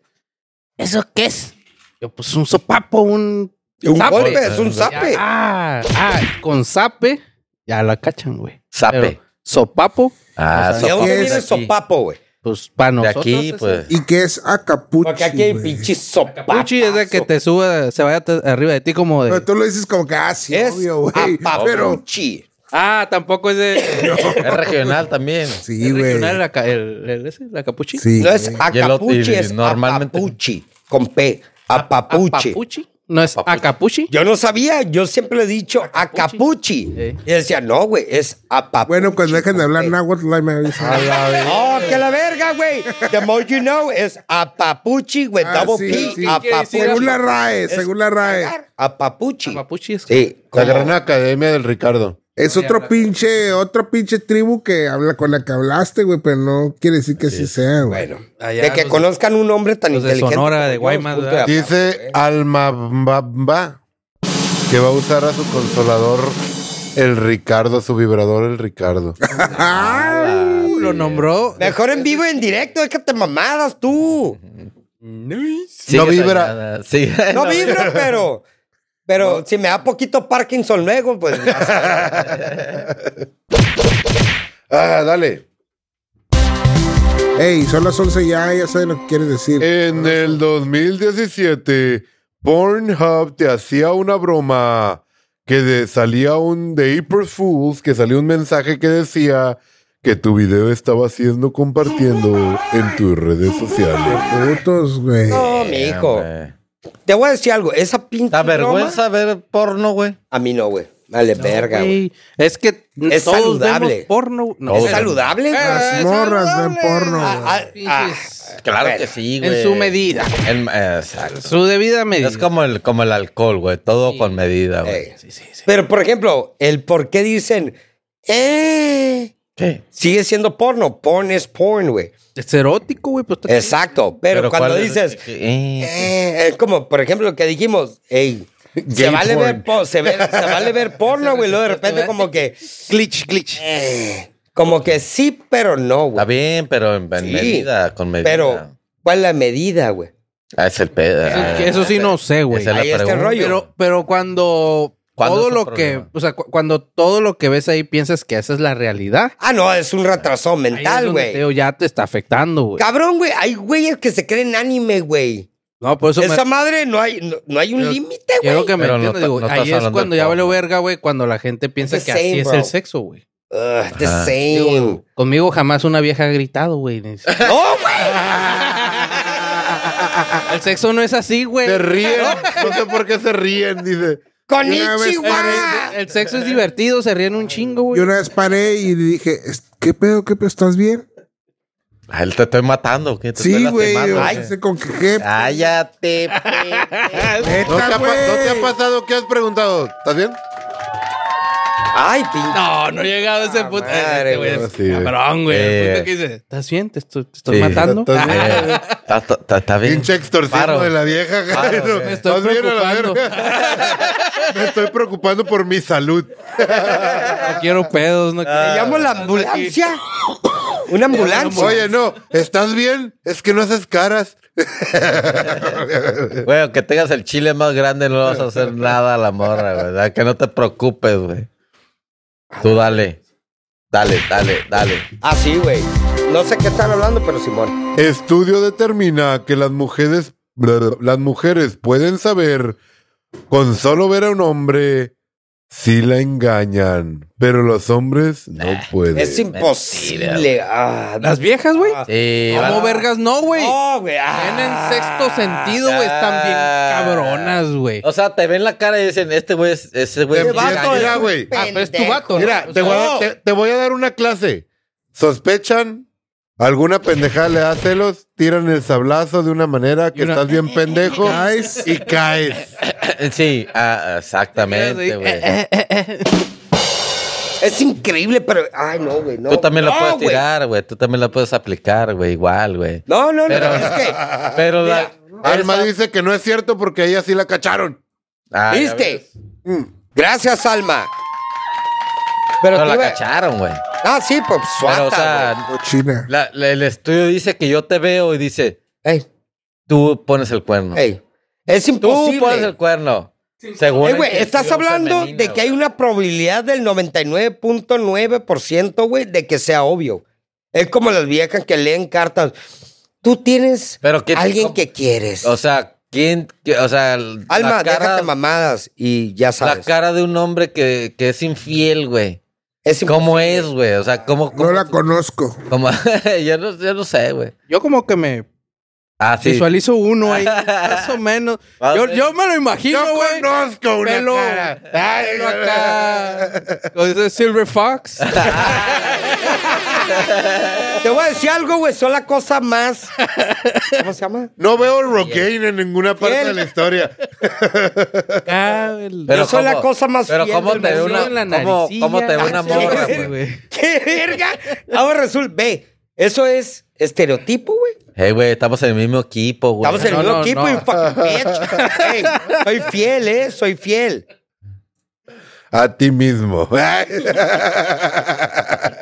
[SPEAKER 3] ¿Eso qué es? Yo, pues un sopapo, un.
[SPEAKER 4] Un
[SPEAKER 3] zape.
[SPEAKER 4] golpe, es un zape.
[SPEAKER 3] Ah, ah, con zape. Ya la cachan, güey.
[SPEAKER 2] Zape.
[SPEAKER 3] Pero sopapo,
[SPEAKER 2] Ah,
[SPEAKER 3] O sea,
[SPEAKER 4] ¿De
[SPEAKER 2] sopa-
[SPEAKER 4] dónde
[SPEAKER 5] ¿qué es
[SPEAKER 4] viene el
[SPEAKER 2] aquí?
[SPEAKER 4] sopapo, güey?
[SPEAKER 3] pues para
[SPEAKER 2] de
[SPEAKER 3] nosotros.
[SPEAKER 2] aquí,
[SPEAKER 3] es-
[SPEAKER 2] pues.
[SPEAKER 5] ¿y qué es Acapuchi?
[SPEAKER 4] Porque aquí hay
[SPEAKER 5] güey?
[SPEAKER 4] pinche sopapo.
[SPEAKER 3] Puchi es de que te suba, se vaya te- arriba de ti como de.
[SPEAKER 5] Pero tú lo dices como que, ah, sí,
[SPEAKER 4] Es
[SPEAKER 5] obvio, güey. Pero,
[SPEAKER 4] apapuchi.
[SPEAKER 3] Ah, tampoco es de.
[SPEAKER 2] Es regional también.
[SPEAKER 5] sí,
[SPEAKER 3] es
[SPEAKER 5] güey.
[SPEAKER 3] regional la, ca- el, el- ese, la capuchi.
[SPEAKER 5] Sí,
[SPEAKER 4] No es
[SPEAKER 5] güey.
[SPEAKER 2] Y el otro- y
[SPEAKER 4] acapuchi, es
[SPEAKER 2] normalmente-
[SPEAKER 4] apapuchi. Con P. Apapuchi.
[SPEAKER 3] Apapuchi. Ah, No es acapuchi.
[SPEAKER 4] Yo no sabía, yo siempre le he dicho acapuchi.
[SPEAKER 3] Eh.
[SPEAKER 4] Y decía, no, güey, es apapuchi.
[SPEAKER 5] Bueno, cuando dejen de hablar
[SPEAKER 4] Ok.
[SPEAKER 5] náhuatl, ahí me avisan.
[SPEAKER 4] ¡Oh, que la verga, güey! The more you know es apapuchi, güey.
[SPEAKER 5] Ah,
[SPEAKER 4] Double
[SPEAKER 5] sí,
[SPEAKER 4] P,
[SPEAKER 3] Quiere
[SPEAKER 5] sí.
[SPEAKER 3] decir
[SPEAKER 4] apapuchi.
[SPEAKER 5] Según la RAE,
[SPEAKER 4] Es
[SPEAKER 5] según la RAE.
[SPEAKER 4] cagar, Apapuchi.
[SPEAKER 3] Apapuchi es.
[SPEAKER 4] Sí,
[SPEAKER 1] La
[SPEAKER 4] como-
[SPEAKER 1] Gran Academia del Ricardo.
[SPEAKER 5] Es otro pinche, otro pinche tribu que habla con la que hablaste, güey, pero no quiere decir que sí sea, güey.
[SPEAKER 4] Bueno,
[SPEAKER 3] Allá
[SPEAKER 4] de que
[SPEAKER 3] los-
[SPEAKER 4] conozcan un hombre tan
[SPEAKER 3] los de
[SPEAKER 4] inteligente.
[SPEAKER 3] Sonora,
[SPEAKER 4] como
[SPEAKER 3] de
[SPEAKER 4] yo,
[SPEAKER 3] Guaymas,
[SPEAKER 4] punto
[SPEAKER 3] ¿verdad?
[SPEAKER 4] de
[SPEAKER 1] Dice Alma Bamba que va a usar a su consolador el Ricardo, su vibrador el Ricardo.
[SPEAKER 3] Uh, lo nombró.
[SPEAKER 4] Mejor en vivo y en directo, déjate mamadas tú.
[SPEAKER 2] Sigue
[SPEAKER 1] No vibra.
[SPEAKER 2] dañada, sigue-
[SPEAKER 4] No vibro, pero. Pero si me da poquito Parkinson luego, pues.
[SPEAKER 1] Ah, dale.
[SPEAKER 5] Ey, son las 11 ya, ya saben lo que quieres decir.
[SPEAKER 4] Eh,
[SPEAKER 1] En el 2017, Pornhub te hacía una broma que de- salía un de April Fools, que salió un mensaje que decía que tu video estaba siendo compartiendo en tus redes sociales.
[SPEAKER 5] Putos, güey.
[SPEAKER 4] No, mi hijo.
[SPEAKER 2] Hombre.
[SPEAKER 4] Te voy a decir algo. Esa pinche.
[SPEAKER 2] Da
[SPEAKER 4] broma,
[SPEAKER 2] vergüenza ver porno, güey.
[SPEAKER 4] A mí no, güey. Vale, verga, güey.
[SPEAKER 3] Ey, Es que
[SPEAKER 4] Es
[SPEAKER 3] todos
[SPEAKER 4] saludable.
[SPEAKER 3] vemos porno. No,
[SPEAKER 4] ¿Es
[SPEAKER 3] pero-
[SPEAKER 4] saludable?
[SPEAKER 5] Las morras ven porno, güey.
[SPEAKER 4] Ah, ah,
[SPEAKER 3] Pinches.
[SPEAKER 2] Claro
[SPEAKER 4] Bueno,
[SPEAKER 2] que sí,
[SPEAKER 3] en
[SPEAKER 2] güey.
[SPEAKER 3] su medida.
[SPEAKER 2] En- eh, exacto.
[SPEAKER 3] Su debida medida.
[SPEAKER 2] Es como el, como el alcohol, güey. Todo con medida,
[SPEAKER 4] ah,
[SPEAKER 2] güey.
[SPEAKER 4] eh.
[SPEAKER 3] Sí, sí, sí.
[SPEAKER 4] Pero, por ejemplo, el por qué dicen. Eh.
[SPEAKER 2] ¿Qué?
[SPEAKER 4] Sigue siendo porno. Porn es porn, güey.
[SPEAKER 3] Es erótico, güey. Pues, está-
[SPEAKER 4] Exacto. Pero, cuando
[SPEAKER 2] ¿cuál es-
[SPEAKER 4] dices.
[SPEAKER 2] eh,
[SPEAKER 4] Eh, es como, por ejemplo, lo que dijimos, ey, se,
[SPEAKER 1] Gay
[SPEAKER 4] vale
[SPEAKER 1] porn.
[SPEAKER 4] ver po- se, ve- se vale ver porno, güey, luego de repente como que,
[SPEAKER 3] Glitch, glitch.
[SPEAKER 4] eh, como que sí, pero no,
[SPEAKER 2] Está
[SPEAKER 4] güey.
[SPEAKER 2] bien, pero en, en
[SPEAKER 4] Sí,
[SPEAKER 2] medida, con medida.
[SPEAKER 4] Pero, ¿cuál es la medida, güey?
[SPEAKER 2] Ah, es el pedo. ah,
[SPEAKER 3] Eso sí no sé, güey.
[SPEAKER 2] Esa es la
[SPEAKER 4] Ahí está el
[SPEAKER 2] pregunta.
[SPEAKER 4] rollo.
[SPEAKER 3] Pero, pero cuando
[SPEAKER 2] ¿Cuándo
[SPEAKER 3] todo
[SPEAKER 2] es un
[SPEAKER 3] lo que,
[SPEAKER 2] problema?
[SPEAKER 3] o sea, cu- cuando todo lo que ves ahí piensas que esa es la realidad.
[SPEAKER 4] Ah, no, es un retraso
[SPEAKER 3] ahí es
[SPEAKER 4] mental,
[SPEAKER 3] donde te
[SPEAKER 4] güey.
[SPEAKER 3] digo, ya te está afectando, güey.
[SPEAKER 4] Cabrón, güey, hay güeyes que se creen anime, güey.
[SPEAKER 3] No, por eso me-
[SPEAKER 4] Esa madre no hay, no, no hay un
[SPEAKER 3] Pero
[SPEAKER 4] límite, güey.
[SPEAKER 3] quiero que me
[SPEAKER 2] Pero no
[SPEAKER 3] entiendas.
[SPEAKER 2] ta-
[SPEAKER 3] digo,
[SPEAKER 2] no estás
[SPEAKER 3] ahí es
[SPEAKER 2] hablando
[SPEAKER 3] cuando
[SPEAKER 2] del
[SPEAKER 3] ya vale
[SPEAKER 2] porno.
[SPEAKER 3] verga, güey, cuando la gente piensa
[SPEAKER 4] It's the
[SPEAKER 3] que así
[SPEAKER 4] same,
[SPEAKER 3] es
[SPEAKER 4] bro.
[SPEAKER 3] el sexo, güey.
[SPEAKER 4] Ugh, the
[SPEAKER 2] Ajá.
[SPEAKER 4] same.
[SPEAKER 3] Conmigo jamás una vieja ha gritado, güey.
[SPEAKER 4] ¡No, güey!
[SPEAKER 3] El sexo no es así, güey.
[SPEAKER 1] Se ríen, no sé por qué se ríen, dice.
[SPEAKER 4] ¡Con
[SPEAKER 5] Una vez
[SPEAKER 4] Ichiwa!
[SPEAKER 3] El sexo es divertido, se ríen un chingo,
[SPEAKER 5] Yo
[SPEAKER 3] güey.
[SPEAKER 5] una vez paré y dije, "Es- ¿qué pedo, qué pedo? ¿Estás bien?
[SPEAKER 2] Ah, él te estoy matando, ¿qué? Te
[SPEAKER 5] Sí,
[SPEAKER 2] estoy
[SPEAKER 5] güey.
[SPEAKER 2] lastimando,
[SPEAKER 5] yo
[SPEAKER 2] ¿qué?
[SPEAKER 5] no sé con qué. qué-
[SPEAKER 2] Cállate, Eh,
[SPEAKER 5] Neta,
[SPEAKER 1] ¿No te, ha, pa-
[SPEAKER 5] güey.
[SPEAKER 1] no te ha pasado que has preguntado? ¿Estás bien?
[SPEAKER 4] ¡Ay, pinche!
[SPEAKER 3] No, no he llegado a ese
[SPEAKER 4] Ah,
[SPEAKER 3] punto.
[SPEAKER 4] madre,
[SPEAKER 3] Este, güey,
[SPEAKER 1] güey,
[SPEAKER 3] es
[SPEAKER 1] sí, güey.
[SPEAKER 3] Cabrón, güey. El
[SPEAKER 2] Eh.
[SPEAKER 3] punto que dice, ¿Estás bien? ¿Te estoy, te estoy
[SPEAKER 2] Sí.
[SPEAKER 3] matando?
[SPEAKER 1] ¿Estás bien? Eh,
[SPEAKER 2] Eh, Está está- está bien.
[SPEAKER 1] Pinche extorsivo
[SPEAKER 2] Paro.
[SPEAKER 1] de la vieja.
[SPEAKER 2] Paro,
[SPEAKER 1] Jairo.
[SPEAKER 2] güey. Me
[SPEAKER 3] estoy
[SPEAKER 1] Más bien a la
[SPEAKER 3] preocupando.
[SPEAKER 1] verga. Me estoy preocupando por mi salud.
[SPEAKER 3] Ah, No quiero pedos. No quiero...
[SPEAKER 4] Le llamo la ambulancia. Una ambulancia.
[SPEAKER 1] Oye, no, ¿estás bien? Es que no haces caras.
[SPEAKER 2] Güey, aunque tengas el chile más grande, no le vas a hacer nada a la morra, güey. ¿verdad? Que no te preocupes, güey. Tú dale. Dale, dale, dale.
[SPEAKER 4] Ah, sí, güey. No sé qué están hablando, pero Simón.
[SPEAKER 1] Estudio determina que las mujeres, las mujeres pueden saber con solo ver a un hombre si la engañan, pero los hombres no pueden.
[SPEAKER 4] Es imposible. Ah, Oh.
[SPEAKER 3] Las viejas, güey.
[SPEAKER 2] Sí,
[SPEAKER 3] ¿Cómo
[SPEAKER 2] van-
[SPEAKER 3] vergas no, güey?
[SPEAKER 4] No, güey.
[SPEAKER 3] Tienen
[SPEAKER 4] Ah.
[SPEAKER 3] sexto sentido, güey. Están bien cabronas, güey.
[SPEAKER 2] O sea, te ven la cara y dicen, este güey es, ese güey
[SPEAKER 1] Te
[SPEAKER 2] es
[SPEAKER 1] vas
[SPEAKER 2] engaño.
[SPEAKER 1] a- mira,
[SPEAKER 4] un
[SPEAKER 1] güey.
[SPEAKER 3] Ah, pero es tu
[SPEAKER 4] pendejo.
[SPEAKER 3] vato, ¿no?
[SPEAKER 1] Mira,
[SPEAKER 3] O
[SPEAKER 1] te
[SPEAKER 3] sea,
[SPEAKER 1] voy, a,
[SPEAKER 4] no.
[SPEAKER 1] te- te voy a dar una clase. ¿Sospechan? ¿Alguna pendejada le da celos? Tiran el sablazo de una manera que
[SPEAKER 3] Y una-
[SPEAKER 1] estás bien pendejo. Caes y caes.
[SPEAKER 2] Sí, ah, exactamente, güey.
[SPEAKER 4] Es increíble, pero. Ay, no, güey. No.
[SPEAKER 2] Tú también la
[SPEAKER 4] No,
[SPEAKER 2] puedes
[SPEAKER 4] güey.
[SPEAKER 2] tirar, güey. Tú también la puedes aplicar, güey. Igual, güey.
[SPEAKER 4] No, no, no.
[SPEAKER 2] Pero- Ah,
[SPEAKER 4] Es que.
[SPEAKER 2] Pero la...
[SPEAKER 1] Alma
[SPEAKER 2] esa-
[SPEAKER 1] dice que no es cierto porque a ella sí la cacharon.
[SPEAKER 2] Ah, ya
[SPEAKER 4] Mm. ¿Viste?
[SPEAKER 2] ves.
[SPEAKER 4] Gracias, Alma. Pero
[SPEAKER 2] Pero
[SPEAKER 4] tú
[SPEAKER 2] la
[SPEAKER 4] iba-
[SPEAKER 2] cacharon, güey.
[SPEAKER 4] Ah, sí, pues
[SPEAKER 2] Pero,
[SPEAKER 4] suata,
[SPEAKER 2] o sea,
[SPEAKER 5] Cochina.
[SPEAKER 2] la- la- el estudio dice que yo te veo y dice,
[SPEAKER 4] güey. Ey,
[SPEAKER 2] tú pones el cuerno.
[SPEAKER 4] ey. Es
[SPEAKER 2] tú
[SPEAKER 4] imposible.
[SPEAKER 2] pones el cuerno. Según
[SPEAKER 4] Ey,
[SPEAKER 2] la
[SPEAKER 4] Eh, güey,
[SPEAKER 2] intención
[SPEAKER 4] estás hablando
[SPEAKER 2] femenina,
[SPEAKER 4] de que hay
[SPEAKER 2] güey.
[SPEAKER 4] una probabilidad del 99.9%, güey, de que sea obvio. Es como las viejas que leen cartas. Tú tienes
[SPEAKER 2] Pero qué-
[SPEAKER 4] alguien
[SPEAKER 2] cómo-
[SPEAKER 4] que quieres.
[SPEAKER 2] O sea, ¿quién? qué- o sea, l-
[SPEAKER 4] Alma,
[SPEAKER 2] la cara,
[SPEAKER 4] déjate mamadas y ya
[SPEAKER 2] la
[SPEAKER 4] sabes.
[SPEAKER 2] cara de un hombre que, que es infiel, güey.
[SPEAKER 4] Es imposible.
[SPEAKER 2] ¿Cómo es, güey? O sea, ¿cómo?
[SPEAKER 5] No
[SPEAKER 2] cómo-
[SPEAKER 5] la conozco.
[SPEAKER 2] cómo- yo, no, yo no sé, güey.
[SPEAKER 3] Yo como que me
[SPEAKER 2] Ah, sí.
[SPEAKER 3] visualizo uno ahí, más o menos.
[SPEAKER 2] Más o
[SPEAKER 3] Yo,
[SPEAKER 2] menos.
[SPEAKER 3] yo me lo imagino, güey.
[SPEAKER 1] conozco una
[SPEAKER 3] Pelo,
[SPEAKER 1] cara.
[SPEAKER 3] pelo acá. Como dice Silver Fox.
[SPEAKER 4] Te voy a decir algo, güey. Son la cosa más. ¿Cómo se llama?
[SPEAKER 1] No veo Rogaine en ninguna parte
[SPEAKER 4] Fiel.
[SPEAKER 1] de la historia.
[SPEAKER 3] Acá, el-
[SPEAKER 4] Yo soy la cosa más
[SPEAKER 2] Pero
[SPEAKER 4] fiel
[SPEAKER 2] ¿cómo
[SPEAKER 4] del
[SPEAKER 2] te ve
[SPEAKER 4] mundo.
[SPEAKER 2] una,
[SPEAKER 3] en la
[SPEAKER 2] ¿cómo,
[SPEAKER 3] naricilla.
[SPEAKER 2] cómo te ve una
[SPEAKER 3] Ah, sí,
[SPEAKER 2] morra,
[SPEAKER 4] güey.
[SPEAKER 2] güey?
[SPEAKER 4] ¡Qué verga! Ahora resulta, ve, eso es estereotipo, güey.
[SPEAKER 2] Hey, güey, estamos en el mismo equipo, güey.
[SPEAKER 4] Estamos en el
[SPEAKER 3] No, no,
[SPEAKER 4] mismo equipo
[SPEAKER 3] no.
[SPEAKER 4] y un fucking bitch. Ey, soy fiel, ¿eh? Soy fiel.
[SPEAKER 1] A ti mismo.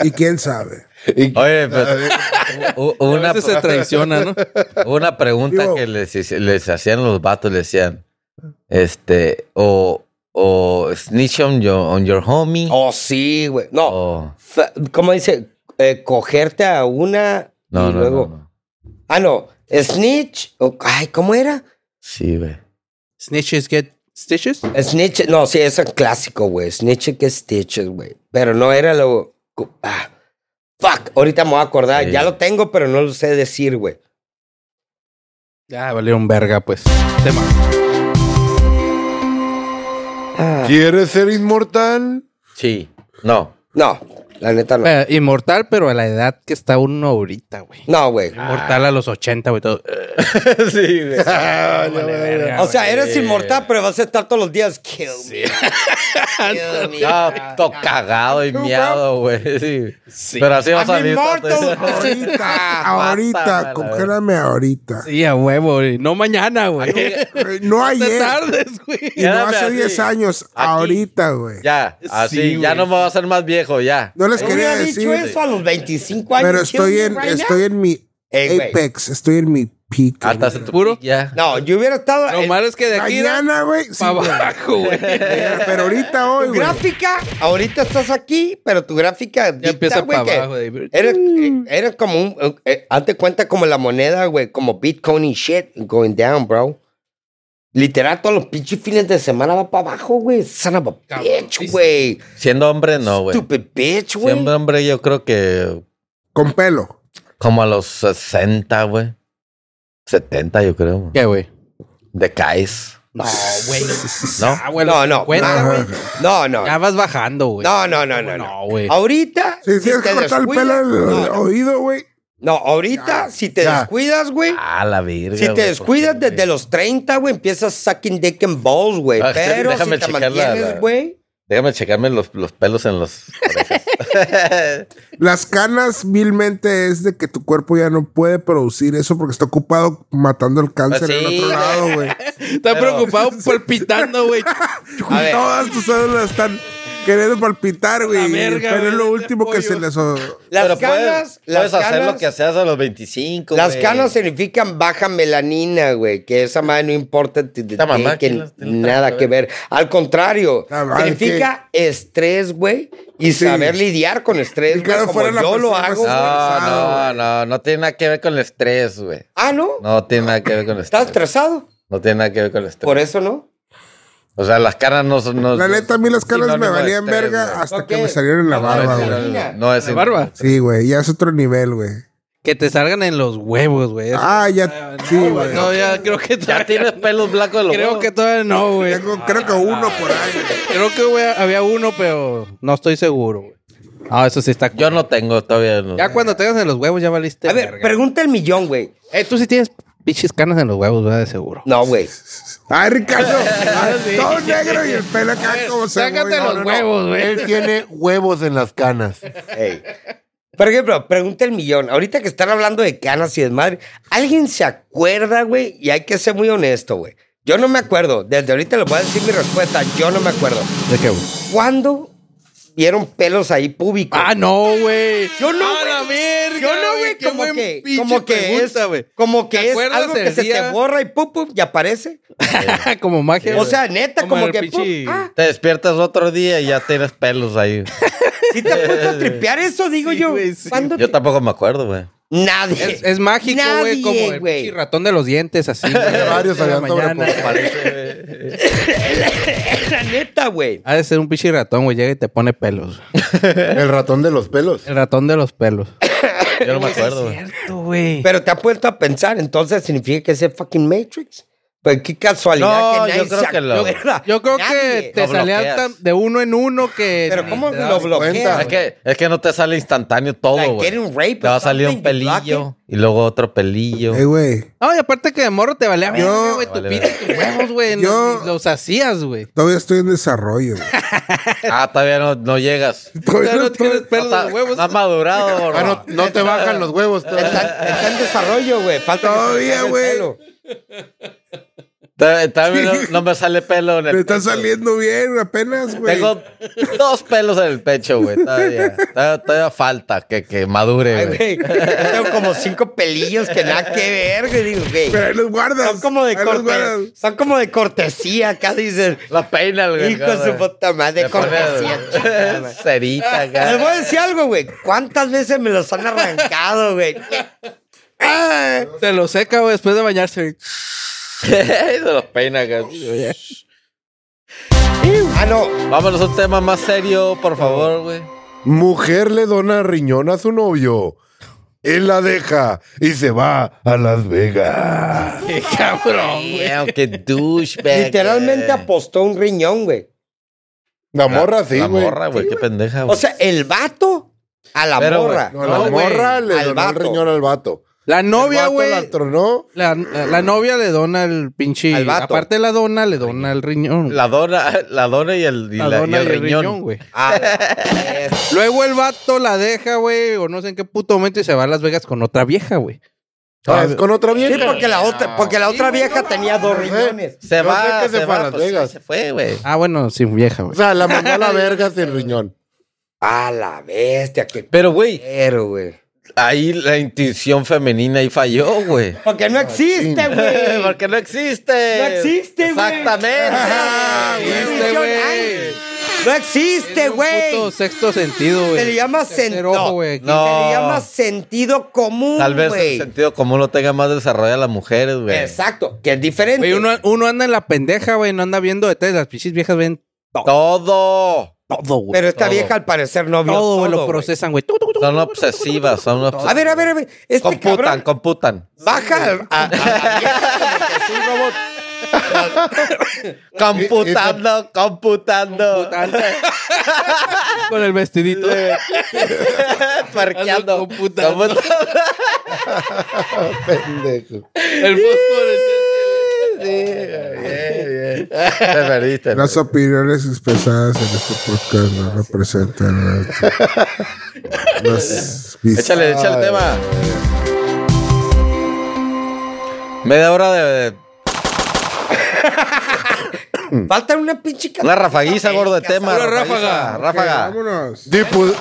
[SPEAKER 5] ¿Y quién sabe?
[SPEAKER 2] Oye, pues, u- u-
[SPEAKER 3] a
[SPEAKER 2] una,
[SPEAKER 3] veces se traiciona, ¿no?
[SPEAKER 2] una pregunta
[SPEAKER 5] Digo-
[SPEAKER 2] que les, hice- les hacían los vatos, les decían, este, o, o snitch on your, on your homie,
[SPEAKER 4] Oh, sí, güey. No.
[SPEAKER 2] o...
[SPEAKER 4] fa- ¿Cómo dice? Eh, cogerte a una
[SPEAKER 2] No,
[SPEAKER 4] y
[SPEAKER 2] no,
[SPEAKER 4] luego.
[SPEAKER 2] no, no.
[SPEAKER 4] Ah, no. Snitch. o- ay, ¿cómo era?
[SPEAKER 2] Sí, güey.
[SPEAKER 3] Snitches get stitches.
[SPEAKER 4] Snitch. No, sí, es el clásico, güey. Snitch que stitches, güey. Pero no era lo. ah, fuck. Ahorita me voy a acordar.
[SPEAKER 2] Sí.
[SPEAKER 4] Ya lo tengo, pero no lo sé decir, güey.
[SPEAKER 3] Ya valieron verga, pues. Tema.
[SPEAKER 1] ¿Quieres ser inmortal?
[SPEAKER 2] Sí. No.
[SPEAKER 4] No, la neta no.
[SPEAKER 3] Pero, Eh, inmortal, pero a la edad que está uno ahorita, güey.
[SPEAKER 4] No, güey.
[SPEAKER 3] Inmortal a los 80, güey. Todo.
[SPEAKER 2] Ah. sí, güey. Ah,
[SPEAKER 4] O sea, eres inmortal, pero vas a estar todos los días. Kill me. Kill me.
[SPEAKER 2] Ah, todo cagado y
[SPEAKER 4] Tú,
[SPEAKER 2] miado, güey. Sí. Pero así vas a
[SPEAKER 4] I'm
[SPEAKER 2] vivir. toda tu
[SPEAKER 4] immortal.
[SPEAKER 2] vida. Mátame
[SPEAKER 5] Ahorita,
[SPEAKER 2] a la
[SPEAKER 5] ahorita, congélame ahorita.
[SPEAKER 3] Sí, a huevo, güey. No mañana, güey. No
[SPEAKER 5] Eh, No
[SPEAKER 3] te
[SPEAKER 5] ayer.
[SPEAKER 3] tardes, güey.
[SPEAKER 5] Y no
[SPEAKER 2] Quédame
[SPEAKER 5] hace
[SPEAKER 2] así.
[SPEAKER 5] 10 años. Ahorita, güey.
[SPEAKER 2] Ya, así,
[SPEAKER 3] Sí,
[SPEAKER 2] ya
[SPEAKER 3] güey.
[SPEAKER 2] no me voy a hacer más viejo, ya.
[SPEAKER 5] No les
[SPEAKER 4] Yo
[SPEAKER 5] quería
[SPEAKER 4] hubiera dicho
[SPEAKER 5] decir,
[SPEAKER 4] eso a los 25 años.
[SPEAKER 5] pero
[SPEAKER 4] Kill
[SPEAKER 5] estoy
[SPEAKER 4] me
[SPEAKER 5] en,
[SPEAKER 4] right now.
[SPEAKER 5] estoy en mi
[SPEAKER 4] Ey, güey.
[SPEAKER 5] apex, estoy en mi peak.
[SPEAKER 2] Hasta se tu
[SPEAKER 3] ¿Puro?
[SPEAKER 2] Ya.
[SPEAKER 4] No, yo hubiera estado.
[SPEAKER 3] Lo
[SPEAKER 4] en-
[SPEAKER 3] malo es que de aquí da
[SPEAKER 5] Mañana, güey. sí,
[SPEAKER 3] para
[SPEAKER 5] güey.
[SPEAKER 3] abajo, güey.
[SPEAKER 5] Pero ahorita hoy,
[SPEAKER 4] tu
[SPEAKER 5] güey.
[SPEAKER 4] gráfica, ahorita estás aquí, pero tu gráfica dicta,
[SPEAKER 3] Ya empieza
[SPEAKER 4] güey,
[SPEAKER 3] para
[SPEAKER 4] que
[SPEAKER 3] abajo. de-
[SPEAKER 4] Era, era eh, como un. eh, hazte cuenta como la moneda, güey, como Bitcoin y shit, going down, bro. Literal, todos los pinches fines de semana va para abajo, güey. Son of a bitch, güey.
[SPEAKER 2] Siendo hombre, no, güey.
[SPEAKER 4] Stupid bitch, güey.
[SPEAKER 2] Siendo hombre, yo creo que
[SPEAKER 5] Con pelo.
[SPEAKER 2] como a los 60, güey. 70, yo creo. güey.
[SPEAKER 3] ¿Qué, güey?
[SPEAKER 2] Decaes.
[SPEAKER 3] No, güey.
[SPEAKER 2] ¿No?
[SPEAKER 3] Ah, güey,
[SPEAKER 4] No,
[SPEAKER 3] los
[SPEAKER 4] no,
[SPEAKER 3] 50,
[SPEAKER 4] no.
[SPEAKER 3] güey.
[SPEAKER 4] No, no.
[SPEAKER 3] Ya vas bajando, güey.
[SPEAKER 4] No, no, no,
[SPEAKER 3] No,
[SPEAKER 4] no. no.
[SPEAKER 3] güey.
[SPEAKER 4] Ahorita.
[SPEAKER 5] Si tienes
[SPEAKER 4] te
[SPEAKER 5] que cortar el
[SPEAKER 4] descuidas-
[SPEAKER 5] pelo del
[SPEAKER 4] no, no.
[SPEAKER 5] oído, güey.
[SPEAKER 4] No, ahorita, si te
[SPEAKER 5] ya.
[SPEAKER 4] descuidas, güey.
[SPEAKER 2] Ah, la virgen.
[SPEAKER 4] Si te descuidas desde los 30, güey, empiezas sucking dick and balls, güey.
[SPEAKER 2] Ah,
[SPEAKER 4] Pero
[SPEAKER 2] déjame
[SPEAKER 4] si te
[SPEAKER 2] checar la- la-
[SPEAKER 4] mantienes, güey.
[SPEAKER 2] Déjame checarme los, los pelos en los.
[SPEAKER 5] Las canas vilmente es de que tu cuerpo ya no puede producir eso porque está ocupado matando el cáncer
[SPEAKER 2] Pues
[SPEAKER 5] en
[SPEAKER 2] sí,
[SPEAKER 5] otro
[SPEAKER 2] güey.
[SPEAKER 5] lado, güey.
[SPEAKER 3] Está
[SPEAKER 2] Pero-
[SPEAKER 3] preocupado palpitando, güey.
[SPEAKER 4] A ver.
[SPEAKER 5] Todas tus células están queriendo palpitar, güey.
[SPEAKER 3] La verga,
[SPEAKER 5] Pero
[SPEAKER 3] güey,
[SPEAKER 5] es lo
[SPEAKER 3] este
[SPEAKER 5] último que
[SPEAKER 3] pollo.
[SPEAKER 5] se les... o-
[SPEAKER 4] Las
[SPEAKER 2] Pero puedes-
[SPEAKER 4] canas,
[SPEAKER 2] Puedes,
[SPEAKER 4] las
[SPEAKER 2] hacer
[SPEAKER 4] canas,
[SPEAKER 2] lo que hacías a los 25.
[SPEAKER 4] las
[SPEAKER 2] güey.
[SPEAKER 4] canas significan baja melanina, güey, que esa madre no importa, te- te-
[SPEAKER 2] Esta mamá,
[SPEAKER 4] te- que
[SPEAKER 2] ¿quién las- quién las
[SPEAKER 4] nada
[SPEAKER 2] tiene
[SPEAKER 4] que
[SPEAKER 2] que
[SPEAKER 4] ver. Al contrario,
[SPEAKER 5] Ah, vale,
[SPEAKER 4] significa estrés, güey, y
[SPEAKER 5] Sí.
[SPEAKER 4] saber lidiar con estrés,
[SPEAKER 5] Y
[SPEAKER 4] güey,
[SPEAKER 5] claro,
[SPEAKER 4] como
[SPEAKER 5] fuera la
[SPEAKER 4] yo lo
[SPEAKER 5] persona
[SPEAKER 4] hago.
[SPEAKER 5] más-
[SPEAKER 4] güey.
[SPEAKER 2] No,
[SPEAKER 5] Cansado,
[SPEAKER 2] no, no, no tiene nada que ver con el estrés, güey.
[SPEAKER 4] Ah, ¿no?
[SPEAKER 2] No tiene nada que ver con el
[SPEAKER 4] ¿Estás
[SPEAKER 2] estrés.
[SPEAKER 4] estresado?
[SPEAKER 2] No tiene nada que ver con el estrés.
[SPEAKER 4] Por e- eso, ¿no?
[SPEAKER 2] O sea, las caras no son. no-
[SPEAKER 5] La neta, a mí las canas me
[SPEAKER 2] sinónimo de
[SPEAKER 5] valían
[SPEAKER 2] estrés,
[SPEAKER 5] verga
[SPEAKER 2] güey.
[SPEAKER 5] hasta
[SPEAKER 4] Ok.
[SPEAKER 5] que me salieron en la
[SPEAKER 4] Vamos a
[SPEAKER 5] barba,
[SPEAKER 4] decir
[SPEAKER 5] güey.
[SPEAKER 4] algo.
[SPEAKER 2] No, no es
[SPEAKER 3] La barba.
[SPEAKER 5] Sí, güey, ya es otro nivel, güey.
[SPEAKER 3] Que te salgan en los huevos, güey.
[SPEAKER 5] Ah, ya, sí, güey.
[SPEAKER 3] No, ya creo que
[SPEAKER 2] Ya
[SPEAKER 3] todavía-
[SPEAKER 2] tienes pelos blancos de los
[SPEAKER 3] Creo
[SPEAKER 2] huevos.
[SPEAKER 3] que todavía no, güey.
[SPEAKER 5] Tengo, creo que uno por ahí.
[SPEAKER 3] Creo que güey, había uno, pero no estoy seguro, güey. Ah, eso sí está.
[SPEAKER 2] Yo no tengo todavía. No.
[SPEAKER 3] Ya cuando tengas en los huevos, ya valiste.
[SPEAKER 4] A ver,
[SPEAKER 3] verga.
[SPEAKER 4] pregunta el millón, güey.
[SPEAKER 3] Eh, tú sí tienes pinches canas en los huevos, ¿verdad? De seguro.
[SPEAKER 4] No, güey.
[SPEAKER 5] Ay, Ricardo, ay, todo negro y el pelo acá como se
[SPEAKER 3] Sácate los huevos, güey.
[SPEAKER 1] Él tiene huevos en las canas.
[SPEAKER 4] Ey. Por ejemplo, pregunta el millón. Ahorita que están hablando de canas y desmadre, ¿alguien se acuerda, güey? Y hay que ser muy honesto, güey. Yo no me acuerdo. Desde ahorita les voy a decir mi respuesta. Yo no me acuerdo.
[SPEAKER 3] ¿De qué, güey?
[SPEAKER 4] ¿Cuándo vieron pelos ahí públicos.
[SPEAKER 3] Ah, no, güey.
[SPEAKER 4] Yo no,
[SPEAKER 3] A
[SPEAKER 4] güey.
[SPEAKER 3] la verga.
[SPEAKER 4] Yo no, güey,
[SPEAKER 3] qué
[SPEAKER 4] como
[SPEAKER 3] buen
[SPEAKER 4] que,
[SPEAKER 3] pinche
[SPEAKER 4] como que
[SPEAKER 3] pregunta,
[SPEAKER 4] es,
[SPEAKER 3] güey.
[SPEAKER 4] como
[SPEAKER 3] ¿Te
[SPEAKER 4] que es
[SPEAKER 3] acuerdas
[SPEAKER 4] algo que
[SPEAKER 3] el
[SPEAKER 4] se
[SPEAKER 3] día?
[SPEAKER 4] te borra y pum, pum, y aparece.
[SPEAKER 3] como magia.
[SPEAKER 4] O sea, neta,
[SPEAKER 3] Como
[SPEAKER 4] como,
[SPEAKER 3] el
[SPEAKER 4] que
[SPEAKER 3] pinche-
[SPEAKER 4] pum, ah,
[SPEAKER 2] Te despiertas otro día y ya tienes pelos ahí.
[SPEAKER 4] ¿sí te has puesto a tripear eso, digo
[SPEAKER 3] Sí,
[SPEAKER 4] yo.
[SPEAKER 3] güey, sí.
[SPEAKER 4] ¿Cuándo
[SPEAKER 2] Yo
[SPEAKER 4] te-
[SPEAKER 2] tampoco me acuerdo, güey.
[SPEAKER 4] Nadie.
[SPEAKER 3] es, es mágico, güey.
[SPEAKER 4] Nadie,
[SPEAKER 3] Como el
[SPEAKER 4] güey.
[SPEAKER 3] pinche ratón de los dientes, así. güey,
[SPEAKER 1] Tiene varios
[SPEAKER 3] de la
[SPEAKER 1] allá sobre
[SPEAKER 3] mañana.
[SPEAKER 4] la neta, güey.
[SPEAKER 3] Ha de ser un pinche ratón, güey. Llega y te pone pelos.
[SPEAKER 1] El ratón de los pelos.
[SPEAKER 3] El ratón de los pelos.
[SPEAKER 2] Yo no me acuerdo, güey.
[SPEAKER 3] Cierto, güey.
[SPEAKER 4] Pero te ha puesto a pensar, entonces significa que es el fucking Matrix. Pues qué casualidad
[SPEAKER 2] No,
[SPEAKER 4] que nadie
[SPEAKER 2] yo creo
[SPEAKER 4] se
[SPEAKER 2] que lo-
[SPEAKER 4] acuerda.
[SPEAKER 3] Yo creo que
[SPEAKER 4] Nadie.
[SPEAKER 3] te
[SPEAKER 2] Lo
[SPEAKER 3] salía
[SPEAKER 2] bloqueas.
[SPEAKER 3] tan- de uno en uno que.
[SPEAKER 4] Pero
[SPEAKER 3] ni
[SPEAKER 4] ¿cómo
[SPEAKER 3] te dabas
[SPEAKER 4] lo
[SPEAKER 3] cuenta.
[SPEAKER 1] cuenta.
[SPEAKER 4] bloqueas?
[SPEAKER 2] Es
[SPEAKER 4] güey?
[SPEAKER 2] que, es que no te sale instantáneo todo,
[SPEAKER 4] Like
[SPEAKER 2] güey.
[SPEAKER 4] getting raped
[SPEAKER 2] Te va a
[SPEAKER 4] or
[SPEAKER 2] salir un
[SPEAKER 4] something, you block
[SPEAKER 2] pelillo y luego otro pelillo.
[SPEAKER 5] Eh, güey.
[SPEAKER 3] No, y aparte que de morro te valía
[SPEAKER 5] Yo-
[SPEAKER 3] verga, güey. Tu
[SPEAKER 2] Vale,
[SPEAKER 3] pito y tus huevos, güey.
[SPEAKER 5] Yo-
[SPEAKER 3] Los, los hacías, güey.
[SPEAKER 5] Todavía estoy en desarrollo. güey.
[SPEAKER 2] Ah, todavía no, no llegas.
[SPEAKER 5] Todavía no estoy-
[SPEAKER 3] pelos
[SPEAKER 2] no, está- no has madurado, bro.
[SPEAKER 1] Ah, no, no te bajan los huevos.
[SPEAKER 4] Está, está en desarrollo, güey. Falta que se
[SPEAKER 5] Todavía,
[SPEAKER 4] te caiga el
[SPEAKER 5] güey.
[SPEAKER 4] pelo.
[SPEAKER 2] Ta- Todavía no, no me sale pelo en el
[SPEAKER 5] Me está
[SPEAKER 2] pecho.
[SPEAKER 5] saliendo bien apenas, güey.
[SPEAKER 2] Tengo dos pelos en el pecho, güey. Todavía, todavía, todavía falta que, que madure,
[SPEAKER 4] Ay,
[SPEAKER 2] güey.
[SPEAKER 4] güey. Tengo como cinco pelillos que nada que ver, güey. Digo, güey.
[SPEAKER 5] Pero ahí los guardas.
[SPEAKER 4] Son como de
[SPEAKER 5] ahí los guardas.
[SPEAKER 4] corte, son como de cortesía, acá dicen.
[SPEAKER 2] La peina, güey.
[SPEAKER 4] Hijo de su puta madre, de
[SPEAKER 2] Le pone
[SPEAKER 4] cortesía. chingada madre.
[SPEAKER 2] Cerita
[SPEAKER 4] Les voy
[SPEAKER 2] acá.
[SPEAKER 4] a decir algo, güey. ¿Cuántas veces me los han arrancado, güey? Ah,
[SPEAKER 3] Te lo seca, güey, después de bañarse.
[SPEAKER 2] Se los peina acá.
[SPEAKER 4] ah, no.
[SPEAKER 2] Vámonos a un tema más serio, por favor, güey.
[SPEAKER 1] Mujer le dona riñón a su novio. Él la deja y se va a Las Vegas.
[SPEAKER 3] Qué cabrón, güey.
[SPEAKER 2] Damn, qué douchebag.
[SPEAKER 4] Literalmente
[SPEAKER 2] güey.
[SPEAKER 4] apostó un riñón, güey.
[SPEAKER 1] La morra, sí,
[SPEAKER 2] La
[SPEAKER 1] güey.
[SPEAKER 2] morra, güey. Qué pendeja, güey.
[SPEAKER 4] O sea, el vato a la
[SPEAKER 2] Pero,
[SPEAKER 4] morra.
[SPEAKER 1] No, la
[SPEAKER 3] No, güey.
[SPEAKER 1] morra le
[SPEAKER 4] Al
[SPEAKER 1] donó
[SPEAKER 4] vato.
[SPEAKER 1] el riñón al vato.
[SPEAKER 3] La
[SPEAKER 1] El
[SPEAKER 3] novia,
[SPEAKER 1] vato
[SPEAKER 3] güey.
[SPEAKER 1] la tronó.
[SPEAKER 3] La, la- la novia le dona el pinche.
[SPEAKER 4] Al vato.
[SPEAKER 3] Aparte de la dona, le dona el riñón.
[SPEAKER 2] La dona, la dona y el, y
[SPEAKER 3] La
[SPEAKER 2] la- y
[SPEAKER 3] dona
[SPEAKER 2] el riñón.
[SPEAKER 3] güey.
[SPEAKER 4] A la vez.
[SPEAKER 3] Luego el vato la deja, güey, o no sé en qué puto momento y se va a Las Vegas con otra vieja, güey.
[SPEAKER 1] Ah, es con otra vieja.
[SPEAKER 4] Sí, porque la otra, porque la otra vieja tenía dos riñones.
[SPEAKER 2] Se
[SPEAKER 1] Yo
[SPEAKER 2] va,
[SPEAKER 1] sé que se
[SPEAKER 2] se,
[SPEAKER 1] fue a
[SPEAKER 2] va,
[SPEAKER 1] Las
[SPEAKER 2] pues,
[SPEAKER 1] Vegas.
[SPEAKER 2] Se fue, güey.
[SPEAKER 3] Ah, bueno, sí, vieja,
[SPEAKER 1] O
[SPEAKER 3] güey.
[SPEAKER 1] sea, la mandó a la verga sin riñón.
[SPEAKER 4] A la bestia, qué
[SPEAKER 2] Pero, güey,
[SPEAKER 4] perro, güey.
[SPEAKER 2] ahí la intuición femenina ahí falló, güey.
[SPEAKER 4] Porque no existe, güey.
[SPEAKER 2] Porque no existe.
[SPEAKER 4] No existe, güey.
[SPEAKER 2] Exactamente.
[SPEAKER 4] güey.
[SPEAKER 3] Este, güey.
[SPEAKER 4] No
[SPEAKER 3] Es
[SPEAKER 4] existe,
[SPEAKER 3] un
[SPEAKER 4] güey.
[SPEAKER 3] Puto sexto sentido, güey.
[SPEAKER 4] Se le llama
[SPEAKER 3] Tercer
[SPEAKER 4] sen-
[SPEAKER 3] ojo,
[SPEAKER 4] no.
[SPEAKER 3] güey. aquí.
[SPEAKER 2] No.
[SPEAKER 4] Se le llama sentido común,
[SPEAKER 2] Tal vez
[SPEAKER 4] güey.
[SPEAKER 2] el sentido común lo tenga más desarrollado las mujeres, güey.
[SPEAKER 4] Exacto, que es diferente.
[SPEAKER 3] Güey, uno, uno anda en la pendeja, güey, no anda viendo detalles. Las pinches viejas ven
[SPEAKER 2] Todo.
[SPEAKER 3] todo, güey.
[SPEAKER 4] Pero esta
[SPEAKER 2] Todo.
[SPEAKER 4] vieja al parecer no vio
[SPEAKER 3] Todo, güey, lo
[SPEAKER 4] güey.
[SPEAKER 3] procesan, güey. Tu, tu, tu, tu,
[SPEAKER 2] Son
[SPEAKER 3] tu, tu, tu, tu, tu, tu,
[SPEAKER 2] obsesivas, son obsesivas.
[SPEAKER 4] A ver, a ver, a ver. Este
[SPEAKER 2] computan,
[SPEAKER 4] cabrón
[SPEAKER 2] computan.
[SPEAKER 4] baja al- a, a la vieja como que es un robot.
[SPEAKER 2] Computando, computando.
[SPEAKER 3] tu, Con el vestidito.
[SPEAKER 2] Parqueando.
[SPEAKER 3] Computando.
[SPEAKER 1] Pendejo.
[SPEAKER 3] El
[SPEAKER 2] Te perdiste.
[SPEAKER 5] Las opiniones expresadas en este podcast no representan las- las vistas.
[SPEAKER 2] Échale, échale el tema. Media hora de, de-
[SPEAKER 4] Falta una pinche ca-
[SPEAKER 2] Mm. una rafaguiza, gordo de tema.
[SPEAKER 3] Una
[SPEAKER 2] rafaguiza,
[SPEAKER 3] ráfaga.
[SPEAKER 2] Ráfaga.
[SPEAKER 5] Vámonos.
[SPEAKER 1] Dipu-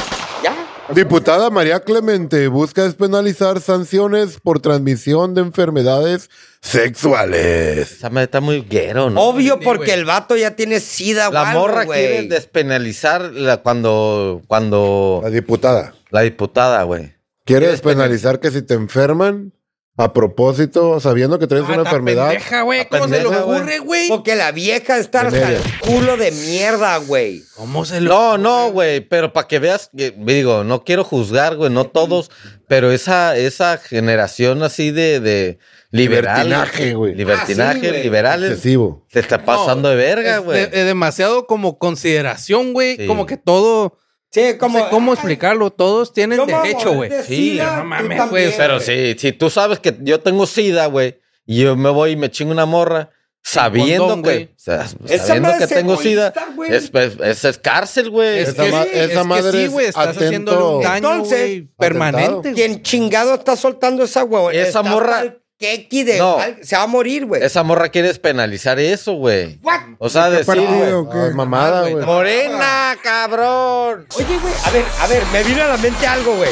[SPEAKER 4] Ya.
[SPEAKER 1] Diputada María Clemente busca despenalizar sanciones por transmisión de enfermedades sexuales.
[SPEAKER 2] Esa madre está muy guero, ¿no?
[SPEAKER 4] Obvio
[SPEAKER 3] Sí,
[SPEAKER 4] porque
[SPEAKER 3] güey.
[SPEAKER 4] el vato ya tiene sida, o
[SPEAKER 2] La
[SPEAKER 4] algo,
[SPEAKER 2] morra
[SPEAKER 4] güey.
[SPEAKER 2] quiere despenalizar la- cuando, cuando
[SPEAKER 1] La diputada este
[SPEAKER 2] la diputada, güey.
[SPEAKER 1] quiere despenalizar que si te enferman a propósito, sabiendo que tienes una enfermedad.
[SPEAKER 3] Ah, Pendeja, güey.
[SPEAKER 2] La
[SPEAKER 3] ¿Cómo se le
[SPEAKER 2] pendeja, güey.
[SPEAKER 3] ocurre, güey?
[SPEAKER 4] Porque la vieja está hasta
[SPEAKER 1] Venera.
[SPEAKER 4] el culo de mierda, güey.
[SPEAKER 3] ¿Cómo se
[SPEAKER 2] No, no, güey, pero para que veas, que, digo, no quiero juzgar, güey, no todos, pero esa, esa generación así de, de liberal,
[SPEAKER 1] Libertinaje, güey.
[SPEAKER 2] Libertinaje,
[SPEAKER 4] Ah, sí, güey.
[SPEAKER 2] liberales,
[SPEAKER 1] Excesivo.
[SPEAKER 2] te está pasando de verga,
[SPEAKER 3] Es
[SPEAKER 2] güey.
[SPEAKER 3] de- es demasiado como consideración, güey.
[SPEAKER 2] Sí.
[SPEAKER 3] Como que todo.
[SPEAKER 4] Sí,
[SPEAKER 3] No
[SPEAKER 4] como.
[SPEAKER 3] sé cómo explicarlo. Todos tienen
[SPEAKER 4] Yo me voy a
[SPEAKER 3] derecho, güey.
[SPEAKER 4] morir de
[SPEAKER 2] Sí,
[SPEAKER 4] sida,
[SPEAKER 2] no
[SPEAKER 4] tú
[SPEAKER 3] mames,
[SPEAKER 4] también,
[SPEAKER 3] güey,
[SPEAKER 2] Pero sí, si tú sabes que yo tengo sida, güey, y yo me voy y me chingo una morra, sabiendo
[SPEAKER 3] condón,
[SPEAKER 2] que,
[SPEAKER 3] güey.
[SPEAKER 2] o sea,
[SPEAKER 4] Esa
[SPEAKER 2] sabiendo
[SPEAKER 4] madre
[SPEAKER 2] que
[SPEAKER 4] es
[SPEAKER 2] tengo sida,
[SPEAKER 4] egoísta, güey.
[SPEAKER 2] es, es- es- es cárcel, güey.
[SPEAKER 3] Es
[SPEAKER 1] Esa
[SPEAKER 3] que,
[SPEAKER 1] ma-
[SPEAKER 3] sí,
[SPEAKER 1] esa
[SPEAKER 3] es que
[SPEAKER 1] madre
[SPEAKER 3] sí,
[SPEAKER 1] es
[SPEAKER 3] güey. Estás
[SPEAKER 1] atento.
[SPEAKER 3] haciéndole un daño,
[SPEAKER 4] Entonces,
[SPEAKER 3] güey, permanente. güey.
[SPEAKER 4] ¿Quién chingado está soltando esa huevona?
[SPEAKER 2] Esa
[SPEAKER 4] Está
[SPEAKER 2] morra
[SPEAKER 4] mal keki de.
[SPEAKER 2] No.
[SPEAKER 4] al- Se va a morir, güey.
[SPEAKER 2] Esa morra quiere despenalizar eso, güey.
[SPEAKER 4] What?
[SPEAKER 2] O sea, decir,
[SPEAKER 5] partido o
[SPEAKER 1] Ah,
[SPEAKER 5] qué?
[SPEAKER 1] mamada, güey.
[SPEAKER 2] Morena, cabrón.
[SPEAKER 4] Ah. Oye, güey, a ver, a ver, me vino a la mente algo, güey.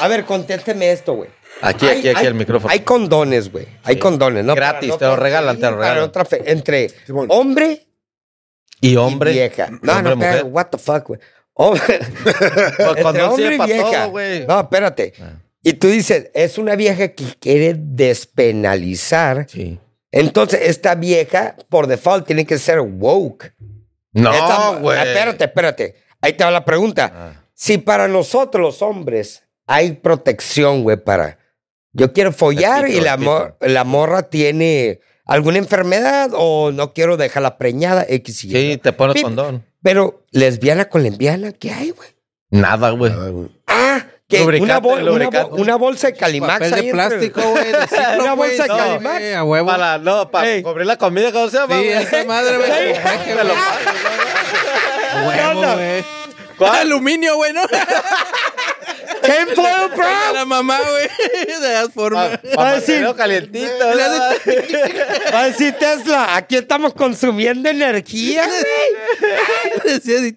[SPEAKER 4] A ver, contésteme esto, güey.
[SPEAKER 2] Aquí, aquí, aquí el micrófono.
[SPEAKER 4] Hay condones, güey. Hay condones, ¿no?
[SPEAKER 2] Gratis,
[SPEAKER 4] Para no
[SPEAKER 2] te lo
[SPEAKER 4] confundir,
[SPEAKER 2] regalan, te lo
[SPEAKER 4] para
[SPEAKER 2] regalan.
[SPEAKER 4] otra fe- entre
[SPEAKER 1] Simón.
[SPEAKER 4] hombre,
[SPEAKER 2] Y
[SPEAKER 4] hombre
[SPEAKER 2] hombre.
[SPEAKER 4] y vieja. No,
[SPEAKER 2] hombre,
[SPEAKER 4] no, espera,
[SPEAKER 2] mujer.
[SPEAKER 4] what the fuck, güey. Hombre,
[SPEAKER 2] Pues,
[SPEAKER 4] entre
[SPEAKER 2] condón sirve
[SPEAKER 4] hombre y
[SPEAKER 2] pa' todo,
[SPEAKER 4] vieja.
[SPEAKER 2] güey.
[SPEAKER 4] no, espérate.
[SPEAKER 2] Ah.
[SPEAKER 4] Y tú dices, es una vieja que quiere despenalizar.
[SPEAKER 2] Sí.
[SPEAKER 4] Entonces, esta vieja, por default, tiene que ser woke. Esta- Ah,
[SPEAKER 2] No, güey.
[SPEAKER 4] Espérate, espérate. Ahí te va la pregunta.
[SPEAKER 2] Ah.
[SPEAKER 4] Si para nosotros los hombres hay protección, güey, para... Yo quiero follar
[SPEAKER 2] Repito,
[SPEAKER 4] y la,
[SPEAKER 2] repito.
[SPEAKER 4] mor- la morra tiene alguna enfermedad o no quiero dejarla preñada, X y Y.
[SPEAKER 2] Sí, te pones
[SPEAKER 4] Pip.
[SPEAKER 2] condón.
[SPEAKER 4] Pero lesbiana con lesbiana, ¿qué hay, güey?
[SPEAKER 2] Nada, güey.
[SPEAKER 1] Ah, güey.
[SPEAKER 4] Ah, que
[SPEAKER 2] Lubricante,
[SPEAKER 4] una, bol- una bol-
[SPEAKER 2] lubricante.
[SPEAKER 4] una bolsa de calimax.
[SPEAKER 3] Papel
[SPEAKER 4] ahí
[SPEAKER 3] de
[SPEAKER 4] entre-
[SPEAKER 3] plástico, güey. de ciclo,
[SPEAKER 4] Una
[SPEAKER 3] güey,
[SPEAKER 4] bolsa de
[SPEAKER 3] no,
[SPEAKER 4] Calimax.
[SPEAKER 3] güey, A huevo.
[SPEAKER 2] Para, no, para
[SPEAKER 4] Ey.
[SPEAKER 2] cubrir la comida, ¿cómo se llama,
[SPEAKER 3] Sí,
[SPEAKER 2] güey?
[SPEAKER 3] esa madre, güey.
[SPEAKER 2] Ey.
[SPEAKER 3] Déjelo,
[SPEAKER 2] Te lo
[SPEAKER 3] güey.
[SPEAKER 2] pago,
[SPEAKER 3] A huevo, güey.
[SPEAKER 2] ¿Cuál?
[SPEAKER 3] Aluminio, güey, ¿no?
[SPEAKER 4] Ten foil,
[SPEAKER 3] A
[SPEAKER 4] bro.
[SPEAKER 3] la mamá, güey. De las formas.
[SPEAKER 2] Pa- pa'
[SPEAKER 4] Va a decir-
[SPEAKER 2] mantenerlo calientito,
[SPEAKER 3] Le
[SPEAKER 2] ¿no?
[SPEAKER 4] Va a decir Tesla, aquí estamos consumiendo energía, güey.
[SPEAKER 3] Decía así,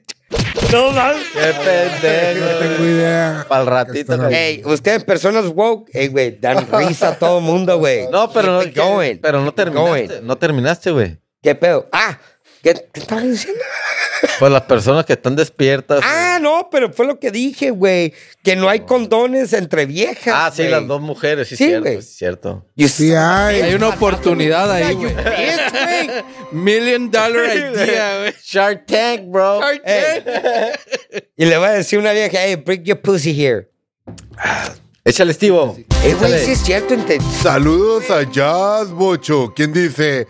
[SPEAKER 4] No mames.
[SPEAKER 2] Qué
[SPEAKER 5] No tengo
[SPEAKER 2] pendejo.
[SPEAKER 5] idea.
[SPEAKER 2] Para el ratito. güey.
[SPEAKER 4] Ey, ustedes personas woke, ey, güey, dan risa a todo el mundo, güey.
[SPEAKER 2] No, pero
[SPEAKER 4] Keep it going.
[SPEAKER 2] no, pero no
[SPEAKER 4] Keep it going.
[SPEAKER 2] terminaste. No terminaste, güey.
[SPEAKER 4] ¿Qué pedo? Ah, ¿qué, qué estaba diciendo?
[SPEAKER 2] Pues las personas que están despiertas.
[SPEAKER 4] Ah, no, pero fue lo que dije, güey. Que no hay condones entre viejas.
[SPEAKER 2] Ah, sí,
[SPEAKER 4] güey.
[SPEAKER 2] las dos mujeres, sí,
[SPEAKER 4] Sí,
[SPEAKER 2] cierto,
[SPEAKER 4] güey.
[SPEAKER 2] sí, cierto.
[SPEAKER 4] You
[SPEAKER 5] Sí, hay. Eh,
[SPEAKER 3] Hay una oportunidad ahí, güey.
[SPEAKER 4] bitch, güey.
[SPEAKER 3] Million dollar idea, güey.
[SPEAKER 2] Shark Tank, bro.
[SPEAKER 3] Shark
[SPEAKER 4] Ey. Y le va a decir una vieja, hey, bring your pussy here.
[SPEAKER 2] Échale, Estivo.
[SPEAKER 4] Eh, güey,
[SPEAKER 2] Échale.
[SPEAKER 4] sí es cierto. ente-
[SPEAKER 1] Saludos a Jazz Bocho, quien dice,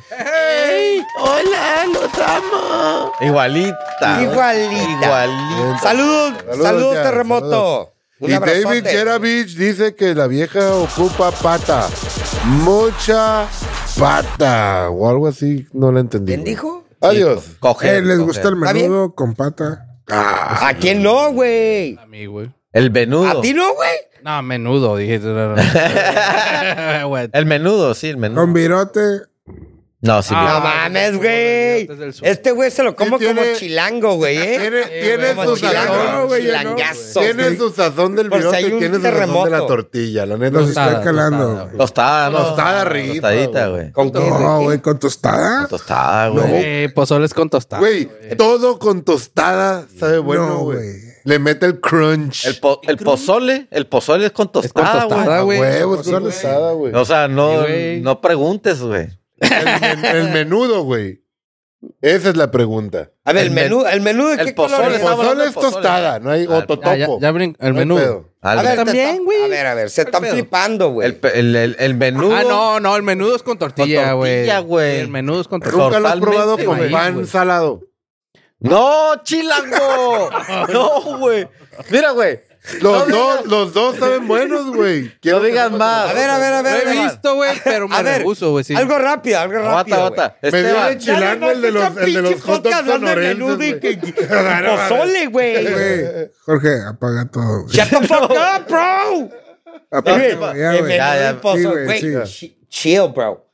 [SPEAKER 2] Igualita.
[SPEAKER 4] Igualita.
[SPEAKER 2] Igualita.
[SPEAKER 4] Saludos, saludos,
[SPEAKER 1] Saludos, ya,
[SPEAKER 4] terremoto.
[SPEAKER 1] saludos.
[SPEAKER 4] Un
[SPEAKER 1] y
[SPEAKER 4] abrazote.
[SPEAKER 1] David Jeravich dice que la vieja ocupa pata. Mucha pata. O algo así, no la entendí.
[SPEAKER 4] ¿Quién
[SPEAKER 1] güey.
[SPEAKER 4] dijo?
[SPEAKER 1] Adiós.
[SPEAKER 2] Coge.
[SPEAKER 5] Eh, les
[SPEAKER 2] coge.
[SPEAKER 5] gusta el
[SPEAKER 4] ¿Está bien? Ah.
[SPEAKER 5] menudo con pata.
[SPEAKER 1] Ah.
[SPEAKER 4] ¿A quién no, güey?
[SPEAKER 3] A mí, güey.
[SPEAKER 2] El menudo.
[SPEAKER 4] ¿A ti no, güey?
[SPEAKER 3] No, menudo, dije. Güey.
[SPEAKER 2] El menudo, sí, el menudo.
[SPEAKER 5] Con virote.
[SPEAKER 2] No, sí,
[SPEAKER 3] Ah,
[SPEAKER 4] No mames, güey.
[SPEAKER 3] Desde el sur.
[SPEAKER 4] Este güey se lo como
[SPEAKER 1] Sí, tiene-
[SPEAKER 4] como chilango, güey, ¿eh?
[SPEAKER 1] Tiene, tiene
[SPEAKER 4] como
[SPEAKER 1] su
[SPEAKER 4] chilango,
[SPEAKER 1] sazón, güey, ya no.
[SPEAKER 4] chilangazo.
[SPEAKER 1] Tiene su sazón del
[SPEAKER 4] Por si
[SPEAKER 1] virote
[SPEAKER 4] hay
[SPEAKER 1] y
[SPEAKER 4] un
[SPEAKER 1] tiene su sazón de la
[SPEAKER 4] terremoto.
[SPEAKER 1] tortilla. La neta,
[SPEAKER 5] Los
[SPEAKER 1] sí.
[SPEAKER 5] está
[SPEAKER 3] Tostada,
[SPEAKER 5] calando.
[SPEAKER 3] tostada,
[SPEAKER 5] güey.
[SPEAKER 2] Tostada, ¿no?
[SPEAKER 1] Tostada rica,
[SPEAKER 2] Tostadita, güey.
[SPEAKER 4] ¿Con qué, güey?
[SPEAKER 5] No, güey, con tostada.
[SPEAKER 2] Tostada,
[SPEAKER 5] No,
[SPEAKER 2] güey.
[SPEAKER 3] Eh, pozoles con tostada.
[SPEAKER 1] Güey, todo con tostada sabe bueno,
[SPEAKER 5] No,
[SPEAKER 1] güey.
[SPEAKER 5] güey.
[SPEAKER 1] Le mete el crunch.
[SPEAKER 2] El, po- el pozole, el pozole es con
[SPEAKER 3] Es con
[SPEAKER 2] tostada, güey.
[SPEAKER 3] tostada,
[SPEAKER 5] A
[SPEAKER 3] güey.
[SPEAKER 1] huevos con
[SPEAKER 5] güey.
[SPEAKER 1] tostada, güey.
[SPEAKER 2] O sea, no,
[SPEAKER 3] Sí, güey.
[SPEAKER 2] no preguntes, güey.
[SPEAKER 1] El, men- el menudo, güey. Esa es la pregunta.
[SPEAKER 4] A ver, el
[SPEAKER 2] El
[SPEAKER 4] menú, el menú de
[SPEAKER 2] el
[SPEAKER 4] qué
[SPEAKER 2] pozole,
[SPEAKER 4] color
[SPEAKER 1] El
[SPEAKER 4] es?
[SPEAKER 2] estaba hablando
[SPEAKER 1] pozole
[SPEAKER 2] de
[SPEAKER 1] es
[SPEAKER 2] pozole.
[SPEAKER 1] tostada, no hay
[SPEAKER 2] Ah,
[SPEAKER 1] otro
[SPEAKER 3] Ah, ya,
[SPEAKER 1] topo.
[SPEAKER 3] ya brin-
[SPEAKER 1] No
[SPEAKER 3] el
[SPEAKER 1] hay
[SPEAKER 3] menú.
[SPEAKER 1] pedo.
[SPEAKER 4] A
[SPEAKER 2] Al-
[SPEAKER 4] ver, te
[SPEAKER 3] También,
[SPEAKER 4] están-
[SPEAKER 3] güey.
[SPEAKER 4] A ver, a ver, se están
[SPEAKER 3] pedo?
[SPEAKER 4] flipando, güey.
[SPEAKER 2] el, pe- el, el- el menudo.
[SPEAKER 3] Ah, no, no, el menudo es con tortilla,
[SPEAKER 2] Con
[SPEAKER 3] güey.
[SPEAKER 2] tortilla, güey.
[SPEAKER 3] El menudo es con tortilla.
[SPEAKER 1] Nunca lo has
[SPEAKER 2] Totalmente,
[SPEAKER 1] probado con
[SPEAKER 3] güey,
[SPEAKER 1] pan
[SPEAKER 3] güey.
[SPEAKER 1] salado.
[SPEAKER 2] ¡No, chilango! no, güey. Mira, güey.
[SPEAKER 1] Los
[SPEAKER 2] No
[SPEAKER 1] dos, los dos saben buenos, güey.
[SPEAKER 2] No digas más.
[SPEAKER 4] A ver, a ver, a
[SPEAKER 3] Lo
[SPEAKER 4] ver. a
[SPEAKER 3] he
[SPEAKER 4] ver.
[SPEAKER 3] visto, güey, pero me
[SPEAKER 4] A ver,
[SPEAKER 3] rehuso, güey. sí.
[SPEAKER 4] Algo rápido, algo rápido.
[SPEAKER 2] Aguanta,
[SPEAKER 4] güey.
[SPEAKER 2] aguanta.
[SPEAKER 1] Me dio
[SPEAKER 2] Esteban.
[SPEAKER 1] el chilango, el de los, el de los hot dogs sonorenses, güey.
[SPEAKER 4] Pozole, güey.
[SPEAKER 5] Güey, Jorge, apaga todo, güey.
[SPEAKER 4] Shut the fuck up, bro.
[SPEAKER 5] Apaga todo,
[SPEAKER 4] Güey,
[SPEAKER 5] Ah,
[SPEAKER 4] el
[SPEAKER 5] pues, ya, güey.
[SPEAKER 4] menú
[SPEAKER 2] Ya,
[SPEAKER 4] del
[SPEAKER 2] ya.
[SPEAKER 4] pozole,
[SPEAKER 5] Sí, güey,
[SPEAKER 4] güey.
[SPEAKER 5] sí.
[SPEAKER 4] chi- Chill, bro.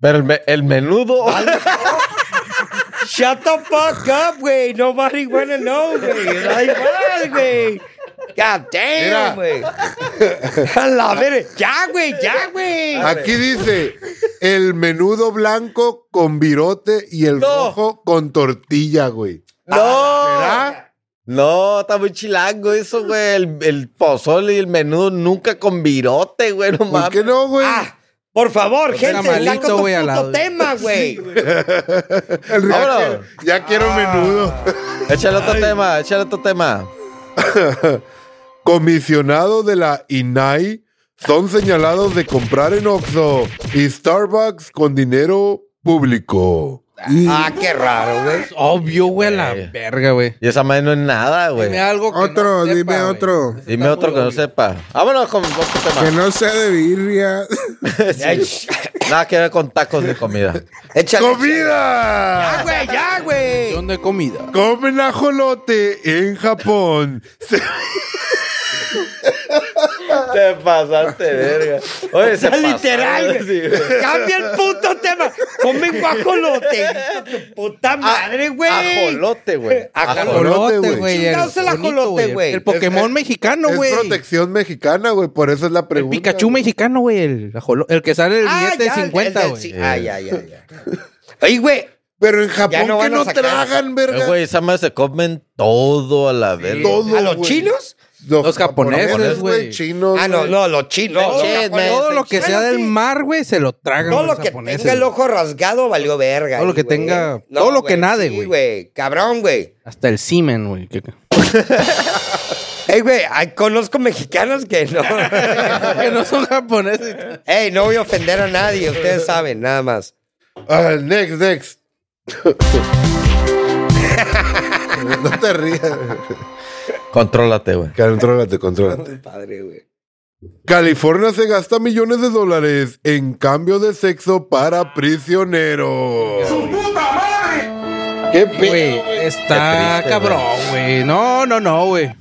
[SPEAKER 2] Pero el, me- el menudo.
[SPEAKER 4] Shut the fuck up, güey. Nobody wanna know, güey. Da igual, güey. God
[SPEAKER 1] Mira.
[SPEAKER 4] damn, güey. A la ver, ya, güey, ya, güey.
[SPEAKER 1] Aquí dice el menudo blanco con virote y el
[SPEAKER 2] No.
[SPEAKER 1] rojo con tortilla, güey.
[SPEAKER 2] ¡No! No, está muy chilango eso, güey. El, el pozole y el menudo nunca con virote, güey. No
[SPEAKER 1] ¿Por
[SPEAKER 2] mames.
[SPEAKER 1] qué no, güey?
[SPEAKER 4] Ah, por favor, gente,
[SPEAKER 3] tamalito,
[SPEAKER 4] saca tu
[SPEAKER 3] güey, a la-
[SPEAKER 4] puto tema, güey.
[SPEAKER 1] El ri-
[SPEAKER 2] Vámonos.
[SPEAKER 1] Ya quiero menudo.
[SPEAKER 2] Échale otro tema, échale otro tema.
[SPEAKER 1] Comisionados de la INAI son señalados de comprar en Oxxo y Starbucks con dinero público.
[SPEAKER 4] ah, qué raro, güey.
[SPEAKER 3] Obvio, güey, a la verga, güey.
[SPEAKER 2] Y esa madre no es nada, güey.
[SPEAKER 3] Dime algo que
[SPEAKER 5] Otro,
[SPEAKER 3] no sepa,
[SPEAKER 5] dime
[SPEAKER 3] güey.
[SPEAKER 5] otro.
[SPEAKER 3] Ese
[SPEAKER 2] Dime
[SPEAKER 3] está
[SPEAKER 2] otro
[SPEAKER 3] muy
[SPEAKER 2] que no
[SPEAKER 3] obvio.
[SPEAKER 2] sepa. Vámonos con otro tema.
[SPEAKER 5] Que no sea de birria.
[SPEAKER 4] Ay,
[SPEAKER 2] Sí. Nada que ver con tacos de comida.
[SPEAKER 4] Échale. Ya,
[SPEAKER 1] ¡Comida!
[SPEAKER 4] güey, ya, güey.
[SPEAKER 3] Opción de comida.
[SPEAKER 1] Comen ajolote en Japón. Se-
[SPEAKER 2] Te pasaste, verga. Oye, se
[SPEAKER 4] Está literal,
[SPEAKER 2] pasaron,
[SPEAKER 4] güey.
[SPEAKER 2] sí, güey.
[SPEAKER 4] Cambia el puto tema. Come guajolote. hijo de tu puta madre, güey.
[SPEAKER 2] Ajolote, güey.
[SPEAKER 4] Ajolote.
[SPEAKER 1] Ajolote,
[SPEAKER 3] Ajolote,
[SPEAKER 1] güey.
[SPEAKER 3] güey.
[SPEAKER 4] Chingados el
[SPEAKER 3] bonito,
[SPEAKER 4] ajolote, güey.
[SPEAKER 3] El Pokémon mexicano,
[SPEAKER 1] es
[SPEAKER 3] güey.
[SPEAKER 1] protección mexicana, güey. Por eso es la
[SPEAKER 3] El
[SPEAKER 1] pregunta.
[SPEAKER 3] Pikachu
[SPEAKER 1] güey.
[SPEAKER 3] mexicano, güey. El, ajolo- el que sale el
[SPEAKER 4] Ah,
[SPEAKER 3] billete
[SPEAKER 4] ya,
[SPEAKER 3] de 50,
[SPEAKER 4] el-
[SPEAKER 3] güey.
[SPEAKER 4] sí, Ah, ya, ya, ya. Oye, güey.
[SPEAKER 1] Pero en Japón
[SPEAKER 4] no
[SPEAKER 1] que
[SPEAKER 4] van a
[SPEAKER 1] no
[SPEAKER 4] sacar.
[SPEAKER 1] tragan,
[SPEAKER 2] Eh,
[SPEAKER 1] verga.
[SPEAKER 2] Güey, esa madre se comen todo a la verga.
[SPEAKER 1] todo,
[SPEAKER 4] ¿A los
[SPEAKER 1] güey.
[SPEAKER 4] chinos?
[SPEAKER 3] Los japoneses, güey.
[SPEAKER 1] Chinos.
[SPEAKER 4] Ah, no,
[SPEAKER 1] güey.
[SPEAKER 4] no, los chinos.
[SPEAKER 2] Todo,
[SPEAKER 4] los japoneses.
[SPEAKER 3] Todo lo que
[SPEAKER 4] Bueno,
[SPEAKER 3] sea del
[SPEAKER 4] sí.
[SPEAKER 3] mar, güey, se lo tragan.
[SPEAKER 4] Todo
[SPEAKER 3] los
[SPEAKER 4] lo que
[SPEAKER 3] japoneses,
[SPEAKER 4] tenga el
[SPEAKER 3] güey.
[SPEAKER 4] ojo rasgado valió verga.
[SPEAKER 3] Todo lo
[SPEAKER 4] ahí,
[SPEAKER 3] que
[SPEAKER 4] güey.
[SPEAKER 3] tenga- todo lo que nade,
[SPEAKER 4] sí,
[SPEAKER 3] güey.
[SPEAKER 4] güey. Cabrón, güey.
[SPEAKER 3] Hasta el semen, güey. que- que-
[SPEAKER 4] Ey, güey, ay, conozco mexicanos que no.
[SPEAKER 3] que no son japoneses.
[SPEAKER 4] Ey, no voy a ofender a nadie, ustedes saben, nada más.
[SPEAKER 1] Ah, next, next. no te rías.
[SPEAKER 2] Contrólate, güey.
[SPEAKER 1] Contrólate, contrólate.
[SPEAKER 4] Padre, güey.
[SPEAKER 1] California se gasta millones de dólares en cambio de sexo para prisioneros.
[SPEAKER 3] ¿Qué Güey, está
[SPEAKER 2] Qué triste,
[SPEAKER 3] cabrón, güey. No, no, no, güey.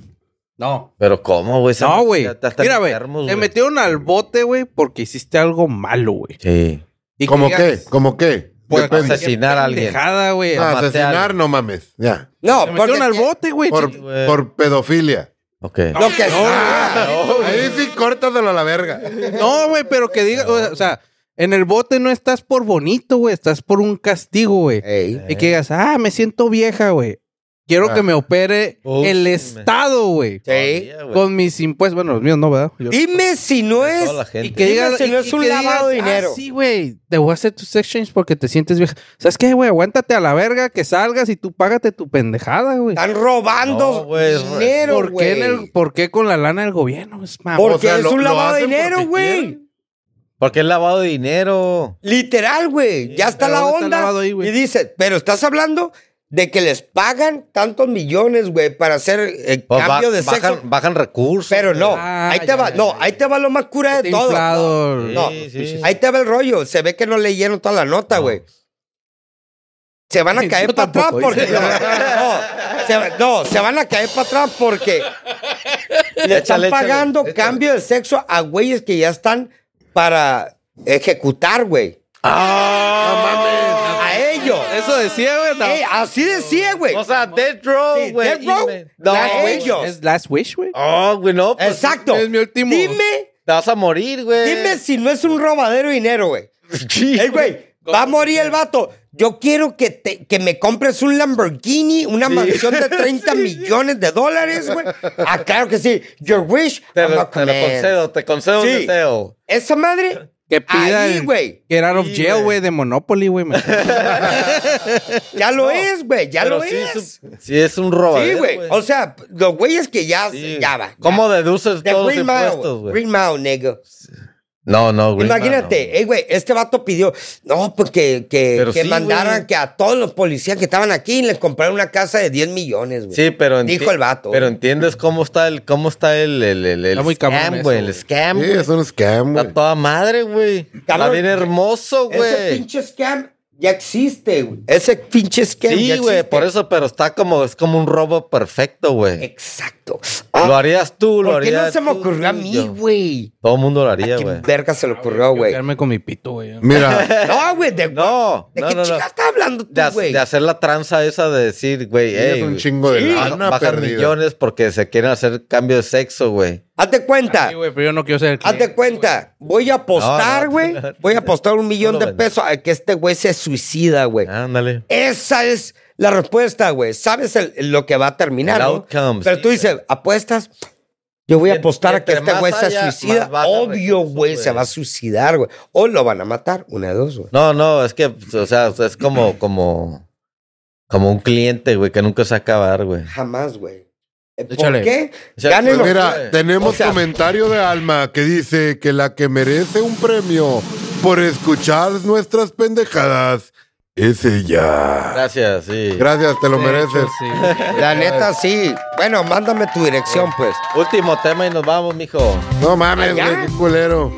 [SPEAKER 3] No.
[SPEAKER 2] Pero ¿cómo, güey? Esa
[SPEAKER 3] No,
[SPEAKER 2] madre
[SPEAKER 3] güey.
[SPEAKER 2] ya está hasta
[SPEAKER 3] Mira, güey.
[SPEAKER 2] enfermos,
[SPEAKER 3] Te
[SPEAKER 2] güey.
[SPEAKER 3] metieron al bote, güey, porque hiciste algo malo, güey.
[SPEAKER 2] Sí.
[SPEAKER 3] Y que
[SPEAKER 1] ¿Cómo qué?
[SPEAKER 3] digas,
[SPEAKER 1] ¿Cómo qué?
[SPEAKER 3] Pues,
[SPEAKER 1] Depende.
[SPEAKER 2] asesinar a alguien.
[SPEAKER 3] Pendejada, güey.
[SPEAKER 1] Ah,
[SPEAKER 2] maté a
[SPEAKER 1] asesinar,
[SPEAKER 2] alguien.
[SPEAKER 1] no mames. Ya.
[SPEAKER 4] No,
[SPEAKER 3] Te
[SPEAKER 4] porque
[SPEAKER 3] metieron al bote, güey.
[SPEAKER 1] Por,
[SPEAKER 3] chiqui-
[SPEAKER 2] güey.
[SPEAKER 1] por pedofilia.
[SPEAKER 2] Ok.
[SPEAKER 4] lo que
[SPEAKER 2] Ah.
[SPEAKER 1] Ahí sí, córtaselo a la verga.
[SPEAKER 3] No, güey, pero que diga, o sea, en el bote no estás por bonito, güey, estás por un castigo, güey.
[SPEAKER 4] Ey.
[SPEAKER 3] Y que digas, ah, me siento vieja, güey. Quiero
[SPEAKER 1] Ah.
[SPEAKER 3] que me opere
[SPEAKER 2] Uy,
[SPEAKER 3] el
[SPEAKER 2] me-
[SPEAKER 3] Estado, güey.
[SPEAKER 4] Sí.
[SPEAKER 2] Todavía, güey.
[SPEAKER 3] Con mis impuestos. Bueno, los míos no, ¿verdad? Yo-
[SPEAKER 4] Dime si no
[SPEAKER 2] Toda
[SPEAKER 4] es.
[SPEAKER 2] la gente.
[SPEAKER 3] y que digas, "Ah,
[SPEAKER 4] si no es un lavado de dinero.
[SPEAKER 3] sí, güey, te voy a hacer tus exchange porque te sientes vieja. ¿Sabes qué, güey? Aguántate a la verga, que salgas y tú págate tu pendejada, güey.
[SPEAKER 4] Están
[SPEAKER 2] No,
[SPEAKER 4] robando
[SPEAKER 2] güey, es-
[SPEAKER 4] dinero,
[SPEAKER 3] ¿Por qué, en el-
[SPEAKER 4] güey.
[SPEAKER 3] por qué con la lana del gobierno? Es mamá.
[SPEAKER 4] Porque
[SPEAKER 1] O sea,
[SPEAKER 4] es
[SPEAKER 1] lo-
[SPEAKER 4] un
[SPEAKER 1] lo
[SPEAKER 4] lavado de
[SPEAKER 1] hacen
[SPEAKER 4] dinero,
[SPEAKER 1] porque
[SPEAKER 4] güey.
[SPEAKER 1] quieren.
[SPEAKER 2] Porque es lavado de dinero.
[SPEAKER 4] Literal, güey. Ya está
[SPEAKER 3] pero
[SPEAKER 4] la
[SPEAKER 3] ¿dónde está el
[SPEAKER 4] onda.
[SPEAKER 3] lavado ahí, güey?
[SPEAKER 4] y dice, pero estás hablando de que les pagan tantos millones, güey, para hacer el
[SPEAKER 2] Pues
[SPEAKER 4] cambio
[SPEAKER 2] ba-
[SPEAKER 4] de
[SPEAKER 2] bajan,
[SPEAKER 4] sexo.
[SPEAKER 2] bajan recursos.
[SPEAKER 4] Pero no,
[SPEAKER 3] Ah,
[SPEAKER 4] ahí te
[SPEAKER 3] ya,
[SPEAKER 4] va,
[SPEAKER 3] ya,
[SPEAKER 4] no,
[SPEAKER 3] ya,
[SPEAKER 4] ahí te va lo más cura de
[SPEAKER 3] Está
[SPEAKER 4] todo.
[SPEAKER 3] inflado.
[SPEAKER 2] Sí,
[SPEAKER 4] No,
[SPEAKER 2] sí.
[SPEAKER 4] Ahí te va el rollo. Se ve que no leyeron toda la nota, güey. Se van a
[SPEAKER 3] Yo
[SPEAKER 4] caer para atrás
[SPEAKER 3] tampoco,
[SPEAKER 4] porque.
[SPEAKER 3] dice.
[SPEAKER 4] No, se, va- no, se van a caer para atrás porque le están
[SPEAKER 2] Échale, échale,
[SPEAKER 4] pagando
[SPEAKER 2] échale.
[SPEAKER 4] cambio de sexo a güeyes que ya están para ejecutar, güey. ¡Ah! ¡No mames! A ellos.
[SPEAKER 3] Eso decía, güey. no.
[SPEAKER 4] Ey, así decía, güey.
[SPEAKER 2] O sea, Death Row,
[SPEAKER 4] Sí,
[SPEAKER 2] güey.
[SPEAKER 4] Death Row.
[SPEAKER 2] Y me-
[SPEAKER 4] No,
[SPEAKER 2] Last
[SPEAKER 4] güey.
[SPEAKER 2] Wish.
[SPEAKER 4] ellos.
[SPEAKER 3] Es Last Wish, güey.
[SPEAKER 2] Oh, güey, no. pues,
[SPEAKER 4] Exacto.
[SPEAKER 3] Es mi último.
[SPEAKER 4] Dime,
[SPEAKER 2] Te vas a morir, güey.
[SPEAKER 4] dime si no es un robadero de dinero, güey.
[SPEAKER 2] Sí.
[SPEAKER 4] Ey, güey, va a morir el vato. Yo quiero que, te- que me compres un Lamborghini, una mansión de 30 millones de dólares, güey. Ah, claro que sí. Your wish,
[SPEAKER 2] Te
[SPEAKER 4] I'm
[SPEAKER 2] lo,
[SPEAKER 4] a
[SPEAKER 2] te lo
[SPEAKER 4] man.
[SPEAKER 2] concedo, te concedo
[SPEAKER 4] Sí.
[SPEAKER 2] un deseo.
[SPEAKER 4] Esa madre,
[SPEAKER 3] Que pida
[SPEAKER 4] Ahí,
[SPEAKER 3] el
[SPEAKER 4] güey.
[SPEAKER 3] Get out of
[SPEAKER 2] Sí,
[SPEAKER 3] jail,
[SPEAKER 2] güey.
[SPEAKER 3] güey, de Monopoly, güey. me-
[SPEAKER 4] ya lo es, güey, ya
[SPEAKER 2] Pero
[SPEAKER 4] lo
[SPEAKER 2] sí
[SPEAKER 4] es.
[SPEAKER 2] es un- sí es un robadero,
[SPEAKER 4] sí, güey. O sea, los güeyes que ya,
[SPEAKER 2] Sí.
[SPEAKER 4] ya va.
[SPEAKER 2] ¿Cómo
[SPEAKER 4] ya.
[SPEAKER 2] deduces
[SPEAKER 4] De
[SPEAKER 2] todos los
[SPEAKER 4] Green Mile,
[SPEAKER 2] impuestos, güey?
[SPEAKER 4] Green Mile, nigga.
[SPEAKER 2] No, no, güey.
[SPEAKER 4] Imagínate,
[SPEAKER 2] no.
[SPEAKER 4] ey, güey, este vato pidió, no, porque que,
[SPEAKER 2] Pero
[SPEAKER 4] que
[SPEAKER 2] sí,
[SPEAKER 4] mandaran
[SPEAKER 2] güey.
[SPEAKER 4] que a todos los policías que estaban aquí les compraran una casa de 10 millones, güey.
[SPEAKER 2] Sí, pero enti-
[SPEAKER 4] Dijo el vato.
[SPEAKER 2] Pero entiendes cómo está el, cómo está el, el, el, el
[SPEAKER 3] Está muy cabrón
[SPEAKER 2] scam,
[SPEAKER 3] eso,
[SPEAKER 2] güey. El
[SPEAKER 3] güey.
[SPEAKER 2] scam,
[SPEAKER 1] Sí,
[SPEAKER 2] güey.
[SPEAKER 1] es un scam,
[SPEAKER 2] Está
[SPEAKER 1] güey.
[SPEAKER 2] toda madre, güey. Está
[SPEAKER 4] Cabrón,
[SPEAKER 2] bien hermoso,
[SPEAKER 4] Ese
[SPEAKER 2] güey.
[SPEAKER 4] pinche scam ya existe, güey. Ese pinche scam ya
[SPEAKER 2] Sí, güey,
[SPEAKER 4] existe.
[SPEAKER 2] por eso, pero está como, es como un robo perfecto, güey.
[SPEAKER 4] Exacto.
[SPEAKER 2] Lo
[SPEAKER 4] Ah,
[SPEAKER 2] harías tú, lo
[SPEAKER 4] ¿Por qué
[SPEAKER 2] harías
[SPEAKER 4] no se me
[SPEAKER 2] tú,
[SPEAKER 4] ocurrió a
[SPEAKER 2] tú,
[SPEAKER 4] mí,
[SPEAKER 2] yo.
[SPEAKER 4] güey?
[SPEAKER 2] Todo el mundo lo haría,
[SPEAKER 4] ¿A
[SPEAKER 2] güey.
[SPEAKER 4] quién verga se le ocurrió, güey?
[SPEAKER 3] Quedarme con mi pito, güey.
[SPEAKER 1] Mira,
[SPEAKER 4] No, güey, de,
[SPEAKER 2] No,
[SPEAKER 4] ¿de
[SPEAKER 2] no,
[SPEAKER 4] qué
[SPEAKER 2] no, no.
[SPEAKER 4] chica está hablando tú,
[SPEAKER 2] De, ha-
[SPEAKER 4] güey?
[SPEAKER 2] de hacer la tranza esa de decir, güey,
[SPEAKER 1] es
[SPEAKER 2] hey,
[SPEAKER 1] un
[SPEAKER 2] güey,
[SPEAKER 1] chingo de
[SPEAKER 2] baja-
[SPEAKER 1] lana
[SPEAKER 2] bajan
[SPEAKER 1] perdida.
[SPEAKER 2] millones porque se quieren hacer cambio de sexo, güey.
[SPEAKER 4] Hazte cuenta.
[SPEAKER 3] Sí, güey, pero yo no quiero ser el
[SPEAKER 4] Hazte
[SPEAKER 3] cliente,
[SPEAKER 4] cuenta, voy a apostar,
[SPEAKER 2] No, no,
[SPEAKER 4] güey.
[SPEAKER 2] no, no.
[SPEAKER 4] voy a apostar un millón
[SPEAKER 2] No lo
[SPEAKER 4] de
[SPEAKER 2] vendas.
[SPEAKER 4] pesos a que este güey se suicida, güey.
[SPEAKER 2] Ándale.
[SPEAKER 4] Esa es la respuesta, güey. Sabes el- lo que va a terminar,
[SPEAKER 2] El
[SPEAKER 4] ¿no?
[SPEAKER 2] outcome,
[SPEAKER 4] Pero
[SPEAKER 2] sí,
[SPEAKER 4] tú
[SPEAKER 2] güey.
[SPEAKER 4] dices, apuestas, yo voy a
[SPEAKER 2] Mien-
[SPEAKER 4] apostar a que
[SPEAKER 2] mientras más
[SPEAKER 4] este güey se
[SPEAKER 2] haya,
[SPEAKER 4] suicida.
[SPEAKER 2] más baja
[SPEAKER 4] Obvio,
[SPEAKER 2] recursos,
[SPEAKER 4] güey,
[SPEAKER 2] güey.
[SPEAKER 4] se va a suicidar, güey. O lo van a matar, una de dos, güey.
[SPEAKER 2] No, no, es que, o sea, es como, como, como un cliente, güey, que nunca se va a acabar, güey.
[SPEAKER 4] Jamás, güey. Eh, ¿Por
[SPEAKER 3] Échale.
[SPEAKER 4] qué?
[SPEAKER 2] Échale,
[SPEAKER 4] Ganen
[SPEAKER 2] pues,
[SPEAKER 4] los-
[SPEAKER 1] Mira, tenemos
[SPEAKER 4] O sea-
[SPEAKER 1] comentario de Alma que dice que la que merece un premio por escuchar nuestras pendejadas es ella.
[SPEAKER 2] Gracias, sí.
[SPEAKER 1] Gracias, te lo
[SPEAKER 3] güey.
[SPEAKER 1] mereces.
[SPEAKER 3] Sí, sí.
[SPEAKER 4] La neta, sí. Bueno, mándame tu dirección, pues.
[SPEAKER 2] Último tema y nos vamos, mijo.
[SPEAKER 1] No mames, güey, qué culero.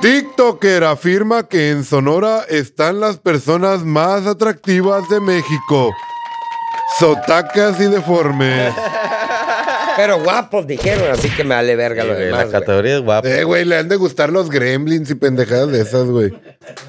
[SPEAKER 1] TikToker afirma que en Sonora están las personas más atractivas de México. Sotacas y deformes.
[SPEAKER 4] Pero guapos dijeron, así que me vale verga lo
[SPEAKER 2] güey,
[SPEAKER 4] demás.
[SPEAKER 2] la
[SPEAKER 4] güey.
[SPEAKER 2] categoría es guapa.
[SPEAKER 1] Eh, güey, le han de gustar los gremlins y pendejadas de esas, güey.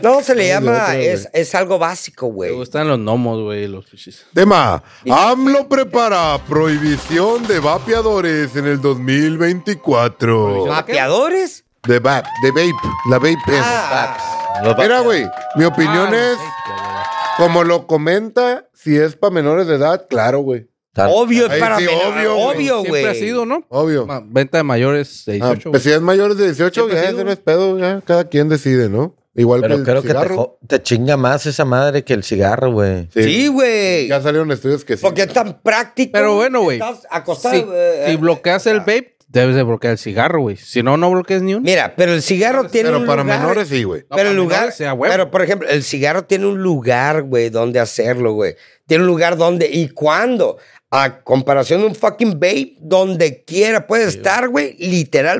[SPEAKER 4] No, se le
[SPEAKER 1] Ay, de
[SPEAKER 4] llama,
[SPEAKER 1] otra,
[SPEAKER 4] es, es algo básico,
[SPEAKER 3] Me
[SPEAKER 4] güey.
[SPEAKER 3] gustan los gnomos, güey, los fichis.
[SPEAKER 1] Tema. AMLO prepara prohibición de vapeadores en el 2024.
[SPEAKER 4] ¿Mapeadores?
[SPEAKER 1] De vape, de vape, la vape. es. Ah,
[SPEAKER 4] Ah,
[SPEAKER 2] Los va-
[SPEAKER 1] Mira, güey, mi opinión es,
[SPEAKER 3] Ah,
[SPEAKER 1] como lo comenta, si es para menores de edad, claro, güey.
[SPEAKER 2] Tan-
[SPEAKER 4] obvio, es
[SPEAKER 1] Ahí
[SPEAKER 4] para
[SPEAKER 1] sí, obvio,
[SPEAKER 4] obvio,
[SPEAKER 1] güey.
[SPEAKER 4] obvio,
[SPEAKER 3] Siempre
[SPEAKER 4] güey.
[SPEAKER 3] ha sido, ¿no?
[SPEAKER 1] Obvio.
[SPEAKER 3] Ma- pues Venta de mayores de
[SPEAKER 1] Ah,
[SPEAKER 3] 18.
[SPEAKER 1] pues si es mayores de 18,
[SPEAKER 3] Siempre ha
[SPEAKER 1] ya
[SPEAKER 3] sido,
[SPEAKER 1] ese no es pedo, ya cada quien decide, ¿no? Igual
[SPEAKER 2] Pero
[SPEAKER 1] que el
[SPEAKER 2] creo que te,
[SPEAKER 1] cigarro.
[SPEAKER 2] jo- te chinga más esa madre que el cigarro, güey.
[SPEAKER 4] Sí, güey.
[SPEAKER 1] Ya salieron estudios que sí.
[SPEAKER 4] Porque es tan práctico.
[SPEAKER 3] Pero bueno, güey.
[SPEAKER 4] Estás
[SPEAKER 3] güey.
[SPEAKER 4] acostado.
[SPEAKER 3] Si,
[SPEAKER 4] eh,
[SPEAKER 3] si
[SPEAKER 4] eh,
[SPEAKER 3] bloqueas el vape, debes de bloquear el cigarro, güey. Si no, no bloqueas ni uno.
[SPEAKER 4] Mira, pero el cigarro tiene
[SPEAKER 1] Pero
[SPEAKER 4] un
[SPEAKER 1] para
[SPEAKER 4] lugar-
[SPEAKER 1] menores sí, güey.
[SPEAKER 3] No,
[SPEAKER 4] pero el
[SPEAKER 3] para
[SPEAKER 4] lugar,
[SPEAKER 3] menores, sea huevo.
[SPEAKER 4] pero por ejemplo, el cigarro tiene un lugar, güey, donde hacerlo, güey. Tiene un lugar donde y cuándo. A comparación de un fucking vape, donde quiera puedes estar, güey, literal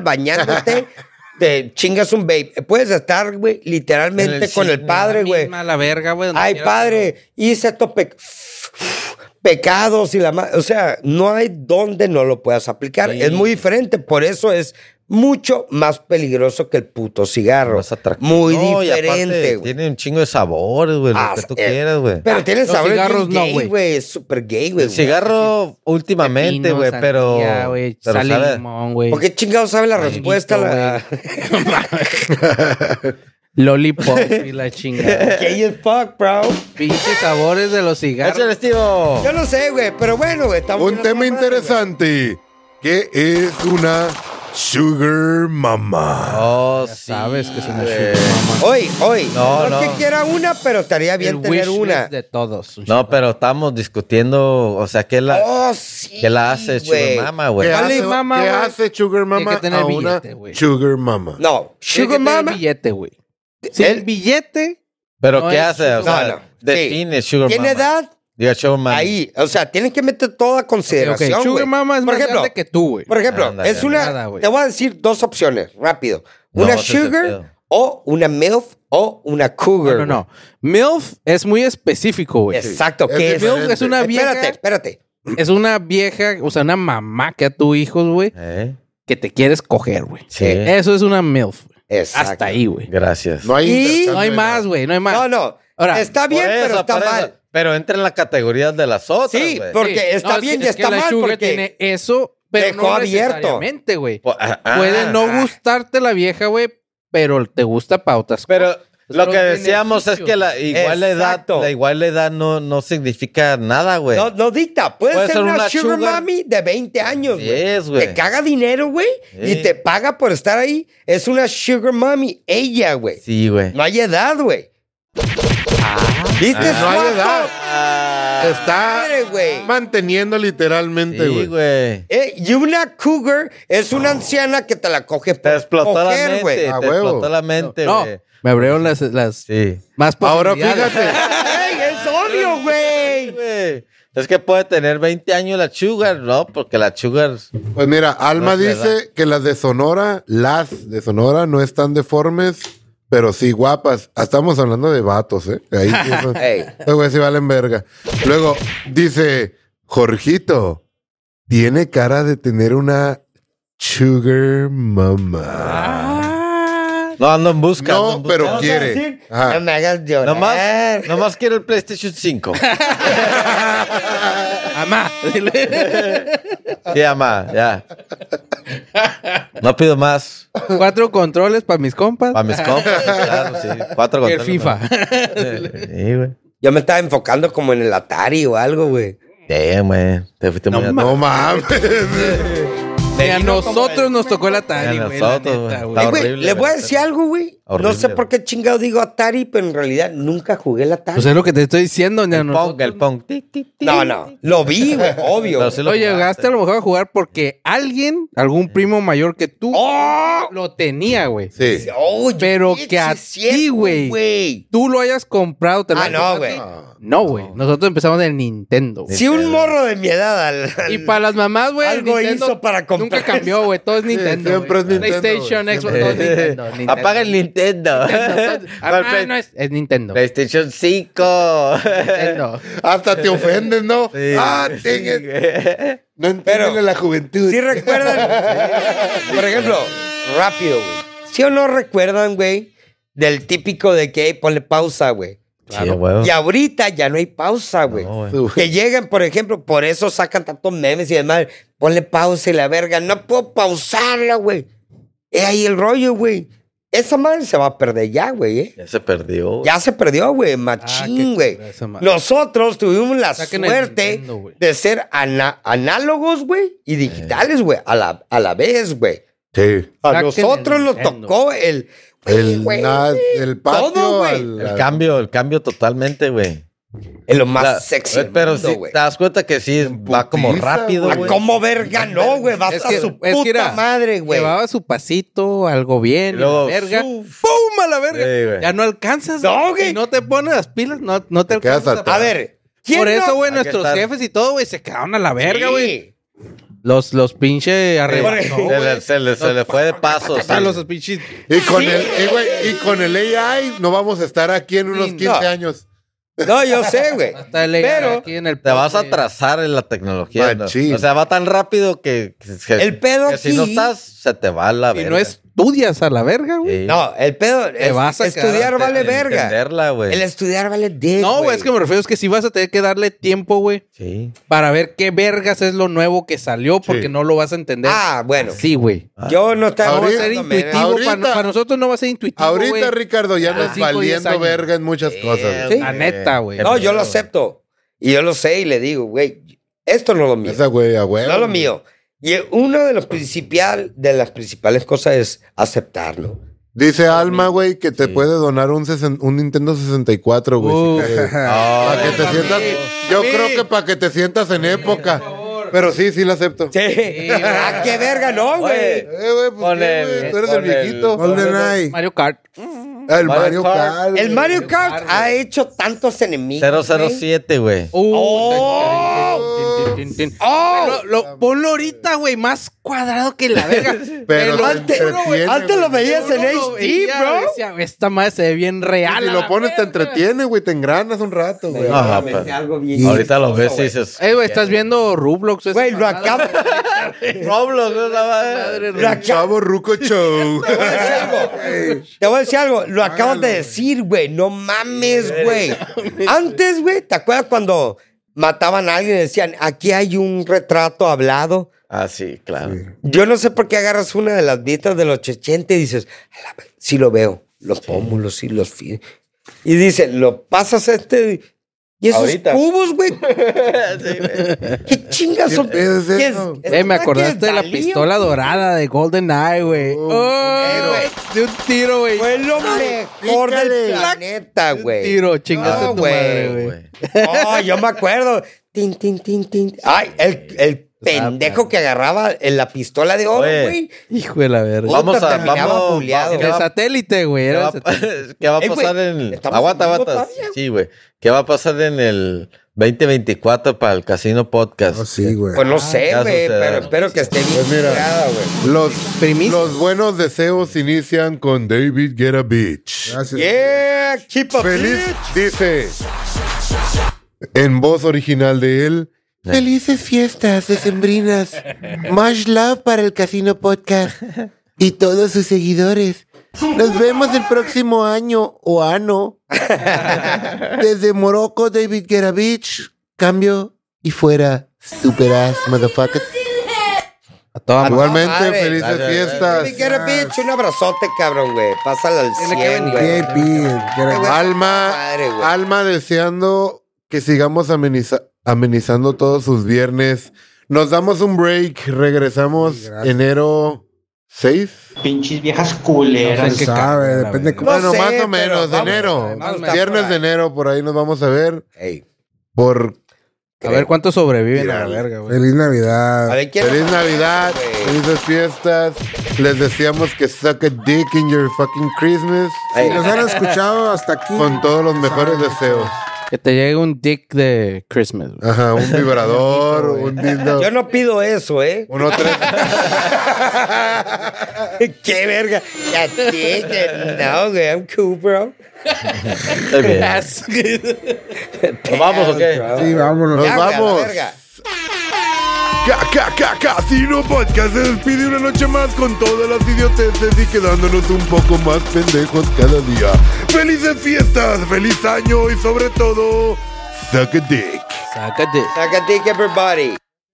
[SPEAKER 4] bañándote, te chingas un vape. Puedes estar, güey,
[SPEAKER 2] En
[SPEAKER 4] literalmente
[SPEAKER 2] el
[SPEAKER 4] con
[SPEAKER 2] cine,
[SPEAKER 4] el padre, güey.
[SPEAKER 3] Misma la verga, güey. donde
[SPEAKER 4] Ay,
[SPEAKER 3] quieras,
[SPEAKER 4] padre, hice estos pe- pecados y la ma- O sea, no hay donde no lo puedas aplicar.
[SPEAKER 2] Sí.
[SPEAKER 4] Es muy diferente. Por eso es mucho más peligroso que el puto cigarro.
[SPEAKER 2] Más atractivo.
[SPEAKER 4] Muy
[SPEAKER 2] No, y aparte
[SPEAKER 4] diferente, güey.
[SPEAKER 2] Tiene un chingo de sabores, güey, lo
[SPEAKER 4] Ah,
[SPEAKER 2] que tú
[SPEAKER 4] eh,
[SPEAKER 2] quieras, güey.
[SPEAKER 4] Pero tiene
[SPEAKER 3] Los
[SPEAKER 4] sabor
[SPEAKER 3] cigarros
[SPEAKER 4] bien
[SPEAKER 3] no,
[SPEAKER 4] gay,
[SPEAKER 3] güey.
[SPEAKER 4] güey. Es súper gay, güey.
[SPEAKER 2] El cigarro últimamente,
[SPEAKER 3] pepino,
[SPEAKER 2] güey, pero.
[SPEAKER 3] sandía, güey,
[SPEAKER 2] pero
[SPEAKER 3] sal y
[SPEAKER 2] sabe-
[SPEAKER 3] limón, güey.
[SPEAKER 4] ¿Por qué chingados sabe la
[SPEAKER 3] Manguito,
[SPEAKER 4] respuesta? La...
[SPEAKER 3] Lollipop y la chingada.
[SPEAKER 4] gay as fuck, bro.
[SPEAKER 3] Pinches sabores de los cigarros.
[SPEAKER 2] Échale, tío.
[SPEAKER 4] Yo no sé, güey. Pero bueno, güey. estamos en
[SPEAKER 1] Un
[SPEAKER 4] otra
[SPEAKER 1] tema
[SPEAKER 4] madre,
[SPEAKER 1] interesante. ¿Qué es una sugar
[SPEAKER 4] Ah,
[SPEAKER 1] mama?
[SPEAKER 2] Oh,
[SPEAKER 3] Ya
[SPEAKER 2] sí,
[SPEAKER 3] sabes que es una
[SPEAKER 2] güey.
[SPEAKER 3] sugar mama.
[SPEAKER 4] güey. Hoy, hoy.
[SPEAKER 2] No, no.
[SPEAKER 4] No, es que quiera una, pero estaría bien
[SPEAKER 3] El
[SPEAKER 4] tener
[SPEAKER 3] wish
[SPEAKER 4] una.
[SPEAKER 3] list de todos.
[SPEAKER 2] No, pero estamos discutiendo, o sea, que la.
[SPEAKER 4] Oh, sí.
[SPEAKER 2] ¿Qué la hace
[SPEAKER 4] güey.
[SPEAKER 2] Sugar Mama, güey?
[SPEAKER 1] ¿Qué,
[SPEAKER 3] Dale,
[SPEAKER 1] hace, qué
[SPEAKER 3] mama, güey.
[SPEAKER 1] hace sugar mama
[SPEAKER 3] que tener
[SPEAKER 1] a una
[SPEAKER 3] billete, güey.
[SPEAKER 1] sugar mama?
[SPEAKER 4] No,
[SPEAKER 3] Tiene que
[SPEAKER 4] Sugar
[SPEAKER 3] tener
[SPEAKER 4] Mama
[SPEAKER 3] billete, güey. Si el billete
[SPEAKER 2] Pero
[SPEAKER 3] No
[SPEAKER 2] ¿qué
[SPEAKER 3] es
[SPEAKER 2] hace? O
[SPEAKER 4] sugar-
[SPEAKER 2] sea,
[SPEAKER 4] No, no.
[SPEAKER 2] define Sugar
[SPEAKER 4] tiene
[SPEAKER 2] Mama.
[SPEAKER 4] edad
[SPEAKER 2] Diga Sugar Mama.
[SPEAKER 4] ahí. O sea, tienes que meter toda
[SPEAKER 3] Ok,
[SPEAKER 4] consideración.
[SPEAKER 3] Sugar
[SPEAKER 4] güey.
[SPEAKER 3] Mama es
[SPEAKER 4] por
[SPEAKER 3] más
[SPEAKER 4] ejemplo,
[SPEAKER 3] grande que tú, güey.
[SPEAKER 4] Por ejemplo,
[SPEAKER 2] Ándale,
[SPEAKER 4] es una.
[SPEAKER 3] nada, güey.
[SPEAKER 4] te voy a decir dos opciones, rápido.
[SPEAKER 2] No,
[SPEAKER 4] Una
[SPEAKER 2] ese es el pedo.
[SPEAKER 4] Sugar o una MILF o una Cougar.
[SPEAKER 3] No, no, no. MILF es muy específico,
[SPEAKER 4] güey.
[SPEAKER 3] güey.
[SPEAKER 4] Exacto,
[SPEAKER 1] Es
[SPEAKER 4] ¿qué es?
[SPEAKER 1] diferente.
[SPEAKER 3] MILF es una vieja.
[SPEAKER 4] Espérate, espérate.
[SPEAKER 3] Es una vieja, o sea, una mamá que a tu hijo, güey,
[SPEAKER 2] ¿Eh?
[SPEAKER 3] que te quieres coger, güey.
[SPEAKER 2] Sí.
[SPEAKER 4] Eh,
[SPEAKER 3] Eso es una MILF. güey.
[SPEAKER 4] Exacto.
[SPEAKER 3] Hasta ahí, güey.
[SPEAKER 2] Gracias.
[SPEAKER 1] No hay,
[SPEAKER 4] Y-
[SPEAKER 1] intercambio
[SPEAKER 3] No hay
[SPEAKER 1] de
[SPEAKER 3] más, güey. No hay más.
[SPEAKER 4] No, no.
[SPEAKER 3] Ahora,
[SPEAKER 4] está
[SPEAKER 2] Por
[SPEAKER 4] bien, pero
[SPEAKER 2] eso,
[SPEAKER 4] está
[SPEAKER 2] por eso.
[SPEAKER 4] mal.
[SPEAKER 2] Pero entra en la categoría de las otras,
[SPEAKER 4] Sí,
[SPEAKER 2] güey.
[SPEAKER 4] porque
[SPEAKER 3] Sí.
[SPEAKER 4] está
[SPEAKER 3] No, es
[SPEAKER 4] bien
[SPEAKER 3] que-
[SPEAKER 4] y
[SPEAKER 3] es que
[SPEAKER 4] está
[SPEAKER 3] la
[SPEAKER 4] mal.
[SPEAKER 3] Sugar
[SPEAKER 4] Porque
[SPEAKER 3] tiene eso, pero
[SPEAKER 4] Dejó
[SPEAKER 3] no
[SPEAKER 4] abierto.
[SPEAKER 3] necesariamente, güey.
[SPEAKER 2] Po- ah, ah.
[SPEAKER 3] Puede no gustarte la vieja, güey, pero te gusta pautas.
[SPEAKER 2] Pero lo
[SPEAKER 3] Los
[SPEAKER 2] que decíamos es
[SPEAKER 3] beneficios.
[SPEAKER 2] que la igual edad,
[SPEAKER 4] Exacto.
[SPEAKER 2] la igual edad no, no significa nada, güey.
[SPEAKER 4] No, no dicta. Puede, ser, una, sugar, mommy de 20 años,
[SPEAKER 2] Así
[SPEAKER 4] güey.
[SPEAKER 2] es, güey.
[SPEAKER 4] Te caga dinero, güey.
[SPEAKER 2] Sí.
[SPEAKER 4] Y te paga por estar ahí. Es una sugar mommy. Ella, güey.
[SPEAKER 2] Sí, güey.
[SPEAKER 4] No hay edad, güey. ¿Viste?
[SPEAKER 1] No hay
[SPEAKER 4] Suazo?
[SPEAKER 1] edad. Está
[SPEAKER 4] Madre, güey.
[SPEAKER 1] manteniendo literalmente,
[SPEAKER 2] Sí,
[SPEAKER 1] güey.
[SPEAKER 2] güey.
[SPEAKER 4] Eh, y una cougar es una anciana que te la coge por
[SPEAKER 2] Te explotó la
[SPEAKER 4] coger,
[SPEAKER 2] mente,
[SPEAKER 4] güey.
[SPEAKER 2] te
[SPEAKER 1] A huevo.
[SPEAKER 2] explotó la mente,
[SPEAKER 3] no,
[SPEAKER 2] güey.
[SPEAKER 3] me abrieron las, las
[SPEAKER 2] Sí.
[SPEAKER 3] más
[SPEAKER 1] Ahora
[SPEAKER 3] posibilidades.
[SPEAKER 1] fíjate,
[SPEAKER 4] ¡Ey, es obvio, güey!
[SPEAKER 2] Güey. Es que puede tener 20 años la sugar, ¿no? Porque la sugar...
[SPEAKER 1] pues mira, Alma
[SPEAKER 2] No es
[SPEAKER 1] dice
[SPEAKER 2] verdad.
[SPEAKER 1] que las de Sonora, las de Sonora no están deformes, pero sí guapas. Ah, Estamos hablando de vatos, ¿eh? Ahí sí son-
[SPEAKER 4] Ey.
[SPEAKER 1] Los güeyes sí valen verga. Luego dice, Jorgito, tiene cara de tener una sugar
[SPEAKER 3] Ah,
[SPEAKER 1] mama.
[SPEAKER 2] No, ando en busca. ando en
[SPEAKER 1] no,
[SPEAKER 2] busca.
[SPEAKER 1] pero
[SPEAKER 4] Vamos a
[SPEAKER 1] quiere. Ah,
[SPEAKER 4] decir,
[SPEAKER 1] Ajá.
[SPEAKER 4] No me hagas llorar.
[SPEAKER 2] Nomás, nomás quiero el PlayStation 5.
[SPEAKER 3] Amá, dile.
[SPEAKER 2] Sí, ama, ya. No pido más.
[SPEAKER 3] Cuatro controles para mis compas.
[SPEAKER 2] Para mis compas, claro, sí. Cuatro
[SPEAKER 3] y el
[SPEAKER 2] controles,
[SPEAKER 3] FIFA.
[SPEAKER 2] güey. Sí, güey.
[SPEAKER 4] Yo me estaba enfocando como en el Atari o algo, güey.
[SPEAKER 2] Damn, güey. Te fuiste muy
[SPEAKER 1] No mames.
[SPEAKER 3] Y a nosotros nos tocó el Atari,
[SPEAKER 2] A
[SPEAKER 3] güey. la
[SPEAKER 2] nosotros, güey. Está
[SPEAKER 3] neta, güey.
[SPEAKER 4] Ey, Eh, güey,
[SPEAKER 2] horrible,
[SPEAKER 4] le voy a
[SPEAKER 2] güey.
[SPEAKER 4] decir algo, güey. No
[SPEAKER 2] Horrible,
[SPEAKER 4] sé por qué chingado digo Atari, pero en realidad nunca jugué el Atari.
[SPEAKER 3] Pues es lo que te estoy diciendo, ya
[SPEAKER 2] El pong, el pong. Tic, tic, tic.
[SPEAKER 4] no, no. Lo vi, güey, obvio.
[SPEAKER 2] Pero sí lo
[SPEAKER 3] Oye,
[SPEAKER 2] jugaste.
[SPEAKER 3] llegaste a lo mejor a jugar porque alguien, algún primo mayor que tú,
[SPEAKER 4] ¡Oh!
[SPEAKER 3] lo tenía, güey.
[SPEAKER 1] Sí.
[SPEAKER 4] Oh,
[SPEAKER 3] Pero
[SPEAKER 4] sí,
[SPEAKER 3] que a
[SPEAKER 4] es cierto,
[SPEAKER 3] ti, güey. Tú lo hayas comprado, te lo
[SPEAKER 4] Ah,
[SPEAKER 3] hayas
[SPEAKER 4] no,
[SPEAKER 3] comprado.
[SPEAKER 4] güey.
[SPEAKER 3] No, güey. Nosotros empezamos en Nintendo. güey.
[SPEAKER 4] Si un morro de mi edad al-
[SPEAKER 3] Y para las mamás, güey, el
[SPEAKER 4] Algo
[SPEAKER 3] Nintendo
[SPEAKER 4] hizo para comprar
[SPEAKER 3] Nunca cambió, güey. Todo es Nintendo.
[SPEAKER 1] siempre
[SPEAKER 3] güey.
[SPEAKER 1] es Nintendo,
[SPEAKER 3] PlayStation,
[SPEAKER 1] güey.
[SPEAKER 3] Xbox, todo es Nintendo. Nintendo.
[SPEAKER 2] Apaga el Nintendo.
[SPEAKER 3] Nintendo, todo-
[SPEAKER 2] Para el
[SPEAKER 3] Ah,
[SPEAKER 2] Play-
[SPEAKER 3] no es, es Nintendo.
[SPEAKER 2] PlayStation 5.
[SPEAKER 3] Nintendo.
[SPEAKER 1] Hasta te ofendes, ¿no?
[SPEAKER 2] Sí,
[SPEAKER 1] ah,
[SPEAKER 2] sí,
[SPEAKER 1] chingue.
[SPEAKER 2] güey.
[SPEAKER 1] No entienden
[SPEAKER 4] Pero-
[SPEAKER 1] a la juventud.
[SPEAKER 4] ¿Sí recuerdan? Por ejemplo, rápido, güey. ¿Sí o no recuerdan, güey? Del típico de que "Ey, ponle pausa, güey.
[SPEAKER 2] Sí, güey.
[SPEAKER 4] Y ahorita ya no hay pausa, güey.
[SPEAKER 2] No, güey.
[SPEAKER 1] Su-
[SPEAKER 4] que llegan, por ejemplo, por eso sacan tantos memes y demás. Ponle pausa y la verga. No puedo pausarla, güey. Es ahí el rollo, güey. Esa madre se va a perder ya, güey. ¿eh?
[SPEAKER 2] Ya se perdió. güey.
[SPEAKER 4] Ya se perdió, güey. Machín,
[SPEAKER 3] Ah, qué
[SPEAKER 4] güey.
[SPEAKER 3] cura esa madre.
[SPEAKER 4] Nosotros tuvimos la
[SPEAKER 3] Saquen el
[SPEAKER 4] suerte
[SPEAKER 3] Nintendo, güey.
[SPEAKER 4] de ser ana- análogos, güey,
[SPEAKER 2] Eh.
[SPEAKER 4] y digitales, güey, a, la, a la vez, güey.
[SPEAKER 1] Sí.
[SPEAKER 4] A
[SPEAKER 3] Saquen
[SPEAKER 4] nosotros
[SPEAKER 3] el
[SPEAKER 4] nos
[SPEAKER 3] Nintendo.
[SPEAKER 4] tocó el...
[SPEAKER 1] El,
[SPEAKER 4] güey,
[SPEAKER 1] na- el patio
[SPEAKER 4] Todo, güey.
[SPEAKER 1] al-
[SPEAKER 2] El
[SPEAKER 1] al-
[SPEAKER 2] cambio, el cambio totalmente, güey.
[SPEAKER 4] es lo más
[SPEAKER 2] La-
[SPEAKER 4] sexy del
[SPEAKER 2] Pero
[SPEAKER 4] mundo,
[SPEAKER 2] sí,
[SPEAKER 4] güey.
[SPEAKER 2] te das cuenta que sí, va como
[SPEAKER 1] putiza,
[SPEAKER 2] rápido,
[SPEAKER 1] güey.
[SPEAKER 4] ¿A
[SPEAKER 2] güey.
[SPEAKER 4] cómo verga no, güey? Vas
[SPEAKER 3] Es
[SPEAKER 4] a
[SPEAKER 3] que-
[SPEAKER 4] su
[SPEAKER 3] es
[SPEAKER 4] puta
[SPEAKER 3] que era-
[SPEAKER 4] madre, güey.
[SPEAKER 3] Llevaba su pasito, algo bien, y
[SPEAKER 2] Luego,
[SPEAKER 3] la verga.
[SPEAKER 4] su-
[SPEAKER 3] ¡Pum! A la verga.
[SPEAKER 2] Sí, güey.
[SPEAKER 3] ya no alcanzas.
[SPEAKER 4] No,
[SPEAKER 3] güey.
[SPEAKER 4] güey.
[SPEAKER 3] Si no te pones las pilas, no, no te,
[SPEAKER 1] Te quedas
[SPEAKER 3] alcanzas.
[SPEAKER 1] atrás.
[SPEAKER 4] A ver, ¿quién
[SPEAKER 3] Por eso,
[SPEAKER 4] no-
[SPEAKER 3] güey,
[SPEAKER 2] Hay que
[SPEAKER 3] nuestros
[SPEAKER 2] estar-
[SPEAKER 3] jefes y todo, güey, se quedaron a la verga,
[SPEAKER 4] Sí.
[SPEAKER 3] güey. Los, los pinche arrebató,
[SPEAKER 4] Por-
[SPEAKER 2] Se
[SPEAKER 3] güey.
[SPEAKER 2] le, se le- se le fue de paso.
[SPEAKER 3] O sea,
[SPEAKER 2] sí.
[SPEAKER 3] los pinches.
[SPEAKER 1] Y con, el, eh, güey, y con el AI no vamos a estar aquí en unos
[SPEAKER 3] No.
[SPEAKER 1] 15 años.
[SPEAKER 4] No, yo sé, güey.
[SPEAKER 3] Está legal
[SPEAKER 4] Pero
[SPEAKER 3] aquí en el
[SPEAKER 2] Te vas a
[SPEAKER 3] podcast.
[SPEAKER 2] atrasar en la tecnología. ¿no?
[SPEAKER 1] Machín.
[SPEAKER 2] O sea, va tan rápido que, que- que-
[SPEAKER 4] El pedo
[SPEAKER 2] que si no
[SPEAKER 4] aquí-
[SPEAKER 2] estás, se te va la
[SPEAKER 3] Si
[SPEAKER 2] verga.
[SPEAKER 3] no estudias a la verga, güey.
[SPEAKER 2] Sí.
[SPEAKER 4] No, el pedo es
[SPEAKER 3] vas a
[SPEAKER 4] estudiar
[SPEAKER 3] quedar-
[SPEAKER 4] vale
[SPEAKER 2] El
[SPEAKER 4] verga.
[SPEAKER 2] Entenderla, güey.
[SPEAKER 4] El estudiar vale dick,
[SPEAKER 3] No, güey, es que me refiero es que sí vas a tener que darle tiempo, güey,
[SPEAKER 2] Sí.
[SPEAKER 3] para ver qué vergas es lo nuevo que salió, porque
[SPEAKER 1] Sí.
[SPEAKER 3] no lo vas a entender.
[SPEAKER 4] Ah, bueno.
[SPEAKER 3] sí, güey.
[SPEAKER 4] Yo no estaba...
[SPEAKER 1] Ahorita-
[SPEAKER 3] Va a ser
[SPEAKER 1] Ahorita-
[SPEAKER 3] intuitivo. Para
[SPEAKER 1] ahorita-
[SPEAKER 3] nosotros no va a ser intuitivo.
[SPEAKER 1] Ahorita,
[SPEAKER 3] güey.
[SPEAKER 1] Ricardo, ya nos
[SPEAKER 3] cinco, diez
[SPEAKER 1] valiendo
[SPEAKER 3] años.
[SPEAKER 1] verga en muchas cosas.
[SPEAKER 4] Sí.
[SPEAKER 3] La neta, güey.
[SPEAKER 4] No, yo lo acepto. Y yo lo sé y le digo, güey, esto no es lo mío.
[SPEAKER 1] Esa güey, a huevo.
[SPEAKER 4] No es lo mío. Y una de, los principal, de las principales cosas es aceptarlo.
[SPEAKER 1] Dice Alma, güey, que te puede donar un, sesen- un Nintendo 64, güey. si
[SPEAKER 3] Uh.
[SPEAKER 1] quieres.
[SPEAKER 2] Ah,
[SPEAKER 1] para que te sientas. Yo creo que para que te sientas en época. Pero sí, sí la acepto.
[SPEAKER 4] Sí. ¿A Ah, qué verga no, güey?
[SPEAKER 1] Eh, güey, pues,
[SPEAKER 2] Con
[SPEAKER 1] ¿qué,
[SPEAKER 2] el-
[SPEAKER 1] güey? tú eres el
[SPEAKER 2] con el-
[SPEAKER 1] viejito.
[SPEAKER 5] GoldenEye.
[SPEAKER 3] Mario Kart.
[SPEAKER 1] Ah, El Mario
[SPEAKER 2] Mario Kart.
[SPEAKER 1] Kart.
[SPEAKER 4] El Mario Kart ha hecho tantos enemigos. güey.
[SPEAKER 2] 007, güey.
[SPEAKER 3] Uh,
[SPEAKER 4] ¡Oh!
[SPEAKER 3] tin, tin, tin, tin, tin.
[SPEAKER 4] ¡Oh!
[SPEAKER 3] Lo- lo- ponlo ahorita, güey, más cuadrado que la verga.
[SPEAKER 1] Pero
[SPEAKER 3] Te lo
[SPEAKER 1] antes-
[SPEAKER 3] juro, güey.
[SPEAKER 1] entretiene,
[SPEAKER 4] Antes lo
[SPEAKER 1] güey.
[SPEAKER 4] veías en
[SPEAKER 3] Uno lo
[SPEAKER 4] HD,
[SPEAKER 3] veía,
[SPEAKER 4] bro.
[SPEAKER 3] decía, Esta madre se ve bien real.
[SPEAKER 1] Si
[SPEAKER 3] a
[SPEAKER 1] lo
[SPEAKER 3] la
[SPEAKER 1] pones, te
[SPEAKER 3] verga".
[SPEAKER 1] entretiene, güey. Te engranas un rato, güey.
[SPEAKER 2] Ajá,
[SPEAKER 4] Realmente
[SPEAKER 2] pero-
[SPEAKER 4] algo bien
[SPEAKER 2] Ahorita lo ves y
[SPEAKER 4] chistoso,
[SPEAKER 2] dices.
[SPEAKER 3] Eh, güey, estás viendo Roblox. esa
[SPEAKER 4] Güey, lo
[SPEAKER 3] mamada,
[SPEAKER 4] acabo.
[SPEAKER 2] Roblox, ¿no? La madre.
[SPEAKER 4] Lo acabo-
[SPEAKER 1] Chavo Ruco Show.
[SPEAKER 4] Te voy a decir algo. Te voy a decir algo. Lo acabas de decir, güey. No mames, güey. Antes, güey, ¿te acuerdas cuando mataban a alguien y decían, aquí hay un retrato hablado?
[SPEAKER 2] Ah, sí, claro.
[SPEAKER 4] Yo no sé por qué agarras una de las dietas de los 80 y dices, "A la ve- sí lo veo, los pómulos y los fi-". Y dice, lo pasas a este. Y esos
[SPEAKER 2] Ahorita.
[SPEAKER 4] cubos, güey. ¿Qué chingas son?
[SPEAKER 1] ¿Qué pedo es
[SPEAKER 4] ¿Qué
[SPEAKER 1] eso?
[SPEAKER 4] es-
[SPEAKER 3] Eh, me acordaste
[SPEAKER 4] ¿Qué
[SPEAKER 3] de la
[SPEAKER 4] Dalí,
[SPEAKER 3] pistola dorada de GoldenEye, güey.
[SPEAKER 1] Oh,
[SPEAKER 3] Oh, güey, de un tiro, güey.
[SPEAKER 4] Fue lo mejor del planeta,
[SPEAKER 3] De un
[SPEAKER 4] güey.
[SPEAKER 3] tiro, chingaste
[SPEAKER 4] No,
[SPEAKER 3] tu
[SPEAKER 4] güey,
[SPEAKER 3] madre, güey.
[SPEAKER 4] Oh, yo me acuerdo. Tin, tin, tin, tin. Ay, el, el pendejo que agarraba en la pistola de oro,
[SPEAKER 2] Oye.
[SPEAKER 4] güey.
[SPEAKER 3] Hijo de la verga.
[SPEAKER 4] Puta,
[SPEAKER 2] Vamos a.
[SPEAKER 4] terminaba
[SPEAKER 2] Vamos.
[SPEAKER 4] buleado.
[SPEAKER 2] ¿qué
[SPEAKER 3] El
[SPEAKER 2] va-
[SPEAKER 3] satélite, güey.
[SPEAKER 2] ¿Qué
[SPEAKER 3] Era
[SPEAKER 2] va,
[SPEAKER 3] el satélite.
[SPEAKER 2] qué va a
[SPEAKER 4] Ey, güey,
[SPEAKER 2] pasar en.
[SPEAKER 4] ¿estamos
[SPEAKER 2] Aguanta,
[SPEAKER 4] en vivo
[SPEAKER 2] aguanta.
[SPEAKER 4] todavía?
[SPEAKER 2] Sí, güey. ¿Qué va a pasar en el 2024 para el Casino Podcast?
[SPEAKER 5] Oh, sí, güey.
[SPEAKER 4] Pues no sé,
[SPEAKER 2] ya
[SPEAKER 4] güey,
[SPEAKER 2] sucederá.
[SPEAKER 4] pero espero que esté bien
[SPEAKER 1] Ah, Pues mira.
[SPEAKER 4] cuidada, güey.
[SPEAKER 1] Los,
[SPEAKER 3] Primicia.
[SPEAKER 1] los buenos deseos inician con David Get a Bitch.
[SPEAKER 5] Gracias.
[SPEAKER 4] Yeah, keep up.
[SPEAKER 1] Feliz, dice, en voz original de él,
[SPEAKER 2] Eh.
[SPEAKER 1] Felices fiestas decembrinas. Much love para el Casino Podcast y todos sus seguidores. Nos vemos el próximo año o ano. Desde Morocco, David Geravich. Cambio y fuera. Superas, motherfucker.
[SPEAKER 3] A toda
[SPEAKER 4] Ah,
[SPEAKER 3] madre.
[SPEAKER 1] Igualmente,
[SPEAKER 4] madre.
[SPEAKER 1] felices
[SPEAKER 2] Gracias,
[SPEAKER 1] fiestas.
[SPEAKER 4] Si quieres, pinche, un abrazote, cabrón, güey. Pásala al
[SPEAKER 3] Tiene que
[SPEAKER 4] 100,
[SPEAKER 3] venir.
[SPEAKER 4] güey.
[SPEAKER 5] VIP, gracias.
[SPEAKER 1] Alma,
[SPEAKER 4] Madre, güey.
[SPEAKER 1] Alma deseando que sigamos ameniza- amenizando todos sus viernes. Nos damos un break, regresamos
[SPEAKER 5] Sí, gracias.
[SPEAKER 1] enero 6.
[SPEAKER 9] Pinches viejas
[SPEAKER 3] No
[SPEAKER 9] culeras.
[SPEAKER 3] sé qué
[SPEAKER 5] sabe,
[SPEAKER 3] carnal, la
[SPEAKER 5] depende
[SPEAKER 3] verga.
[SPEAKER 5] cómo-
[SPEAKER 4] No
[SPEAKER 1] bueno,
[SPEAKER 4] sé,
[SPEAKER 1] más o
[SPEAKER 4] pero
[SPEAKER 1] menos, de
[SPEAKER 4] vamos, eh,
[SPEAKER 1] enero.
[SPEAKER 4] vamos a estar
[SPEAKER 1] viernes
[SPEAKER 4] por
[SPEAKER 1] de
[SPEAKER 4] ahí.
[SPEAKER 1] enero, por ahí nos vamos a ver.
[SPEAKER 4] Ey,
[SPEAKER 1] Por
[SPEAKER 3] A ver cuántos sobreviven a la
[SPEAKER 1] Mira,
[SPEAKER 3] verga, güey.
[SPEAKER 5] Feliz
[SPEAKER 4] a
[SPEAKER 5] Navidad.
[SPEAKER 4] ver, ¿quién
[SPEAKER 1] feliz
[SPEAKER 4] es?
[SPEAKER 1] Navidad,
[SPEAKER 4] güey.
[SPEAKER 1] felices fiestas. Les decíamos que suck a dick in your fucking Christmas.
[SPEAKER 4] Ey,
[SPEAKER 5] Nos han escuchado hasta aquí.
[SPEAKER 1] Con todos los mejores
[SPEAKER 5] Sabe.
[SPEAKER 1] deseos.
[SPEAKER 3] Que te llegue un dick de Christmas, güey.
[SPEAKER 1] Ajá, un vibrador, un dildo.
[SPEAKER 4] Yo no pido eso, ¿eh?
[SPEAKER 1] Uno, tres.
[SPEAKER 4] Qué verga. Ya te- que- No, güey, I'm cool, bro.
[SPEAKER 2] Muy bien. ¿Nos vamos o qué?
[SPEAKER 5] Sí, vámonos.
[SPEAKER 1] Nos
[SPEAKER 4] Ya, güey, a la
[SPEAKER 1] vamos.
[SPEAKER 4] verga.
[SPEAKER 1] Casino Podcast se despide una noche más con todas las idioteces y quedándonos un poco más pendejos cada día. ¡Felices fiestas! ¡Feliz año! Y sobre todo, ¡saca dick!
[SPEAKER 3] Sácate.
[SPEAKER 4] Sacatique, everybody.